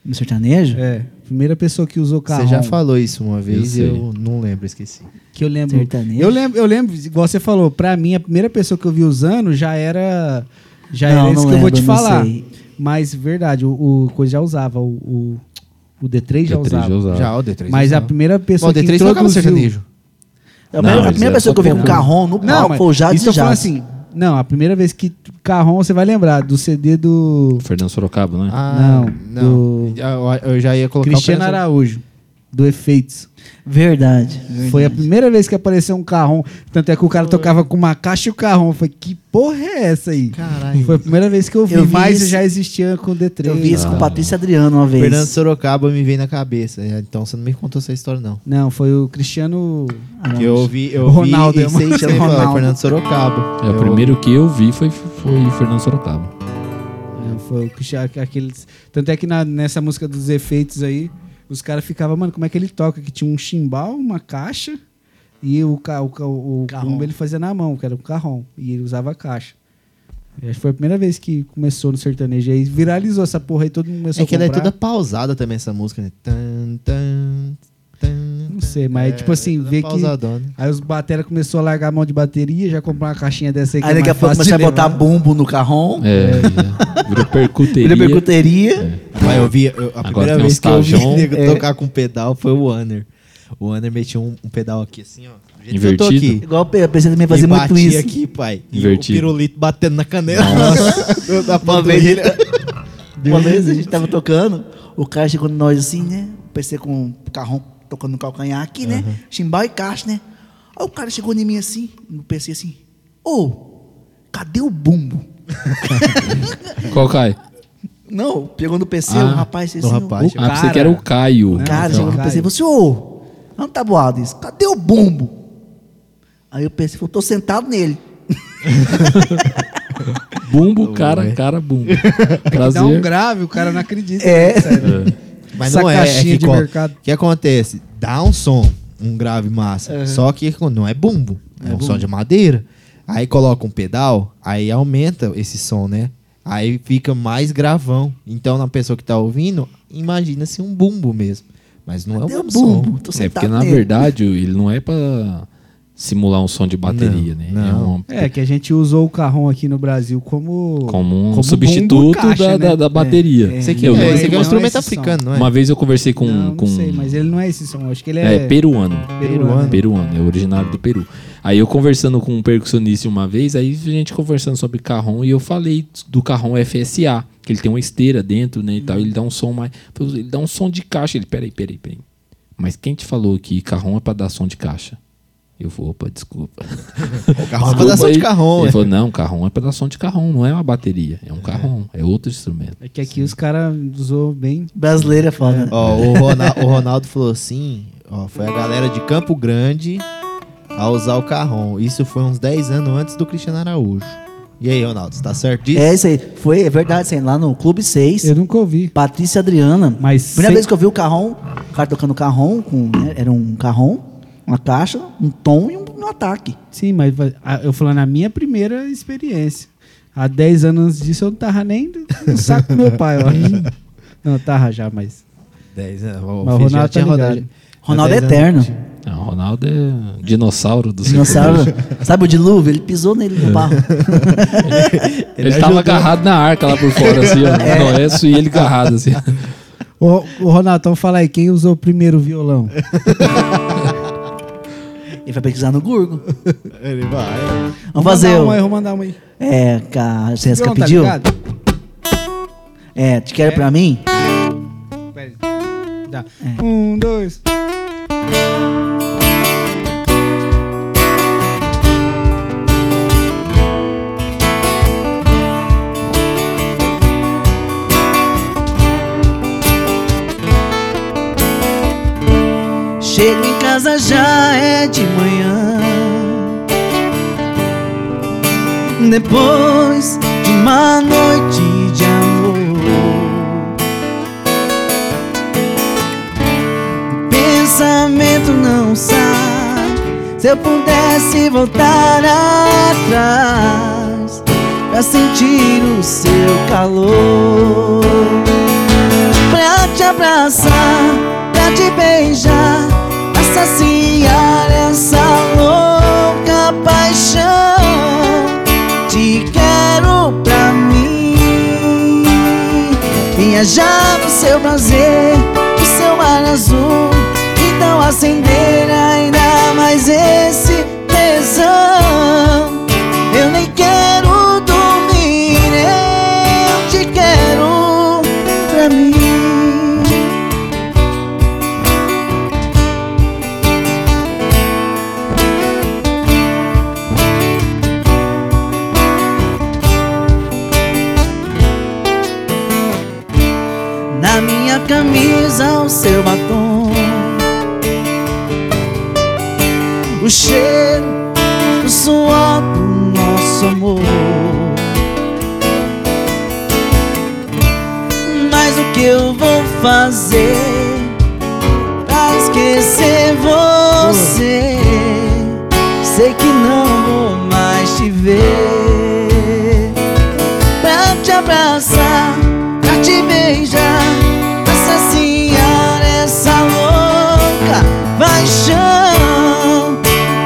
Speaker 5: No sertanejo?
Speaker 1: É. Primeira pessoa que usou carrão.
Speaker 2: Você já falou isso uma vez e
Speaker 3: sei.
Speaker 2: eu não lembro, esqueci.
Speaker 1: Que eu lembro.
Speaker 5: Sertanejo.
Speaker 1: Eu lembro, eu lembro, igual você falou, pra mim, a primeira pessoa que eu vi usando já era. Já
Speaker 5: Não,
Speaker 1: era isso
Speaker 5: não
Speaker 1: que eu vou
Speaker 5: lembro,
Speaker 1: te
Speaker 5: não
Speaker 1: falar.
Speaker 5: sei.
Speaker 1: Mas, verdade, o, o coisa já usava. O, o, o D3 já usava.
Speaker 3: Tá.
Speaker 2: Já, o D3.
Speaker 1: Mas a
Speaker 2: usava.
Speaker 1: primeira pessoa
Speaker 2: Bom, o
Speaker 1: que
Speaker 2: D3 tocava
Speaker 1: introduziu...
Speaker 2: sertanejo.
Speaker 5: A primeira-
Speaker 3: Não,
Speaker 5: a primeira
Speaker 3: eles
Speaker 5: pessoa que eu vi
Speaker 3: eram
Speaker 5: com
Speaker 3: só
Speaker 5: carrom no
Speaker 1: é Não,
Speaker 5: palco
Speaker 1: mas
Speaker 5: foi o Jades
Speaker 1: isso eu
Speaker 5: e
Speaker 1: falo
Speaker 5: Jades.
Speaker 1: assim... Não, a primeira vez que Carrom, você vai lembrar do CD do...
Speaker 3: Fernando Sorocaba, né?
Speaker 2: Ah,
Speaker 1: Não,
Speaker 2: não. Ah, Eu, eu já ia colocar
Speaker 1: Cristiano
Speaker 2: o Fernando-
Speaker 1: Araújo, do Efeitos.
Speaker 5: Verdade. verdade.
Speaker 1: Foi a primeira vez que apareceu um carrom. Tanto é que o cara tocava com uma caixa e o carrom. Foi que porra é essa aí?
Speaker 2: Caralho.
Speaker 1: Foi a primeira vez que eu vi,
Speaker 5: Eu vi
Speaker 1: mas
Speaker 5: isso-
Speaker 1: já existia com o D3.
Speaker 5: Eu vi isso com o Patrícia Adriano uma vez.
Speaker 2: Fernando Sorocaba me veio na cabeça. é, Então você não me contou essa história, não.
Speaker 1: Não, foi o Cristiano.
Speaker 5: Ah,
Speaker 2: Que eu ouvi, eu
Speaker 1: Ronaldo,
Speaker 2: vi
Speaker 5: é
Speaker 1: eu
Speaker 2: e sei que
Speaker 1: mandei
Speaker 2: você falou,
Speaker 1: Ronaldo.
Speaker 2: Fernando Sorocaba.
Speaker 3: É, o
Speaker 2: Eu-
Speaker 3: primeiro que eu vi foi, foi o Fernando Sorocaba.
Speaker 1: Não, Foi o Cristiano, aqueles. Tanto é que na- nessa música dos efeitos aí, os caras ficavam, mano, como é que ele toca? Que tinha um chimbal, uma caixa e o, ca, o, ca- o, o
Speaker 5: Carrom.
Speaker 1: combo ele fazia na mão, que era um carrom. E ele usava a caixa. E acho que foi a primeira vez que começou no sertanejo. Aí viralizou essa porra aí, todo mundo começou
Speaker 2: É que
Speaker 1: a
Speaker 2: ela é
Speaker 1: comprar.
Speaker 2: toda pausada também, essa música, né? Tan, tan, tan,
Speaker 1: Não sei,
Speaker 5: É,
Speaker 1: mas tipo assim,
Speaker 2: toda
Speaker 1: vê que-
Speaker 5: né?
Speaker 2: pausadona.
Speaker 1: Aí os batera começou a largar a mão de bateria, já comprou uma caixinha dessa aí que
Speaker 5: Aí daqui
Speaker 1: é
Speaker 5: a
Speaker 1: mais
Speaker 5: pouco
Speaker 1: fácil de
Speaker 5: comecei a botar
Speaker 1: levar.
Speaker 5: bumbo no carrom.
Speaker 3: É, é. virou percuteria.
Speaker 5: Virei percuteria.
Speaker 2: Mas eu vi, eu- a primeira
Speaker 3: tem um
Speaker 2: vez
Speaker 3: uns
Speaker 2: que eu vi
Speaker 3: tajão.
Speaker 2: nego
Speaker 5: É.
Speaker 2: tocar com um pedal foi o Wanner. O Wanner metia um, um pedal aqui assim, ó. do jeito que eu tô
Speaker 3: Invertido.
Speaker 2: aqui.
Speaker 5: Igual eu pensei também
Speaker 2: e
Speaker 5: fazer muito
Speaker 2: batia
Speaker 5: isso.
Speaker 2: aqui, pai.
Speaker 3: Invertido.
Speaker 2: E o pirulito batendo na canela. Eu- (laughs) da
Speaker 5: Uma vez,
Speaker 2: panturrilha.
Speaker 5: uma vez a gente tava tocando, o cara chegou em nós assim, né? Pensei com o carrão tocando no calcanhar aqui, né? Chimbal e caixa, né? Aí o cara chegou em mim assim, no PC assim, ô, cadê o bumbo?
Speaker 3: Qual cai?
Speaker 5: Não, pegou no PC,
Speaker 3: Ah,
Speaker 5: o Né? rapaz assim,
Speaker 2: do
Speaker 5: ó,
Speaker 2: rapaz.
Speaker 3: Ah, pensei
Speaker 1: cara.
Speaker 3: que era o Caio.
Speaker 5: o cara
Speaker 1: Não,
Speaker 5: chegou no
Speaker 1: Caio.
Speaker 5: PC e falou assim, ô, não tá boado isso, cadê o bumbo? Aí o PC falou, tô sentado nele.
Speaker 3: Bumbo, cara, cara, bumbo.
Speaker 1: Dá um
Speaker 3: Prazer. É,
Speaker 1: grave, o cara não acredita.
Speaker 5: É.
Speaker 1: né, sério.
Speaker 2: Mas
Speaker 1: Essa
Speaker 2: não é, é
Speaker 1: caixinha
Speaker 2: que
Speaker 1: de
Speaker 2: co-
Speaker 1: mercado.
Speaker 2: O que acontece? Dá um som, um grave massa. Só que não é bumbo, é, um som de madeira. Aí coloca um pedal, aí aumenta esse som, né? Aí fica mais gravão. Então, na pessoa que tá ouvindo, imagina-se um bumbo mesmo. Mas não é
Speaker 5: Cadê
Speaker 2: um
Speaker 5: o bumbo?
Speaker 2: som.
Speaker 5: Tô
Speaker 3: É
Speaker 5: sentado
Speaker 3: porque, na
Speaker 5: nele.
Speaker 3: verdade, ele não é pra simular um som de bateria,
Speaker 2: Não,
Speaker 3: né?
Speaker 2: não.
Speaker 3: É uma
Speaker 1: É, que a gente usou o carrom aqui no Brasil como.
Speaker 3: como um
Speaker 1: bumbo
Speaker 3: substituto
Speaker 1: caixa, né?
Speaker 3: da, da, da bateria.
Speaker 1: é.
Speaker 2: Esse aqui,
Speaker 3: Eu
Speaker 2: é,
Speaker 1: lembro-
Speaker 2: esse aqui é
Speaker 1: não
Speaker 2: um
Speaker 1: é
Speaker 2: instrumento
Speaker 1: esse som.
Speaker 2: africano, não é?
Speaker 3: Uma vez eu conversei com.
Speaker 1: Não, não
Speaker 3: com
Speaker 1: sei, mas ele não é esse som. Acho que ele
Speaker 3: é,
Speaker 1: é.
Speaker 3: peruano.
Speaker 1: Peruano.
Speaker 3: Peruano, é originário do Peru. Aí eu conversando com um percussionista uma vez, aí a gente conversando sobre carrom e eu falei do carrom FSA, que ele tem uma esteira dentro, né, e tal, ele dá um som mais, ele dá um som de caixa, ele, peraí, peraí, peraí. Mas quem te falou que carrom é pra dar som de caixa? Eu vou, opa, desculpa.
Speaker 2: O carrão é pra dar som de
Speaker 3: Aí
Speaker 2: carrão,
Speaker 3: Ele
Speaker 2: né?
Speaker 3: falou, não, carrom é pra dar som de carrom, não é uma bateria, é um carrom, é outro instrumento.
Speaker 1: É que aqui os caras usou bem.
Speaker 5: Brasileiro é foda. né?
Speaker 2: Ó, o, Rona- o Ronaldo falou assim, ó, foi a galera de Campo Grande a usar o carrão. Isso foi uns 10 anos antes do Cristiano Araújo. E aí, Ronaldo, você tá certo disso?
Speaker 5: É isso aí, foi, é verdade, assim, lá no Clube 6.
Speaker 1: Eu nunca ouvi.
Speaker 5: Patrícia Adriana.
Speaker 1: Mas
Speaker 5: Primeira
Speaker 1: sem-
Speaker 5: vez que eu vi o carrom, o cara tocando carrom, com, né, era um carrom, uma caixa, um tom e um, um ataque.
Speaker 1: Sim, mas vai- a- eu falando a minha primeira experiência. Há 10 anos antes disso eu não tava nem no saco do meu pai, ó. Não, eu tava já, mas.
Speaker 2: 10 anos. O
Speaker 1: Mas o
Speaker 2: Fih já
Speaker 1: Ronaldo
Speaker 2: tinha
Speaker 1: tá
Speaker 2: rodado.
Speaker 1: ligado.
Speaker 5: Ronaldo é
Speaker 2: Há 10 anos.
Speaker 5: eterno.
Speaker 3: Não, Ronaldo é dinossauro do
Speaker 5: Dinossauro. Sabe o dilúvio? Ele pisou nele no barro.
Speaker 3: Ele, tava agarrado na arca lá por fora, assim, ó. No Oeste e ele agarrado, assim.
Speaker 1: Ô, ô Ronaldo, então fala aí, quem usou o primeiro violão?
Speaker 5: Ele vai pesquisar no Google.
Speaker 2: Ele vai.
Speaker 5: Vamos fazer.
Speaker 1: Vou mandar uma aí,
Speaker 5: o-
Speaker 1: vou mandar uma aí.
Speaker 5: É, que a
Speaker 1: Violão,
Speaker 5: Jéssica
Speaker 1: tá
Speaker 5: pediu.
Speaker 1: ligado?
Speaker 5: é, te quero pra mim?
Speaker 1: Pera aí. Dá.
Speaker 3: É.
Speaker 1: Um, dois.
Speaker 5: Chego em casa já é de manhã. Depois de uma noite de amor, o pensamento não sai. Se eu pudesse voltar atrás pra sentir o seu calor pra te abraçar, pra te beijar, pra saciar essa louca paixão. Te quero pra mim, viajar no seu prazer, no seu ar azul. Então acender ainda mais esse tesão. Eu nem quero dormir, eu te quero pra mim. Na minha camisa, o seu batom. O cheiro, o suor do nosso amor. Mas o que eu vou fazer pra esquecer você? Sei que não vou mais te ver. Pra te abraçar, pra te beijar, pra saciar essa louca paixão.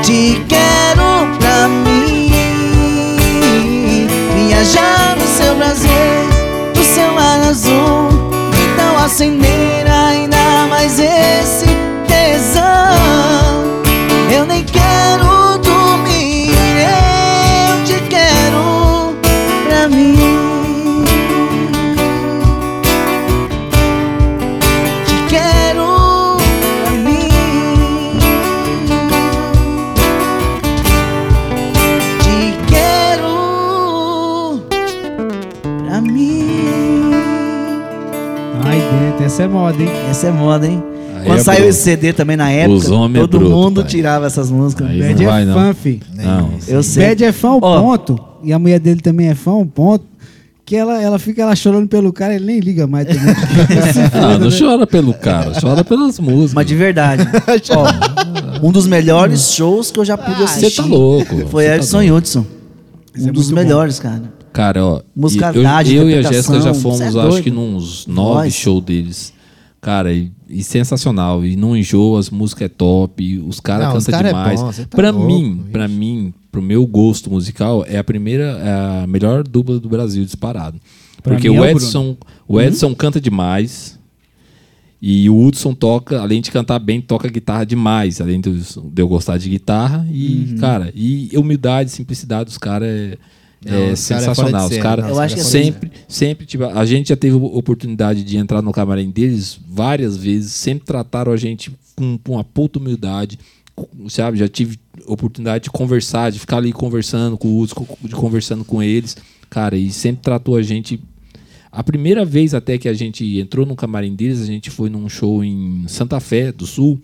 Speaker 5: Te quero pra mim, viajar no seu prazer do seu ar azul. Então acender ainda mais esse tesão. Eu nem quero dormir, eu te quero pra mim. Te quero pra mim. Te quero pra mim.
Speaker 1: Ai, dentro, essa é moda, hein?
Speaker 5: Esse é moda, hein?
Speaker 3: Aí
Speaker 5: Quando
Speaker 3: é
Speaker 5: saiu
Speaker 3: bruto.
Speaker 5: esse CD também na época,
Speaker 3: Os homens é
Speaker 5: todo
Speaker 3: bruto,
Speaker 5: mundo
Speaker 3: pai.
Speaker 5: tirava essas músicas.
Speaker 3: Aí
Speaker 1: Bad
Speaker 3: não vai,
Speaker 1: é
Speaker 3: não.
Speaker 1: fã, fi.
Speaker 3: Não.
Speaker 5: Eu sei.
Speaker 1: Bad é fã, o
Speaker 5: Ó.
Speaker 1: ponto. E a mulher dele também é fã, o ponto. Que ela, ela fica ela chorando pelo cara, ele nem liga mais.
Speaker 3: (laughs)
Speaker 1: também.
Speaker 3: Não, não chora pelo cara, chora pelas músicas.
Speaker 5: Mas
Speaker 3: (laughs)
Speaker 5: de verdade. Ó, um dos melhores shows que eu já pude
Speaker 3: Você
Speaker 5: assistir.
Speaker 3: tá louco. é
Speaker 5: Foi
Speaker 3: cê tá
Speaker 5: Edson
Speaker 3: doido.
Speaker 5: Hudson. Um dos melhores, cara.
Speaker 3: Cara, ó.
Speaker 5: Musicalidade,
Speaker 3: eu, eu e a
Speaker 5: interpretação,
Speaker 3: Jéssica já
Speaker 5: cê é
Speaker 3: fomos,
Speaker 5: doido.
Speaker 3: acho que nos nove
Speaker 5: Nós.
Speaker 3: shows deles. Cara, e, e sensacional. E não enjoa, as músicas é top. e Os caras
Speaker 2: Não, os
Speaker 3: cansam
Speaker 2: cara é
Speaker 3: demais.
Speaker 2: bom, cê tá
Speaker 3: pra
Speaker 2: louco,
Speaker 3: mim,
Speaker 2: bicho.
Speaker 3: pra mim, pro meu gosto musical, é a primeira, é a melhor dupla do Brasil disparado.
Speaker 1: Pra
Speaker 3: Porque
Speaker 1: mim é
Speaker 3: o
Speaker 1: o Bruno.
Speaker 3: Edson, o Edson canta demais. E o Hudson toca, além de cantar bem, toca guitarra demais, além de eu- de eu gostar de guitarra.
Speaker 2: Uhum.
Speaker 3: E, cara, e humildade, simplicidade dos caras é,
Speaker 2: Não,
Speaker 3: é
Speaker 2: os cara é
Speaker 3: sensacional.
Speaker 2: fora de
Speaker 3: os
Speaker 2: série,
Speaker 3: caras
Speaker 2: né?
Speaker 5: Eu acho que é
Speaker 1: assim,
Speaker 5: fora de
Speaker 3: sempre, sempre, tipo, a gente já teve oportunidade de entrar no camarim deles várias vezes, sempre trataram a gente com, com uma puta humildade. com- Sabe, já tive oportunidade de conversar, de ficar ali conversando com o Hudson, co- de conversando com eles. Cara, e sempre tratou a gente a primeira vez até que a gente entrou no camarim deles, a gente foi num show em Santa Fé do Sul,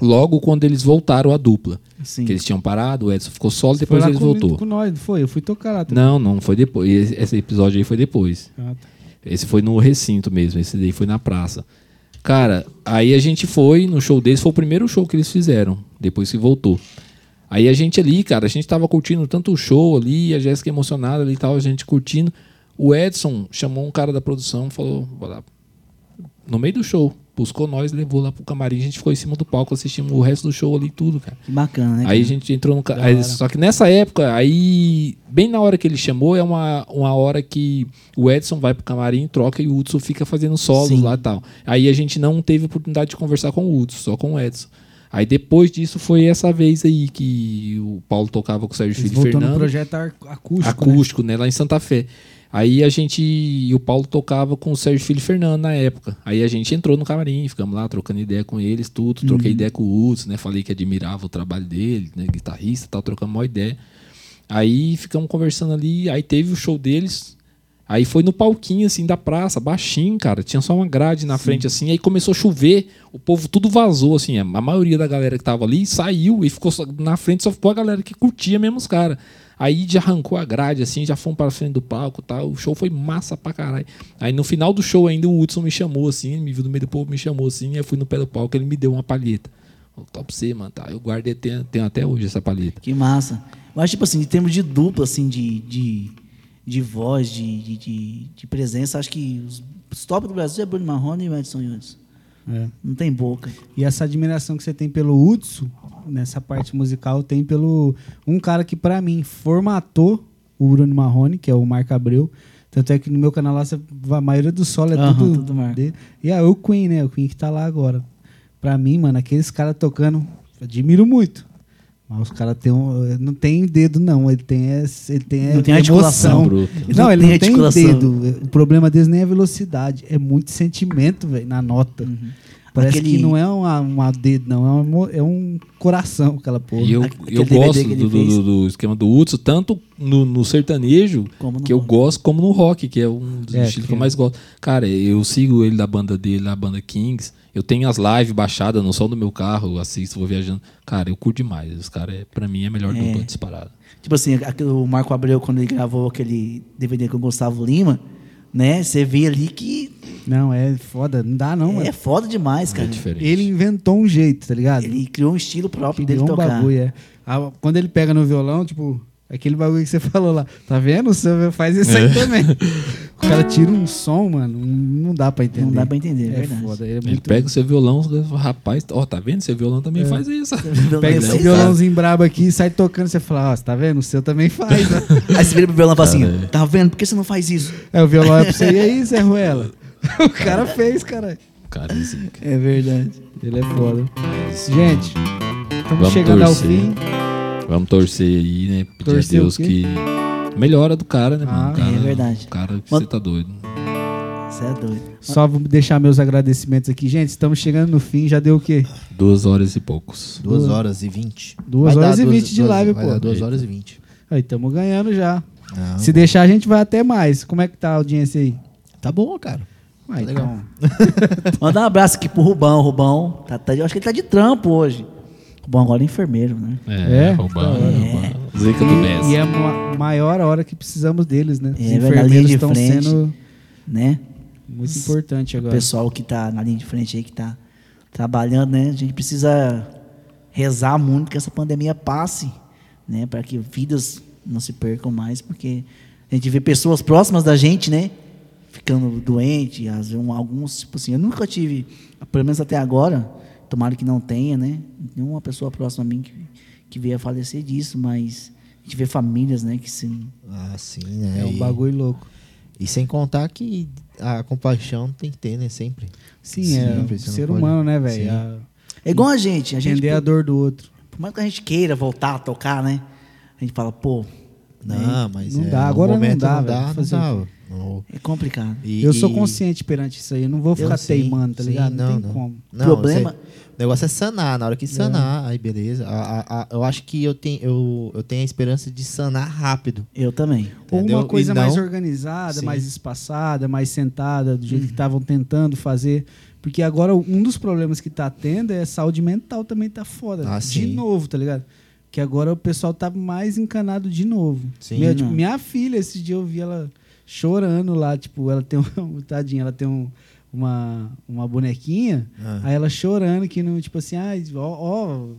Speaker 3: logo quando eles voltaram à dupla.
Speaker 5: Sim.
Speaker 3: Que eles tinham parado, o Edson ficou solo,
Speaker 1: Foi
Speaker 3: depois
Speaker 1: lá
Speaker 3: eles
Speaker 1: com-
Speaker 3: voltou.
Speaker 1: Com nós, não foi? Eu fui tocar lá. tá também.
Speaker 3: Não, não, foi depois. Esse, esse episódio aí foi depois.
Speaker 1: Ah, tá.
Speaker 3: Esse foi no recinto mesmo, esse daí foi na praça. Cara, aí a gente foi no show deles, foi o primeiro show que eles fizeram, depois que voltou. Aí a gente ali, cara, a gente tava curtindo tanto o show ali, a Jéssica emocionada ali e tal, a gente curtindo. O Edson chamou um cara da produção, falou, "Vai lá." no meio do show, buscou nós, levou lá pro camarim, a gente ficou em cima do palco, assistimos o resto do show ali e tudo, cara.
Speaker 5: Que bacana, né?
Speaker 3: Aí a
Speaker 5: cara?
Speaker 3: gente entrou no. ca- aí- só que nessa época, aí, bem na hora que ele chamou, é uma, uma hora que o Edson vai pro camarim, troca e o Hudson fica fazendo solos
Speaker 5: Sim.
Speaker 3: lá e tal. Aí a gente não teve oportunidade de conversar com o Hudson, só com o Edson. Aí depois disso foi essa vez aí que o Paulo tocava com o Sérgio
Speaker 1: Eles
Speaker 3: Filho e
Speaker 1: voltou no
Speaker 3: Fernando
Speaker 1: projeto ar- acústico. né?
Speaker 3: acústico, né? Lá em Santa Fé. Aí a gente. E o Paulo tocava com o Sérgio Filho Fernando na época. Aí a gente entrou no camarim, ficamos lá trocando ideia com eles, tudo. Troquei
Speaker 1: Uhum.
Speaker 3: ideia com o Hudson, né? Falei que admirava o trabalho dele, né? Guitarrista e tal, trocamos uma ideia. Aí ficamos conversando ali. Aí teve o show deles. Aí foi no palquinho, assim, da praça, baixinho, cara. Tinha só uma grade na frente, assim. Aí começou a chover, o povo tudo vazou, assim. A maioria da galera que tava ali saiu e ficou só- na frente, só ficou a galera que curtia mesmo os caras. Aí já arrancou a grade, assim, já fomos pra frente do palco e tal. O show foi massa pra caralho. Aí no final do show ainda o Hudson me chamou, assim, ele me viu no meio do povo, me chamou, assim. Aí eu fui no pé do palco, ele me deu uma palheta. Falou, Top C, mano, tá? Eu guardei, tenho, tenho até hoje essa palheta.
Speaker 5: Que massa. Mas, tipo assim, em termos de dupla, assim, de, de, de voz, de, de, de, de presença, acho que os, os top do Brasil é Bruno Marrone e Edson Nunes.
Speaker 1: É.
Speaker 5: Não tem boca.
Speaker 1: E essa admiração que você tem pelo Hudson, nessa parte musical, tem pelo um cara que pra mim formatou o Bruno Marrone, que é o Marco Abreu. Tanto é que no meu canal lá, você- a maioria do solo é
Speaker 5: Aham,
Speaker 1: tudo,
Speaker 5: tudo Marco.
Speaker 1: dele. E aí o Queen, né? O Queen que tá lá agora. Pra mim, mano, aqueles caras tocando, admiro muito. Mas os caras tem um, não tem dedo, não. Ele tem, esse- ele tem
Speaker 5: Não tem articulação,
Speaker 1: emoção.
Speaker 3: bruto.
Speaker 1: Não,
Speaker 5: Não
Speaker 1: ele
Speaker 5: tem
Speaker 1: não tem
Speaker 5: articulação.
Speaker 1: dedo. O problema deles nem é a velocidade, é muito sentimento, velho, na nota. Parece
Speaker 5: Uhum. Aquele-
Speaker 1: que não é uma, uma dedo, não. É, um emo- é um coração aquela porra.
Speaker 3: E eu,
Speaker 5: Aquele
Speaker 3: eu
Speaker 5: DVD
Speaker 3: gosto
Speaker 5: que ele
Speaker 3: do, do-
Speaker 5: fez.
Speaker 3: do- do esquema do Hudson, tanto no, no sertanejo,
Speaker 5: Como no
Speaker 3: que eu
Speaker 5: rock.
Speaker 3: gosto, como no rock, que é um dos
Speaker 1: É,
Speaker 3: estilos que eu
Speaker 1: que-
Speaker 3: mais gosto. Cara, eu sigo ele da banda dele, da banda Kings. Eu tenho as lives baixadas no som do meu carro, eu assisto, vou viajando. Cara, eu curto demais. Os caras, é, pra mim, é a melhor
Speaker 5: É.
Speaker 3: dupla disparada.
Speaker 5: Tipo assim, aquele- o Marco Abreu, quando ele gravou aquele DVD com o Gustavo Lima, né? Você vê ali que
Speaker 1: Não, é foda. Não dá, não.
Speaker 5: é
Speaker 1: mano.
Speaker 5: foda demais,
Speaker 3: É
Speaker 5: cara.
Speaker 3: diferente.
Speaker 1: Ele inventou um jeito, tá ligado?
Speaker 5: Ele criou um estilo próprio dele
Speaker 1: Criou um
Speaker 5: tocar.
Speaker 1: bagulho, é. Ah, quando ele pega no violão, tipo, aquele bagulho que você (laughs) falou lá. Tá vendo? Você faz isso
Speaker 3: É.
Speaker 1: aí também. (laughs) O cara tira um som, mano. Não dá pra entender.
Speaker 5: Não dá pra entender, é,
Speaker 1: É
Speaker 5: verdade.
Speaker 1: foda. Ele, é
Speaker 3: Ele
Speaker 1: muito-
Speaker 3: pega o seu violão, rapaz, ó, tá vendo? Seu violão também faz isso.
Speaker 5: É.
Speaker 1: pega esse
Speaker 5: assim,
Speaker 3: Não,
Speaker 1: violãozinho brabo aqui e sai tocando. Você fala, ó, você tá vendo? O seu também faz, né?
Speaker 5: (laughs) Aí você vira pro violão e fala assim, tá vendo? Por que você não faz isso?
Speaker 1: É, o violão é pra você. E aí, Zé Ruela? (laughs) O cara fez, cara.
Speaker 3: (laughs) Cara, assim,
Speaker 5: É verdade.
Speaker 1: Ele é foda. Gente, estamos
Speaker 3: Vamos
Speaker 1: chegando
Speaker 3: torcer.
Speaker 1: ao fim.
Speaker 3: vamos torcer aí, né? Pedir
Speaker 1: Torcer
Speaker 3: a
Speaker 1: o
Speaker 3: Deus
Speaker 1: quê?
Speaker 3: que. Melhora do cara, né, mano?
Speaker 1: Ah,
Speaker 3: O cara,
Speaker 5: é verdade.
Speaker 3: O cara, você
Speaker 5: Mano-
Speaker 3: tá doido.
Speaker 5: Você é doido.
Speaker 1: Só vou deixar meus agradecimentos aqui. Gente, estamos chegando no fim. Já deu o quê?
Speaker 3: Duas horas e poucos.
Speaker 2: Duas horas e vinte.
Speaker 1: Duas
Speaker 2: Vai dar
Speaker 1: horas e
Speaker 2: duas-
Speaker 1: vinte de
Speaker 2: duas-
Speaker 1: live,
Speaker 2: vai
Speaker 1: pô.
Speaker 2: dar Duas horas e vinte.
Speaker 1: Aí, estamos ganhando já.
Speaker 3: Tá
Speaker 2: Ah,
Speaker 1: Se deixar, a gente vai até mais. Como é que tá a audiência aí?
Speaker 2: Tá bom, cara.
Speaker 1: Ah,
Speaker 2: legal.
Speaker 5: Mandar um abraço aqui pro Rubão. Rubão, tá- tá- eu acho que ele tá de trampo hoje. Rubão agora é enfermeiro, né?
Speaker 1: É?
Speaker 3: roubar.
Speaker 1: Da hora.
Speaker 3: roubar. Zica do
Speaker 1: E, e
Speaker 3: Bess.
Speaker 1: é a maior hora que precisamos deles, né?
Speaker 5: É, verdade, linha de
Speaker 1: estão
Speaker 5: frente.
Speaker 1: sendo
Speaker 5: né?
Speaker 1: muito importante
Speaker 5: O
Speaker 1: agora.
Speaker 5: pessoal que tá na linha de frente aí, que tá trabalhando, né? A gente precisa rezar muito que essa pandemia passe, né? Para que vidas não se percam mais, porque a gente vê pessoas próximas da gente, né? Ficando doente, às vezes, um- alguns, tipo assim, eu nunca tive, pelo menos até agora, tomara que não tenha, né? Nenhuma pessoa próxima a mim que, que veio a falecer disso, mas a gente vê famílias, né? Que se.
Speaker 2: Ah, sim, né?
Speaker 1: É um
Speaker 2: E-
Speaker 1: bagulho louco.
Speaker 2: E sem contar que a compaixão tem que ter, né? Sempre.
Speaker 1: Sim,
Speaker 2: Sim,
Speaker 1: é
Speaker 2: você
Speaker 1: um
Speaker 2: não
Speaker 1: ser
Speaker 2: pode-
Speaker 1: humano, né,
Speaker 2: Sim.
Speaker 1: velho? A-
Speaker 5: É igual a gente, a gente.
Speaker 1: Entender a dor do outro.
Speaker 5: Por mais que a gente queira voltar a tocar, né? A gente fala, pô,
Speaker 2: Não, mas
Speaker 1: Né? Não
Speaker 2: é,
Speaker 1: dá,
Speaker 2: no
Speaker 1: agora não
Speaker 2: momento
Speaker 1: dá,
Speaker 2: não
Speaker 1: velho.
Speaker 2: dá, não
Speaker 1: Fazer
Speaker 2: dá.
Speaker 1: o
Speaker 2: Não.
Speaker 5: é complicado.
Speaker 2: E-
Speaker 1: eu sou
Speaker 2: e-
Speaker 1: consciente perante isso aí. Eu não vou
Speaker 2: eu
Speaker 1: ficar
Speaker 2: sei,
Speaker 1: teimando, tá
Speaker 2: sei,
Speaker 1: ligado? Não, tem como.
Speaker 2: Não,
Speaker 5: Problema-
Speaker 2: sei. O negócio é sanar, na hora
Speaker 1: Né?
Speaker 2: que sanar, aí beleza. A- a- a- eu acho que eu tenho, eu, eu tenho a esperança de sanar rápido.
Speaker 5: Eu também.
Speaker 1: Ou
Speaker 2: entendeu?
Speaker 1: uma
Speaker 2: E
Speaker 1: coisa
Speaker 2: não-
Speaker 1: mais organizada,
Speaker 2: Sim. Uhum.
Speaker 1: mais espaçada, mais sentada, do jeito que estavam tentando fazer. Porque agora um dos problemas que tá tendo é saúde mental também tá foda.
Speaker 2: Ah,
Speaker 1: de
Speaker 2: sim.
Speaker 1: novo, tá ligado? Que agora o pessoal tá mais encanado de novo.
Speaker 2: Sim.
Speaker 1: Meu, tipo,
Speaker 5: Não.
Speaker 1: minha filha, esse dia eu vi ela chorando lá, tipo, ela tem um. (laughs) Tadinha, ela tem um- Uma, uma bonequinha,
Speaker 2: Ah.
Speaker 1: aí ela chorando que não, tipo assim, ah, ó, ó, Tipo,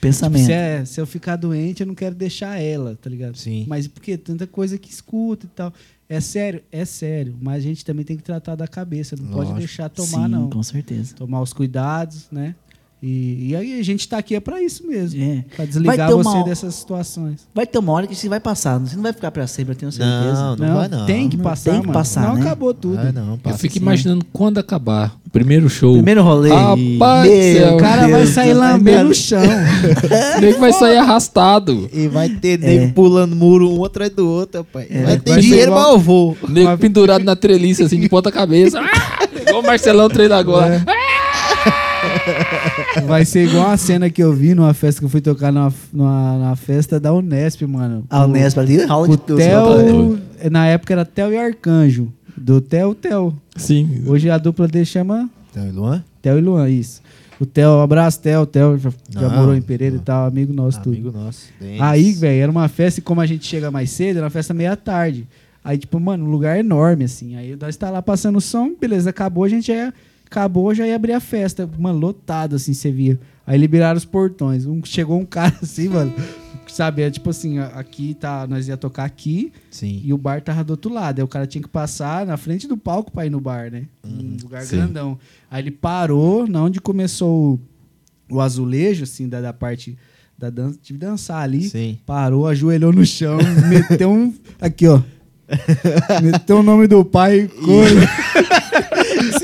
Speaker 5: Pensamento.
Speaker 1: se, é- se eu ficar doente, eu não quero deixar ela, tá ligado?
Speaker 2: Sim.
Speaker 1: Mas porque tanta coisa que escuta e tal. É sério, é sério. Mas a gente também tem que tratar da cabeça. Não
Speaker 2: Lógico.
Speaker 1: pode deixar tomar,
Speaker 5: Sim,
Speaker 1: não.
Speaker 5: com certeza.
Speaker 1: Tomar os cuidados, né? E, e aí a gente tá aqui é pra isso mesmo.
Speaker 5: É.
Speaker 1: Pra desligar
Speaker 5: ter uma
Speaker 1: você
Speaker 5: hora-
Speaker 1: dessas situações.
Speaker 5: Vai ter uma hora que isso vai passar. Você não vai ficar pra sempre, eu tenho certeza.
Speaker 2: Não, não, vai não.
Speaker 1: Tem que
Speaker 2: Não
Speaker 1: passar,
Speaker 5: tem que
Speaker 1: mano.
Speaker 5: passar,
Speaker 1: não
Speaker 5: né?
Speaker 1: acabou tudo.
Speaker 2: vai não,
Speaker 3: Eu
Speaker 2: passa
Speaker 3: fico
Speaker 2: sim.
Speaker 3: imaginando quando acabar. o Primeiro show.
Speaker 5: Primeiro rolê.
Speaker 3: Rapaz do
Speaker 5: Meu
Speaker 3: céu.
Speaker 1: O cara vai
Speaker 5: Deus,
Speaker 1: sair
Speaker 5: não tá
Speaker 1: lambendo
Speaker 5: ligado.
Speaker 1: o chão.
Speaker 3: O nego vai sair arrastado.
Speaker 2: E vai
Speaker 1: (laughs)
Speaker 2: ter nego pulando muro um atrás do outro, rapaz. vai ter
Speaker 1: É. Vai ser
Speaker 2: dinheiro
Speaker 1: igual-
Speaker 2: pra avô.
Speaker 3: O nego pendurado na treliça, assim, de ponta
Speaker 1: (laughs)
Speaker 3: cabeça. Igual o Marcelão treino agora.
Speaker 1: É. Vai ser igual a cena que eu vi numa festa que eu fui tocar numa, numa, numa festa da Unesp, mano.
Speaker 5: A Unesp ali, aula
Speaker 1: O
Speaker 5: de tudo.
Speaker 1: Theo, na época era Theo e Arcanjo, do Theo Theo.
Speaker 3: Sim.
Speaker 1: Hoje a dupla dele chama
Speaker 2: Então, e Luan?
Speaker 1: Theo e Luan, isso. O Theo, um abraço, Theo, Theo já, já
Speaker 2: Não,
Speaker 1: morou em Pereira
Speaker 2: não.
Speaker 1: e tal, amigo nosso, tudo. Ah,
Speaker 2: Amigo nosso. Denis.
Speaker 1: Aí, velho, era uma festa e como a gente chega mais cedo, era uma festa meia-tarde. Aí, tipo, mano, um lugar enorme, assim. Aí nós tá lá passando o som, beleza, acabou, a gente já acabou, já ia abrir a festa. Mano, lotado, assim, você via. Aí liberaram os portões. Um, chegou um (laughs) cara assim, mano, sabe? É tipo assim, a- aqui tá, nós ia tocar aqui
Speaker 2: Sim.
Speaker 1: e o bar tava do outro lado. Aí o cara tinha que passar na frente do palco pra ir no bar, né? um lugar
Speaker 3: Uhum. sim.
Speaker 1: grandão. Aí ele parou, na onde começou o, o azulejo, assim, da, da parte da dança, de dançar ali.
Speaker 2: Sim.
Speaker 1: Parou, ajoelhou no chão, (laughs) meteu um. Aqui, ó. meteu o nome do pai.
Speaker 3: (laughs)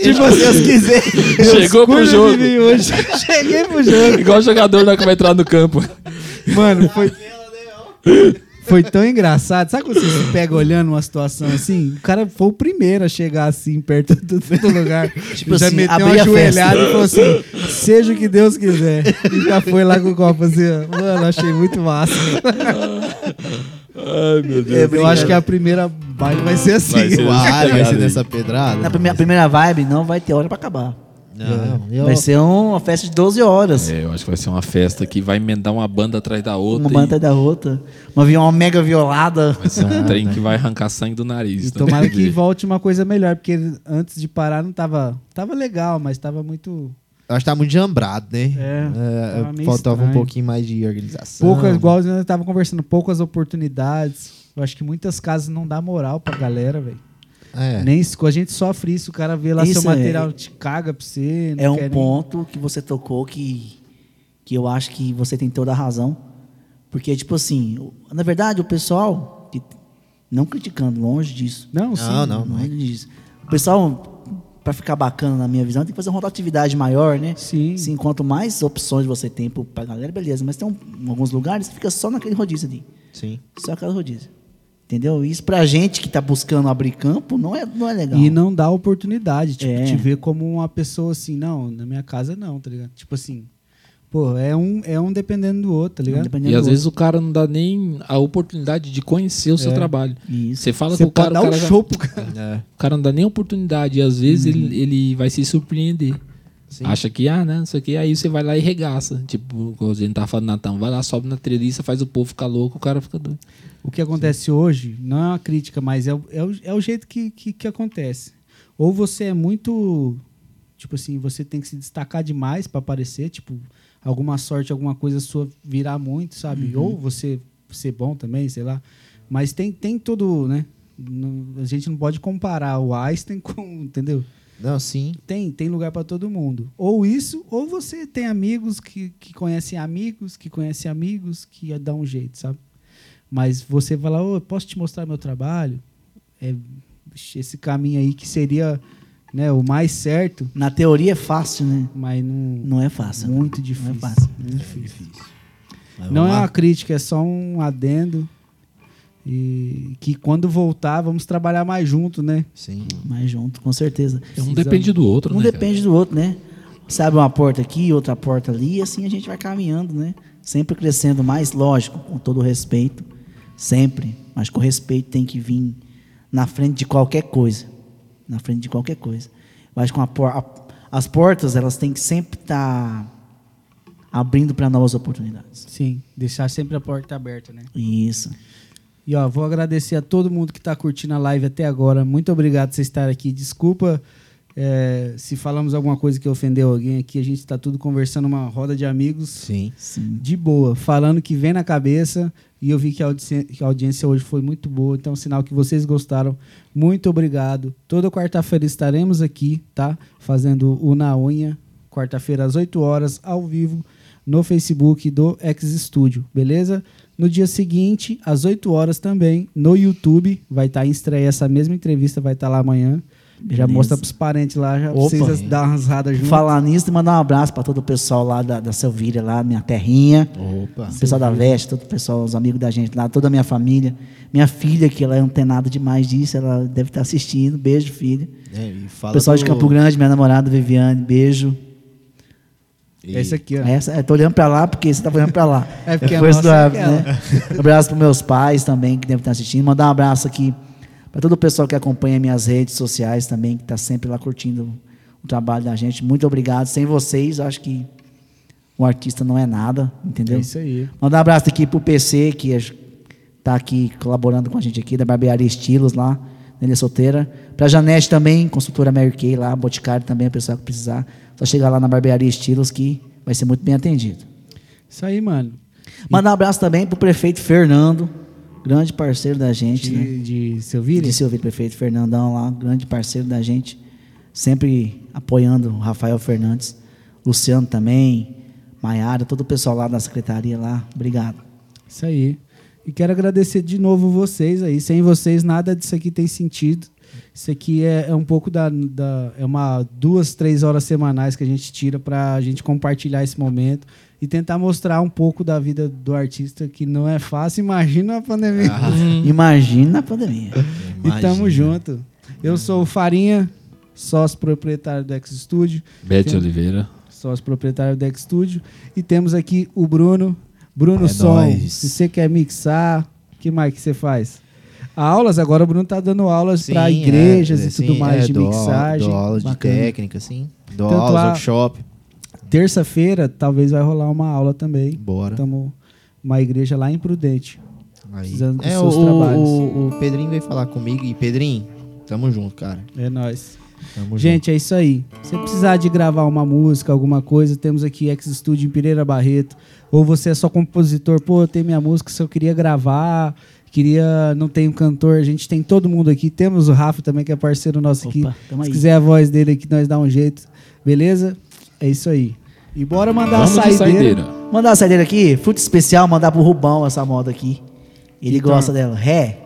Speaker 1: Tipo Coisa. assim,
Speaker 2: Se vocês quiserem.
Speaker 3: Chegou pro jogo.
Speaker 1: Hoje. (laughs) Cheguei pro jogo.
Speaker 3: Igual jogador na hora que vai entrar no campo.
Speaker 1: Mano, foi. Foi tão engraçado. Sabe quando você se pega olhando uma situação assim? O cara foi o primeiro a chegar assim, perto do, do lugar.
Speaker 5: Tipo
Speaker 1: já
Speaker 5: assim,
Speaker 1: meteu
Speaker 5: abri
Speaker 1: uma
Speaker 5: a
Speaker 1: ajoelhada e falou assim: seja o que Deus quiser. E já foi lá com o copo assim, ó. Mano, achei muito massa.
Speaker 3: Ai, meu
Speaker 5: É,
Speaker 3: Deus.
Speaker 1: Eu acho que a primeira baile vai ser assim.
Speaker 3: Vai ser.
Speaker 2: Vai, vai ser
Speaker 3: Obrigado,
Speaker 2: dessa pedrada.
Speaker 5: Na primeira, primeira vibe, não vai ter hora pra acabar.
Speaker 2: Não, eu...
Speaker 5: Vai ser um, uma festa de 12 horas.
Speaker 3: É, eu acho que vai ser uma festa que vai emendar uma banda atrás da outra.
Speaker 5: Uma
Speaker 3: e
Speaker 5: banda da outra. Uma, vi- uma mega violada.
Speaker 3: Vai ser um trem que vai arrancar sangue do nariz.
Speaker 1: E
Speaker 3: né?
Speaker 1: tomara que volte uma coisa melhor, porque antes de parar não tava. Tava legal, mas tava muito.
Speaker 2: Eu acho que tá muito jambrado, né?
Speaker 1: É, tava meio
Speaker 2: faltava um
Speaker 1: estranho.
Speaker 2: pouquinho mais de organização.
Speaker 1: Poucas, igual eu tava conversando, poucas oportunidades. Eu acho que muitas casas não dá moral pra galera, velho.
Speaker 2: É.
Speaker 1: Nem isso, a gente sofre isso, o cara vê lá
Speaker 5: Isso
Speaker 1: seu
Speaker 5: é-
Speaker 1: material, te caga pra você. não
Speaker 5: É
Speaker 1: quer
Speaker 5: um
Speaker 1: nem-
Speaker 5: ponto que você tocou que, que eu acho que você tem toda a razão. Porque, tipo assim, o- na verdade, o pessoal, que- não criticando, longe disso. é
Speaker 1: Não, sim.
Speaker 2: Não, não, não.
Speaker 5: Longe disso. O pessoal, pra ficar bacana na minha visão, tem que fazer uma rotatividade maior, né?
Speaker 1: Sim.
Speaker 5: Assim, quanto mais opções você tem pro- pra galera, beleza. Mas tem um- alguns lugares que fica só naquele rodízio ali.
Speaker 2: Sim.
Speaker 5: Só aquela rodízio. Entendeu? Isso pra gente que tá buscando abrir campo, não é, não é legal.
Speaker 1: E não dá oportunidade, tipo,
Speaker 5: É.
Speaker 1: te ver como uma pessoa assim, não, na minha casa não, tá ligado? Tipo assim, pô, é um, é um dependendo do outro, tá ligado?
Speaker 5: Dependendo
Speaker 3: E às
Speaker 5: do
Speaker 3: vezes o cara não dá nem a oportunidade de conhecer o seu
Speaker 1: É.
Speaker 3: trabalho.
Speaker 5: Isso.
Speaker 3: Você fala
Speaker 1: Você
Speaker 3: com o cara,
Speaker 2: tá
Speaker 1: pode dar
Speaker 3: o
Speaker 1: um
Speaker 3: cara, já-
Speaker 1: show pro cara.
Speaker 2: (laughs) É.
Speaker 3: o cara não dá nem oportunidade. E às vezes ele, ele vai se surpreender.
Speaker 2: Sim.
Speaker 3: Acha que, ah, né, não sei o que, aí você vai lá e regaça. Tipo, como a gente tá falando, Natan, vai lá, sobe na treliça, faz o povo ficar louco, o cara fica doido.
Speaker 1: O que acontece hoje não é uma crítica, mas é, o- é, o, é o jeito que, que, que acontece. Ou você é muito. Tipo assim, você tem que se destacar demais para aparecer, tipo, alguma sorte, alguma coisa sua virar muito, sabe? Ou você ser bom também, sei lá. Mas tem, tem todo, né? Não- a gente não pode comparar o Einstein (laughs) com. Entendeu?
Speaker 2: Não, sim.
Speaker 1: Tem, tem lugar para todo mundo. Ou isso, ou você tem amigos que, que conhecem amigos, que conhecem amigos, que dá um jeito, sabe? Mas você vai lá, "Ô, eu posso te mostrar meu trabalho? É esse caminho aí que seria né, o mais certo,
Speaker 5: Na teoria é fácil, né?
Speaker 1: mas não,
Speaker 5: Não é fácil. né?
Speaker 1: muito difícil.
Speaker 5: Não é fácil.
Speaker 1: Muito difícil. Não é uma crítica, é só um adendo. E que quando voltar, vamos trabalhar mais junto, né?
Speaker 2: Sim.
Speaker 5: Mas junto, com certeza.
Speaker 3: Um depende do outro,
Speaker 5: Um
Speaker 3: né? cara?
Speaker 5: depende do outro, né? Você abre uma porta aqui, outra porta ali, e assim a gente vai caminhando, né? Sempre crescendo mais, lógico, com todo o respeito. Sempre. Mas com respeito tem que vir na frente de qualquer coisa. Na frente de qualquer coisa. Eu acho que uma por- a- as portas, elas têm que sempre estar abrindo para novas oportunidades.
Speaker 1: Sim, deixar sempre a porta aberta, né?
Speaker 5: Isso.
Speaker 1: E ó, vou agradecer a todo mundo que está curtindo a live até agora. Muito obrigado por vocês estarem aqui. Desculpa é, se falamos alguma coisa que ofendeu alguém aqui. A gente está tudo conversando uma roda de amigos.
Speaker 2: Sim.
Speaker 5: Sim.
Speaker 1: De boa, falando o que vem na cabeça. E eu vi que a, audici- que a audiência hoje foi muito boa. Então, sinal que vocês gostaram. Muito obrigado. Toda quarta-feira estaremos aqui, tá? Fazendo o Na Unha. Quarta-feira, às 8 horas, ao vivo, no Facebook do X Studio, beleza? No dia seguinte, às 8 horas também, no YouTube. Vai estar em estreia essa mesma entrevista, vai estar lá amanhã. Já
Speaker 5: Beleza.
Speaker 1: mostra pros parentes lá, já pra
Speaker 5: Opa.
Speaker 1: vocês dar umas radas juntos.
Speaker 5: Falar nisso e mandar um abraço para todo o pessoal lá da, da Selvíria, lá, minha terrinha.
Speaker 2: Opa.
Speaker 5: O pessoal da Veste, todo o pessoal, os amigos da gente lá, toda a minha família. Minha filha, que ela é antenada demais disso, ela deve estar assistindo. Beijo, filha.
Speaker 2: É, e fala
Speaker 5: Pessoal de
Speaker 2: do-
Speaker 5: Campo Grande, minha namorada Viviane, beijo.
Speaker 2: E-
Speaker 1: É isso aqui, ó.
Speaker 5: Essa, eu tô olhando pra lá porque você tá olhando pra lá.
Speaker 1: (laughs) É porque a
Speaker 5: Depois
Speaker 1: nossa é aquela.
Speaker 5: né? Abraço pros meus pais também, que devem estar assistindo. Mandar um abraço aqui Para todo o pessoal que acompanha minhas redes sociais também, que está sempre lá curtindo o trabalho da gente. Muito obrigado. Sem vocês, acho que o artista não é nada, entendeu?
Speaker 1: É isso aí.
Speaker 5: Mandar um abraço aqui pro PC, que está aqui colaborando com a gente aqui, da Barbearia Estilos lá, Nelha Solteira. Pra Janete também, consultora Mary Kay lá, Boticário também, o pessoal que precisar. Só chegar lá na Barbearia Estilos que vai ser muito bem atendido.
Speaker 1: Isso aí, mano.
Speaker 5: Mandar um abraço também pro prefeito Fernando, grande parceiro da gente, né?
Speaker 1: De, de
Speaker 5: Filho.
Speaker 1: Silvírio?
Speaker 5: De Silvio Prefeito Fernandão lá, grande parceiro da gente, sempre apoiando o Rafael Fernandes, Luciano também, Maiara, todo o pessoal lá da secretaria lá. Obrigado.
Speaker 1: Isso aí. E quero agradecer de novo vocês aí. Sem vocês, nada disso aqui tem sentido. Isso aqui é, é um pouco da, da- É uma duas, três horas semanais que a gente tira para a gente compartilhar esse momento e tentar mostrar um pouco da vida do artista, que não é fácil. Imagina a pandemia. Uhum.
Speaker 5: Imagina a pandemia.
Speaker 1: (laughs) e tamo junto. Eu sou o Farinha, sócio proprietário do X Studio.
Speaker 3: Beth Oliveira.
Speaker 1: sócio proprietário do X Studio. E temos aqui o Bruno. Bruno
Speaker 4: É
Speaker 1: Som.
Speaker 4: nóis.
Speaker 1: Se você quer mixar, que mais que você faz? Aulas, agora o Bruno tá dando aulas para
Speaker 2: Sim,
Speaker 1: igrejas
Speaker 2: é,
Speaker 1: e tudo
Speaker 2: sim,
Speaker 1: mais
Speaker 2: é,
Speaker 1: de
Speaker 2: dou aula-
Speaker 1: mixagem.
Speaker 2: Dou aula de
Speaker 1: Bacana.
Speaker 2: técnica, sim. Dou
Speaker 1: Tanto
Speaker 2: aula,
Speaker 1: a-
Speaker 2: workshop.
Speaker 1: Terça-feira talvez vai rolar uma aula também.
Speaker 2: Bora.
Speaker 1: Estamos uma igreja lá em Prudente.
Speaker 2: Aí.
Speaker 1: precisando dos
Speaker 2: É,
Speaker 1: seus
Speaker 2: o, o-
Speaker 1: trabalhos.
Speaker 2: o, o Pedrinho veio falar comigo. E, Pedrinho, tamo junto, cara.
Speaker 1: É nóis.
Speaker 2: Tamo
Speaker 1: Gente, é isso aí. Se precisar de gravar uma música, alguma coisa, temos aqui X Studio em Pereira Barreto. Ou você é só compositor, pô, eu tenho minha música, só queria gravar, queria, não tenho cantor, a gente tem todo mundo aqui. Temos o Rafa também, que é parceiro nosso aqui.
Speaker 5: Opa, tamo
Speaker 1: Se
Speaker 5: aí.
Speaker 1: quiser a voz dele aqui, nós dá um jeito. Beleza? É isso aí. E bora mandar
Speaker 3: Vamos
Speaker 1: a
Speaker 3: de
Speaker 1: saideira.
Speaker 3: saideira.
Speaker 5: Mandar a saideira aqui, fute especial, mandar pro Rubão essa moda aqui. Ele
Speaker 1: Então.
Speaker 5: gosta dela. Ré.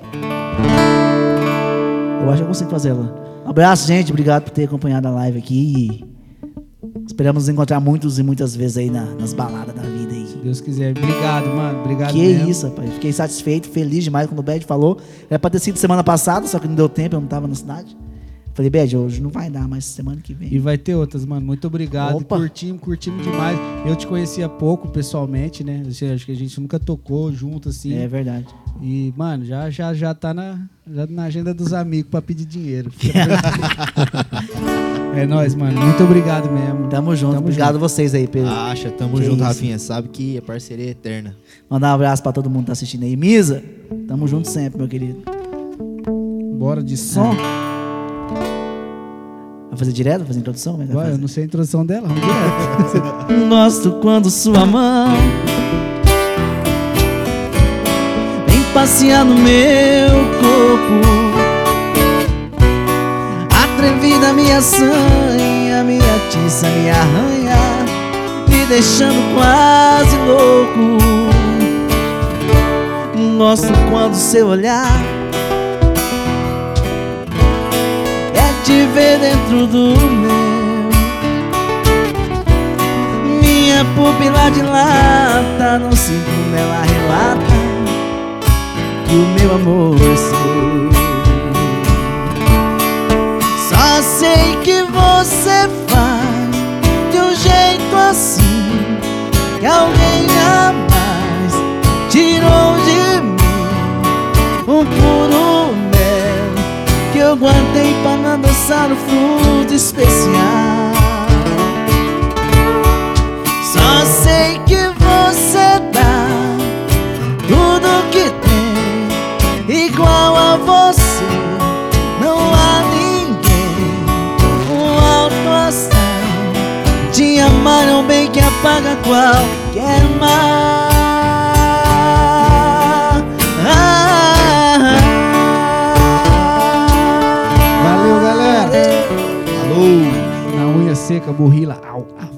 Speaker 5: Eu acho que eu consigo fazer ela. Abraço, gente. Obrigado por ter acompanhado a live aqui. E esperamos nos encontrar muitos e muitas vezes aí na- nas baladas da vida aí.
Speaker 1: Se Deus quiser. Obrigado, mano. Obrigado
Speaker 5: Que
Speaker 1: mesmo.
Speaker 5: isso, rapaz. Fiquei satisfeito, feliz demais quando o Bad falou. Era pra ter sido semana passada, só que não deu tempo, eu não tava na cidade. Falei, Bad, hoje não vai dar, mas semana que vem.
Speaker 1: E vai ter outras, mano. Muito obrigado.
Speaker 5: Opa.
Speaker 1: Curtimos, curtimos demais. Eu te conhecia pouco pessoalmente, né? Assim, Acho que a gente nunca tocou junto, assim.
Speaker 5: É verdade.
Speaker 1: E, mano, já, já, já tá na, já na agenda dos amigos pra pedir dinheiro. Fica tranquilo. é nóis, mano. Muito obrigado mesmo.
Speaker 5: Tamo junto. Ah.
Speaker 1: Tamo
Speaker 5: obrigado a vocês aí, Pedro.
Speaker 2: Acha, tamo
Speaker 5: Que
Speaker 2: junto,
Speaker 5: isso.
Speaker 2: Rafinha. Sabe que é parceria eterna.
Speaker 5: Mandar um abraço pra todo mundo que tá assistindo aí. Misa, tamo junto sempre, meu querido.
Speaker 1: Bora de
Speaker 5: É.
Speaker 1: som.
Speaker 5: Vai fazer direto? Vai fazer introdução? Como é que vai
Speaker 1: Vai, eu
Speaker 5: fazer?
Speaker 1: não sei a introdução dela, vamos direto.
Speaker 5: Gosto quando sua mão vem passear no meu corpo. Atrevida me assanha, me atiça, me arranha, me deixando quase louco. Gosto quando seu olhar é te ver dentro do meu. Minha pupila dilata, não sinto nela relata que o meu amor é seu. Só sei que você faz de um jeito assim que alguém a mais tirou de mim um puro mel que eu guardei para adoçar o fruto especial. Só sei que você dá tudo que tem, igual a você. Não há ninguém um alto astral. Te amar é um bem que apaga qualquer mal. Ah,
Speaker 1: Valeu, galera.
Speaker 2: Alô!
Speaker 1: Na unha seca, burrila. Au, au.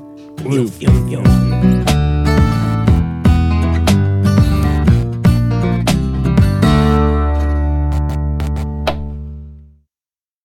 Speaker 5: Eu, eu, eu.